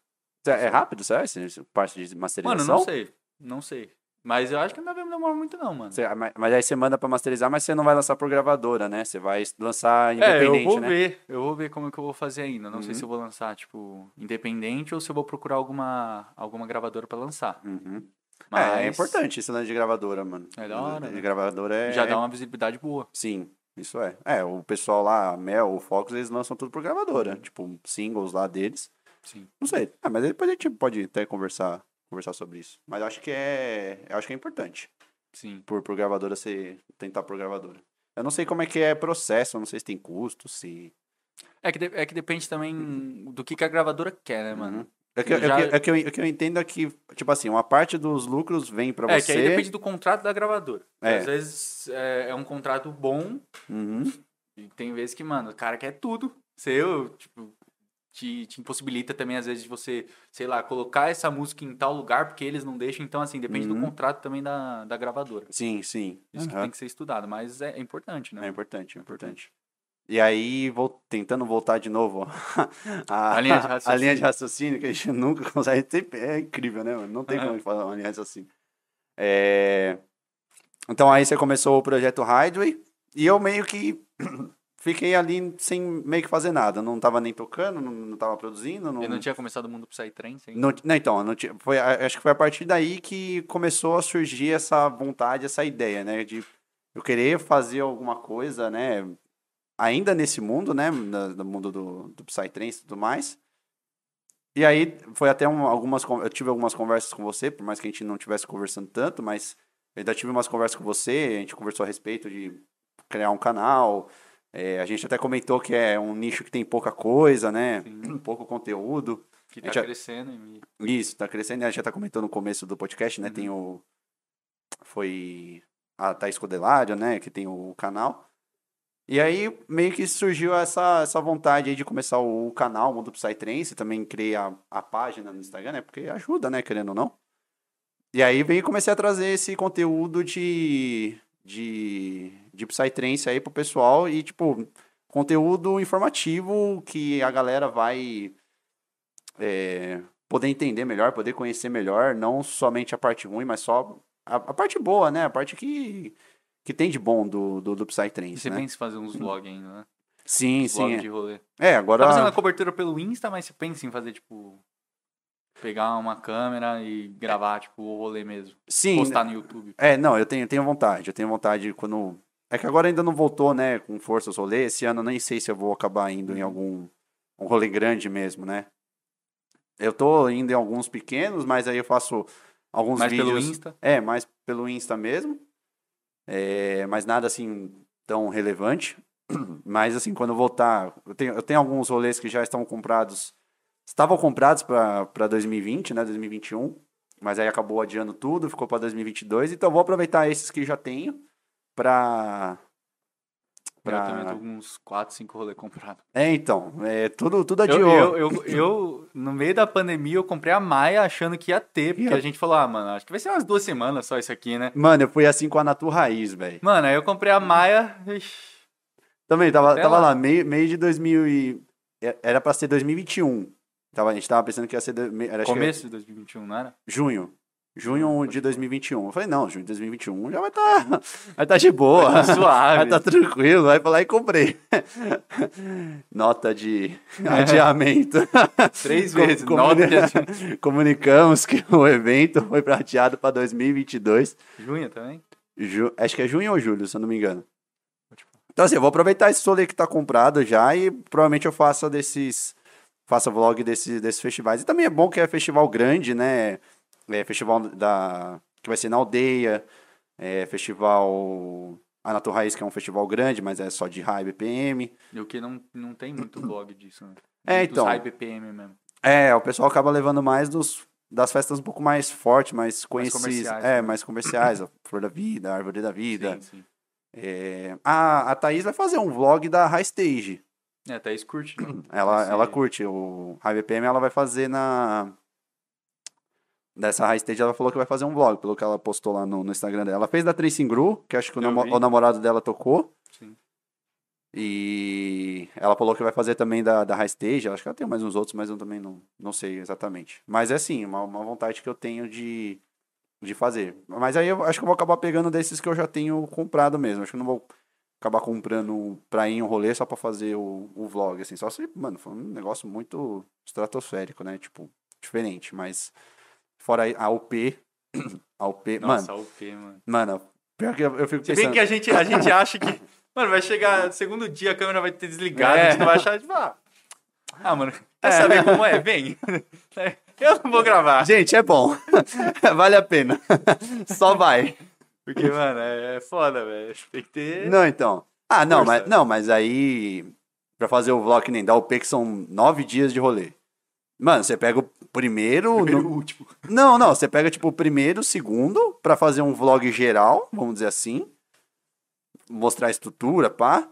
[SPEAKER 1] Cê- É rápido, sério? esse- esse Parte de
[SPEAKER 2] Mano,
[SPEAKER 1] masterização?
[SPEAKER 2] não sei. Não sei. Mas eu acho que não deve demorar muito, não, mano.
[SPEAKER 1] Cê- mas- mas aí você manda pra masterizar, mas você não vai lançar por gravadora, né? Você vai lançar
[SPEAKER 2] É, eu
[SPEAKER 1] independente,
[SPEAKER 2] vou
[SPEAKER 1] né?
[SPEAKER 2] ver. Eu vou ver como que eu vou fazer ainda. Não sei
[SPEAKER 1] Uhum.
[SPEAKER 2] se eu vou lançar, tipo, independente ou se eu vou procurar alguma, alguma gravadora pra lançar.
[SPEAKER 1] Uhum.
[SPEAKER 2] Mas
[SPEAKER 1] É, é importante esse lance de gravadora, mano.
[SPEAKER 2] É da hora,
[SPEAKER 1] De
[SPEAKER 2] né?
[SPEAKER 1] gravadora é...
[SPEAKER 2] Já dá uma visibilidade boa.
[SPEAKER 1] Sim, isso é. É, o pessoal lá, a Mel, o Fox, eles lançam tudo por gravadora.
[SPEAKER 2] Uhum.
[SPEAKER 1] Tipo, singles lá deles.
[SPEAKER 2] Sim.
[SPEAKER 1] Não sei. Ah, mas depois a gente pode até conversar, conversar sobre isso. Mas eu acho que é... Eu acho que é importante.
[SPEAKER 2] Sim.
[SPEAKER 1] Por, por gravadora, você tentar por gravadora. Eu não sei como é que é processo, eu não sei se tem custo, se...
[SPEAKER 2] É que, de- é que depende também do que, que a gravadora quer, né, mano?
[SPEAKER 1] Uhum. É que, é,
[SPEAKER 2] Eu já-
[SPEAKER 1] que, é que eu, é que eu entendo é que, tipo assim, uma parte dos lucros vem pra
[SPEAKER 2] É,
[SPEAKER 1] você.
[SPEAKER 2] que aí depende do contrato da gravadora.
[SPEAKER 1] É.
[SPEAKER 2] Às vezes é, é um contrato bom
[SPEAKER 1] Uhum.
[SPEAKER 2] e tem vezes que, mano, o cara quer tudo. Seu, tipo, te, te impossibilita também, às vezes, de você, sei lá, colocar essa música em tal lugar porque eles não deixam. Então, assim, depende
[SPEAKER 1] Uhum.
[SPEAKER 2] do contrato também da, da gravadora.
[SPEAKER 1] Sim, sim.
[SPEAKER 2] Isso que
[SPEAKER 1] Aham.
[SPEAKER 2] tem que ser estudado, mas é, é importante, né?
[SPEAKER 1] É importante, é importante. E aí, vou, tentando voltar de novo a,
[SPEAKER 2] A linha de
[SPEAKER 1] a
[SPEAKER 2] raciocínio.
[SPEAKER 1] linha de raciocínio, que a gente nunca consegue. sempre- É incrível, né, mano? Não tem como falar uma linha de raciocínio. É, Então, aí você começou o projeto Highway e eu meio que fiquei ali sem meio que fazer nada. Não tava nem tocando, não, não tava produzindo. Não...
[SPEAKER 2] Eu não tinha começado o mundo Psytrance ainda.
[SPEAKER 1] Não, ti- não, então, não ti- foi, a- acho que foi a partir daí que começou a surgir essa vontade, essa ideia, né? De eu querer fazer alguma coisa, né? Ainda nesse mundo, né? na- No mundo do, do Psytrance e tudo mais. E aí, foi até um- algumas... con- Eu tive algumas conversas com você, por mais que a gente não estivesse conversando tanto, mas eu ainda tive umas conversas com você, a gente conversou a respeito de criar um canal. é, a gente até comentou que é um nicho que tem pouca coisa, né?
[SPEAKER 2] Sim.
[SPEAKER 1] Pouco conteúdo.
[SPEAKER 2] Que
[SPEAKER 1] A
[SPEAKER 2] tá
[SPEAKER 1] gente já-
[SPEAKER 2] crescendo e me-
[SPEAKER 1] Isso, tá crescendo. né? A gente já tá comentando no começo do podcast, né? Tem o. Foi a Thaís Codelário, né? Que tem o canal. E aí, meio que surgiu essa, essa vontade aí de começar o canal Mundo Psytrance. Também criei a, a página no Instagram, né? Porque ajuda, né? Querendo ou não. E aí, veio e comecei a trazer esse conteúdo de. de. de Psytrance aí pro pessoal. E, tipo, conteúdo informativo que a galera vai. é, poder entender melhor, poder conhecer melhor, não somente a parte ruim, mas só a, a parte boa, né? A parte que, que tem de bom do, do, do
[SPEAKER 2] E
[SPEAKER 1] Psytrance,
[SPEAKER 2] você
[SPEAKER 1] né?
[SPEAKER 2] pensa em fazer uns vlogs ainda, né?
[SPEAKER 1] Sim,
[SPEAKER 2] Vlog
[SPEAKER 1] sim. é.
[SPEAKER 2] de rolê.
[SPEAKER 1] É,
[SPEAKER 2] Tá fazendo a
[SPEAKER 1] agora...
[SPEAKER 2] cobertura pelo Insta, mas você pensa em fazer, tipo. Pegar uma câmera e gravar, tipo, o rolê mesmo.
[SPEAKER 1] Sim,
[SPEAKER 2] Postar no YouTube.
[SPEAKER 1] é, não, eu tenho, eu tenho vontade, eu tenho vontade quando... É que agora ainda não voltou, né, com força os rolês, esse ano eu nem sei se eu vou acabar indo
[SPEAKER 2] Uhum.
[SPEAKER 1] em algum um rolê grande mesmo, né? Eu tô indo em alguns pequenos, mas aí eu faço alguns
[SPEAKER 2] Mas
[SPEAKER 1] vídeos...
[SPEAKER 2] pelo Insta.
[SPEAKER 1] É, mais pelo Insta mesmo. É, mas nada assim tão relevante. Mas assim, quando eu voltar, eu tenho, eu tenho alguns rolês que já estão comprados. Estavam comprados para 2020, né? 2021. Mas aí acabou adiando tudo, ficou para 2022. Então eu vou aproveitar esses que já tenho para.
[SPEAKER 2] Eu também tô
[SPEAKER 1] Pra...
[SPEAKER 2] com uns 4, 5 rolê comprado.
[SPEAKER 1] É, então. É, tudo, tudo
[SPEAKER 2] Eu,
[SPEAKER 1] adiou.
[SPEAKER 2] eu, eu, eu, no meio da pandemia, eu comprei a Maia achando que ia ter, porque
[SPEAKER 1] Ia.
[SPEAKER 2] a gente falou, ah, mano, acho que vai ser umas duas semanas só isso aqui, né?
[SPEAKER 1] Mano, eu fui assim com a Natu Raiz, velho.
[SPEAKER 2] Mano, aí eu comprei a Maia. ixi,
[SPEAKER 1] Também, tava,
[SPEAKER 2] Até
[SPEAKER 1] tava
[SPEAKER 2] lá.
[SPEAKER 1] lá, meio, meio de 2000 e... é- Era pra um.
[SPEAKER 2] é
[SPEAKER 1] ser 2021. Tava, a gente tava pensando que ia ser... do- me- um, Era, acho que
[SPEAKER 2] começo de 2021, não era?
[SPEAKER 1] era junho. Junho de 2021. Eu falei, não, junho de 2021 já vai estar tá, vai tá de boa. Vai
[SPEAKER 5] suave.
[SPEAKER 1] tá tranquilo. Vai falar e comprei. Nota de adiamento.
[SPEAKER 2] É. Três
[SPEAKER 1] Com-
[SPEAKER 2] vezes,
[SPEAKER 1] comuni-
[SPEAKER 2] nota de
[SPEAKER 1] Comunicamos que o evento foi prateado para 2022.
[SPEAKER 2] Junho também?
[SPEAKER 1] Ju- Acho que é junho ou julho, se eu não me engano. Então, assim, eu vou aproveitar esse solê que tá comprado já e provavelmente eu faça desses. Faça vlog desse, desses festivais. E também é bom que é festival grande, né? É festival da. que vai ser na aldeia. É festival. A Nato Raiz, que é um festival grande, mas é só de high BPM.
[SPEAKER 2] E o que não, não tem muito blog disso, né?
[SPEAKER 1] É,
[SPEAKER 2] Muitos
[SPEAKER 1] então.
[SPEAKER 2] high BPM mesmo.
[SPEAKER 1] É, o pessoal acaba levando mais dos, das festas um pouco mais fortes, mais conhecidas.
[SPEAKER 2] comerciais,
[SPEAKER 1] é,
[SPEAKER 2] né?
[SPEAKER 1] mais comerciais. A Flor da Vida, a Árvore da Vida.
[SPEAKER 2] Sim, sim.
[SPEAKER 1] É, a, a Thaís vai fazer um vlog da High Stage.
[SPEAKER 2] É, até isso curte. né?
[SPEAKER 1] Ela,
[SPEAKER 2] Esse-
[SPEAKER 1] ela curte. O High BPM ela vai fazer na. Dessa High Stage, ela falou que vai fazer um vlog, pelo que ela postou lá no, no Instagram dela. Ela fez da Tracy Gru, que acho que o,
[SPEAKER 2] Eu
[SPEAKER 1] namo-
[SPEAKER 2] vi.
[SPEAKER 1] o namorado dela tocou.
[SPEAKER 2] Sim.
[SPEAKER 1] E ela falou que vai fazer também da, da High Stage. Acho que ela tem mais uns outros, mas eu também não, não sei exatamente. Mas é assim, uma, uma vontade que eu tenho de, de fazer. Mas aí eu acho que eu vou acabar pegando desses que eu já tenho comprado mesmo. Acho que eu não vou acabar comprando pra ir em um rolê só pra fazer o, o vlog, assim. Só se, mano, foi um negócio muito estratosférico, né? Tipo, diferente, mas fora aí, a UP. A UP.
[SPEAKER 2] Nossa,
[SPEAKER 1] mano,
[SPEAKER 2] o P, mano.
[SPEAKER 1] mano, pior que eu, eu fico
[SPEAKER 2] Se bem
[SPEAKER 1] pensando.
[SPEAKER 2] que a gente, a gente acha que. Mano, vai chegar. Segundo dia a câmera vai ter desligado.
[SPEAKER 1] É.
[SPEAKER 2] A gente não vai achar. Tipo, ah, ah, mano, quer saber como é? Vem. Eu não vou gravar.
[SPEAKER 1] Gente, é bom. vale a pena. só vai.
[SPEAKER 2] Porque, mano, é foda, velho. Tem que ter.
[SPEAKER 1] Não, então. Ah, não,
[SPEAKER 2] Força.
[SPEAKER 1] mas, não, mas aí. Pra fazer o vlog que nem dá o P, que são nove dias de rolê. Mano, você pega o primeiro.
[SPEAKER 2] Primeiro
[SPEAKER 1] no-
[SPEAKER 2] e último.
[SPEAKER 1] Não, não, você pega tipo o primeiro, o segundo, pra fazer um vlog geral, vamos dizer assim. Mostrar a estrutura, pá.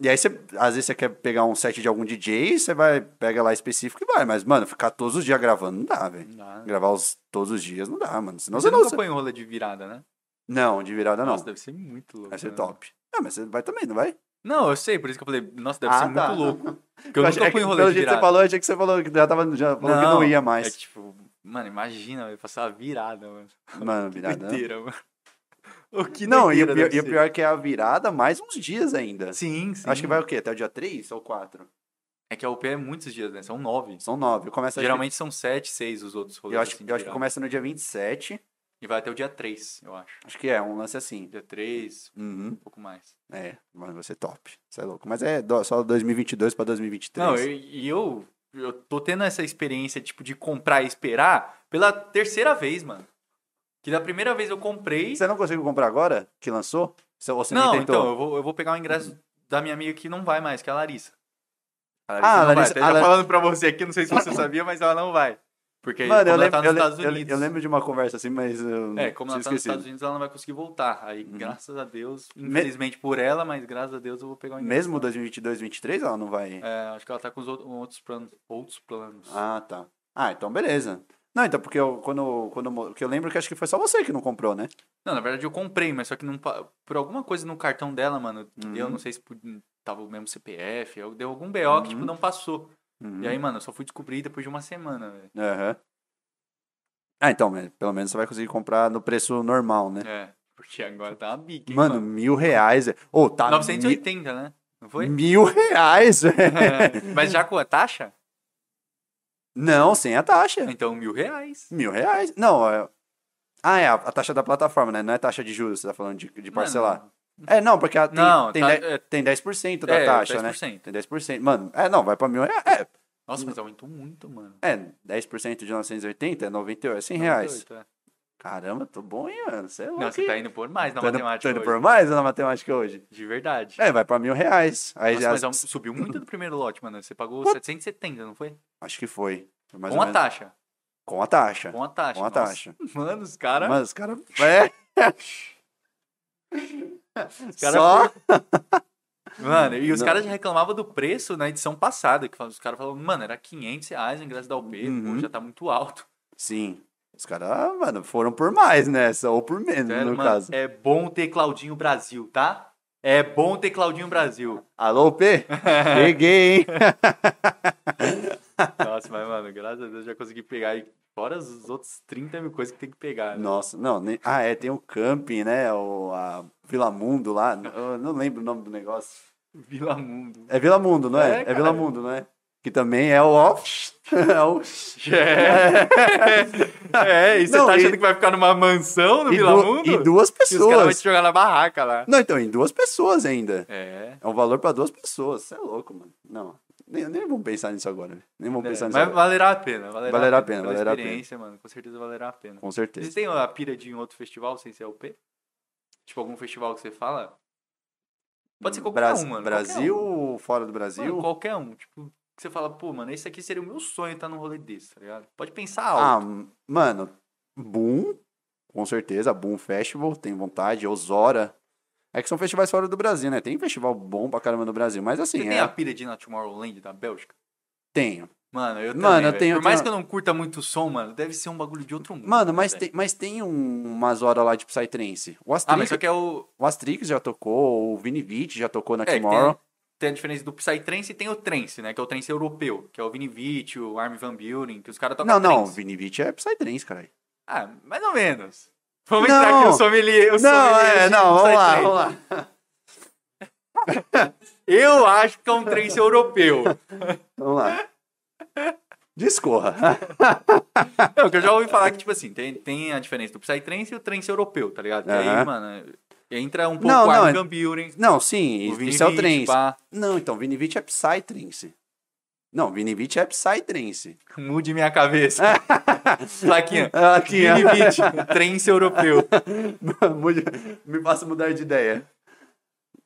[SPEAKER 1] E aí você, às vezes você quer pegar um set de algum DJ, você vai, pega lá específico e vai. Mas, mano, ficar todos os dias gravando não dá, velho. Gravar os, todos os dias não dá, mano. Senão
[SPEAKER 2] Ah. Você
[SPEAKER 1] você
[SPEAKER 2] nunca
[SPEAKER 1] não.
[SPEAKER 2] põe um rolê de virada, né?
[SPEAKER 1] Não, de virada não.
[SPEAKER 2] Nossa, deve ser muito louco.
[SPEAKER 1] Vai ser
[SPEAKER 2] né?
[SPEAKER 1] top. Ah, mas você vai também, não vai?
[SPEAKER 2] Não, eu sei, por isso que eu falei, nossa, deve
[SPEAKER 1] Ah,
[SPEAKER 2] ser
[SPEAKER 1] tá.
[SPEAKER 2] muito louco. Porque eu
[SPEAKER 1] acho- é
[SPEAKER 2] nunca
[SPEAKER 1] que
[SPEAKER 2] fui em
[SPEAKER 1] pelo
[SPEAKER 2] rolê de
[SPEAKER 1] jeito que
[SPEAKER 2] virada.
[SPEAKER 1] você falou, eu achei que você falou que já, tava, já falou que não ia mais.
[SPEAKER 2] É que, tipo, mano, imagina, velho, passar a virada, mano.
[SPEAKER 1] Mano, virada.
[SPEAKER 2] Doideira, mano. O que
[SPEAKER 1] Não, e o,
[SPEAKER 2] doideira
[SPEAKER 1] pior,
[SPEAKER 2] deve
[SPEAKER 1] e o
[SPEAKER 2] ser.
[SPEAKER 1] pior é que é a virada mais uns dias ainda.
[SPEAKER 2] Sim, sim.
[SPEAKER 1] Acho que vai o quê? Até o dia 3 ou 4?
[SPEAKER 2] É que a UP é muitos dias, né? São nove.
[SPEAKER 1] São 9. Começa
[SPEAKER 2] Geralmente são sete, seis os outros rolês.
[SPEAKER 1] Eu acho,
[SPEAKER 2] assim, de
[SPEAKER 1] eu acho que
[SPEAKER 2] virada.
[SPEAKER 1] começa no dia 27.
[SPEAKER 2] E vai até o dia três, eu acho.
[SPEAKER 1] Acho que é, um lance assim.
[SPEAKER 2] Dia três,
[SPEAKER 1] Uhum.
[SPEAKER 2] um pouco mais.
[SPEAKER 1] É, mano, vai ser top. Você é louco. Mas é do- só 2022 pra 2023.
[SPEAKER 2] Não, eu- e eu, eu, tô tendo essa experiência, tipo, de comprar e esperar pela terceira vez, mano. Que da primeira vez eu comprei.
[SPEAKER 1] Você não conseguiu comprar agora? Que lançou? Você- Ou você
[SPEAKER 2] não,
[SPEAKER 1] nem tentou?
[SPEAKER 2] então, eu vou, eu vou pegar o ingresso da minha amiga que não vai mais, que é a Larissa. A
[SPEAKER 1] Ah, a
[SPEAKER 2] não vai.
[SPEAKER 1] Larissa-
[SPEAKER 2] Até
[SPEAKER 1] a
[SPEAKER 2] já
[SPEAKER 1] La-
[SPEAKER 2] falando pra você aqui, não sei se você sabia, mas ela não vai. Porque
[SPEAKER 1] Mano,
[SPEAKER 2] como
[SPEAKER 1] eu
[SPEAKER 2] ela
[SPEAKER 1] lembro,
[SPEAKER 2] tá nos
[SPEAKER 1] eu,
[SPEAKER 2] Estados
[SPEAKER 1] lembro- eu-
[SPEAKER 2] Unidos.
[SPEAKER 1] eu lembro de uma conversa assim, mas. Eu tinha
[SPEAKER 2] É, como ela tá nos
[SPEAKER 1] esquecido. Uhum.
[SPEAKER 2] Estados Unidos, ela não vai conseguir voltar. Aí, graças a Deus,
[SPEAKER 1] Me-
[SPEAKER 2] infelizmente por ela, mas graças a Deus eu vou pegar o ingresso.
[SPEAKER 1] Mesmo 2022, 2023, ela não vai.
[SPEAKER 2] É, acho que ela tá com os outros, outros planos. Outros planos.
[SPEAKER 1] Ah, tá. Ah, então beleza. Não, então, porque eu, quando, quando, eu mo- porque eu lembro que acho que foi só você que não comprou, né?
[SPEAKER 2] Não, na verdade eu comprei, mas só que não, pa- por alguma coisa no cartão dela, mano, que
[SPEAKER 1] Uhum.
[SPEAKER 2] deu, não sei se pu- tava o mesmo CPF, eu- deu algum BO que, tipo, não passou.
[SPEAKER 1] Uhum.
[SPEAKER 2] E aí, mano, eu só fui descobrir depois de uma semana, velho.
[SPEAKER 1] Aham. Ah, então, mas pelo menos você vai conseguir comprar no preço normal, né?
[SPEAKER 2] É, porque agora tá uma bica, hein,
[SPEAKER 1] mano,
[SPEAKER 2] mano.
[SPEAKER 1] mil reais. é- Ô, tá.
[SPEAKER 2] 980, né? Não
[SPEAKER 1] mi-
[SPEAKER 2] foi?
[SPEAKER 1] Mil reais, velho.
[SPEAKER 2] mas já com a taxa?
[SPEAKER 1] Não, sem a taxa.
[SPEAKER 2] Então, mil reais.
[SPEAKER 1] Mil reais. Não, é. Ah, é, a, a taxa da plataforma, né? Não é taxa de juros, você tá falando de, de parcelar.
[SPEAKER 2] Mano,
[SPEAKER 1] É, não, porque a, tem,
[SPEAKER 2] Não,
[SPEAKER 1] tem,
[SPEAKER 2] tá-
[SPEAKER 1] dez-
[SPEAKER 2] é-
[SPEAKER 1] tem 10% da
[SPEAKER 2] é,
[SPEAKER 1] taxa,
[SPEAKER 2] 10%.
[SPEAKER 1] né? Tem 10%. Mano, é, não, vai pra mil reais. É,
[SPEAKER 2] Nossa, mas aumentou muito, mano.
[SPEAKER 1] É, 10% de 980 é 98, é 100 reais.
[SPEAKER 2] 98, é.
[SPEAKER 1] Caramba, tô bom, hein, mano? Você é louco.
[SPEAKER 2] Não, você
[SPEAKER 1] hein?
[SPEAKER 2] tá indo por mais na
[SPEAKER 1] Tô indo-
[SPEAKER 2] matemática
[SPEAKER 1] tô indo
[SPEAKER 2] hoje.
[SPEAKER 1] por mais na matemática hoje?
[SPEAKER 2] De verdade.
[SPEAKER 1] É, vai pra mil reais. Aí
[SPEAKER 2] Nossa,
[SPEAKER 1] já-
[SPEAKER 2] mas é um aum- subiu muito do primeiro lote, mano. Você pagou 770, não foi?
[SPEAKER 1] Acho que foi. Foi mais
[SPEAKER 2] com
[SPEAKER 1] ou
[SPEAKER 2] a
[SPEAKER 1] menos-
[SPEAKER 2] taxa.
[SPEAKER 1] Com a taxa.
[SPEAKER 2] Com a taxa.
[SPEAKER 1] Com a
[SPEAKER 2] nossa.
[SPEAKER 1] taxa.
[SPEAKER 2] Mano, os caras.
[SPEAKER 1] Mas os caras... É.
[SPEAKER 2] cara
[SPEAKER 1] Só...
[SPEAKER 2] Mano, e os
[SPEAKER 1] Não.
[SPEAKER 2] caras já reclamavam do preço na edição passada. Que fal- os caras falavam, mano, era 500 reais o ingresso da UP,
[SPEAKER 1] Uhum.
[SPEAKER 2] pô, já tá muito alto.
[SPEAKER 1] Sim. Os caras, mano, foram por mais nessa. Ou por menos,
[SPEAKER 2] Sério,
[SPEAKER 1] no
[SPEAKER 2] mano,
[SPEAKER 1] caso.
[SPEAKER 2] É bom ter Claudinho Brasil, tá? É bom ter Claudinho Brasil.
[SPEAKER 1] Alô, P? Peguei, hein?
[SPEAKER 2] Nossa, mas, mano, graças a Deus eu já consegui pegar. E fora os outros 30 mil coisas que tem que pegar. né?
[SPEAKER 1] Nossa, não, nem... ah, é, tem o camping, né? O, a Vila Mundo lá, eu não lembro o nome do negócio.
[SPEAKER 2] Vila Mundo.
[SPEAKER 1] É Vila Mundo, não
[SPEAKER 2] É,
[SPEAKER 1] é? É,
[SPEAKER 2] cara.
[SPEAKER 1] Vila Mundo, não é? Que também é o off. É o...
[SPEAKER 2] É, e você
[SPEAKER 1] Não,
[SPEAKER 2] tá
[SPEAKER 1] e-
[SPEAKER 2] achando que vai ficar numa mansão no
[SPEAKER 1] E,
[SPEAKER 2] Vila
[SPEAKER 1] du-
[SPEAKER 2] Mundo?
[SPEAKER 1] e duas
[SPEAKER 2] E os caras vão
[SPEAKER 1] pessoas.
[SPEAKER 2] te jogar na barraca lá.
[SPEAKER 1] Não, então, em duas pessoas ainda.
[SPEAKER 2] É.
[SPEAKER 1] É um valor pra duas pessoas. Você é louco, mano. Não, nem, nem vamos pensar nisso agora. velho. Nem vamos
[SPEAKER 2] É,
[SPEAKER 1] pensar nisso
[SPEAKER 2] mas
[SPEAKER 1] agora.
[SPEAKER 2] valerá a pena. Valerá,
[SPEAKER 1] né? Valerá
[SPEAKER 2] a
[SPEAKER 1] a
[SPEAKER 2] pena.
[SPEAKER 1] pena,
[SPEAKER 2] pela
[SPEAKER 1] valerá a pena.
[SPEAKER 2] experiência, mano. Com certeza valerá a pena.
[SPEAKER 1] Com certeza.
[SPEAKER 2] Vocês têm a pira de ir em outro festival sem ser o P? Tipo, algum festival que você fala? Pode ser qualquer
[SPEAKER 1] Bras-
[SPEAKER 2] um, mano.
[SPEAKER 1] Brasil
[SPEAKER 2] Qualquer um.
[SPEAKER 1] ou fora do
[SPEAKER 2] Mano,
[SPEAKER 1] Brasil?
[SPEAKER 2] qualquer um. Tipo, que você fala, pô, mano, esse aqui seria o meu sonho estar num rolê desse, tá ligado? Pode pensar
[SPEAKER 1] ah,
[SPEAKER 2] alto.
[SPEAKER 1] m- mano, Boom, com certeza. Boom Festival, tem vontade. Osora. É que são festivais fora do Brasil, né? Tem festival bom pra caramba no Brasil, mas assim,
[SPEAKER 2] você
[SPEAKER 1] é,
[SPEAKER 2] tem a Hum, pira de ir na Tomorrowland da Bélgica?
[SPEAKER 1] tenho.
[SPEAKER 2] Mano, eu
[SPEAKER 1] Mano,
[SPEAKER 2] também,
[SPEAKER 1] eu
[SPEAKER 2] velho.
[SPEAKER 1] tenho-
[SPEAKER 2] Por
[SPEAKER 1] eu
[SPEAKER 2] mais
[SPEAKER 1] tenho-
[SPEAKER 2] que eu não curta muito o som, mano, deve ser um bagulho de outro mundo.
[SPEAKER 1] Mano,
[SPEAKER 2] né,
[SPEAKER 1] mas
[SPEAKER 2] velho?
[SPEAKER 1] tem, mas tem um- umas horas lá de Psytrance. O
[SPEAKER 2] Ah, mas
[SPEAKER 1] Astrix,
[SPEAKER 2] só que é o...
[SPEAKER 1] o Astrix já tocou, o Vini Vitt já tocou na
[SPEAKER 2] É, que
[SPEAKER 1] Tomorrow.
[SPEAKER 2] tem, tem a diferença do Psytrance e tem o trance, né? Que é o trance europeu, que é o Vinivit, o Armin Van Buren, que os caras tocam
[SPEAKER 1] Não, não, o
[SPEAKER 2] trance.
[SPEAKER 1] Vini Vitt é Psytrance, caralho.
[SPEAKER 2] Ah, mais ou menos. Vamos
[SPEAKER 1] Não.
[SPEAKER 2] entrar aqui, eu sou sommelier. Eu
[SPEAKER 1] Não, é, não, vamos lá, vamos lá.
[SPEAKER 2] Eu acho que é um trance europeu.
[SPEAKER 1] Vamos lá. Discorra.
[SPEAKER 2] Não, que eu já ouvi falar que, tipo assim, tem, tem a diferença do Psytrance e o trance europeu, tá ligado? E aí,
[SPEAKER 1] Aham.
[SPEAKER 2] mano, entra um pouco
[SPEAKER 1] Não,
[SPEAKER 2] o
[SPEAKER 1] não,
[SPEAKER 2] Armin
[SPEAKER 1] é-
[SPEAKER 2] Van Buren,
[SPEAKER 1] Não, sim,
[SPEAKER 2] o
[SPEAKER 1] isso é o
[SPEAKER 2] Vinivit,
[SPEAKER 1] trance.
[SPEAKER 2] pá.
[SPEAKER 1] Não, então, Vinivit é Psytrance. Não, Vinivit é Psytrance.
[SPEAKER 2] Mude minha cabeça. Plaquinha.
[SPEAKER 1] Ah,
[SPEAKER 2] Vinivit, trance europeu.
[SPEAKER 1] Mude- Me faça mudar de ideia.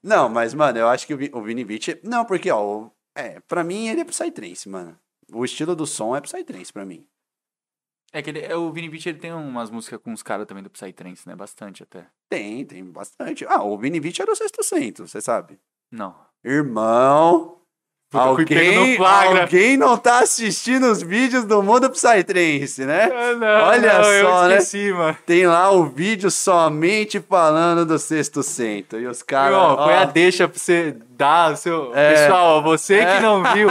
[SPEAKER 1] Não, mas, mano, eu acho que o Vi- o Vinivit... é- Não, porque, ó, o- é, pra mim ele é Psytrance, mano. O estilo do som é Psytrance pra mim.
[SPEAKER 5] É que ele, é, o Vini Beach, ele tem umas músicas com os caras também do Psytrance, né? Bastante até.
[SPEAKER 1] Tem, tem bastante. Ah, o Vinivit era o sexto centro, você sabe.
[SPEAKER 5] Não.
[SPEAKER 1] Irmão...
[SPEAKER 2] Puta, fui pego no
[SPEAKER 1] Alguém,
[SPEAKER 2] flagra.
[SPEAKER 1] alguém não tá assistindo os vídeos do mundo Psytrance, né?
[SPEAKER 2] Olha
[SPEAKER 1] Olha
[SPEAKER 2] só,
[SPEAKER 1] só, né?
[SPEAKER 2] né? mano.
[SPEAKER 1] Tem lá o vídeo somente falando do sexto centro. E os caras.
[SPEAKER 2] Irmão, foi
[SPEAKER 1] ó,
[SPEAKER 2] a deixa pra você dar o seu.
[SPEAKER 1] É.
[SPEAKER 2] Pessoal, ó, você que não viu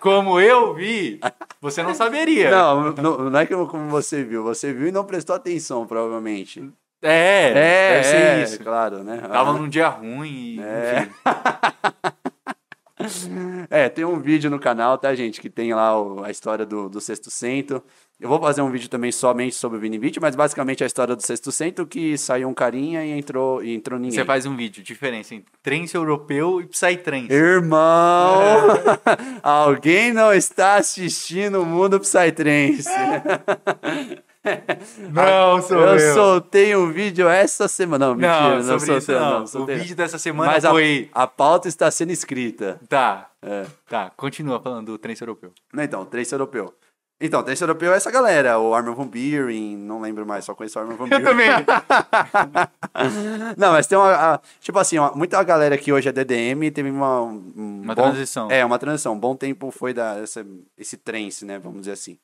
[SPEAKER 2] como eu vi, você não saberia.
[SPEAKER 1] Não, não, não é que eu- como você viu. Você viu e não prestou atenção, provavelmente.
[SPEAKER 2] É, deve ser isso.
[SPEAKER 1] claro, né?
[SPEAKER 2] Tava num dia ruim e.
[SPEAKER 1] É.
[SPEAKER 2] enfim.
[SPEAKER 1] É, tem um vídeo no canal, tá, gente? Que tem lá o- a história do, do sexto centro. Eu vou fazer um vídeo também somente sobre o Vinivit, mas basicamente é a história do sexto centro que saiu um carinha e entrou, e entrou ninguém.
[SPEAKER 2] Você faz um vídeo, diferença entre trance europeu e psytrance.
[SPEAKER 1] Irmão,
[SPEAKER 2] É.
[SPEAKER 1] alguém não está assistindo o Mundo Psytrance.
[SPEAKER 2] Não, Ah, sou
[SPEAKER 1] eu, soltei um vídeo essa semana. Não, mentira,
[SPEAKER 2] Não,
[SPEAKER 1] não,
[SPEAKER 2] sobre
[SPEAKER 1] soltei.
[SPEAKER 2] isso não.
[SPEAKER 1] não, soltei
[SPEAKER 2] o
[SPEAKER 1] não.
[SPEAKER 2] vídeo dessa semana
[SPEAKER 1] Mas a,
[SPEAKER 2] foi.
[SPEAKER 1] a pauta está sendo escrita.
[SPEAKER 2] Tá,
[SPEAKER 1] É.
[SPEAKER 2] tá, continua falando do trance europeu.
[SPEAKER 1] Não, Então, três europeu. Então, três europeu é essa galera. O Armin Van Buren, não lembro mais, só conheço o Armin Van Buren. Não, mas tem uma. a- tipo assim, uma- muita galera que hoje é DDM teve uma. Um
[SPEAKER 2] Uma
[SPEAKER 1] bom-
[SPEAKER 2] transição.
[SPEAKER 1] É, uma transição. Um bom tempo foi da, essa, esse trance, né? Vamos dizer assim.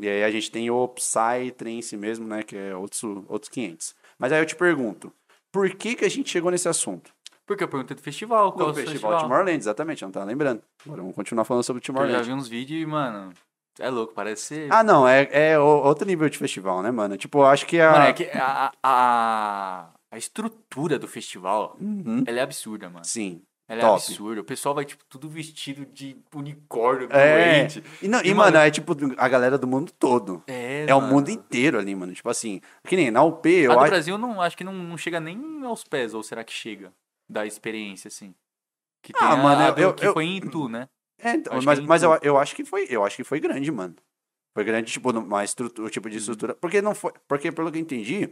[SPEAKER 1] E aí a gente tem o Psy Trance mesmo, né? Que é outros, outros 500. Mas aí eu te pergunto, por que, que a gente chegou nesse assunto?
[SPEAKER 2] Porque eu perguntei do festival, qual
[SPEAKER 1] Do
[SPEAKER 2] é o
[SPEAKER 1] Festival,
[SPEAKER 2] festival?
[SPEAKER 1] Tomorrowland, exatamente, eu não tava lembrando. Agora vamos continuar falando sobre
[SPEAKER 2] Eu já
[SPEAKER 1] Tomorrowland.
[SPEAKER 2] vi uns vídeos e, mano, é louco, parece ser.
[SPEAKER 1] Ah, não, é, é o- outro nível de festival, né, mano? Tipo, eu acho que a.
[SPEAKER 2] Mano, é que a, a, a estrutura do festival,
[SPEAKER 1] Uhum.
[SPEAKER 2] ela é absurda, mano.
[SPEAKER 1] Sim.
[SPEAKER 2] Ela é
[SPEAKER 1] Top.
[SPEAKER 2] absurda. O pessoal vai, tipo, tudo vestido de unicórnio,
[SPEAKER 1] É.
[SPEAKER 2] doente.
[SPEAKER 1] E, não,
[SPEAKER 2] E,
[SPEAKER 1] e,
[SPEAKER 2] mano-
[SPEAKER 1] mano, é tipo a galera do mundo todo.
[SPEAKER 2] É,
[SPEAKER 1] É o
[SPEAKER 2] mano.
[SPEAKER 1] mundo inteiro ali, mano. Tipo assim, que nem na UP, eu
[SPEAKER 2] a do
[SPEAKER 1] acho.
[SPEAKER 2] Brasil, não, acho que não, não chega nem aos pés, ou será que chega? Da experiência, assim. Que tem
[SPEAKER 1] Ah,
[SPEAKER 2] a,
[SPEAKER 1] mano,
[SPEAKER 2] a
[SPEAKER 1] eu-
[SPEAKER 2] do-
[SPEAKER 1] eu-
[SPEAKER 2] que
[SPEAKER 1] eu-
[SPEAKER 2] foi em Itu, né?
[SPEAKER 1] É, então,
[SPEAKER 2] Acho
[SPEAKER 1] mas
[SPEAKER 2] que é em
[SPEAKER 1] mas eu,
[SPEAKER 2] tudo.
[SPEAKER 1] eu acho que foi, eu acho que foi grande, mano. Foi grande, tipo, numa estrutura, o tipo de estrutura. Porque não foi. Porque, pelo que eu entendi,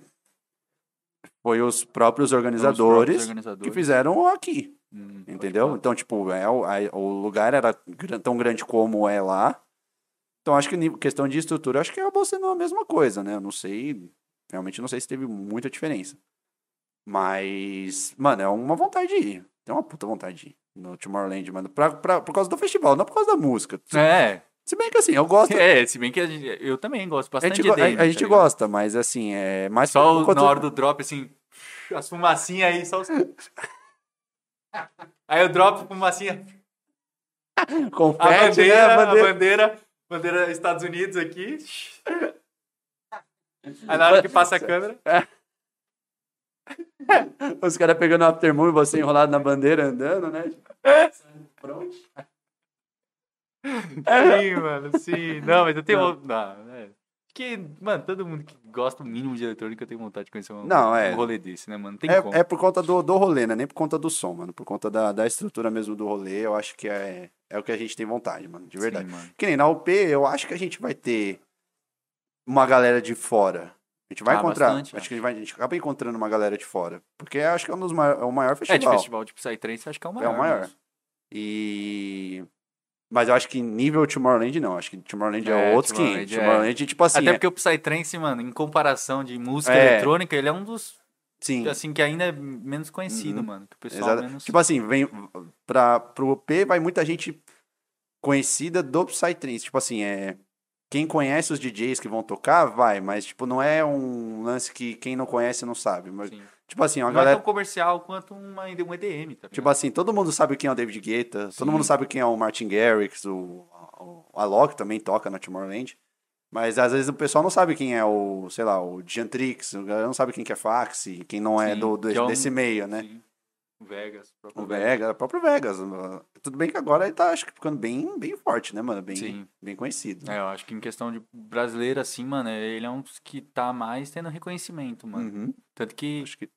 [SPEAKER 1] foi os próprios
[SPEAKER 2] Então, os
[SPEAKER 1] organizadores
[SPEAKER 2] próprios organizadores.
[SPEAKER 1] que fizeram aqui.
[SPEAKER 2] Hum, pode
[SPEAKER 1] Entendeu?
[SPEAKER 2] falar.
[SPEAKER 1] Então, tipo, é, o, a- o lugar era gran- tão grande como é lá. Então, acho que em questão de estrutura, acho que acabou sendo a mesma coisa, né? Eu não sei. Realmente não sei se teve muita diferença. Mas, mano, é uma vontade de ir. Tem uma puta vontade de ir no Tomorrowland, mano. Pra, pra, por causa do festival, não por causa da música.
[SPEAKER 2] É,
[SPEAKER 1] Se bem que assim, eu gosto.
[SPEAKER 2] é, se bem que a gente, eu também gosto
[SPEAKER 1] a
[SPEAKER 2] bastante
[SPEAKER 1] gente, go- a-
[SPEAKER 2] dele.
[SPEAKER 1] a
[SPEAKER 2] tá
[SPEAKER 1] gente
[SPEAKER 2] ligado?
[SPEAKER 1] gosta, mas assim, é mais
[SPEAKER 2] Só o-
[SPEAKER 1] por conta-
[SPEAKER 2] na hora do drop, assim, as fumacinhas aí, só os... Aí eu dropo fumacinha, a
[SPEAKER 1] confete, né?
[SPEAKER 2] bandeira,
[SPEAKER 1] A
[SPEAKER 2] É, a
[SPEAKER 1] né? bandeira.
[SPEAKER 2] bandeira, Bandeira Estados Unidos aqui. Aí na hora que passa a câmera.
[SPEAKER 1] Os caras pegando o aftermoon e você enrolado na bandeira andando, né? Pronto.
[SPEAKER 2] Sim, mano, sim. Não, mas eu tenho. Não. Não, é. Porque, mano, todo mundo que gosta o mínimo de eletrônica tem vontade de conhecer um,
[SPEAKER 1] Não, é.
[SPEAKER 2] um rolê desse, né, mano? Tem como.
[SPEAKER 1] É, é por conta do, do rolê, né? Nem por conta do som, mano. Por conta da, da estrutura mesmo do rolê, eu acho que é, é o que a gente tem vontade, mano. De verdade.
[SPEAKER 2] Sim, mano.
[SPEAKER 1] Que nem na UP, eu acho que a gente vai ter uma galera de fora. A gente vai
[SPEAKER 5] Ah,
[SPEAKER 1] encontrar.
[SPEAKER 5] bastante,
[SPEAKER 2] é.
[SPEAKER 1] acho que a gente, vai, a gente acaba encontrando uma galera de fora. Porque eu acho que é um dos mai- é o maior
[SPEAKER 2] É de
[SPEAKER 1] festival.
[SPEAKER 2] festival de Psytrance, acho que é o maior.
[SPEAKER 1] É o maior.
[SPEAKER 2] mas-
[SPEAKER 1] E. Mas eu acho que nível Tomorrowland não. Acho que Tomorrowland é,
[SPEAKER 5] É,
[SPEAKER 1] outros 500.
[SPEAKER 5] Tomorrowland é.
[SPEAKER 1] Tomorrowland, tipo assim.
[SPEAKER 2] Até
[SPEAKER 1] é-
[SPEAKER 2] porque o Psytrance, mano, em comparação de música
[SPEAKER 1] É.
[SPEAKER 2] eletrônica, ele é um dos,
[SPEAKER 1] sim.
[SPEAKER 2] assim, que ainda é menos conhecido, mano. Que o pessoal
[SPEAKER 1] Exato.
[SPEAKER 2] menos...
[SPEAKER 1] Tipo assim, vem pra, pro OP vai muita gente conhecida do Psytrance. Tipo assim, é. Quem conhece os DJs que vão tocar, vai, mas tipo, não é um lance que quem não conhece não sabe. Mas,
[SPEAKER 2] Sim.
[SPEAKER 1] tipo assim, uma
[SPEAKER 2] não é
[SPEAKER 1] galera.
[SPEAKER 2] tão comercial quanto uma, um EDM, tá ligado?
[SPEAKER 1] Tipo assim, todo mundo sabe quem é o David Guetta, todo mundo sabe quem é o Martin Garrix, o, o Alok também toca na Tomorrowland. Mas às vezes o pessoal não sabe quem é o, sei lá, o Giantrix, o galera não sabe quem que é Faxi, quem não é
[SPEAKER 2] Sim,
[SPEAKER 1] do, do-
[SPEAKER 2] que é um-
[SPEAKER 1] desse meio, né?
[SPEAKER 2] Sim. O Vegas. o próprio
[SPEAKER 1] O Vegas, o próprio Vegas. uh, Tudo bem que agora ele tá, acho que, ficando bem, bem forte, né, mano? Bem,
[SPEAKER 2] Sim.
[SPEAKER 1] bem conhecido.
[SPEAKER 2] É, eu acho que em questão de brasileiro, assim, mano, ele é um dos que tá mais tendo reconhecimento, mano.
[SPEAKER 1] Uhum.
[SPEAKER 2] Tanto que.
[SPEAKER 1] Acho que...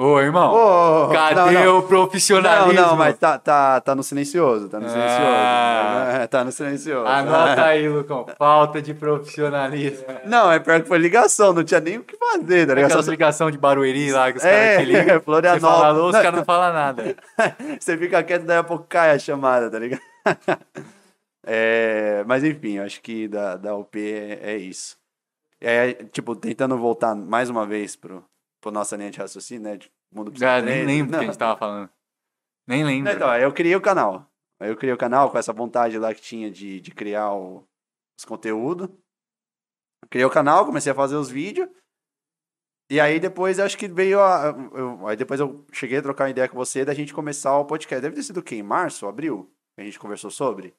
[SPEAKER 2] Ô, irmão!
[SPEAKER 1] Ô,
[SPEAKER 2] cadê
[SPEAKER 1] não, não.
[SPEAKER 2] o profissionalismo?
[SPEAKER 1] Não, não, mas tá, tá, tá no silencioso, tá no silencioso.
[SPEAKER 2] Ah. tá.
[SPEAKER 1] É, Tá no silencioso.
[SPEAKER 2] Anota aí, Lucão. Falta de profissionalismo.
[SPEAKER 1] Não, é pior que foi ligação, não tinha nem o que fazer, tá ligado?
[SPEAKER 2] Aquelas
[SPEAKER 1] Só-
[SPEAKER 2] ligação de Barueri lá, que os caras
[SPEAKER 1] É,
[SPEAKER 2] que ligam.
[SPEAKER 1] é,
[SPEAKER 2] Você fala alô,
[SPEAKER 1] Florianópolis.
[SPEAKER 2] os caras não falam nada.
[SPEAKER 1] Você fica quieto, daí a pouco cai a chamada, tá ligado? É, mas enfim, eu acho que da, da UP é, é isso. É, tipo, tentando voltar mais uma vez pro, pro nossa linha de raciocínio, né? De mundo
[SPEAKER 2] Ah,
[SPEAKER 1] psicotrês,
[SPEAKER 2] nem lembro o
[SPEAKER 1] não.
[SPEAKER 2] que a gente tava falando. Nem lembro.
[SPEAKER 1] Então, eu criei o canal. Eu criei o canal com essa vontade lá que tinha de, de criar o- os conteúdos. Criei o canal, comecei a fazer os vídeos. E aí depois eu acho que veio a. eu- aí depois eu cheguei a trocar uma ideia com você da gente começar o podcast. Deve ter sido o quê? Em março, abril? Que a gente conversou sobre?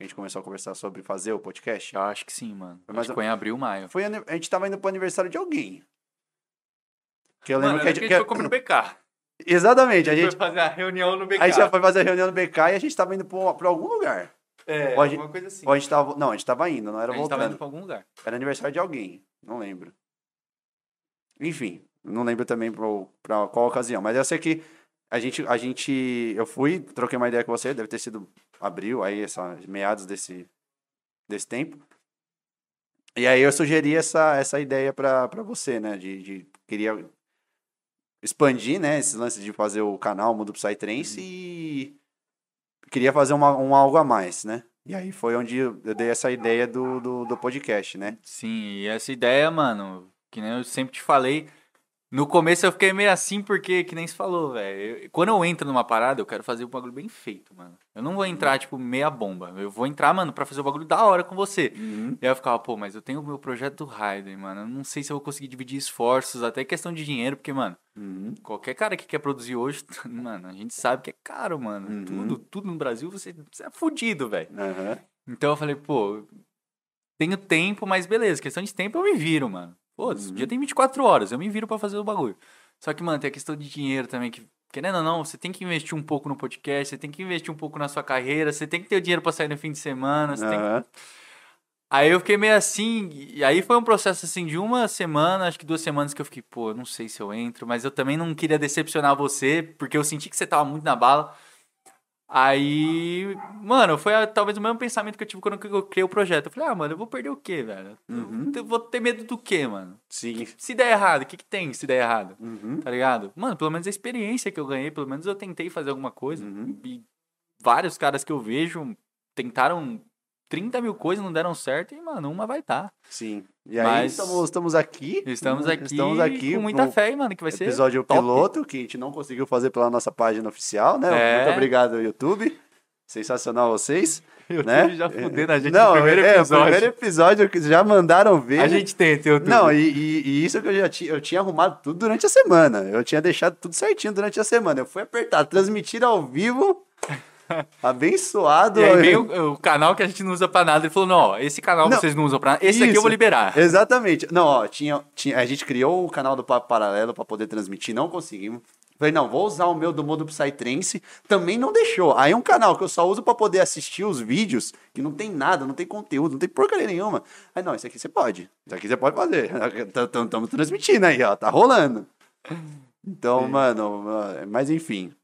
[SPEAKER 1] A gente começou a conversar sobre fazer o podcast.
[SPEAKER 2] Eu acho que sim, mano.
[SPEAKER 1] Mas-
[SPEAKER 2] acho que foi em abril, maio.
[SPEAKER 1] Foi, ani- a gente tava indo pro aniversário de alguém. Que eu lembro
[SPEAKER 5] Mano,
[SPEAKER 1] que, a
[SPEAKER 5] que
[SPEAKER 1] gente,
[SPEAKER 5] a gente foi comer no BK.
[SPEAKER 1] que- Exatamente, a gente,
[SPEAKER 5] Foi fazer a reunião no BK.
[SPEAKER 1] a gente já foi fazer a reunião no BK e a gente tava indo pra pra algum lugar.
[SPEAKER 5] É,
[SPEAKER 1] Pode-
[SPEAKER 5] alguma coisa assim.
[SPEAKER 1] Ou a gente tava. Não, a gente tava indo, não era
[SPEAKER 2] A gente
[SPEAKER 1] voltando.
[SPEAKER 2] tava indo pra algum lugar.
[SPEAKER 1] Era aniversário de alguém, não lembro. Enfim, não lembro também pro, pra qual ocasião. Mas eu sei que a gente, a gente. Eu fui, troquei uma ideia com você, deve ter sido abril, aí, essa, meados desse, desse tempo. E aí eu sugeri essa, essa ideia pra, pra você, né? De, de queria expandir, né? Esse lance de fazer o canal Mundo
[SPEAKER 2] Uhum.
[SPEAKER 1] Psytrance e queria fazer uma, um algo a mais, né? E aí foi onde eu eu dei essa ideia do, do, do podcast, né?
[SPEAKER 2] Sim, e essa ideia, mano, que nem eu sempre te falei. No começo eu fiquei meio assim, porque, que nem se falou, velho. eu- Quando eu entro numa parada, eu quero fazer o bagulho bem feito, mano. Eu não vou entrar, tipo, meia bomba. Eu vou entrar, mano, pra fazer o bagulho da hora com você. E aí eu ficava, pô, mas eu tenho o meu projeto do Raiden, mano. Eu não sei se eu vou conseguir dividir esforços, até questão de dinheiro, porque, mano,
[SPEAKER 1] Uhum.
[SPEAKER 2] Qualquer cara que quer produzir hoje, mano, a gente sabe que é caro, mano.
[SPEAKER 1] Uhum.
[SPEAKER 2] Tudo, tudo no Brasil, você, você é fudido, velho.
[SPEAKER 1] Aham.
[SPEAKER 2] Então eu falei, pô, tenho tempo, mas beleza, questão de tempo eu me viro, mano. Pô, o dia tem 24 horas, eu me viro pra fazer o bagulho. Só que, mano, tem a questão de dinheiro também, que, querendo ou não, você tem que investir um pouco no podcast, você tem que investir um pouco na sua carreira, você tem que ter o dinheiro pra sair no fim de semana, você tem que
[SPEAKER 1] Aham.
[SPEAKER 2] Aí eu fiquei meio assim, e aí foi um processo assim de uma semana, acho que duas semanas que eu fiquei, pô, eu não sei se eu entro, mas eu também não queria decepcionar você, porque eu senti que você tava muito na bala. Aí, mano, foi ah, talvez o mesmo pensamento que eu tive quando eu criei o projeto. Eu falei, ah, mano, eu vou perder o quê, velho? Eu te- vou ter medo do quê, mano?
[SPEAKER 1] Sim.
[SPEAKER 2] Se der errado, o que, que tem se der errado?
[SPEAKER 1] Uhum.
[SPEAKER 2] Tá ligado? Mano, pelo menos a experiência que eu ganhei, pelo menos eu tentei fazer alguma coisa.
[SPEAKER 1] Uhum.
[SPEAKER 2] E vários caras que eu vejo tentaram 30 mil coisas, não deram certo, e, mano, uma vai dar.
[SPEAKER 1] Sim. E aí
[SPEAKER 2] Mas-
[SPEAKER 1] estamos, estamos aqui.
[SPEAKER 2] Estamos
[SPEAKER 1] né?
[SPEAKER 2] aqui,
[SPEAKER 1] Estamos aqui
[SPEAKER 2] com muita
[SPEAKER 1] no
[SPEAKER 2] fé, hein, mano, que vai ser.
[SPEAKER 1] Episódio
[SPEAKER 2] top.
[SPEAKER 1] piloto que a gente não conseguiu fazer pela nossa página oficial, né?
[SPEAKER 2] É.
[SPEAKER 1] Muito obrigado, YouTube. Sensacional vocês.
[SPEAKER 2] YouTube
[SPEAKER 1] né?
[SPEAKER 2] já fudendo a gente
[SPEAKER 1] Não,
[SPEAKER 2] no primeiro
[SPEAKER 1] é,
[SPEAKER 2] episódio.
[SPEAKER 1] o primeiro episódio que já mandaram ver.
[SPEAKER 2] A gente tenta, YouTube.
[SPEAKER 1] Não, e, e- e isso que eu já tinha, eu tinha arrumado tudo durante a semana. Eu tinha deixado tudo certinho durante a semana. Eu fui apertar, transmitir ao vivo. Abençoado.
[SPEAKER 2] E aí veio
[SPEAKER 1] eu-
[SPEAKER 2] o, o canal que a gente não usa pra nada. Ele falou, não, ó, esse canal
[SPEAKER 1] Não.
[SPEAKER 2] vocês não usam pra nada. Esse aqui eu
[SPEAKER 1] Isso.
[SPEAKER 2] vou liberar.
[SPEAKER 1] Exatamente. Não, ó, tinha, tinha, a gente criou o canal do Papo Paralelo pra poder transmitir, não conseguimos. Falei, não, vou usar o meu do mundo Psytrance. Também não deixou. Aí um canal que eu só uso pra poder assistir os vídeos, que não tem nada, não tem conteúdo, não tem porcaria nenhuma. Aí, não, isso aqui você pode. Isso aqui você pode fazer. Estamos transmitindo aí, ó. Tá rolando. Então, mano, mas enfim.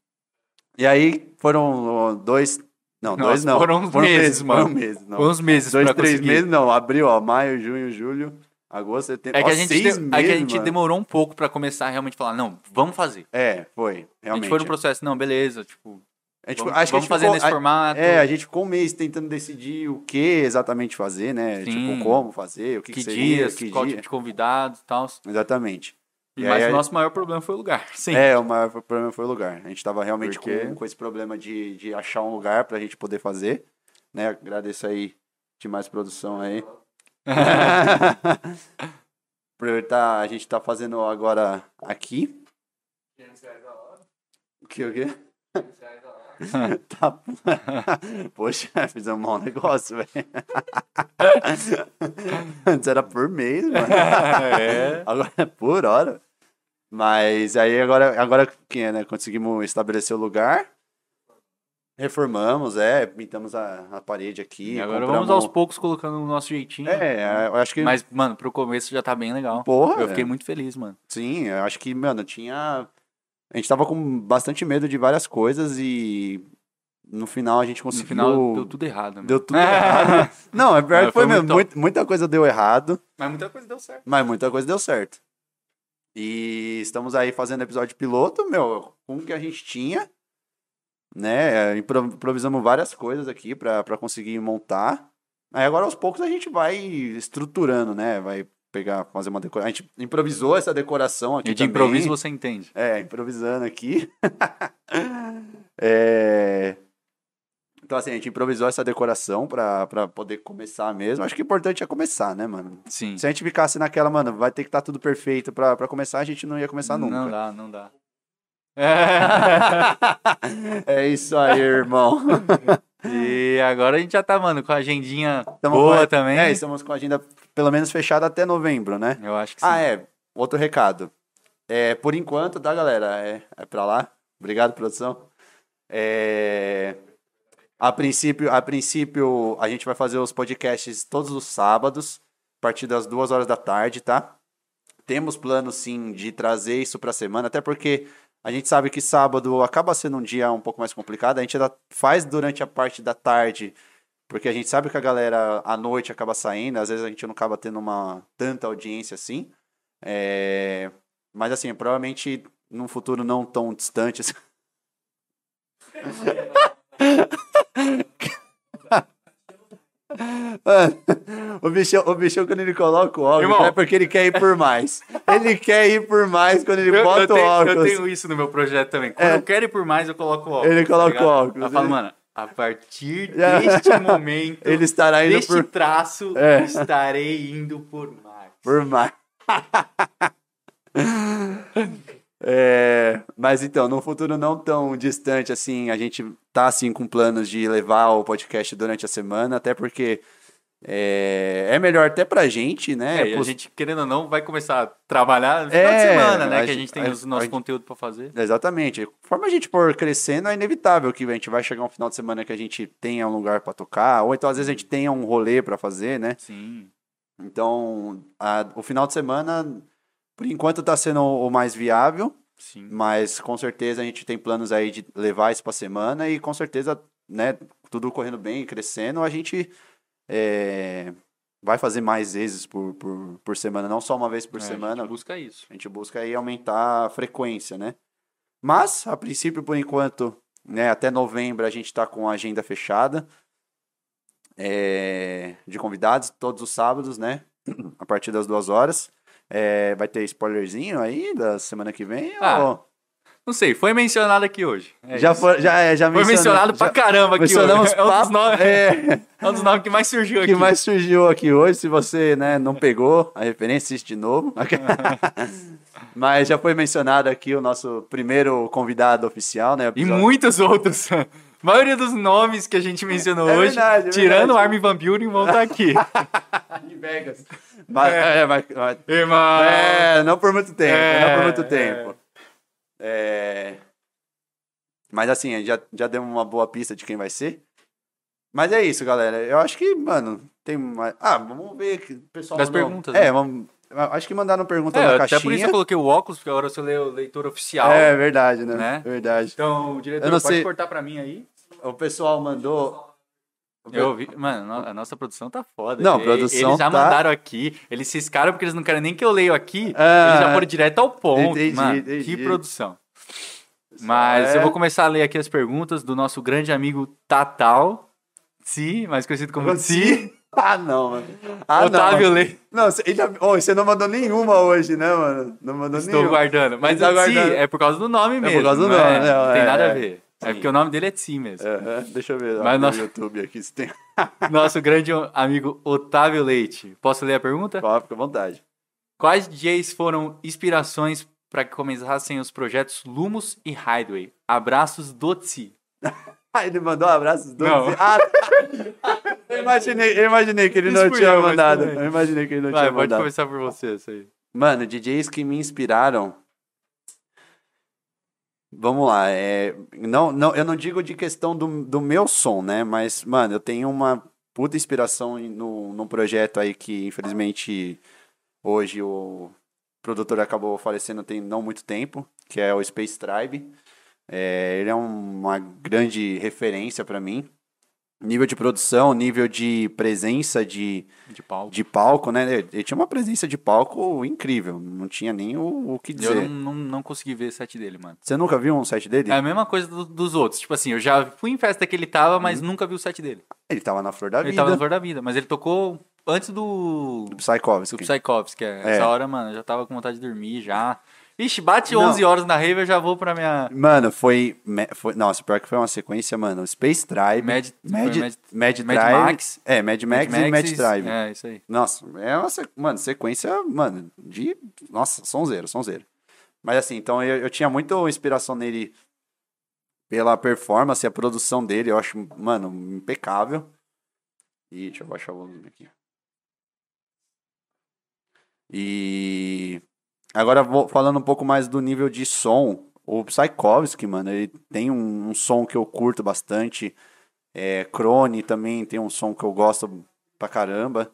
[SPEAKER 1] E aí foram ó, dois. Não,
[SPEAKER 2] Nossa,
[SPEAKER 1] dois não.
[SPEAKER 2] foram uns meses, mano.
[SPEAKER 1] Foram meses, não.
[SPEAKER 2] Foi uns meses
[SPEAKER 1] Dois,
[SPEAKER 2] pra
[SPEAKER 1] três
[SPEAKER 2] conseguir.
[SPEAKER 1] meses, não. Abril, ó. Maio, junho, julho, agosto, setembro.
[SPEAKER 2] É que,
[SPEAKER 1] Ó,
[SPEAKER 2] a gente,
[SPEAKER 1] seis
[SPEAKER 2] de- é
[SPEAKER 1] meses,
[SPEAKER 2] que a gente
[SPEAKER 1] mano.
[SPEAKER 2] demorou um pouco pra começar a realmente falar, não, vamos fazer.
[SPEAKER 1] É, foi.
[SPEAKER 2] A
[SPEAKER 1] Realmente.
[SPEAKER 2] gente foi no processo, não, beleza, tipo,
[SPEAKER 1] A gente-
[SPEAKER 2] vamos,
[SPEAKER 1] acho que a
[SPEAKER 2] vamos
[SPEAKER 1] gente
[SPEAKER 2] fazer
[SPEAKER 1] ficou-
[SPEAKER 2] nesse
[SPEAKER 1] a-
[SPEAKER 2] formato.
[SPEAKER 1] É, a gente ficou um mês tentando decidir o que exatamente fazer, né?
[SPEAKER 2] Sim.
[SPEAKER 1] Tipo, como fazer, o que,
[SPEAKER 2] que,
[SPEAKER 1] que seria,
[SPEAKER 2] dias,
[SPEAKER 1] que
[SPEAKER 2] qual
[SPEAKER 1] dia.
[SPEAKER 2] tipo de convidados e tal.
[SPEAKER 1] Exatamente.
[SPEAKER 2] E
[SPEAKER 1] E
[SPEAKER 2] mas
[SPEAKER 1] aí-
[SPEAKER 2] o nosso maior problema foi o lugar. Sim.
[SPEAKER 1] É, o maior problema foi o lugar. A gente tava realmente
[SPEAKER 5] Porque-
[SPEAKER 1] com, com esse problema de, de achar um lugar pra gente poder fazer. Né? Agradeço aí demais produção aí. Por eu tá, a gente tá fazendo agora aqui.
[SPEAKER 3] 500 reais a hora,
[SPEAKER 1] O que, o quê?
[SPEAKER 3] 500 reais a hora.
[SPEAKER 1] Tá. Poxa, fizemos um mau negócio, velho. Antes era por mês, mano.
[SPEAKER 2] É.
[SPEAKER 1] Agora é por hora. Mas aí agora, agora que é, né? Conseguimos estabelecer o lugar. Reformamos, é, pintamos a, a parede aqui.
[SPEAKER 2] E agora
[SPEAKER 1] compramos-
[SPEAKER 2] vamos aos poucos colocando o nosso jeitinho.
[SPEAKER 1] um É, eu acho que.
[SPEAKER 2] Mas, mano, pro começo já tá bem legal.
[SPEAKER 1] porra,
[SPEAKER 2] Eu fiquei
[SPEAKER 1] velho.
[SPEAKER 2] muito feliz, mano.
[SPEAKER 1] Sim, eu acho que, mano, tinha. A gente tava com bastante medo de várias coisas e no final a gente
[SPEAKER 2] No
[SPEAKER 1] conseguiu.
[SPEAKER 2] final deu tudo errado. Né?
[SPEAKER 1] Deu tudo errado. Não, é pior
[SPEAKER 2] Mas
[SPEAKER 1] que foi,
[SPEAKER 2] foi
[SPEAKER 1] mesmo.
[SPEAKER 2] muito
[SPEAKER 1] Muito- muita coisa deu errado,
[SPEAKER 2] Mas muita coisa deu certo.
[SPEAKER 1] mas muita coisa deu certo. E estamos aí fazendo episódio piloto, meu, com o que a gente tinha. Né? Impro- Improvisamos várias coisas aqui pra pra conseguir montar. Aí agora aos poucos a gente vai estruturando, né? Vai pegar, fazer uma decoração. A gente improvisou essa decoração aqui.
[SPEAKER 2] E de
[SPEAKER 1] também.
[SPEAKER 2] improviso você entende.
[SPEAKER 1] É, improvisando aqui. É, Então, assim, a gente improvisou essa decoração pra, pra poder começar mesmo. Acho que o importante é começar, né, mano?
[SPEAKER 2] Sim.
[SPEAKER 1] Se a gente ficasse naquela, mano, vai ter que estar tudo perfeito pra, pra começar, a gente não ia começar nunca.
[SPEAKER 2] Não dá, não dá. É.
[SPEAKER 1] É isso aí, irmão.
[SPEAKER 2] E agora a gente já tá, mano, com a agendinha
[SPEAKER 1] Tamo
[SPEAKER 2] boa
[SPEAKER 1] com-
[SPEAKER 2] também.
[SPEAKER 1] É, estamos com a agenda pelo menos fechada até novembro, né?
[SPEAKER 2] Eu acho que sim.
[SPEAKER 1] Ah, é. Outro recado. É, por enquanto, tá, galera? É, é pra lá. Obrigado, produção. É, a, princípio, a princípio, a gente vai fazer os podcasts todos os sábados, a partir das duas horas da tarde, tá? Temos plano, sim, de trazer isso pra semana, até porque a gente sabe que sábado acaba sendo um dia um pouco mais complicado. A gente ainda faz durante a parte da tarde, porque a gente sabe que a galera à noite acaba saindo, às vezes a gente não acaba tendo uma tanta audiência assim. É, Mas assim, provavelmente num futuro não tão distante. assim. Mano, o bichão, o bichão quando ele coloca o óculos
[SPEAKER 2] Irmão.
[SPEAKER 1] é porque ele quer ir por mais. Ele quer ir por mais quando ele
[SPEAKER 2] Eu,
[SPEAKER 1] bota
[SPEAKER 2] eu
[SPEAKER 1] o
[SPEAKER 2] tenho, eu
[SPEAKER 1] óculos.
[SPEAKER 2] tenho isso no meu projeto também. Quando
[SPEAKER 1] É.
[SPEAKER 2] eu quero ir por mais, eu coloco o óculos. tá
[SPEAKER 1] Ele coloca
[SPEAKER 2] ligado?
[SPEAKER 1] o óculos.
[SPEAKER 2] Eu falo,
[SPEAKER 1] Ele-
[SPEAKER 2] mano, a partir
[SPEAKER 1] Já.
[SPEAKER 2] deste momento,
[SPEAKER 1] Ele estará indo
[SPEAKER 2] deste
[SPEAKER 1] por,
[SPEAKER 2] traço,
[SPEAKER 1] É.
[SPEAKER 2] estarei indo por mais.
[SPEAKER 1] por mais. É, mas então, num futuro não tão distante assim, a gente tá assim com planos de levar o podcast durante a semana, até porque é, é melhor até pra gente, né?
[SPEAKER 2] É, e a
[SPEAKER 1] Pos-
[SPEAKER 2] gente, querendo ou não, vai começar a trabalhar no final
[SPEAKER 1] É,
[SPEAKER 2] de semana, né?
[SPEAKER 1] a
[SPEAKER 2] que a
[SPEAKER 1] gente-
[SPEAKER 2] gente tem
[SPEAKER 1] a-
[SPEAKER 2] os- o nosso
[SPEAKER 1] a-
[SPEAKER 2] conteúdo pra fazer.
[SPEAKER 1] Exatamente. Conforme a gente for crescendo, é inevitável que a gente vai chegar um final de semana que a gente tenha um lugar pra tocar, ou então às vezes a gente tenha um rolê pra fazer, né?
[SPEAKER 2] Sim.
[SPEAKER 1] Então, a- o final de semana, por enquanto, tá sendo o o mais viável,
[SPEAKER 2] Sim.
[SPEAKER 1] mas com certeza a gente tem planos aí de levar isso pra semana e com certeza, né, tudo correndo bem e crescendo, a gente é, vai fazer mais vezes por, por, por semana, não só uma vez por
[SPEAKER 2] É, A
[SPEAKER 1] semana.
[SPEAKER 2] gente busca isso.
[SPEAKER 1] A gente busca aí aumentar a frequência, né? Mas, a princípio, por enquanto, né, até novembro a gente tá com a agenda fechada é, de convidados, todos os sábados, né? A partir das duas horas. É, vai ter spoilerzinho aí da semana que vem?
[SPEAKER 2] Ah,
[SPEAKER 1] ou-
[SPEAKER 2] Não sei, foi mencionado aqui hoje. É
[SPEAKER 1] já,
[SPEAKER 2] isso.
[SPEAKER 1] foi, já, é, já
[SPEAKER 2] Foi mencionado
[SPEAKER 1] já
[SPEAKER 2] pra caramba aqui
[SPEAKER 1] mencionamos
[SPEAKER 2] hoje. É um, dos
[SPEAKER 1] papo-
[SPEAKER 2] nomes,
[SPEAKER 1] é,
[SPEAKER 2] é um dos nomes que mais surgiu aqui.
[SPEAKER 1] que mais surgiu aqui hoje. Se você né, não pegou a referência, assiste de novo. Mas já foi mencionado aqui o nosso primeiro convidado oficial, né?
[SPEAKER 2] E
[SPEAKER 1] episódio-
[SPEAKER 2] muitos outros. maioria dos nomes que a gente mencionou
[SPEAKER 1] É
[SPEAKER 2] hoje,
[SPEAKER 1] verdade, é
[SPEAKER 2] tirando o
[SPEAKER 1] verdade.
[SPEAKER 2] Armin Van Buren, vão estar aqui.
[SPEAKER 1] Em Vegas. Mas, é. mas- mas-
[SPEAKER 2] Irmão!
[SPEAKER 1] é, não por muito tempo,
[SPEAKER 2] É,
[SPEAKER 1] não por muito
[SPEAKER 2] é.
[SPEAKER 1] tempo. É. Mas assim, já, já demos uma boa pista de quem vai ser. Mas é isso, galera. Eu acho que, mano, tem mais... Ah, vamos ver que o pessoal...
[SPEAKER 2] Das
[SPEAKER 1] mandou-
[SPEAKER 2] perguntas, né?
[SPEAKER 1] É, vamos... Acho que mandaram pergunta
[SPEAKER 2] É,
[SPEAKER 1] na
[SPEAKER 2] até
[SPEAKER 1] caixinha.
[SPEAKER 2] por isso eu coloquei o óculos, porque agora eu sou leu- leitor oficial.
[SPEAKER 1] É verdade, né?
[SPEAKER 2] Né?
[SPEAKER 1] Verdade.
[SPEAKER 2] Então, diretor,
[SPEAKER 1] Eu não
[SPEAKER 2] pode
[SPEAKER 1] sei-
[SPEAKER 2] cortar pra mim aí.
[SPEAKER 1] O pessoal mandou.
[SPEAKER 2] Eu vi. Mano, no- a nossa produção tá foda.
[SPEAKER 1] Não,
[SPEAKER 2] E-
[SPEAKER 1] produção
[SPEAKER 2] Eles
[SPEAKER 1] tá-
[SPEAKER 2] já mandaram aqui, eles ciscaram porque eles não querem nem que eu leio aqui.
[SPEAKER 1] Ah,
[SPEAKER 2] eles já foram direto ao ponto.
[SPEAKER 1] entendi,
[SPEAKER 2] mano,
[SPEAKER 1] entendi.
[SPEAKER 2] Que produção. Mas
[SPEAKER 1] É.
[SPEAKER 2] eu vou começar a ler aqui as perguntas do nosso grande amigo Tatal. Si, mais conhecido como Si.
[SPEAKER 1] Ah, não, mano. Ah,
[SPEAKER 2] Otávio
[SPEAKER 1] não.
[SPEAKER 2] Leite.
[SPEAKER 1] Não, você, ele já- Ô, você não mandou nenhuma hoje, né, mano? Não mandou
[SPEAKER 2] Estou
[SPEAKER 1] nenhuma.
[SPEAKER 2] guardando. Mas
[SPEAKER 1] Tá
[SPEAKER 2] o Si
[SPEAKER 1] guardando.
[SPEAKER 2] é por causa do nome mesmo.
[SPEAKER 1] causa do
[SPEAKER 2] não
[SPEAKER 1] nome,
[SPEAKER 2] é-
[SPEAKER 1] não,
[SPEAKER 2] Não tem
[SPEAKER 1] é,
[SPEAKER 2] nada
[SPEAKER 1] é.
[SPEAKER 2] a ver. É porque o nome dele é Si mesmo.
[SPEAKER 1] Aham, Deixa eu ver ó,
[SPEAKER 2] Mas
[SPEAKER 1] no
[SPEAKER 2] nós-
[SPEAKER 1] YouTube aqui se tem.
[SPEAKER 2] Nosso grande amigo Otávio Leite. Posso ler a pergunta?
[SPEAKER 1] Fala, fica à vontade.
[SPEAKER 2] Quais DJs foram inspirações para que começassem os projetos Lumos e Hideaway? Abraços do Tsi.
[SPEAKER 1] Ah, ele mandou um abraço dos dois.
[SPEAKER 2] Não.
[SPEAKER 1] Ah, tá. eu, imaginei, eu imaginei que ele
[SPEAKER 2] Isso
[SPEAKER 1] não
[SPEAKER 2] fui
[SPEAKER 1] tinha
[SPEAKER 2] eu, mas
[SPEAKER 1] mandado.
[SPEAKER 2] tudo bem.
[SPEAKER 1] Eu imaginei que ele não
[SPEAKER 2] Vai,
[SPEAKER 1] tinha
[SPEAKER 2] pode
[SPEAKER 1] mandado.
[SPEAKER 2] começar por você, isso aí.
[SPEAKER 1] Mano, DJs que me inspiraram. Vamos lá, é, não, não, eu não digo de questão do, do meu som, né? Mas, mano, eu tenho uma puta inspiração em- no, num projeto aí que, infelizmente, hoje o produtor acabou falecendo tem não muito tempo, que é o Space Tribe. É, ele é um- uma grande referência pra mim. Nível de produção, nível de presença de,
[SPEAKER 2] De pau.
[SPEAKER 1] de palco, né? Ele ele tinha uma presença de palco incrível. Não tinha nem o, o que
[SPEAKER 2] Eu
[SPEAKER 1] dizer.
[SPEAKER 2] não, não, não consegui ver o set dele, mano.
[SPEAKER 1] Você nunca viu um set dele?
[SPEAKER 2] É a mesma coisa do- dos outros. Tipo assim, eu já fui em festa que ele tava, mas
[SPEAKER 1] Uhum.
[SPEAKER 2] nunca vi o set dele.
[SPEAKER 1] Ele tava na flor da
[SPEAKER 2] Ele
[SPEAKER 1] vida.
[SPEAKER 2] tava no Flor da Vida, mas ele tocou antes do.
[SPEAKER 1] Do Psychovski.
[SPEAKER 2] Do Psychops, que é.
[SPEAKER 1] É.
[SPEAKER 2] Essa hora, mano, eu já tava com vontade de dormir já. Ixi, bate
[SPEAKER 1] Não.
[SPEAKER 2] 11 horas na rave, eu já vou pra minha.
[SPEAKER 1] Mano, foi, me- foi. Nossa, pior que foi uma sequência, mano. Space Tribe.
[SPEAKER 2] Mad-
[SPEAKER 1] Mad,
[SPEAKER 2] foi
[SPEAKER 1] Mad,
[SPEAKER 2] Mad-
[SPEAKER 1] Tribe.
[SPEAKER 2] Mad Max.
[SPEAKER 1] É, Mad Max, e Mad Tribe.
[SPEAKER 2] É, isso aí.
[SPEAKER 1] Nossa, é uma se- mano, sequência, mano, de. Nossa, sonzeiro, sonzeiro. Mas assim, então eu, eu tinha muita inspiração nele pela performance, a produção dele, eu acho, mano, impecável. E deixa eu baixar o volume aqui. E agora vou falando um pouco mais do nível de som. O Psychovski, mano, ele tem um, um som que eu curto bastante. É, Crone também tem um som que eu gosto pra caramba.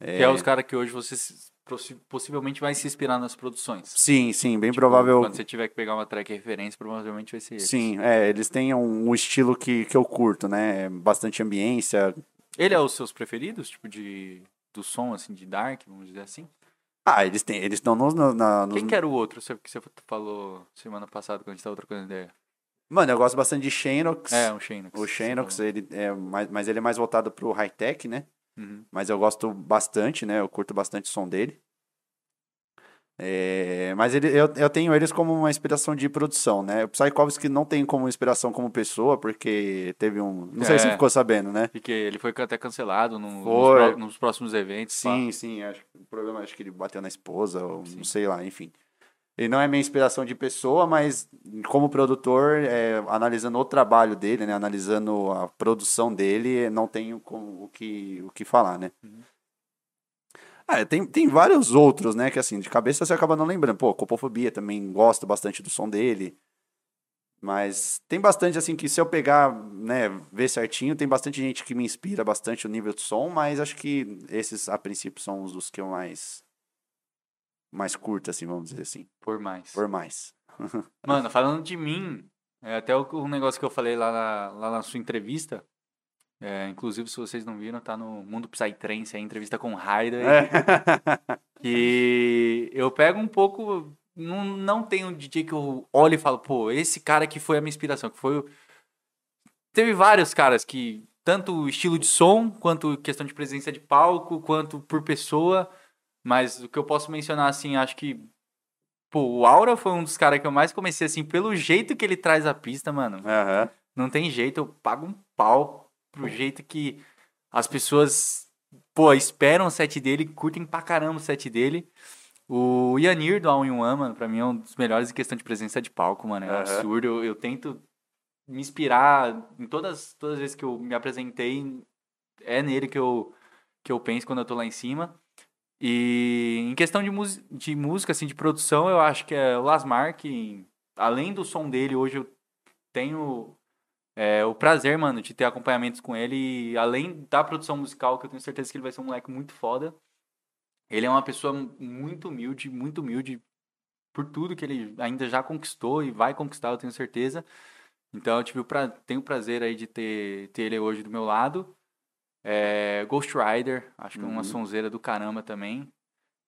[SPEAKER 2] Que é os caras que hoje você se- possi- possivelmente vai se inspirar nas produções.
[SPEAKER 1] Sim, sim, bem provável.
[SPEAKER 2] Tipo, Quando você tiver que pegar uma track referência, provavelmente vai ser ele.
[SPEAKER 1] Sim, é, eles têm um, um estilo que, que eu curto, né? Bastante ambiência.
[SPEAKER 2] Ele é os seus preferidos, tipo, de. Do som, assim, de Dark, vamos dizer assim.
[SPEAKER 1] Ah, eles têm, eles estão nos, no- na- nos-
[SPEAKER 2] Quem que era o outro? Você, que você falou semana passada quando a gente tava trocando ideia.
[SPEAKER 1] Mano, eu gosto bastante de Shenox.
[SPEAKER 2] É, um Shinox.
[SPEAKER 1] o Shenox, ele é mais, mas ele é mais voltado pro high-tech, né?
[SPEAKER 2] Uhum.
[SPEAKER 1] Mas eu gosto bastante, né? Eu curto bastante o som dele. É, mas ele, eu, eu tenho eles como uma inspiração de produção, né? O Psychovski não tem como inspiração como pessoa, porque teve um. Não sei se você
[SPEAKER 2] É.
[SPEAKER 1] ficou sabendo, né?
[SPEAKER 2] Porque ele foi até cancelado no- nos,
[SPEAKER 1] Foi.
[SPEAKER 2] pro- nos próximos eventos.
[SPEAKER 1] Sim, sim. Acho, que o problema acho que ele bateu na esposa, ou não sei lá, enfim. Ele não é minha inspiração de pessoa, mas como produtor, é, analisando o trabalho dele, né, analisando a produção dele, não tenho com- o, que, o que falar, né? Ah, tem, tem vários outros, né? Que assim, de cabeça você acaba não lembrando. Pô, Copofobia também gosto bastante do som dele. Mas tem bastante, assim, que se eu pegar, né, ver certinho, tem bastante gente que me inspira bastante o nível de som, mas acho que esses, a princípio, são os dos que eu mais. mais curto, assim, vamos dizer assim.
[SPEAKER 2] Por mais.
[SPEAKER 1] Por mais.
[SPEAKER 2] Mano, falando de mim, é até o- um negócio que eu falei lá na, lá na sua entrevista. é, inclusive, se vocês não viram, tá no Mundo Psytrance, a entrevista com o Raida. Que eu pego um pouco. Não, não tem um DJ que eu olho e falo, pô, esse cara que foi a minha inspiração, que foi o. Teve vários caras que, tanto o estilo de som, quanto questão de presença de palco, quanto por pessoa. Mas o que eu posso mencionar, assim, acho que. Pô, o Aura foi um dos caras que eu mais comecei, assim, pelo jeito que ele traz a pista, mano.
[SPEAKER 1] Aham.
[SPEAKER 2] Não tem jeito, eu pago um pau pro jeito que as pessoas, pô, esperam o set dele, curtem pra caramba o set dele. O Yanir do All in One, mano, pra mim é um dos melhores em questão de presença de palco, mano. É um
[SPEAKER 1] Aham.
[SPEAKER 2] absurdo. Eu, eu tento me inspirar em todas, todas as vezes que eu me apresentei, é nele que eu, que eu penso quando eu tô lá em cima. E em questão de, mus- de música, assim, de produção, eu acho que é o Lasmar, que além do som dele, hoje eu tenho é, o prazer, mano, de ter acompanhamentos com ele. E além da produção musical, que eu tenho certeza que ele vai ser um moleque muito foda, ele é uma pessoa muito humilde, muito humilde por tudo que ele ainda já conquistou e vai conquistar, eu tenho certeza. Então eu tive o pra... tenho o prazer aí de ter, ter ele hoje do meu lado. É, Ghost Rider, acho que é uma
[SPEAKER 1] Uhum.
[SPEAKER 2] sonzeira do caramba também.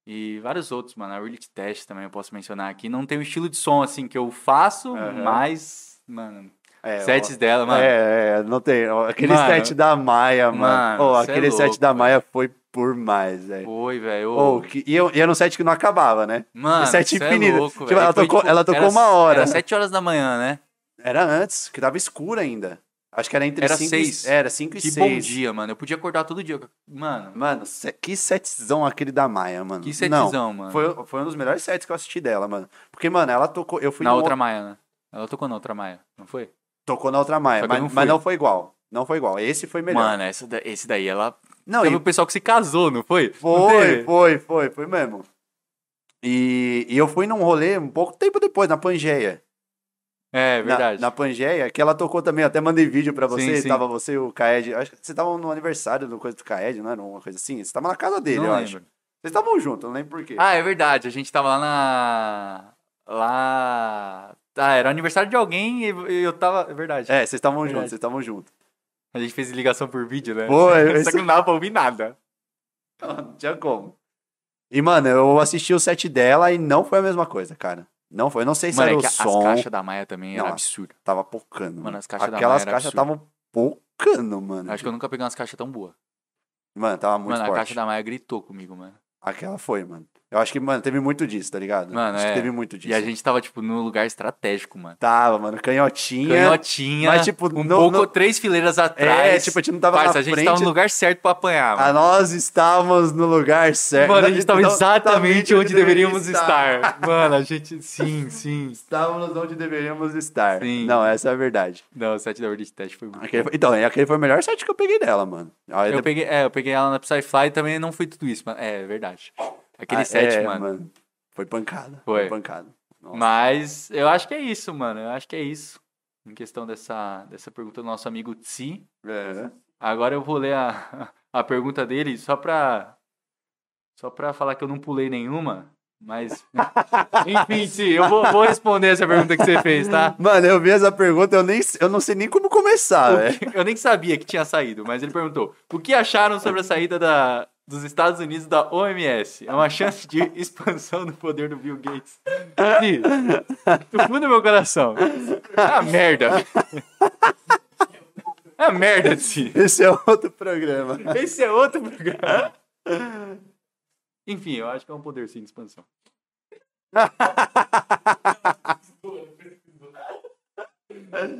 [SPEAKER 2] E vários outros, mano. A Reality Test também eu posso mencionar aqui. Não tem um estilo de som assim que eu faço,
[SPEAKER 1] Aham.
[SPEAKER 2] mas, mano,
[SPEAKER 1] É,
[SPEAKER 2] sets dela,
[SPEAKER 1] ó,
[SPEAKER 2] mano.
[SPEAKER 1] É, é, não tem. ó, Aquele
[SPEAKER 2] Mano.
[SPEAKER 1] set da Maia, mano.
[SPEAKER 2] Mano,
[SPEAKER 1] Ô,
[SPEAKER 2] cê é
[SPEAKER 1] aquele set
[SPEAKER 2] louco,
[SPEAKER 1] da Maia foi por mais, velho.
[SPEAKER 2] Foi, velho.
[SPEAKER 1] Ô, que- E, eu- e era um set que não acabava, né?
[SPEAKER 2] Mano,
[SPEAKER 1] Esse é
[SPEAKER 2] cê
[SPEAKER 1] infinito.
[SPEAKER 2] louco,
[SPEAKER 1] Tipo,
[SPEAKER 2] velho.
[SPEAKER 1] ela
[SPEAKER 2] Foi,
[SPEAKER 1] tocou- ela tocou
[SPEAKER 2] era-
[SPEAKER 1] uma hora.
[SPEAKER 2] Era 7 horas da manhã, né?
[SPEAKER 1] Era antes, que tava escuro ainda. Acho que era entre
[SPEAKER 2] Era
[SPEAKER 1] cinco
[SPEAKER 2] seis.
[SPEAKER 1] E, era 5 e
[SPEAKER 2] Que
[SPEAKER 1] 6.
[SPEAKER 2] bom dia, mano. Eu podia acordar todo dia. Mano,
[SPEAKER 1] Mano, se- que setzão aquele da Maia, mano.
[SPEAKER 2] que
[SPEAKER 1] Não,
[SPEAKER 2] setzão, mano.
[SPEAKER 1] Foi, foi um dos melhores sets que eu assisti dela, mano. Porque, mano, ela tocou. Eu fui
[SPEAKER 2] na
[SPEAKER 1] num
[SPEAKER 2] outra
[SPEAKER 1] outro-
[SPEAKER 2] maia, né? Ela tocou na outra maia, não foi?
[SPEAKER 1] Tocou na outra Maia,
[SPEAKER 2] Só que
[SPEAKER 1] mas
[SPEAKER 2] eu não
[SPEAKER 1] não,
[SPEAKER 2] fui.
[SPEAKER 1] mas não foi igual. Não foi igual. Esse foi melhor.
[SPEAKER 2] Mano, essa da- esse daí, ela...
[SPEAKER 1] não,
[SPEAKER 2] Teve
[SPEAKER 1] e
[SPEAKER 2] o pessoal que se casou, não foi? Não
[SPEAKER 1] foi,
[SPEAKER 2] teve?
[SPEAKER 1] foi, foi, foi mesmo. E, e eu fui num rolê um pouco tempo depois, na Pangeia.
[SPEAKER 2] É,
[SPEAKER 1] Na-
[SPEAKER 2] verdade.
[SPEAKER 1] Na, Pangeia, que ela tocou também, eu até mandei vídeo pra você,
[SPEAKER 2] Sim, sim.
[SPEAKER 1] tava você e o Kaed. Acho que vocês estavam no aniversário do coisa do Kaed, não era uma coisa assim? Vocês estavam na casa dele,
[SPEAKER 2] Não
[SPEAKER 1] eu acho.
[SPEAKER 2] lembro.
[SPEAKER 1] Vocês estavam juntos, não lembro por quê.
[SPEAKER 2] Ah, é verdade. A gente tava lá na... Lá... Ah, era aniversário de alguém e e eu tava... É verdade.
[SPEAKER 1] É, vocês estavam
[SPEAKER 2] Verdade.
[SPEAKER 1] juntos, vocês estavam juntos.
[SPEAKER 2] A gente fez ligação por vídeo, né?
[SPEAKER 1] Foi,
[SPEAKER 2] Só que não dava pra ouvir nada.
[SPEAKER 1] Não tinha como. E, mano, eu assisti o set dela e não foi a mesma coisa, cara. Não foi. Eu não sei se
[SPEAKER 2] Mano, é
[SPEAKER 1] era
[SPEAKER 2] que
[SPEAKER 1] o
[SPEAKER 2] as
[SPEAKER 1] som.
[SPEAKER 2] caixas da Maia também
[SPEAKER 1] Não,
[SPEAKER 2] era
[SPEAKER 1] as-
[SPEAKER 2] absurdo.
[SPEAKER 1] Tava pocando.
[SPEAKER 2] Mano,
[SPEAKER 1] mano.
[SPEAKER 2] as caixas da
[SPEAKER 1] Aquelas
[SPEAKER 2] Maia era
[SPEAKER 1] caixas
[SPEAKER 2] absurdo.
[SPEAKER 1] estavam pocando, mano.
[SPEAKER 2] Acho que eu nunca peguei umas caixas tão boas.
[SPEAKER 1] Mano, tava muito
[SPEAKER 2] mano, a
[SPEAKER 1] forte.
[SPEAKER 2] caixa da Maia gritou comigo, mano.
[SPEAKER 1] Aquela foi, mano. Eu acho que, mano, teve muito disso, tá ligado?
[SPEAKER 2] Mano,
[SPEAKER 1] acho
[SPEAKER 2] é.
[SPEAKER 1] que teve muito disso.
[SPEAKER 2] E a gente tava, tipo, num lugar estratégico, mano.
[SPEAKER 1] Tava, mano, canhotinha.
[SPEAKER 2] Canhotinha,
[SPEAKER 1] Mas, tipo,
[SPEAKER 2] um
[SPEAKER 1] não-
[SPEAKER 2] pouco,
[SPEAKER 1] não-
[SPEAKER 2] três fileiras
[SPEAKER 1] É,
[SPEAKER 2] atrás.
[SPEAKER 1] tipo, a gente não tava
[SPEAKER 2] Parça,
[SPEAKER 1] na
[SPEAKER 2] a gente
[SPEAKER 1] frente.
[SPEAKER 2] tava no lugar certo pra apanhar,
[SPEAKER 1] Ah,
[SPEAKER 2] mano.
[SPEAKER 1] nós estávamos no lugar certo.
[SPEAKER 2] Mano, a gente tava
[SPEAKER 1] É, Não- então,
[SPEAKER 2] exatamente onde deveríamos
[SPEAKER 1] deveria
[SPEAKER 2] estar. Mano, a gente... Sim, sim.
[SPEAKER 1] Estávamos onde deveríamos estar.
[SPEAKER 2] Sim.
[SPEAKER 1] Não, essa é a verdade.
[SPEAKER 2] Não, o set da World Test foi muito...
[SPEAKER 1] Aquele foi- então, aquele foi o melhor set que eu peguei dela, mano. Aí
[SPEAKER 2] Eu peguei, é, eu peguei ela na Psyfly e também não foi tudo isso, mano. É, é verdade. Aquele
[SPEAKER 1] Ah,
[SPEAKER 2] set,
[SPEAKER 1] é,
[SPEAKER 2] mano.
[SPEAKER 1] Foi pancada.
[SPEAKER 2] Foi.
[SPEAKER 1] pancada. Nossa.
[SPEAKER 2] Mas eu acho que é isso, mano. Eu acho que é isso. Em questão dessa, dessa pergunta do nosso amigo Tsi.
[SPEAKER 1] É.
[SPEAKER 2] Agora eu vou ler a, a pergunta dele só pra. Só pra falar que eu não pulei nenhuma. Mas. Enfim, Tsi, eu vou, vou responder essa pergunta que você fez, tá?
[SPEAKER 1] Mano, eu vi essa pergunta, eu, nem, eu não sei nem como começar, né?
[SPEAKER 2] O
[SPEAKER 1] velho.
[SPEAKER 2] que- eu nem sabia que tinha saído, mas ele perguntou: o que acharam sobre a saída da, dos Estados Unidos da OMS? É uma chance de expansão do poder do Bill Gates. Sim, do fundo do meu coração. É uma merda. É uma merda, Tsi.
[SPEAKER 1] Esse é outro programa.
[SPEAKER 2] Esse é outro programa. Enfim, eu acho que é um poder sim de expansão.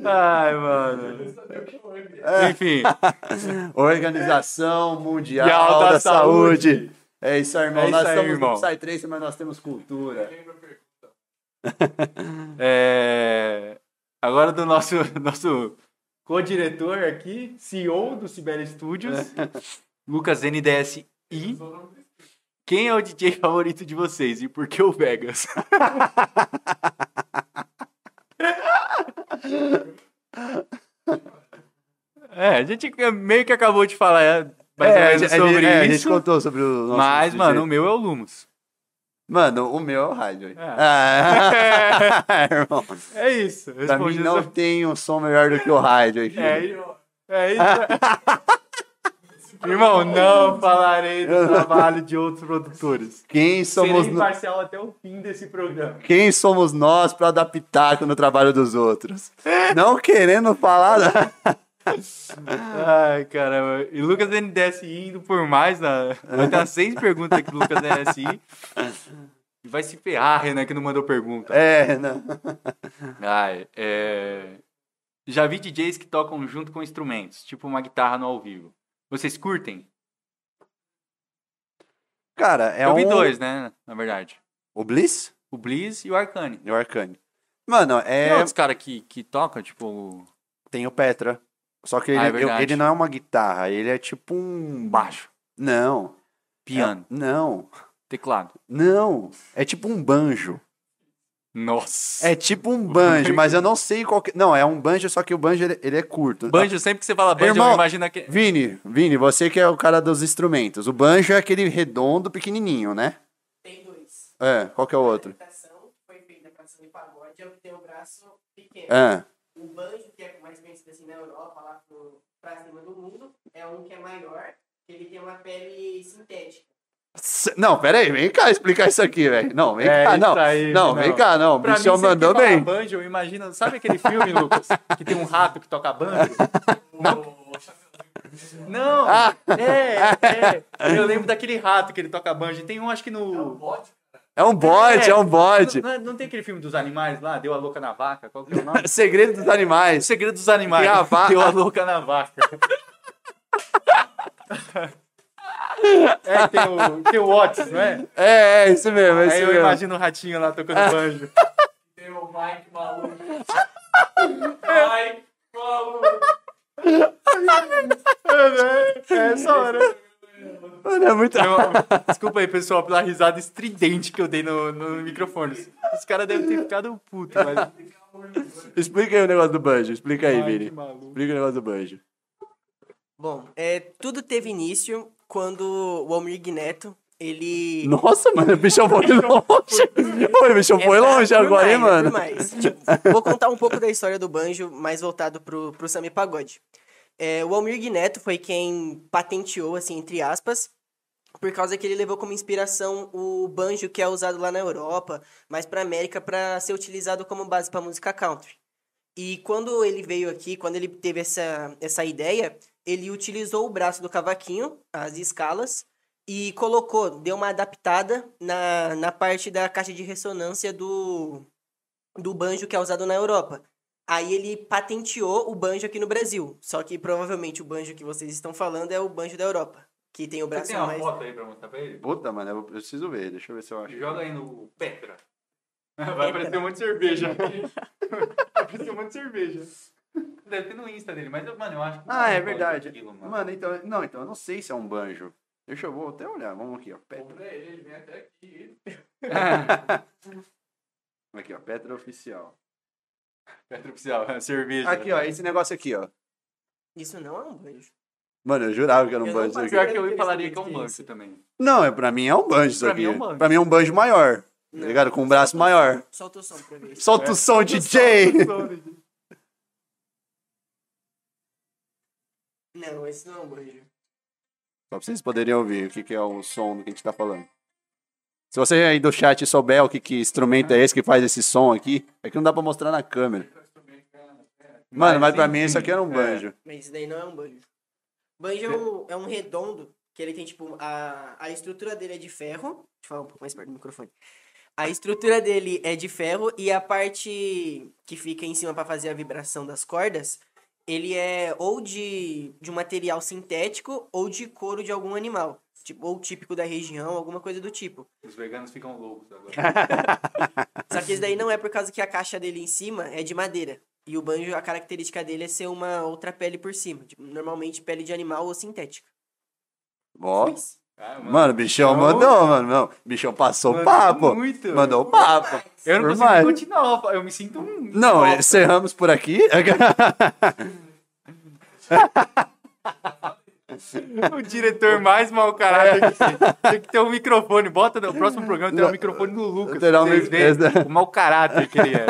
[SPEAKER 2] Ai, mano. Enfim,
[SPEAKER 1] Organização Mundial
[SPEAKER 2] Mundial da
[SPEAKER 1] da, saúde. É isso aí, irmão.
[SPEAKER 2] É isso
[SPEAKER 1] nós
[SPEAKER 2] aí,
[SPEAKER 1] somos
[SPEAKER 2] irmão.
[SPEAKER 1] do Sai 3, mas nós temos cultura.
[SPEAKER 2] é, agora do nosso, nosso co-diretor aqui, CEO do Cibele Studios, Lucas NDSI. Quem é o DJ favorito de vocês e por que o Vegas? É, a gente meio que acabou de falar é, mais ou menos sobre
[SPEAKER 1] é, a gente
[SPEAKER 2] isso.
[SPEAKER 1] contou sobre o nosso.
[SPEAKER 2] mas,
[SPEAKER 1] sujeito.
[SPEAKER 2] mano, o meu é o Lumos.
[SPEAKER 1] Mano, o meu é o rádio. É. irmão.
[SPEAKER 2] É isso.
[SPEAKER 1] Pra mim
[SPEAKER 2] respondi
[SPEAKER 1] não
[SPEAKER 2] essa-
[SPEAKER 1] tem um som melhor do que o rádio aqui.
[SPEAKER 2] É, isso- é isso. Irmão, não falarei do trabalho de outros produtores.
[SPEAKER 1] Quem somos
[SPEAKER 2] Serei
[SPEAKER 1] nós?
[SPEAKER 2] imparcial até o fim desse programa.
[SPEAKER 1] Quem somos nós para adaptar no trabalho dos outros? Não querendo falar. da-
[SPEAKER 2] Ai, caramba. E Lucas NDSI indo por mais. Na... Vai ter umas seis perguntas aqui do Lucas NDSI. E vai se ferrar, Renan, que não mandou pergunta.
[SPEAKER 1] É, não.
[SPEAKER 2] Ai, é... Já vi DJs que tocam junto com instrumentos, tipo uma guitarra no ao vivo. Vocês curtem?
[SPEAKER 1] Cara, é
[SPEAKER 2] Eu
[SPEAKER 1] um.
[SPEAKER 2] vi dois, né? Na verdade.
[SPEAKER 1] O Bliss
[SPEAKER 2] O Blizz e o Arcane.
[SPEAKER 1] e o Arcane. Mano,
[SPEAKER 2] Tem
[SPEAKER 1] é.
[SPEAKER 2] outros caras que, que tocam, tipo.
[SPEAKER 1] Tem o Petra. Só que ele,
[SPEAKER 5] Ah, é
[SPEAKER 1] eu-
[SPEAKER 5] verdade.
[SPEAKER 1] ele não é uma guitarra, ele é tipo um.
[SPEAKER 5] Baixo.
[SPEAKER 1] Não.
[SPEAKER 5] Piano.
[SPEAKER 1] É- não.
[SPEAKER 5] Teclado.
[SPEAKER 1] Não. É tipo um banjo.
[SPEAKER 5] Nossa.
[SPEAKER 1] É tipo um banjo, mas eu não sei qual que. Não, é um banjo, só que o banjo ele, ele é curto.
[SPEAKER 5] Banjo, sempre que você fala banjo,
[SPEAKER 1] Irmão-
[SPEAKER 5] eu imagino que.
[SPEAKER 1] Vini, Vini, você que é o cara dos instrumentos. O banjo é aquele redondo, pequenininho, né?
[SPEAKER 4] Tem dois.
[SPEAKER 1] É, qual que é o outro?
[SPEAKER 4] adaptação que foi feita pra samba e pagode é o que tem o braço pequeno.
[SPEAKER 1] Ah,
[SPEAKER 4] O banjo, que é mais conhecido assim na Europa, lá pro, pra cima do mundo, é um que é maior, que ele tem uma pele sintética.
[SPEAKER 1] s- não, pera aí, vem cá explicar isso aqui, velho. Não, vem cá, não.
[SPEAKER 2] É, aí,
[SPEAKER 1] não, vem cá, não. O
[SPEAKER 2] Pra mim,
[SPEAKER 1] bichão
[SPEAKER 2] sempre
[SPEAKER 1] mandou
[SPEAKER 2] que fala
[SPEAKER 1] bem.
[SPEAKER 2] Banjo, eu imagino, sabe aquele filme, Lucas, que tem um rato que toca banjo? Não,
[SPEAKER 1] Ah.
[SPEAKER 2] é, é. Eu lembro daquele rato que ele toca banjo. Tem um, acho que no.
[SPEAKER 1] É um bode, é um bode.
[SPEAKER 2] Não, não tem aquele filme dos animais lá? Deu a louca na vaca? Qual que é o nome?
[SPEAKER 1] Segredo dos
[SPEAKER 2] O
[SPEAKER 1] animais.
[SPEAKER 2] segredo dos animais.
[SPEAKER 1] Tem a vaca.
[SPEAKER 2] Deu a louca na vaca. é, tem o, tem o Otis, não é?
[SPEAKER 1] É, é, isso mesmo, é isso
[SPEAKER 2] Aí eu
[SPEAKER 1] mesmo.
[SPEAKER 2] imagino o ratinho lá tocando banjo.
[SPEAKER 3] Tem o Mike maluco. Mike maluco.
[SPEAKER 2] É, é essa hora.
[SPEAKER 1] Mano, é muito.
[SPEAKER 2] Eu- desculpa aí, pessoal, pela risada estridente que eu dei no, no microfone. Os caras devem ter ficado puto, mas.
[SPEAKER 1] Explica aí o negócio do banjo, explica aí,
[SPEAKER 2] Ai, que
[SPEAKER 1] Vini.
[SPEAKER 2] maluco.
[SPEAKER 1] Explica o negócio do banjo.
[SPEAKER 4] Bom, é, tudo teve início quando o Almir Neto, ele...
[SPEAKER 1] Nossa, mano, o bichão foi
[SPEAKER 2] é um
[SPEAKER 1] longe. Oi, é um- o bichão foi
[SPEAKER 4] pra-
[SPEAKER 1] longe
[SPEAKER 4] por
[SPEAKER 1] agora,
[SPEAKER 4] mais,
[SPEAKER 1] hein,
[SPEAKER 4] é por
[SPEAKER 1] mano?
[SPEAKER 4] mais. Tipo, vou contar um pouco da história do banjo, mais voltado pro, pro samba e pagode. É, o Almir Neto foi quem patenteou, assim, entre aspas, por causa que ele levou como inspiração o banjo que é usado lá na Europa, mas pra América para ser utilizado como base pra música country. E quando ele veio aqui, quando ele teve essa, essa ideia, ele utilizou o braço do cavaquinho, as escalas, e colocou, deu uma adaptada na, na parte da caixa de ressonância do, do banjo que é usado na Europa. Aí ele patenteou o banjo aqui no Brasil. Só que provavelmente o banjo que vocês estão falando é o banjo da Europa, que tem o braço
[SPEAKER 2] Você tem uma
[SPEAKER 4] mais.
[SPEAKER 2] foto aí pra mostrar pra ele?
[SPEAKER 1] Puta, mano, eu preciso ver, deixa eu ver se eu acho.
[SPEAKER 2] Joga aí no Petra. Vai aparecer um monte de cerveja. Vai aparecer um monte de cerveja. Deve ter no Insta dele, mas, eu- mano, eu acho que. não
[SPEAKER 1] Ah, é
[SPEAKER 2] pode
[SPEAKER 1] verdade.
[SPEAKER 2] aquilo, mano.
[SPEAKER 1] Mano, então, não, então eu não sei se é um banjo. Deixa eu vou até olhar, vamos aqui, ó. Petra.
[SPEAKER 3] Compra ele, ele vem até aqui.
[SPEAKER 1] Aqui, ó, Petra oficial.
[SPEAKER 2] Petra oficial, é cerveja.
[SPEAKER 1] Aqui, ó, esse negócio aqui, ó.
[SPEAKER 4] Isso não é um banjo.
[SPEAKER 1] Mano, eu jurava que era um
[SPEAKER 4] Eu não
[SPEAKER 1] banjo. isso
[SPEAKER 4] faço
[SPEAKER 1] aqui.
[SPEAKER 2] Pior que eu falaria que é um banco também.
[SPEAKER 1] Não, é, pra mim é um banjo isso
[SPEAKER 2] Pra
[SPEAKER 1] aqui.
[SPEAKER 2] mim é um banjo. Né?
[SPEAKER 1] Pra mim é um banjo maior, tá
[SPEAKER 4] Não.
[SPEAKER 1] ligado? Com um braço maior.
[SPEAKER 4] Solta o som pra ver.
[SPEAKER 1] Solta
[SPEAKER 2] É.
[SPEAKER 1] o som, DJ!
[SPEAKER 4] Não, esse não é um banjo.
[SPEAKER 1] Só pra vocês poderem ouvir o que, que é o som do que a gente tá falando. Se você aí do chat souber o que, que instrumento é esse que faz esse som aqui, é que não dá pra mostrar na câmera. Mano, mas pra mim isso aqui
[SPEAKER 2] É.
[SPEAKER 1] era um banjo.
[SPEAKER 4] Mas isso daí não é um banjo. Banjo é um, é um redondo, que ele tem, tipo, a, a estrutura dele é de ferro. Deixa eu falar um pouco mais perto do microfone. A estrutura dele é de ferro e a parte que fica em cima pra fazer a vibração das cordas, ele é ou de, de um material sintético ou de couro de algum animal. Tipo, ou típico da região, alguma coisa do tipo.
[SPEAKER 2] Os veganos ficam loucos
[SPEAKER 1] Ah,
[SPEAKER 2] agora.
[SPEAKER 4] Só que isso daí não é por causa que a caixa dele em cima é de madeira. E o banjo, a característica dele é ser uma outra pele por cima. Tipo, normalmente pele de animal ou sintética.
[SPEAKER 1] Ó.
[SPEAKER 4] Foi isso.
[SPEAKER 2] Ah,
[SPEAKER 1] Mano, bichão
[SPEAKER 2] Não.
[SPEAKER 1] mandou, mano. Não. Bichão passou
[SPEAKER 2] Mandou
[SPEAKER 1] papo.
[SPEAKER 2] muito.
[SPEAKER 1] Mandou papo.
[SPEAKER 2] Eu não
[SPEAKER 1] Por
[SPEAKER 2] consigo
[SPEAKER 1] mais.
[SPEAKER 2] continuar, Rafa. eu me sinto um.
[SPEAKER 1] Não,
[SPEAKER 2] Rafa.
[SPEAKER 1] encerramos por aqui.
[SPEAKER 2] É O um diretor mais mau caráter que tem. Tem que ter um microfone. Bota no próximo programa, terá um
[SPEAKER 1] Não,
[SPEAKER 2] microfone no Lucas.
[SPEAKER 1] terá
[SPEAKER 2] pra
[SPEAKER 1] um
[SPEAKER 2] vocês
[SPEAKER 1] micro-
[SPEAKER 2] verem o mau caráter que ele é.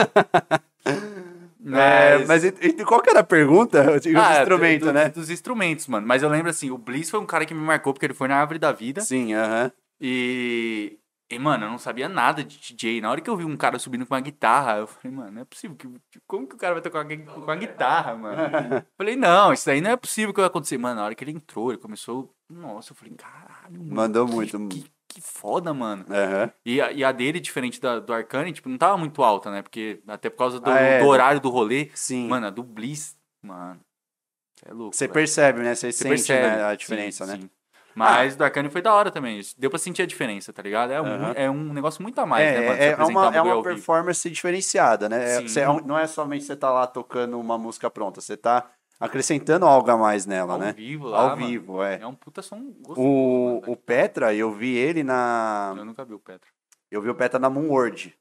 [SPEAKER 1] É, mas e- e qual que era a pergunta? Eu digo,
[SPEAKER 2] Ah,
[SPEAKER 1] o instrumento,
[SPEAKER 2] do-
[SPEAKER 1] né?
[SPEAKER 2] Dos instrumentos, mano. Mas eu lembro assim, o Bliss foi um cara que me marcou porque ele foi na Árvore da Vida.
[SPEAKER 1] Sim, aham.
[SPEAKER 2] E. E, mano, eu não sabia nada de DJ. Na hora que eu vi um cara subindo com uma guitarra, eu falei, mano, não é possível. Que, como que o cara vai tocar com a- com a guitarra, mano? falei, não, isso daí não é possível que vai acontecer. Mano, na hora que ele entrou, ele começou. Nossa, eu falei, caralho, mano.
[SPEAKER 1] Mandou
[SPEAKER 2] que-
[SPEAKER 1] muito.
[SPEAKER 2] Que, que foda, mano.
[SPEAKER 1] Aham.
[SPEAKER 2] E a, e a dele, diferente da, do Arcane, tipo, não tava muito alta, né? Porque até por causa do,
[SPEAKER 1] Ah, é.
[SPEAKER 2] do horário do rolê.
[SPEAKER 1] Sim.
[SPEAKER 2] Mano, a do Bliss, mano. Cê é louco.
[SPEAKER 1] Você
[SPEAKER 2] velho.
[SPEAKER 1] percebe, né? Você
[SPEAKER 2] Cê
[SPEAKER 1] sente né, a diferença,
[SPEAKER 2] sim,
[SPEAKER 1] né?
[SPEAKER 2] sim. Mas do Arcane foi da hora também. isso. Deu pra sentir a diferença, tá ligado? É um,
[SPEAKER 1] Aham.
[SPEAKER 2] é um negócio muito a mais,
[SPEAKER 1] É,
[SPEAKER 2] né? quando você
[SPEAKER 1] é, é
[SPEAKER 2] apresentar
[SPEAKER 1] uma, é
[SPEAKER 2] bagulho
[SPEAKER 1] uma
[SPEAKER 2] ao vivo.
[SPEAKER 1] performance diferenciada, né? É-
[SPEAKER 2] Sim.
[SPEAKER 1] você- é um- não é somente você tá lá tocando uma música pronta, você tá acrescentando algo a mais nela,
[SPEAKER 2] Ao
[SPEAKER 1] né?
[SPEAKER 2] vivo lá,
[SPEAKER 1] Ao
[SPEAKER 2] mano.
[SPEAKER 1] vivo, é.
[SPEAKER 2] É um puta som gostoso, mano,
[SPEAKER 1] O,
[SPEAKER 2] velho.
[SPEAKER 1] o Petra, eu vi ele na.
[SPEAKER 2] Eu nunca vi o Petra.
[SPEAKER 1] Eu vi o Petra na Moonword.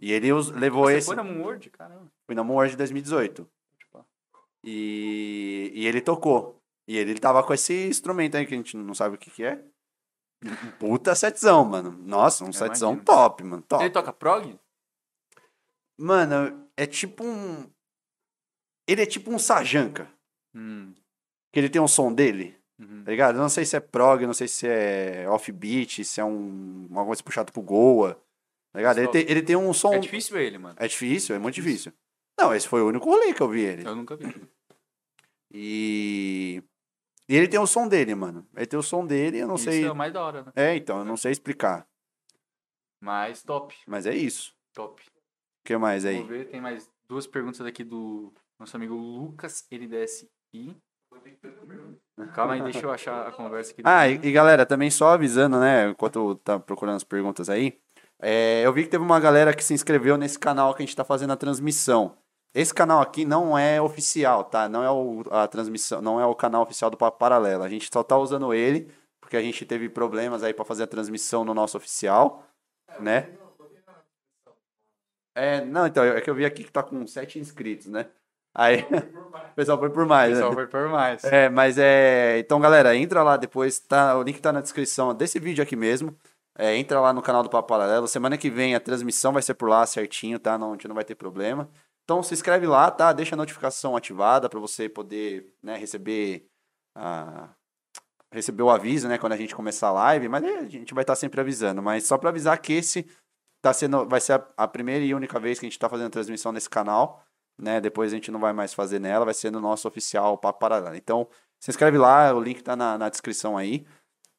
[SPEAKER 1] E ele us- levou
[SPEAKER 2] Você
[SPEAKER 1] esse.
[SPEAKER 2] foi na Moonword? é Caramba.
[SPEAKER 1] Fui na Moonword de 2018. Tipo, E, e ele tocou. E ele tava com esse instrumento aí que a gente não sabe o que, que é. Um Puta setzão, mano. Nossa, um setzão
[SPEAKER 2] imagino.
[SPEAKER 1] top, mano. Top.
[SPEAKER 2] Ele toca prog?
[SPEAKER 1] Mano, é tipo um. Ele é tipo um Sajanka.
[SPEAKER 2] Hum.
[SPEAKER 1] Que ele tem um som dele,
[SPEAKER 2] Uhum.
[SPEAKER 1] tá ligado? Eu não sei se é prog, eu não sei se é offbeat, se é um. alguma coisa puxada pro Goa. Tá ligado? Ele tem, ele tem um som.
[SPEAKER 2] É difícil ver ele, mano.
[SPEAKER 1] É difícil, é muito difícil. Não, esse foi o único rolê que eu vi ele.
[SPEAKER 2] Eu nunca vi.
[SPEAKER 1] E. E ele tem o som dele, mano. Ele tem o som dele, eu não
[SPEAKER 2] Isso
[SPEAKER 1] sei.
[SPEAKER 2] é o mais da hora, né?
[SPEAKER 1] É, então, eu não sei explicar.
[SPEAKER 2] Mas top,
[SPEAKER 1] Mas é isso.
[SPEAKER 2] top.
[SPEAKER 1] O que mais
[SPEAKER 2] Vou
[SPEAKER 1] aí?
[SPEAKER 2] ver, tem mais duas perguntas aqui do nosso amigo Lucas LDSI. Calma aí, deixa eu achar a conversa aqui.
[SPEAKER 1] Ah, e, e galera, também só avisando, né, enquanto tá procurando as perguntas aí, é, eu vi que teve uma galera que se inscreveu nesse canal que a gente tá fazendo a transmissão. Esse canal aqui não é oficial, tá? Não é o, a transmissão, não é o canal oficial do Papo Paralelo. A gente só tá usando ele porque a gente teve problemas aí pra fazer a transmissão no nosso oficial, né? É, não, então, é que eu vi aqui que tá com sete inscritos, né? Aí, o pessoal foi por mais, né?
[SPEAKER 2] Só foi por mais.
[SPEAKER 1] É, mas é. Então, galera, entra lá depois. Tá, o link tá na descrição desse vídeo aqui mesmo. É, entra lá no canal do Papo Paralelo. Semana que vem a transmissão vai ser por lá certinho, tá? Não, a gente não vai ter problema. Então se inscreve lá, tá? Deixa a notificação ativada pra você poder né, receber a- receber o aviso, né? Quando a gente começar a live. Mas é, a gente vai estar sempre avisando. Mas só pra avisar que esse tá sendo, vai ser a, a primeira e única vez que a gente tá fazendo transmissão nesse canal né? Depois a gente não vai mais fazer nela, vai ser no nosso oficial Papo Paralelo. Então, se inscreve lá, o link tá na, na descrição aí.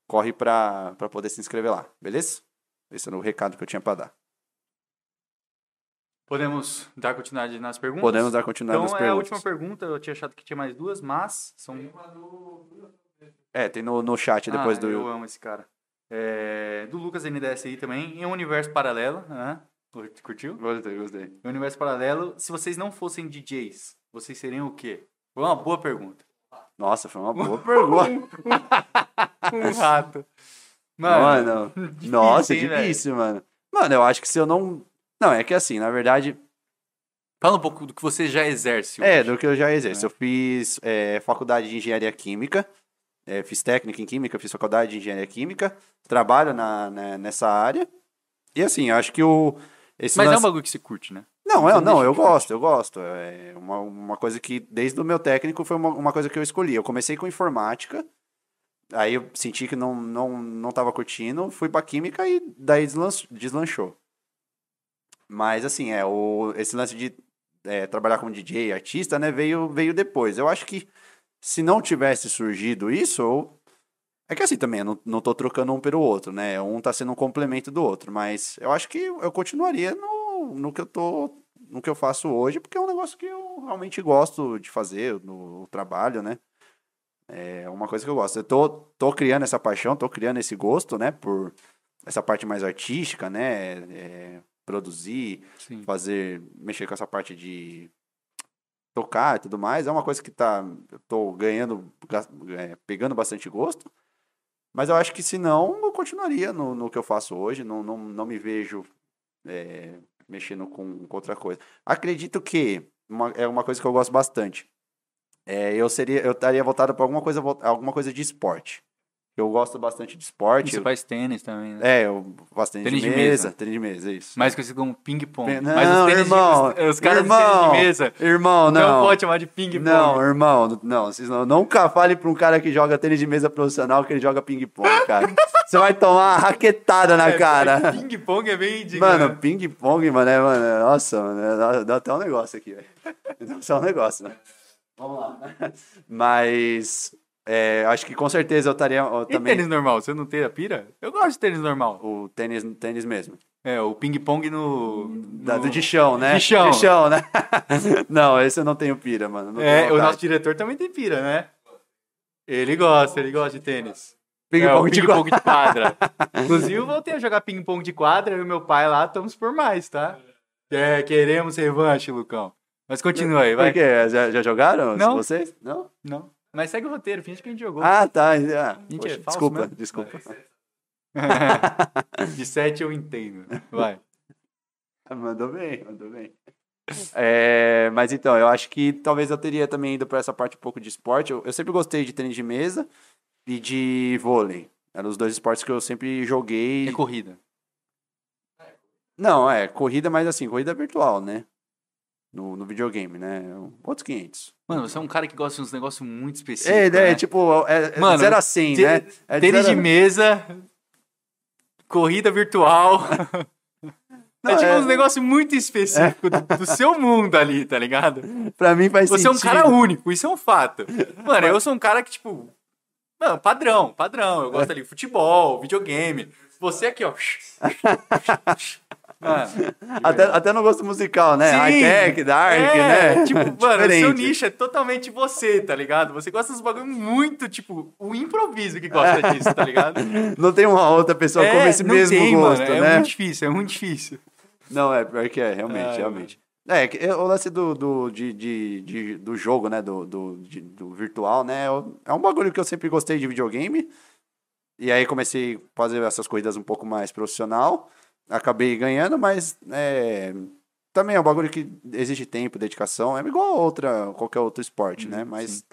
[SPEAKER 1] Corre pra, pra poder se inscrever lá, beleza? Esse era o recado que eu tinha pra dar.
[SPEAKER 2] Podemos dar continuidade nas perguntas?
[SPEAKER 1] Podemos dar continuidade
[SPEAKER 2] Então
[SPEAKER 1] nas
[SPEAKER 2] é a
[SPEAKER 1] perguntas.
[SPEAKER 2] última pergunta, eu tinha achado que tinha mais duas, mas são.
[SPEAKER 1] É, tem no, no chat depois
[SPEAKER 2] Ah,
[SPEAKER 1] do.
[SPEAKER 2] Eu amo esse cara. É, do Lucas NDSI também, em um universo paralelo, né? Curtiu?
[SPEAKER 1] Gostei, gostei.
[SPEAKER 2] Em um universo paralelo, se vocês não fossem DJs, vocês seriam o quê? Foi uma boa pergunta.
[SPEAKER 1] Nossa, foi uma boa pergunta.
[SPEAKER 2] Um rato. Mano,
[SPEAKER 1] mano, nossa,
[SPEAKER 2] hein,
[SPEAKER 1] difícil, mano. Mano, eu acho que se eu não. Não, é que assim, na verdade,
[SPEAKER 5] Fala um pouco do que você já exerce.
[SPEAKER 1] É, do que eu já
[SPEAKER 2] né?
[SPEAKER 1] exerço. Eu fiz é, faculdade de engenharia química, é, fiz técnica em química, fiz faculdade de engenharia química, trabalho na, na- nessa área. E assim, eu acho que o. Esse
[SPEAKER 2] mas é um
[SPEAKER 1] lance-
[SPEAKER 2] bagulho que se curte, né?
[SPEAKER 1] Não, eu,
[SPEAKER 2] você
[SPEAKER 1] não,
[SPEAKER 2] deixa
[SPEAKER 1] eu
[SPEAKER 2] de curtir.
[SPEAKER 1] gosto, eu gosto. É uma, uma coisa que, desde o meu técnico, foi uma, uma coisa que eu escolhi. Eu comecei com informática, aí eu senti que não, não, não tava curtindo, fui pra química e daí deslanch- deslanchou. Mas, assim, é, o, esse lance de é, trabalhar como DJ, artista, né, veio, veio depois. Eu acho que se não tivesse surgido isso, eu... é que assim também, eu não, não tô trocando um pelo outro, né? Um tá sendo um complemento do outro, mas eu acho que eu continuaria no, no que eu tô, no que eu faço hoje, porque é um negócio que eu realmente gosto de fazer no, trabalho, né? É uma coisa que eu gosto. Eu tô, tô criando essa paixão, tô criando esse gosto, né, por essa parte mais artística, né? É, produzir,
[SPEAKER 2] Sim.
[SPEAKER 1] fazer, mexer com essa parte de tocar e tudo mais. É uma coisa que tá, eu tô ganhando, gas- é, pegando bastante gosto. Mas eu acho que se não, eu continuaria no, no que eu faço hoje. Não, não, não me vejo é, mexendo com, com outra coisa. Acredito que uma- é uma coisa que eu gosto bastante. É, eu seria, eu estaria voltado para alguma coisa, vol- alguma coisa de esporte. Eu gosto bastante de
[SPEAKER 2] E
[SPEAKER 1] esporte.
[SPEAKER 2] Você faz tênis também, né?
[SPEAKER 1] É, eu bastante
[SPEAKER 5] Tênis
[SPEAKER 1] de
[SPEAKER 5] de
[SPEAKER 1] mesa,
[SPEAKER 5] mesa.
[SPEAKER 1] tênis de mesa, é isso.
[SPEAKER 2] Mais conhecido como ping-pong.
[SPEAKER 1] Pe-
[SPEAKER 2] Mas
[SPEAKER 1] não,
[SPEAKER 2] os tênis
[SPEAKER 1] irmão,
[SPEAKER 2] de, os, os caras
[SPEAKER 1] irmão.
[SPEAKER 2] de tênis de mesa
[SPEAKER 1] Irmão,
[SPEAKER 2] não,
[SPEAKER 1] não.
[SPEAKER 2] pode chamar de ping-pong.
[SPEAKER 1] Não, irmão, n- não, vocês não. Nunca fale pra um cara que joga tênis de mesa profissional que ele joga ping-pong, cara. Você vai tomar uma raquetada na
[SPEAKER 2] É,
[SPEAKER 1] cara.
[SPEAKER 2] Ping-pong é bem ridículo.
[SPEAKER 1] Mano,
[SPEAKER 2] né?
[SPEAKER 1] ping-pong, mano, é, mano, é- nossa, mano, é- dá, dá até um negócio aqui, velho. Dá até um negócio, né? Vamos lá. Mas, é, acho que com certeza eu estaria eu
[SPEAKER 2] E
[SPEAKER 1] também.
[SPEAKER 2] tênis normal? Você não tem a pira? Eu gosto de tênis normal.
[SPEAKER 1] O tênis, tênis mesmo.
[SPEAKER 2] É, o ping-pong no.
[SPEAKER 1] Da,
[SPEAKER 2] no-
[SPEAKER 1] do de chão, né?
[SPEAKER 2] De chão.
[SPEAKER 1] De chão, né? não, esse eu não tenho pira, mano. não tenho
[SPEAKER 2] É, o
[SPEAKER 1] vontade.
[SPEAKER 2] nosso diretor também tem pira, né? Ele gosta, ele gosta de tênis.
[SPEAKER 5] É, o
[SPEAKER 1] Ping-pong de
[SPEAKER 5] ping-pong de quadra.
[SPEAKER 2] Inclusive, eu voltei a jogar ping-pong de quadra, eu e meu pai lá estamos por mais, tá? É, queremos revanche, Lucão. Mas continua aí,
[SPEAKER 1] Por
[SPEAKER 2] vai.
[SPEAKER 1] quê? Já, já jogaram?
[SPEAKER 2] Não.
[SPEAKER 1] Vocês? Não?
[SPEAKER 2] Não. Mas segue o roteiro, finge que a gente jogou.
[SPEAKER 1] Ah, tá. Ah,
[SPEAKER 2] Gente,
[SPEAKER 1] poxa,
[SPEAKER 2] é falso
[SPEAKER 1] desculpa,
[SPEAKER 2] mesmo.
[SPEAKER 1] desculpa.
[SPEAKER 2] De sete eu entendo. Vai.
[SPEAKER 1] Mandou bem, mandou bem. É, mas então, eu acho que talvez eu teria também ido pra essa parte um pouco de esporte. Eu, eu sempre gostei de tênis de mesa e de vôlei. Eram os dois esportes que eu sempre joguei.
[SPEAKER 2] É corrida.
[SPEAKER 1] Não, é corrida, mas assim, corrida virtual, né? No, no videogame, né? Outros 500.
[SPEAKER 2] Mano, você é um cara que gosta de uns negócios muito específicos.
[SPEAKER 1] É, né?
[SPEAKER 2] né?
[SPEAKER 1] tipo, é, é
[SPEAKER 2] Mano,
[SPEAKER 1] 0 a 100,
[SPEAKER 2] tê-
[SPEAKER 1] né? É
[SPEAKER 2] Tênis de
[SPEAKER 1] zero-
[SPEAKER 2] mesa, corrida virtual. é
[SPEAKER 1] Não,
[SPEAKER 2] tipo
[SPEAKER 1] é-
[SPEAKER 2] um negócio muito específico do, do seu mundo ali, tá ligado?
[SPEAKER 1] Pra mim faz
[SPEAKER 2] Você é um
[SPEAKER 1] sentido.
[SPEAKER 2] cara único, isso é um fato. Mano, eu sou um cara que, tipo. Mano, padrão, padrão. Eu gosto ali de futebol, videogame. Você aqui, ó. Mano,
[SPEAKER 1] Até, até no gosto musical, né?
[SPEAKER 2] Ah, Sim.
[SPEAKER 1] High-tech, É, dark,
[SPEAKER 2] é,
[SPEAKER 1] né?
[SPEAKER 2] Tipo, mano, seu
[SPEAKER 1] Diferente.
[SPEAKER 2] nicho é totalmente você, tá ligado? Você gosta dos bagulho muito, tipo, o improviso que gosta disso, tá ligado?
[SPEAKER 1] Não tem uma outra pessoa com esse
[SPEAKER 2] É, não
[SPEAKER 1] mesmo
[SPEAKER 2] tem,
[SPEAKER 1] gosto,
[SPEAKER 2] mano, É
[SPEAKER 1] né?
[SPEAKER 2] muito difícil, é muito difícil.
[SPEAKER 1] Não, é pior que é, realmente,
[SPEAKER 2] Ai,
[SPEAKER 1] realmente. É, que- é, o lance do, do, de, de, de- do jogo, né? Do, do, de- do virtual, né? eu- É um bagulho que eu sempre gostei de videogame. E aí comecei a fazer essas corridas um pouco mais profissional. Acabei ganhando, mas é, também é um bagulho que exige tempo, dedicação. É igual a outra, qualquer outro esporte,
[SPEAKER 2] Uhum,
[SPEAKER 1] né? Mas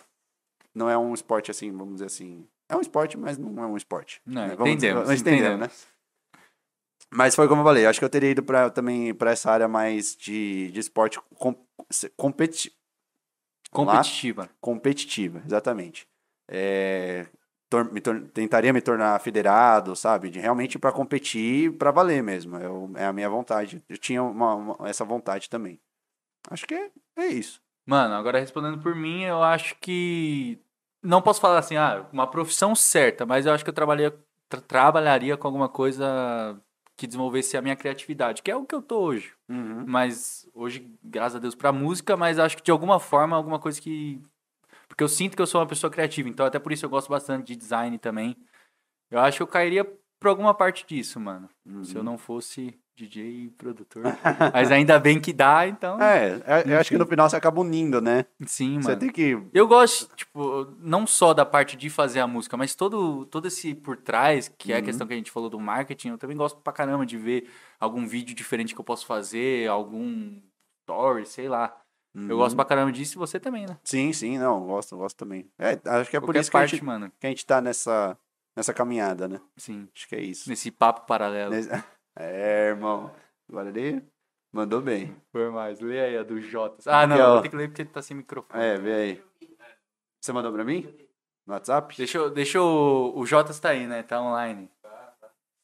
[SPEAKER 1] não é um esporte assim, vamos dizer assim. É um esporte, mas não é um esporte.
[SPEAKER 2] Não,
[SPEAKER 1] né? Vamos-
[SPEAKER 2] entendemos,
[SPEAKER 1] nós entendemos,
[SPEAKER 2] entendemos.
[SPEAKER 1] né? Mas foi como eu falei, acho que eu teria ido pra, também para essa área mais de, de esporte com, se- competi-
[SPEAKER 2] Competitiva.
[SPEAKER 1] competitiva, exatamente. É, tor- me tor- tentaria me tornar federado, sabe? De realmente para competir, para valer mesmo. Eu- é a minha vontade. Eu tinha uma- uma- essa vontade também. Acho que é, é isso.
[SPEAKER 2] Mano, agora respondendo por mim, eu acho que. Não posso falar assim, ah, uma profissão certa, mas eu acho que eu trabalharia, tra- trabalharia com alguma coisa que desenvolvesse a minha criatividade, que é o que eu tô hoje. Mas hoje, graças a Deus, pra música, mas acho que de alguma forma, alguma coisa que. Porque eu sinto que eu sou uma pessoa criativa, então até por isso eu gosto bastante de design também. Eu acho que eu cairia pra alguma parte disso, mano. Se
[SPEAKER 1] Uhum.
[SPEAKER 2] eu não fosse DJ e produtor. mas ainda bem que dá, então.
[SPEAKER 1] É, eu- eu acho que no final você acaba unindo, né?
[SPEAKER 2] Sim, mano.
[SPEAKER 1] Você tem que
[SPEAKER 2] Eu gosto, tipo, não só da parte de fazer a música, mas todo, todo esse por trás, que é a
[SPEAKER 1] Uhum.
[SPEAKER 2] questão que a gente falou do marketing, eu também gosto pra caramba de ver algum vídeo diferente que eu posso fazer, algum story, sei lá. Eu gosto pra caramba disso e você também, né?
[SPEAKER 1] Sim, sim, não, gosto, gosto também. É, acho que é por
[SPEAKER 2] Qualquer
[SPEAKER 1] isso que a,
[SPEAKER 2] parte,
[SPEAKER 1] gente,
[SPEAKER 2] mano.
[SPEAKER 1] que a gente tá nessa, nessa caminhada, né?
[SPEAKER 2] Sim.
[SPEAKER 1] Acho que é isso.
[SPEAKER 2] Nesse papo paralelo.
[SPEAKER 1] Nesse- É, irmão. Agora ele mandou bem.
[SPEAKER 2] Por mais, lê aí a do Jota. Ah, não,
[SPEAKER 1] Aqui, ó.
[SPEAKER 2] vou ter que ler porque ele tá sem microfone.
[SPEAKER 1] É, vê aí. Você mandou pra mim? No WhatsApp?
[SPEAKER 2] Deixa, eu- deixa o, o Jotas tá aí, né? Tá online.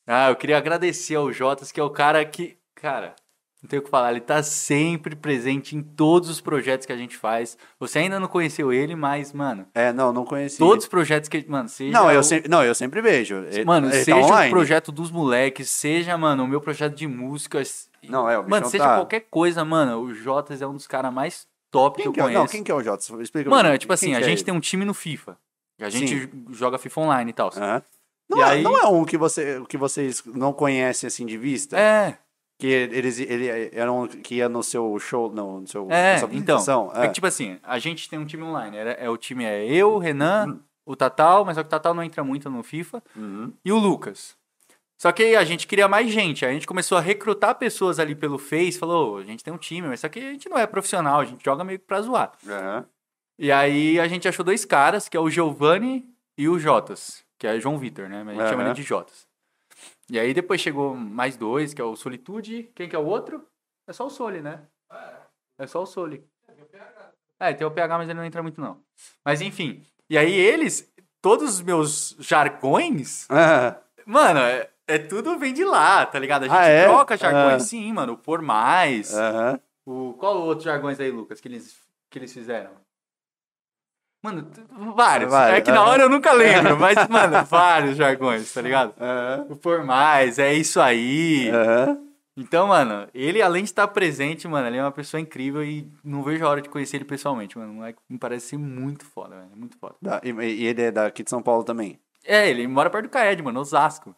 [SPEAKER 2] Ah, eu queria agradecer ao Jotas, que é o cara que. Cara, não tenho o que falar, ele tá sempre presente em todos os projetos que a gente faz. Você ainda não conheceu ele, mas, mano,
[SPEAKER 1] É, não, não conheci.
[SPEAKER 2] todos os projetos que. Mano, seja.
[SPEAKER 1] Não, eu
[SPEAKER 2] o-
[SPEAKER 1] sempre, não, eu sempre vejo. Ele-
[SPEAKER 2] Mano,
[SPEAKER 1] ele tá
[SPEAKER 2] seja o
[SPEAKER 1] online.
[SPEAKER 2] projeto dos moleques, seja, mano, o meu projeto de músicas.
[SPEAKER 1] Não, é, o
[SPEAKER 2] Mano,
[SPEAKER 1] bichão
[SPEAKER 2] seja
[SPEAKER 1] tá-
[SPEAKER 2] qualquer coisa, mano, o Jotas é um dos caras mais top que
[SPEAKER 1] Quem
[SPEAKER 2] eu
[SPEAKER 1] que é,
[SPEAKER 2] conheço.
[SPEAKER 1] não, quem que é o Jotas? Explica pra
[SPEAKER 2] Mano,
[SPEAKER 1] mim.
[SPEAKER 2] é tipo assim,
[SPEAKER 1] Quem
[SPEAKER 2] a
[SPEAKER 1] que é
[SPEAKER 2] gente
[SPEAKER 1] ele?
[SPEAKER 2] tem um time no FIFA.
[SPEAKER 1] um-
[SPEAKER 2] A gente joga FIFA online e tal.
[SPEAKER 1] Aham. Não,
[SPEAKER 2] E
[SPEAKER 1] é,
[SPEAKER 2] aí-
[SPEAKER 1] não é um que, você, que vocês não conhecem assim de vista?
[SPEAKER 2] É,
[SPEAKER 1] Que eles ele, era um que ia no seu show, não, no seu
[SPEAKER 2] É,
[SPEAKER 1] na sua
[SPEAKER 2] então.
[SPEAKER 1] apresentação.
[SPEAKER 2] É. que, tipo assim, a gente tem um time online. era- é, o time é eu, o Renan, o Tatal, mas só que o Tatal não entra muito no FIFA,
[SPEAKER 1] Uhum.
[SPEAKER 2] e o Lucas. Só que aí a gente queria mais gente. aí A gente começou a recrutar pessoas ali pelo Face, falou, "Ô, a gente tem um time, mas só que a gente não é profissional, a gente joga meio que pra zoar.
[SPEAKER 1] Aham.
[SPEAKER 2] E aí a gente achou dois caras, que é o Giovanni e o Jotas, que é João Vitor, né? Mas a gente chama
[SPEAKER 1] Aham.
[SPEAKER 2] ele de Jotas. E aí depois chegou mais dois, que é o Solitude. Quem que é o outro? É só o Soli, né? É só o Soli. É, tem o PH, mas ele não entra muito, não. Mas enfim. E aí eles, todos os meus jargões,
[SPEAKER 1] Ah,
[SPEAKER 2] mano, é, é tudo vem de lá, tá ligado? A gente
[SPEAKER 1] Ah, é?
[SPEAKER 2] troca jargões,
[SPEAKER 1] Ah.
[SPEAKER 2] sim, mano. O por mais.
[SPEAKER 1] aham.
[SPEAKER 2] O, qual outros jargões aí, Lucas, que eles, que eles fizeram? Mano, t- vários.
[SPEAKER 1] Vários,
[SPEAKER 2] É que na
[SPEAKER 1] aham.
[SPEAKER 2] hora eu nunca lembro, mas, mano, vários jargões, tá ligado?
[SPEAKER 1] Aham.
[SPEAKER 2] O por mais, é isso aí.
[SPEAKER 1] Aham.
[SPEAKER 2] Então, mano, ele além de estar presente, mano, ele é uma pessoa incrível e não vejo a hora de conhecer ele pessoalmente, mano. O moleque me parece ser muito foda, velho. Muito foda.
[SPEAKER 1] Tá, E, e ele é daqui de São Paulo também.
[SPEAKER 2] É, ele mora perto do Caed, mano, Osasco.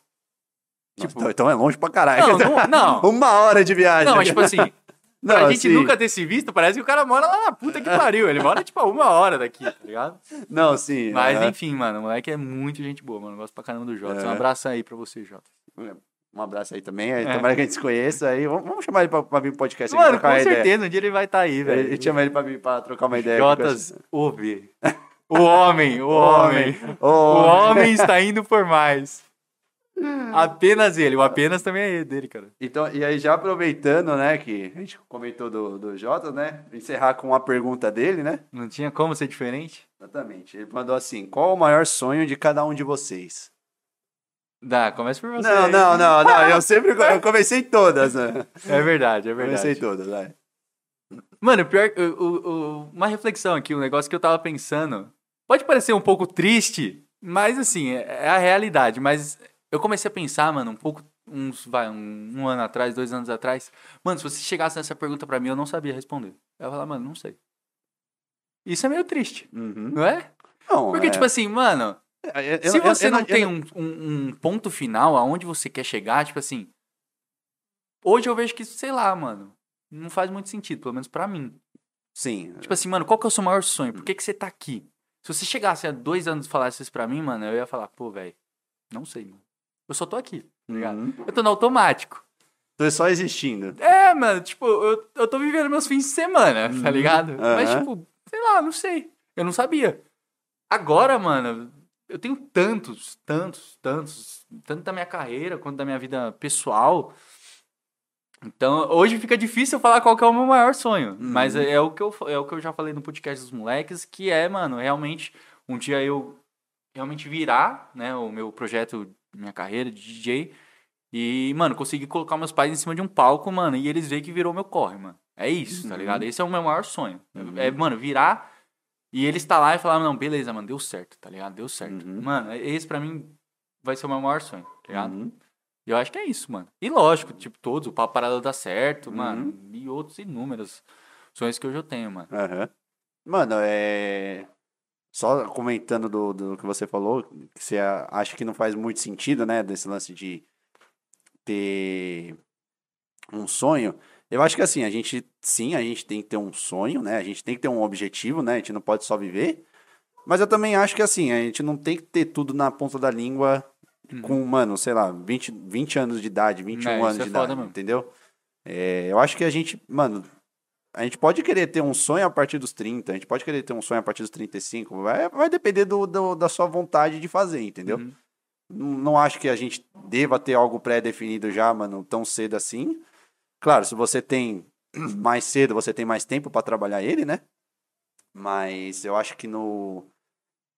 [SPEAKER 1] Nossa,
[SPEAKER 2] tipo-
[SPEAKER 1] então, então é longe pra caralho.
[SPEAKER 2] Não, não, não.
[SPEAKER 1] Uma hora de viagem.
[SPEAKER 2] Não, mas tipo assim,
[SPEAKER 1] Não,
[SPEAKER 2] pra gente
[SPEAKER 1] assim,
[SPEAKER 2] nunca ter se visto, parece que o cara mora lá na puta que pariu. Ele mora, tipo, a uma hora daqui, tá ligado?
[SPEAKER 1] Não, sim.
[SPEAKER 2] Mas,
[SPEAKER 1] é.
[SPEAKER 2] enfim, mano, o moleque é muito gente boa, mano. Eu gosto pra caramba do Jota.
[SPEAKER 1] É.
[SPEAKER 2] Um abraço aí pra você, Jota.
[SPEAKER 1] Um abraço aí também. É. Tomara que a gente se conheça aí. Vamos, vamos chamar ele pra, pra vir pro podcast aqui
[SPEAKER 2] Mano, com
[SPEAKER 1] trocar uma
[SPEAKER 2] certeza,
[SPEAKER 1] ideia.
[SPEAKER 2] um dia ele vai estar aí,
[SPEAKER 1] A
[SPEAKER 2] velho.
[SPEAKER 1] gente chama ele pra vir pra trocar uma ideia.
[SPEAKER 2] Jotas, ouve. O homem, o homem.
[SPEAKER 1] Ô,
[SPEAKER 2] O homem está indo por mais. Apenas ele. O apenas também é dele, cara.
[SPEAKER 1] Então, e aí já aproveitando, né, que a gente comentou do, do Jota, né? Encerrar com uma pergunta dele, né?
[SPEAKER 2] Não tinha como ser diferente?
[SPEAKER 1] Exatamente. Ele mandou assim: qual o maior sonho de cada um de vocês?
[SPEAKER 2] Dá, começa por você.
[SPEAKER 1] Não,
[SPEAKER 2] aí.
[SPEAKER 1] não, não, não. Eu sempre eu comecei todas, né?
[SPEAKER 2] É verdade, é
[SPEAKER 1] Comecei
[SPEAKER 2] verdade.
[SPEAKER 1] todas, vai.
[SPEAKER 2] Mano, pior, o- o- o- uma reflexão aqui, um negócio que eu tava pensando. Pode parecer um pouco triste, mas assim, é é a realidade. Mas eu comecei a pensar, mano, um pouco, uns, vai, um, um ano atrás, dois anos atrás. Mano, se você chegasse nessa pergunta pra mim, eu não sabia responder. Eu ia falar, mano, não sei. Isso é meio triste,
[SPEAKER 1] Uhum.
[SPEAKER 2] não é?
[SPEAKER 1] Não,
[SPEAKER 2] Porque,
[SPEAKER 1] é-
[SPEAKER 2] tipo assim, mano,
[SPEAKER 1] eu- eu-
[SPEAKER 2] Se
[SPEAKER 1] eu-
[SPEAKER 2] você
[SPEAKER 1] eu
[SPEAKER 2] não tem
[SPEAKER 1] eu
[SPEAKER 2] um, um- um ponto final aonde você quer chegar, tipo assim. Hoje eu vejo que, sei lá, mano. Não faz muito sentido, pelo menos pra mim.
[SPEAKER 1] Sim.
[SPEAKER 2] Tipo assim, mano, qual que é o seu maior sonho? Por que, que você tá aqui? Se você chegasse há dois anos e falasse isso pra mim, mano, eu ia falar, pô, velho, não sei, mano. Eu só tô aqui.
[SPEAKER 1] Uhum.
[SPEAKER 2] Eu tô no automático.
[SPEAKER 1] Tô só existindo.
[SPEAKER 2] É, mano, tipo, eu, eu tô vivendo meus fins de semana, tá ligado? Mas,
[SPEAKER 1] aham.
[SPEAKER 2] tipo, sei lá, não sei. Eu não sabia. Agora, mano, eu tenho tantos, tantos, tantos, tanto da minha carreira quanto da minha vida pessoal. Então, hoje fica difícil eu falar qual que é o meu maior sonho. Mas é, é o que eu, fa- é o que eu já falei no podcast dos moleques, que é, mano, realmente, um dia eu realmente virar, né, o meu projeto, minha carreira de DJ. E, mano, consegui colocar meus pais em cima de um palco, mano, e eles veem que virou meu corre, mano. É isso, tá
[SPEAKER 1] Uhum.
[SPEAKER 2] ligado? Esse é o meu maior sonho. É, mano, virar e eles tá lá e falar, não, beleza, mano, deu certo, tá ligado? Deu certo.
[SPEAKER 1] Uhum.
[SPEAKER 2] Mano, é, esse pra mim vai ser o meu maior sonho, tá ligado?
[SPEAKER 1] Uhum.
[SPEAKER 2] E eu acho que é isso, mano. E lógico, tipo, todos, o Papo Parada dá certo,
[SPEAKER 1] Uhum.
[SPEAKER 2] mano, e outros inúmeros sonhos que hoje eu tenho, mano.
[SPEAKER 1] Aham. Mano, é. Só comentando do, do que você falou, que você a- acha que não faz muito sentido, né? Desse lance de ter um sonho. Eu acho que assim, a gente, sim, a gente tem que ter um sonho, né? A gente tem que ter um objetivo, né? A gente não pode só viver. Mas eu também acho que assim, a gente não tem que ter tudo na ponta da língua com, mano, sei lá, 20, 20 anos de idade, 21
[SPEAKER 2] Uhum. É, isso
[SPEAKER 1] anos
[SPEAKER 2] é
[SPEAKER 1] de
[SPEAKER 2] foda
[SPEAKER 1] idade,
[SPEAKER 2] mesmo.
[SPEAKER 1] entendeu? É, eu acho que a gente, mano, a gente pode querer ter um sonho a partir dos 30, a gente pode querer ter um sonho a partir dos 35, vai, vai depender do, do- da sua vontade de fazer, entendeu?
[SPEAKER 2] Uhum.
[SPEAKER 1] Não, não acho que a gente deva ter algo pré-definido já, mano, tão cedo assim. Claro, se você tem mais cedo, você tem mais tempo pra trabalhar ele, né? Mas eu acho que no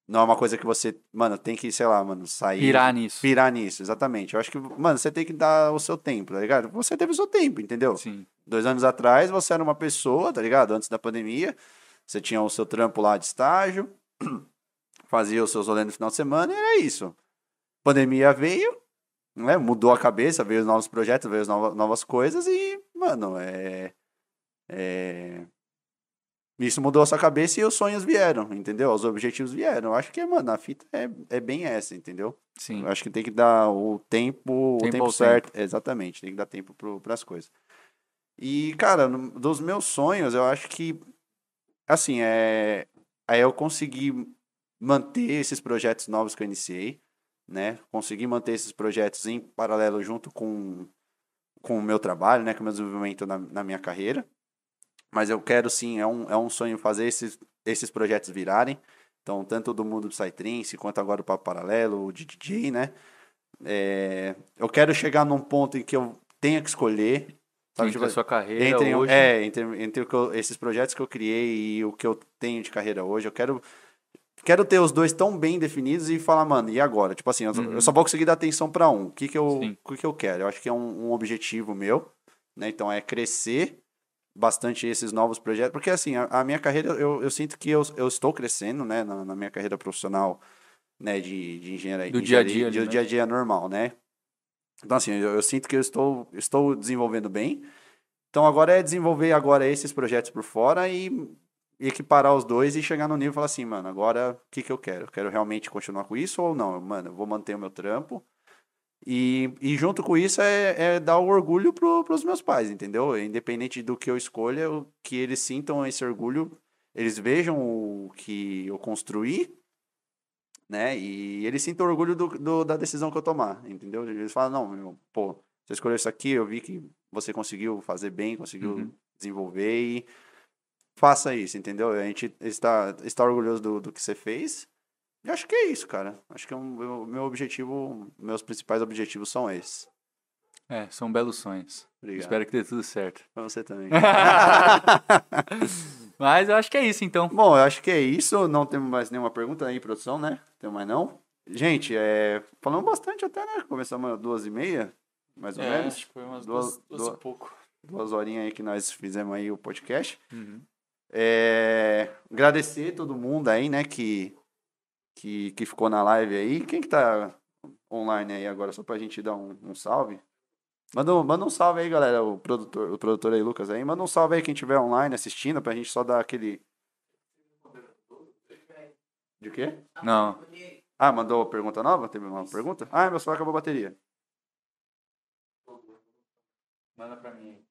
[SPEAKER 1] não é uma coisa que você, mano, tem que, sei lá, mano, sair
[SPEAKER 2] Pirar nisso.
[SPEAKER 1] pirar nisso, exatamente. Eu acho que, mano, você tem que dar o seu tempo, tá ligado? Você teve o seu tempo, entendeu?
[SPEAKER 2] Sim.
[SPEAKER 1] Dois anos atrás, você era uma pessoa, tá ligado? Antes da pandemia, você tinha o seu trampo lá de estágio, fazia os seus rolês no final de semana, e era isso. Pandemia veio, né? Mudou a cabeça, veio os novos projetos, veio as novas, novas coisas e, mano, é, é... Isso mudou a sua cabeça e os sonhos vieram, entendeu? Os objetivos vieram. Eu acho que, mano, a fita é, é bem essa, entendeu?
[SPEAKER 2] Sim.
[SPEAKER 1] Eu acho que tem que dar o tempo, o
[SPEAKER 2] Tempo
[SPEAKER 1] tempo
[SPEAKER 2] ao
[SPEAKER 1] certo. Exatamente, tem que dar tempo para as coisas. E, cara, no- dos meus sonhos, eu acho que, assim, é, é eu conseguir manter esses projetos novos que eu iniciei, né? Conseguir manter esses projetos em paralelo junto com, com o meu trabalho, né? Com o meu desenvolvimento na, na minha carreira. Mas eu quero, sim, é um, é um sonho fazer esses, esses projetos virarem. Então, tanto do mundo Psytrance, quanto agora o Papo Paralelo, o DJ, né? É, eu quero chegar num ponto em que eu tenha que escolher. Sabe,
[SPEAKER 2] Entre
[SPEAKER 1] tipo,
[SPEAKER 2] a sua carreira
[SPEAKER 1] entre,
[SPEAKER 2] hoje.
[SPEAKER 1] é, entre, entre o que eu- esses projetos que eu criei e o que eu tenho de carreira hoje, eu quero, quero ter os dois tão bem definidos e falar, mano, e agora? Tipo assim, eu, só-
[SPEAKER 2] Uhum.
[SPEAKER 1] eu só vou conseguir dar atenção pra um. O que, que, eu,
[SPEAKER 2] Sim.
[SPEAKER 1] o que, que eu quero? Eu acho que é um, um objetivo meu, né? Então é crescer bastante esses novos projetos. Porque assim, a, a minha carreira, eu, eu sinto que eu, eu estou crescendo, né? Na, na minha carreira profissional, né? De, de engenharia.
[SPEAKER 2] Do dia a dia
[SPEAKER 1] engenharia-
[SPEAKER 2] ali,
[SPEAKER 1] Do
[SPEAKER 2] né?
[SPEAKER 1] dia a dia normal, né? Então assim, eu, eu sinto que eu estou, estou desenvolvendo bem. Então agora é desenvolver agora esses projetos por fora e equiparar os dois e chegar no nível e falar assim, mano, agora o que, que eu quero? Eu quero realmente continuar com isso ou não? Mano, eu vou manter o meu trampo. E, e junto com isso é, é dar o orgulho pro, pros meus pais, entendeu? Independente do que eu escolha, o que eles sintam esse orgulho, eles vejam o que eu construí, né? E eles sintam orgulho do, do- da decisão que eu tomar, entendeu? Eles falam, não, meu, pô, você escolheu isso aqui, eu vi que você conseguiu fazer bem, conseguiu
[SPEAKER 5] Uhum.
[SPEAKER 1] desenvolver e faça isso, entendeu? A gente está, está orgulhoso do, do que você fez. E acho que é isso, cara. Acho que é um- eu- meu objetivo, meus principais objetivos são esses.
[SPEAKER 2] É, são belos sonhos.
[SPEAKER 1] Obrigado.
[SPEAKER 2] Espero que dê tudo certo.
[SPEAKER 1] Pra você também.
[SPEAKER 2] Mas eu acho que é isso, então.
[SPEAKER 1] Bom, eu acho que é isso. Não temos mais nenhuma pergunta aí, produção, né? Tem mais não? Gente, é... falamos bastante até, né? Começamos às duas e meia, mais ou
[SPEAKER 5] É,
[SPEAKER 1] menos.
[SPEAKER 5] acho que foi umas
[SPEAKER 1] Duas-
[SPEAKER 5] duas, duas
[SPEAKER 1] duas-
[SPEAKER 5] e pouco.
[SPEAKER 1] duas horinhas aí que nós fizemos aí o podcast.
[SPEAKER 2] Uhum.
[SPEAKER 1] É, agradecer todo mundo aí, né, que, que, que ficou na live aí. Quem que tá online aí agora, só pra gente dar um, um salve? Manda um, manda um salve aí, galera, o produtor, o produtor aí, Lucas, aí. Manda um salve aí quem tiver online assistindo, pra gente só dar aquele... De quê?
[SPEAKER 2] Não.
[SPEAKER 1] Ah, mandou pergunta nova? Teve uma pergunta? Ah, meu celular acabou a bateria.
[SPEAKER 5] Manda pra mim.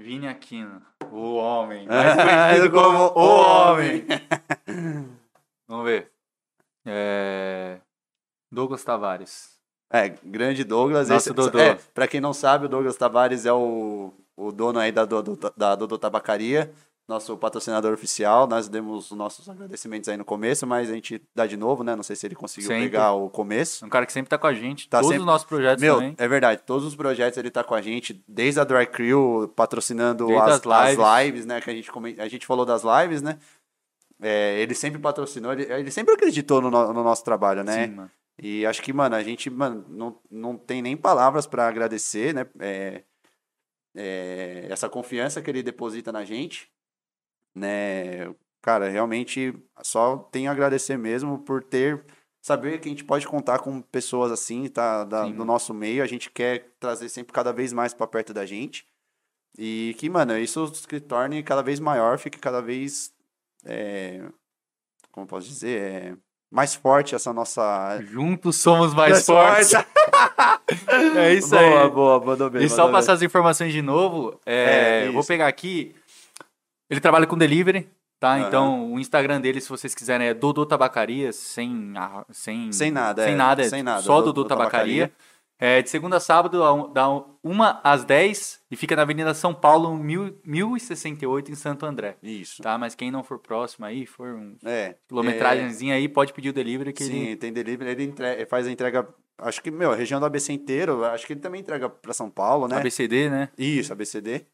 [SPEAKER 2] Vini Aquino, o homem.
[SPEAKER 1] É, Conhecido como
[SPEAKER 2] O homem. Vamos ver. É... Douglas Tavares.
[SPEAKER 1] É, grande Douglas.
[SPEAKER 2] Nosso Dodô.
[SPEAKER 1] É, pra quem não sabe, o Douglas Tavares é o, o dono aí da Dodô, da Dodô Tabacaria, nosso patrocinador oficial. Nós demos os nossos agradecimentos aí no começo, mas a gente dá de novo, né? Não sei se ele conseguiu
[SPEAKER 2] Sempre.
[SPEAKER 1] pegar o começo.
[SPEAKER 2] Um cara que sempre tá com a gente.
[SPEAKER 1] Tá
[SPEAKER 2] Todos
[SPEAKER 1] sempre-
[SPEAKER 2] os nossos projetos
[SPEAKER 1] Meu,
[SPEAKER 2] também.
[SPEAKER 1] é verdade, todos os projetos ele tá com a gente, desde a Dry Crew, patrocinando
[SPEAKER 2] Desde
[SPEAKER 1] as,
[SPEAKER 2] as lives.
[SPEAKER 1] as lives, né? Que a gente, comen- a gente falou das lives, né? É, ele sempre patrocinou, ele, ele sempre acreditou no, no- no nosso trabalho, né?
[SPEAKER 2] Sim, mano.
[SPEAKER 1] E acho que, mano, a gente mano, não, não tem nem palavras pra agradecer, né? É, é, essa confiança que ele deposita na gente, né? Cara, realmente só tenho a agradecer mesmo por ter. Saber que a gente pode contar com pessoas assim, tá? Da,
[SPEAKER 2] Sim.
[SPEAKER 1] do nosso meio. A gente quer trazer sempre cada vez mais pra perto da gente. E que, mano, isso se torne cada vez maior, fique cada vez. é, como eu posso dizer? É, mais forte essa nossa
[SPEAKER 2] Juntos somos mais fortes. É isso aí.
[SPEAKER 1] Boa, boa, mandou bem.
[SPEAKER 2] E só
[SPEAKER 1] mandou
[SPEAKER 2] passar as informações de novo,
[SPEAKER 1] É,
[SPEAKER 2] é, eu vou
[SPEAKER 1] isso.
[SPEAKER 2] pegar aqui. Ele trabalha com delivery, tá?
[SPEAKER 1] Aham.
[SPEAKER 2] Então, o Instagram dele, se vocês quiserem, é Dodô Tabacaria, sem... a- Sem,
[SPEAKER 1] Sem nada,
[SPEAKER 2] Sem
[SPEAKER 1] é,
[SPEAKER 2] nada,
[SPEAKER 1] sem nada,
[SPEAKER 2] só
[SPEAKER 1] Dodô
[SPEAKER 2] Dodô, Tabacaria.
[SPEAKER 1] Tabacaria.
[SPEAKER 2] É, de segunda a sábado, a um- da um- uma às 10 e fica na Avenida São Paulo, mil, 1068, em Santo André.
[SPEAKER 1] bem. Isso.
[SPEAKER 2] Tá? Mas quem não for próximo aí, for um
[SPEAKER 1] É.
[SPEAKER 2] quilometragenzinha aí, pode pedir o delivery
[SPEAKER 1] É,
[SPEAKER 2] que
[SPEAKER 1] sim,
[SPEAKER 2] ele...
[SPEAKER 1] tem delivery, ele, entre- ele faz a entrega, acho que, meu, região do ABC inteiro, acho que ele também entrega pra São Paulo, né?
[SPEAKER 2] ABCD, né?
[SPEAKER 1] Isso, ABCD.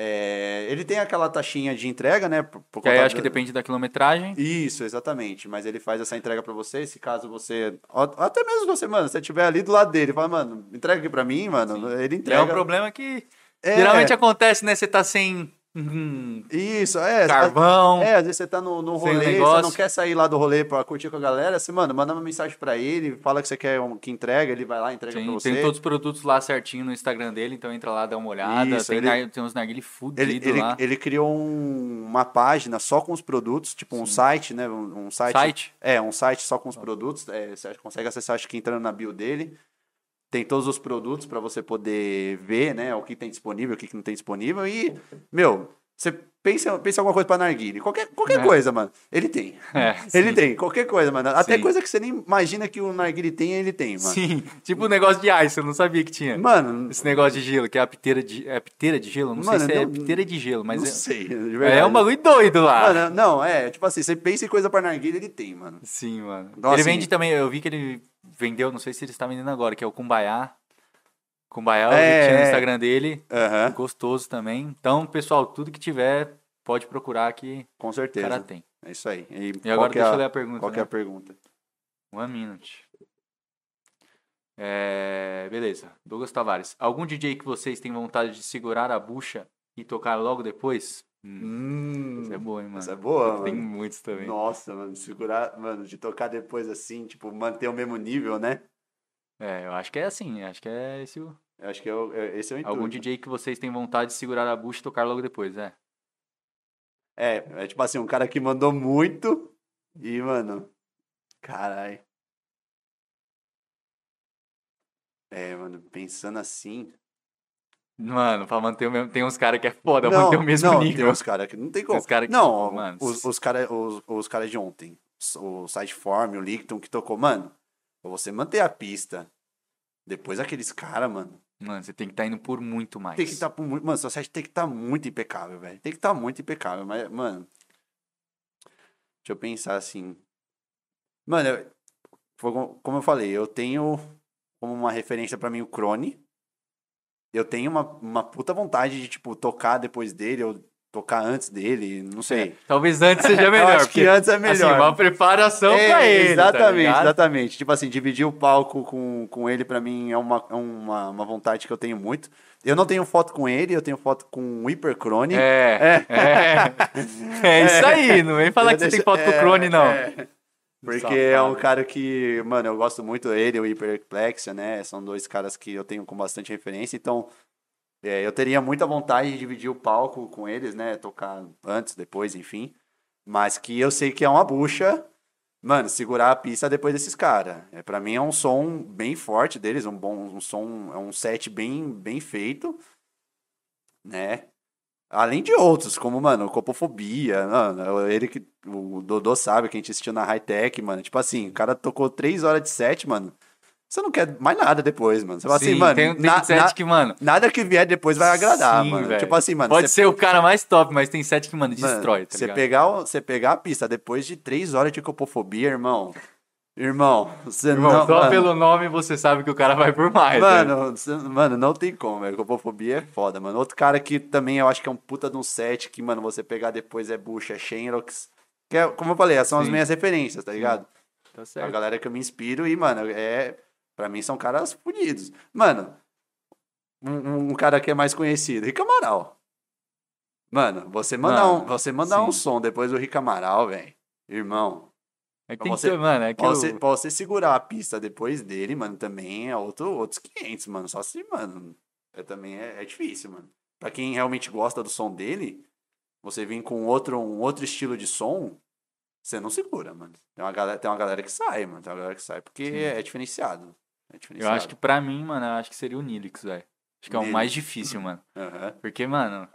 [SPEAKER 1] É, ele tem aquela taxinha de entrega, né? Por, por
[SPEAKER 2] Que aí
[SPEAKER 1] conta
[SPEAKER 2] acho que
[SPEAKER 1] da-
[SPEAKER 2] depende da quilometragem.
[SPEAKER 1] Isso, exatamente. Mas ele faz essa entrega pra você, se caso você... ó- Até mesmo você, mano, se você estiver ali do lado dele, fala, mano, entrega aqui pra mim, mano. Ele entrega.
[SPEAKER 2] É um problema que...
[SPEAKER 1] É,
[SPEAKER 2] Geralmente acontece, né? Você tá sem hum,
[SPEAKER 1] Isso, é. você tá-
[SPEAKER 2] carvão.
[SPEAKER 1] É, às vezes você tá no, no
[SPEAKER 2] Sem
[SPEAKER 1] rolê, você
[SPEAKER 2] negócio.
[SPEAKER 1] não quer sair lá do rolê pra curtir com a galera, você, mano, manda uma mensagem pra ele, fala que você quer um- que entrega, ele vai lá, entrega
[SPEAKER 2] Tem,
[SPEAKER 1] é, pra você.
[SPEAKER 2] tem todos os produtos lá certinho no Instagram dele, então entra lá, dá uma olhada.
[SPEAKER 1] Isso,
[SPEAKER 2] tem,
[SPEAKER 1] ele-
[SPEAKER 2] nar- tem uns narguilé fudidos
[SPEAKER 1] Ele, ele,
[SPEAKER 2] lá.
[SPEAKER 1] ele criou um- uma página só com os produtos, tipo um site, né? Um, um site,
[SPEAKER 2] Site?
[SPEAKER 1] É, um site só com os produtos. é, você consegue acessar, acho que entrando na bio dele. Tem todos os produtos pra você poder ver, né? O que tem disponível, o que que não tem disponível. E, meu, você pensa, pensa alguma coisa pra narguile. Qualquer, qualquer
[SPEAKER 2] É.
[SPEAKER 1] coisa, mano. Ele tem.
[SPEAKER 2] É,
[SPEAKER 1] tipo, Ele
[SPEAKER 2] sim.
[SPEAKER 1] tem, qualquer coisa, mano. Até
[SPEAKER 2] Sim.
[SPEAKER 1] coisa que você nem imagina que o narguile tem, ele tem, mano.
[SPEAKER 2] Sim, tipo um negócio de ice, eu não sabia que tinha.
[SPEAKER 1] Mano,
[SPEAKER 2] Esse negócio de gelo, que é a piteira de, é a piteira de gelo? Não
[SPEAKER 1] Mano,
[SPEAKER 2] sei se é
[SPEAKER 1] não-
[SPEAKER 2] piteira de gelo, mas
[SPEAKER 1] não
[SPEAKER 2] é,
[SPEAKER 1] sei, de
[SPEAKER 2] é
[SPEAKER 1] verdade.
[SPEAKER 2] um bagulho doido lá.
[SPEAKER 1] Mano, não, é, tipo assim, você pensa em coisa pra narguilha, ele tem, mano.
[SPEAKER 2] Sim, mano.
[SPEAKER 1] Nossa,
[SPEAKER 2] ele
[SPEAKER 1] sim.
[SPEAKER 2] vende também, eu vi que ele vendeu, não sei se ele está vendendo agora, que é o Cumbaiá. Cumbaiá, eu vi
[SPEAKER 1] É,
[SPEAKER 2] que tinha
[SPEAKER 1] é.
[SPEAKER 2] no Instagram dele.
[SPEAKER 1] Aham,
[SPEAKER 2] Gostoso também. Então, pessoal, tudo que tiver, pode procurar que
[SPEAKER 1] com
[SPEAKER 2] o
[SPEAKER 1] certeza.
[SPEAKER 2] cara tem.
[SPEAKER 1] É isso aí. E,
[SPEAKER 2] E agora
[SPEAKER 1] que
[SPEAKER 2] deixa
[SPEAKER 1] é a-
[SPEAKER 2] eu ler a pergunta.
[SPEAKER 1] Qual que é a
[SPEAKER 2] né?
[SPEAKER 1] pergunta?
[SPEAKER 2] One minute. É, beleza. Douglas Tavares. Algum DJ que vocês têm vontade de segurar a bucha e tocar logo depois? Hum,
[SPEAKER 1] Hum,
[SPEAKER 2] Isso é boa, hein, mano?
[SPEAKER 1] essa é boa,
[SPEAKER 2] Tem
[SPEAKER 1] mano.
[SPEAKER 2] muitos também.
[SPEAKER 1] Nossa, mano, segurar, mano, de tocar depois assim, tipo, manter o mesmo nível, né?
[SPEAKER 2] É, eu acho que é assim. Acho que é esse o...
[SPEAKER 1] Eu acho que é o- é- esse é o intuito.
[SPEAKER 2] Algum DJ que vocês têm vontade de segurar a bucha e tocar logo depois, é.
[SPEAKER 1] É, é tipo assim, um cara que mandou muito e, mano, carai. É, mano, pensando assim...
[SPEAKER 2] Mano, pra manter o mesmo. Tem uns caras que é foda,
[SPEAKER 1] não,
[SPEAKER 2] manter o mesmo
[SPEAKER 1] não,
[SPEAKER 2] nível.
[SPEAKER 1] tem uns caras que não tem como.
[SPEAKER 2] Os cara que- tipo,
[SPEAKER 1] não,
[SPEAKER 2] mano,
[SPEAKER 1] os, os caras os, os cara de ontem, o Sideform, o Licton que tocou, mano, pra você manter a pista, depois aqueles caras, mano...
[SPEAKER 2] Mano, você tem que estar indo por muito mais.
[SPEAKER 1] Tem que tá estar muito. Mano, sua set tem que estar muito impecável, velho. Tem que estar muito impecável. Mas, mano. Deixa eu pensar assim. Mano, eu- foi como- como eu falei, eu tenho como uma referência pra mim o Crone. Eu tenho uma, uma puta vontade de, tipo, tocar depois dele ou tocar antes dele, não sei.
[SPEAKER 2] Talvez antes seja melhor.
[SPEAKER 1] eu acho que
[SPEAKER 2] porque,
[SPEAKER 1] antes é
[SPEAKER 2] assim,
[SPEAKER 1] melhor.
[SPEAKER 2] uma preparação
[SPEAKER 1] É,
[SPEAKER 2] pra ele. tá
[SPEAKER 1] Exatamente,
[SPEAKER 2] ligado?
[SPEAKER 1] exatamente. Tipo assim, dividir o palco com, com ele, pra mim, é, uma, é uma, uma vontade que eu tenho muito. Eu não tenho foto com ele, eu tenho foto com o Hipercrone.
[SPEAKER 2] É, é. É isso aí, não vem falar
[SPEAKER 1] Eu
[SPEAKER 2] que você tem
[SPEAKER 1] deixo-
[SPEAKER 2] foto com
[SPEAKER 1] é,
[SPEAKER 2] o Crone, não.
[SPEAKER 1] é. Porque é um cara que, mano, eu gosto muito dele, o Hiperplexia, né? São dois caras que eu tenho com bastante referência, então é, eu teria muita vontade de dividir o palco com eles, né? Tocar antes, depois, enfim. Mas que eu sei que é uma bucha, mano, segurar a pista depois desses caras. É, para mim é um som bem forte deles, um bom um som, é um set bem, bem feito, né? Além de outros, como, mano, Copofobia, mano, ele que. O Dodô sabe que a gente assistiu na high tech, mano. Tipo assim, o cara tocou três horas de set, mano. Você não quer mais nada depois, mano. Você fala
[SPEAKER 2] Sim,
[SPEAKER 1] assim, mano.
[SPEAKER 2] tem, tem
[SPEAKER 1] na-
[SPEAKER 2] set
[SPEAKER 1] na-
[SPEAKER 2] que, mano.
[SPEAKER 1] Nada que vier depois vai agradar,
[SPEAKER 2] sim,
[SPEAKER 1] mano.
[SPEAKER 2] velho.
[SPEAKER 1] Tipo assim, mano.
[SPEAKER 2] Pode
[SPEAKER 1] cê-
[SPEAKER 2] ser o cara mais top, mas tem set que, mano,
[SPEAKER 1] mano,
[SPEAKER 2] destrói, tá
[SPEAKER 1] cê
[SPEAKER 2] ligado?
[SPEAKER 1] pegar o- Você pegar a pista depois de três horas de copofobia, irmão. Irmão, você
[SPEAKER 2] Irmão,
[SPEAKER 1] não.
[SPEAKER 2] só
[SPEAKER 1] mano,
[SPEAKER 2] pelo nome você sabe que o cara vai por mais. né?
[SPEAKER 1] Mano, cê- mano, não tem como, velho. Copofobia é foda, mano. Outro cara que também eu acho que é um puta de um set que, mano, você pegar depois é Bucha, é Shenrox. Que é, como eu falei, essas são as
[SPEAKER 2] Sim.
[SPEAKER 1] minhas referências, tá ligado?
[SPEAKER 2] Tá
[SPEAKER 1] A
[SPEAKER 2] certo.
[SPEAKER 1] galera que eu me inspiro e, mano, é. Pra mim são caras fodidos. Mano, um, um cara que é mais conhecido, Rica Amaral. Mano, você mandar,
[SPEAKER 2] Mano,
[SPEAKER 1] um, você mandar um
[SPEAKER 2] sim.
[SPEAKER 1] som depois do Rica Amaral, velho. Irmão,
[SPEAKER 2] É que tem
[SPEAKER 1] você-
[SPEAKER 2] que ser, mano, é que
[SPEAKER 1] pra você,
[SPEAKER 2] o-
[SPEAKER 1] pra você segurar a pista depois dele, mano, também é outro, outros 500, mano. Só se, mano, é, também é, é difícil, mano. Pra quem realmente gosta do som dele, você vir com outro, um outro estilo de som, você não segura, mano. Tem uma galera, tem uma galera que sai, mano. Tem uma galera que sai, porque
[SPEAKER 2] Sim.
[SPEAKER 1] é diferenciado. É
[SPEAKER 2] Eu
[SPEAKER 1] diferenciado.
[SPEAKER 2] acho que pra mim, mano, eu acho que seria o Nilix, velho. Acho que é o
[SPEAKER 1] Nilix.
[SPEAKER 2] mais difícil, mano.
[SPEAKER 1] Aham.
[SPEAKER 2] Porque, mano,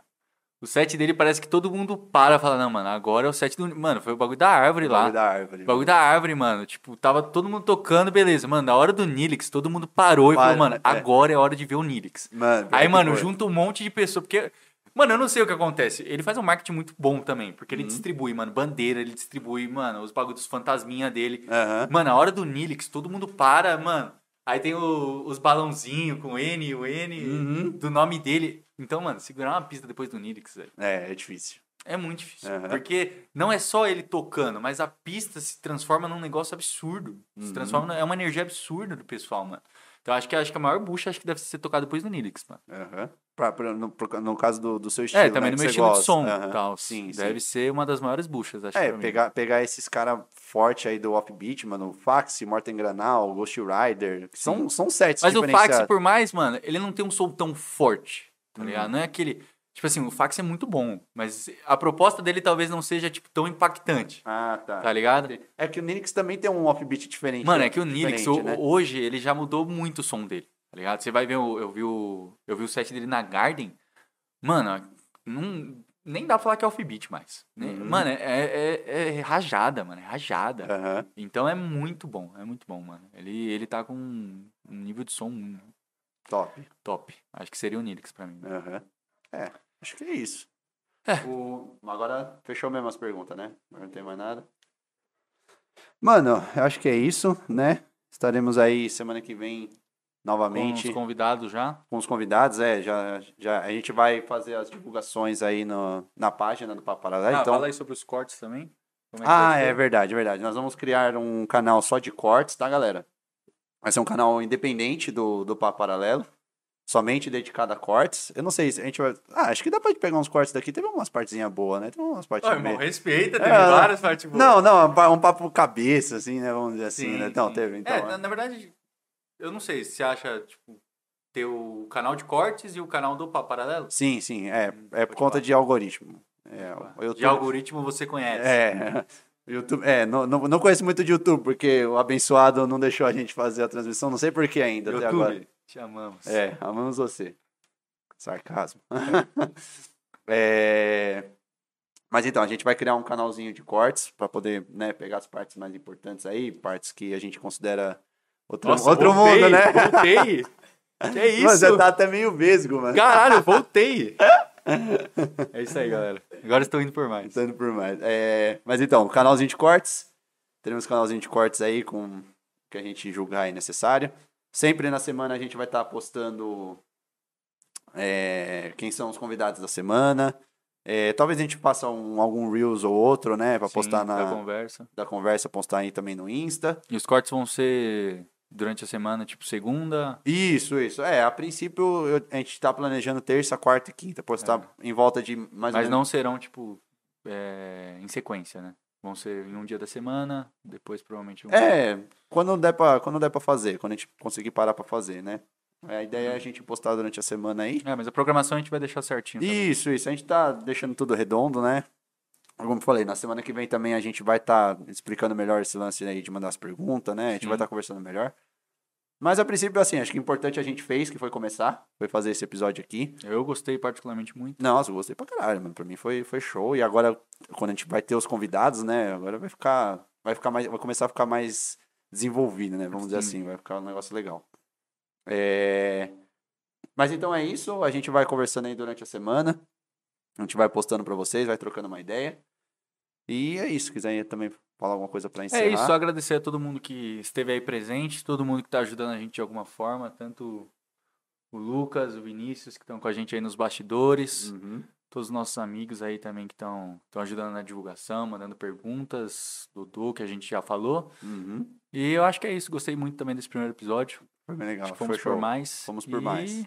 [SPEAKER 2] o set dele parece que todo mundo para e fala, não, mano, agora é o set do. Mano, foi o bagulho da árvore lá.
[SPEAKER 1] Bagulho da árvore.
[SPEAKER 2] O bagulho da árvore, mano. Tipo, tava todo mundo tocando, beleza. Mano, na hora do Nilix, todo mundo parou e
[SPEAKER 1] Para,
[SPEAKER 2] falou, mano,
[SPEAKER 1] é.
[SPEAKER 2] agora é hora de ver o Nilix.
[SPEAKER 1] Mano,
[SPEAKER 2] Aí,
[SPEAKER 1] pior que
[SPEAKER 2] mano,
[SPEAKER 1] foi.
[SPEAKER 2] junta um monte de pessoa, porque. Mano, eu não sei o que acontece. Ele faz um marketing muito bom também, porque
[SPEAKER 1] Uhum.
[SPEAKER 2] ele distribui, mano, bandeira, ele distribui, mano, os bagulhos dos fantasminha dele.
[SPEAKER 1] Aham.
[SPEAKER 2] Mano, a hora do Nilix, todo mundo para, mano. Aí tem o- os balãozinhos com o N e o N
[SPEAKER 1] Uhum.
[SPEAKER 2] do nome dele. Então, mano, segurar uma pista depois do Nilix, velho,
[SPEAKER 1] É, é difícil.
[SPEAKER 2] é muito difícil.
[SPEAKER 1] Aham.
[SPEAKER 2] Porque não é só ele tocando, mas a pista se transforma num negócio absurdo. Se
[SPEAKER 1] Uhum.
[SPEAKER 2] transforma, num- é uma energia absurda do pessoal, mano. Então, acho que, acho que a maior bucha acho que deve ser tocada depois do Nilix, mano.
[SPEAKER 1] Aham. Pra- pra- no, pro- no caso do, do seu estilo.
[SPEAKER 2] É, também
[SPEAKER 1] né,
[SPEAKER 2] no
[SPEAKER 1] que
[SPEAKER 2] meu
[SPEAKER 1] você
[SPEAKER 2] estilo
[SPEAKER 1] gosta.
[SPEAKER 2] de som
[SPEAKER 1] Aham.
[SPEAKER 2] e tal.
[SPEAKER 1] Sim, sim.
[SPEAKER 2] Deve ser uma das maiores buchas, acho
[SPEAKER 1] É,
[SPEAKER 2] pra mim.
[SPEAKER 1] pegar, pegar esses caras fortes aí do offbeat, mano. o Fax, Morten Granal, Ghost Rider. que São, são sets
[SPEAKER 2] Mas o Fax,
[SPEAKER 1] diferenciados.
[SPEAKER 2] por mais, mano, ele não tem um som tão forte, tá
[SPEAKER 1] Uhum.
[SPEAKER 2] ligado? Não é aquele... Tipo assim, o Fax é muito bom, mas a proposta dele talvez não seja, tipo, tão impactante,
[SPEAKER 1] Ah, tá.
[SPEAKER 2] tá ligado?
[SPEAKER 1] É que o Nilix também tem um offbeat diferente.
[SPEAKER 2] Mano, é que o Nilix,
[SPEAKER 1] diferente,
[SPEAKER 2] o-
[SPEAKER 1] né?
[SPEAKER 2] hoje, ele já mudou muito o som dele, tá ligado? Você vai ver, o- eu vi o, eu vi o set dele na Garden, mano, não, nem dá pra falar que é offbeat mais. né?
[SPEAKER 1] Uhum.
[SPEAKER 2] Mano, é, é- é rajada, mano, é rajada.
[SPEAKER 1] Aham.
[SPEAKER 2] Então é muito bom, é muito bom, mano. Ele, ele tá com um nível de som
[SPEAKER 1] Top.
[SPEAKER 2] top. Acho que seria o Nilix pra mim. né?
[SPEAKER 1] Aham. É, acho que é isso.
[SPEAKER 2] É.
[SPEAKER 1] O- Agora fechou mesmo as perguntas, né? Agora Não tem mais nada. Mano, eu acho que é isso, né? Estaremos aí semana que vem novamente.
[SPEAKER 2] Com os convidados já.
[SPEAKER 1] com os convidados, é, já, já a gente vai fazer as divulgações aí no, na página do Papo Paralelo. então...
[SPEAKER 2] Ah, aí sobre os cortes também.
[SPEAKER 1] ah, é verdade, é verdade. Nós vamos criar um canal só de cortes, tá, galera? Vai ser um canal independente do, do Papo Paralelo, somente dedicado a cortes. Eu não sei se a gente vai... Ah, acho que dá pra pegar uns cortes daqui. Teve umas partezinhas boas, né? Teve umas
[SPEAKER 2] Ah,
[SPEAKER 1] partes meio...
[SPEAKER 2] respeita,
[SPEAKER 1] teve É, várias
[SPEAKER 2] partes
[SPEAKER 1] Não, não, um pa- um papo cabeça, né?
[SPEAKER 2] É,
[SPEAKER 1] então, é. assim, né? Vamos dizer assim, né? Então, teve, então...
[SPEAKER 2] na, na verdade, eu não sei se você acha, tipo, ter o canal de cortes e o canal do Papo Paralelo.
[SPEAKER 1] Sim, sim. É, é por
[SPEAKER 2] pode
[SPEAKER 1] conta
[SPEAKER 2] falar.
[SPEAKER 1] de algoritmo. É, o
[SPEAKER 2] De
[SPEAKER 1] YouTube-
[SPEAKER 2] algoritmo você conhece.
[SPEAKER 1] É. YouTube, é, não, não, não conheço muito de YouTube, porque o abençoado não deixou a gente fazer a transmissão, não sei por que ainda
[SPEAKER 2] YouTube,
[SPEAKER 1] até agora.
[SPEAKER 2] te amamos.
[SPEAKER 1] É, amamos você. Sarcasmo. É, Mas então, a gente vai criar um canalzinho de cortes para poder né, pegar as partes mais importantes aí, partes que a gente considera outro,
[SPEAKER 2] Nossa,
[SPEAKER 1] outro
[SPEAKER 2] voltei,
[SPEAKER 1] mundo, né?
[SPEAKER 2] Voltei. Que isso?
[SPEAKER 1] Mas você tá até meio vesgo, mano.
[SPEAKER 2] Caralho, voltei. é isso aí, galera. Agora estou indo por mais.
[SPEAKER 1] Pensando por mais. É, mas então, canalzinho de cortes. Teremos canalzinho de cortes aí com o que a gente julgar aí necessário. Sempre na semana a gente vai estar postando é, quem são os convidados da semana. É, talvez a gente faça um, algum Reels ou outro, né? Pra postar
[SPEAKER 2] Sim, tá
[SPEAKER 1] na,
[SPEAKER 2] da conversa.
[SPEAKER 1] da conversa, postar aí também no Insta.
[SPEAKER 2] E os cortes vão ser durante a semana, tipo segunda.
[SPEAKER 1] Isso, isso. É, a princípio eu- a gente tá planejando terça, quarta e quinta. Postar em volta de mais ou
[SPEAKER 2] É. Mas
[SPEAKER 1] menos-
[SPEAKER 2] não serão, tipo, é, em sequência, né? Vão ser em um dia da semana, depois provavelmente um.
[SPEAKER 1] É, quando der pra, quando der pra fazer, quando a gente conseguir parar pra fazer, né? É, A ideia é a gente postar durante a semana aí.
[SPEAKER 2] É, mas a programação a gente vai deixar certinho. também.
[SPEAKER 1] Isso, isso. A gente tá deixando tudo redondo, né? Como eu falei, na semana que vem também a gente vai estar explicando melhor esse lance aí de mandar as perguntas, né? A gente vai
[SPEAKER 2] Sim.
[SPEAKER 1] estar conversando melhor. Mas a princípio, assim, acho que o importante a gente fez, que foi começar, foi fazer esse episódio aqui.
[SPEAKER 2] Eu gostei particularmente muito.
[SPEAKER 1] Nossa, eu gostei pra caralho, mano. Pra mim foi, foi show. E agora, quando a gente vai ter os convidados, né? Agora vai ficar. Vai ficar mais. Vai começar a ficar mais desenvolvido, né? Vamos dizer
[SPEAKER 2] Sim.
[SPEAKER 1] assim. Vai ficar um negócio legal. É... Mas então é isso. A gente vai conversando aí durante a semana. A gente vai postando pra vocês, vai trocando uma ideia. E é isso. Se quiser também falar alguma coisa pra encerrar.
[SPEAKER 2] É isso, só agradecer a todo mundo que esteve aí presente, todo mundo que tá ajudando a gente de alguma forma, tanto o Lucas, o Vinícius, que estão com a gente aí nos bastidores,
[SPEAKER 1] Uhum.
[SPEAKER 2] todos os nossos amigos aí também que estão ajudando na divulgação, mandando perguntas, Dudu, que a gente já falou.
[SPEAKER 1] Uhum.
[SPEAKER 2] E eu acho que é isso, gostei muito também desse primeiro episódio.
[SPEAKER 1] Foi bem legal.
[SPEAKER 2] Acho que fomos
[SPEAKER 1] foi
[SPEAKER 2] por
[SPEAKER 1] show.
[SPEAKER 2] mais.
[SPEAKER 1] Fomos por mais.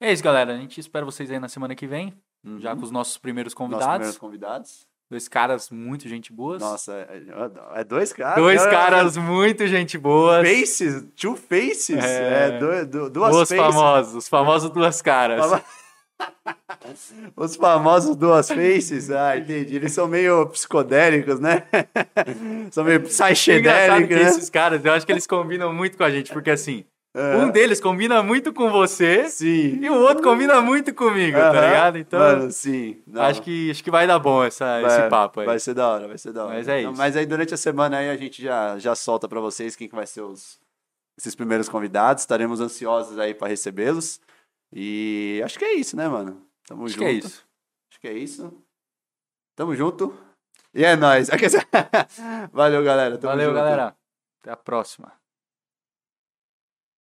[SPEAKER 2] É isso, galera. A gente espera vocês aí na semana que vem,
[SPEAKER 1] Uhum.
[SPEAKER 2] já com os nossos primeiros
[SPEAKER 1] Nossos
[SPEAKER 2] convidados.
[SPEAKER 1] primeiros convidados.
[SPEAKER 2] Dois caras muito gente boas.
[SPEAKER 1] Nossa, é- é dois caras.
[SPEAKER 2] Dois
[SPEAKER 1] Ah,
[SPEAKER 2] caras muito gente boas.
[SPEAKER 1] Faces, two faces,
[SPEAKER 2] É.
[SPEAKER 1] é, du- du- duas
[SPEAKER 2] Duas
[SPEAKER 1] faces,
[SPEAKER 2] famosos, os famosos duas caras.
[SPEAKER 1] Fala- os famosos duas faces, ah, entendi, eles são meio psicodélicos, né, são meio
[SPEAKER 2] Engraçado que
[SPEAKER 1] psychedélicos, né,
[SPEAKER 2] esses caras, eu acho que eles combinam muito com a gente, porque assim,
[SPEAKER 1] É.
[SPEAKER 2] um deles combina muito com você
[SPEAKER 1] sim,
[SPEAKER 2] e o outro combina muito comigo, tá
[SPEAKER 1] Aham.
[SPEAKER 2] ligado? Então,
[SPEAKER 1] Mano, sim, Não.
[SPEAKER 2] acho, que, acho que vai dar bom essa, esse
[SPEAKER 1] Vai-
[SPEAKER 2] papo aí.
[SPEAKER 1] vai ser da hora, vai ser da hora,
[SPEAKER 2] Mas é
[SPEAKER 1] Então,
[SPEAKER 2] isso.
[SPEAKER 1] mas aí durante a semana aí a gente já, já solta pra vocês quem que vai ser os, esses primeiros convidados, estaremos ansiosos aí pra recebê-los, e acho que é isso, né, mano, tamo
[SPEAKER 2] acho
[SPEAKER 1] junto,
[SPEAKER 2] que é isso.
[SPEAKER 1] Acho que é isso. Tamo junto. E é nóis. Valeu, galera. Tamo
[SPEAKER 2] Valeu,
[SPEAKER 1] junto.
[SPEAKER 2] galera. Até a próxima.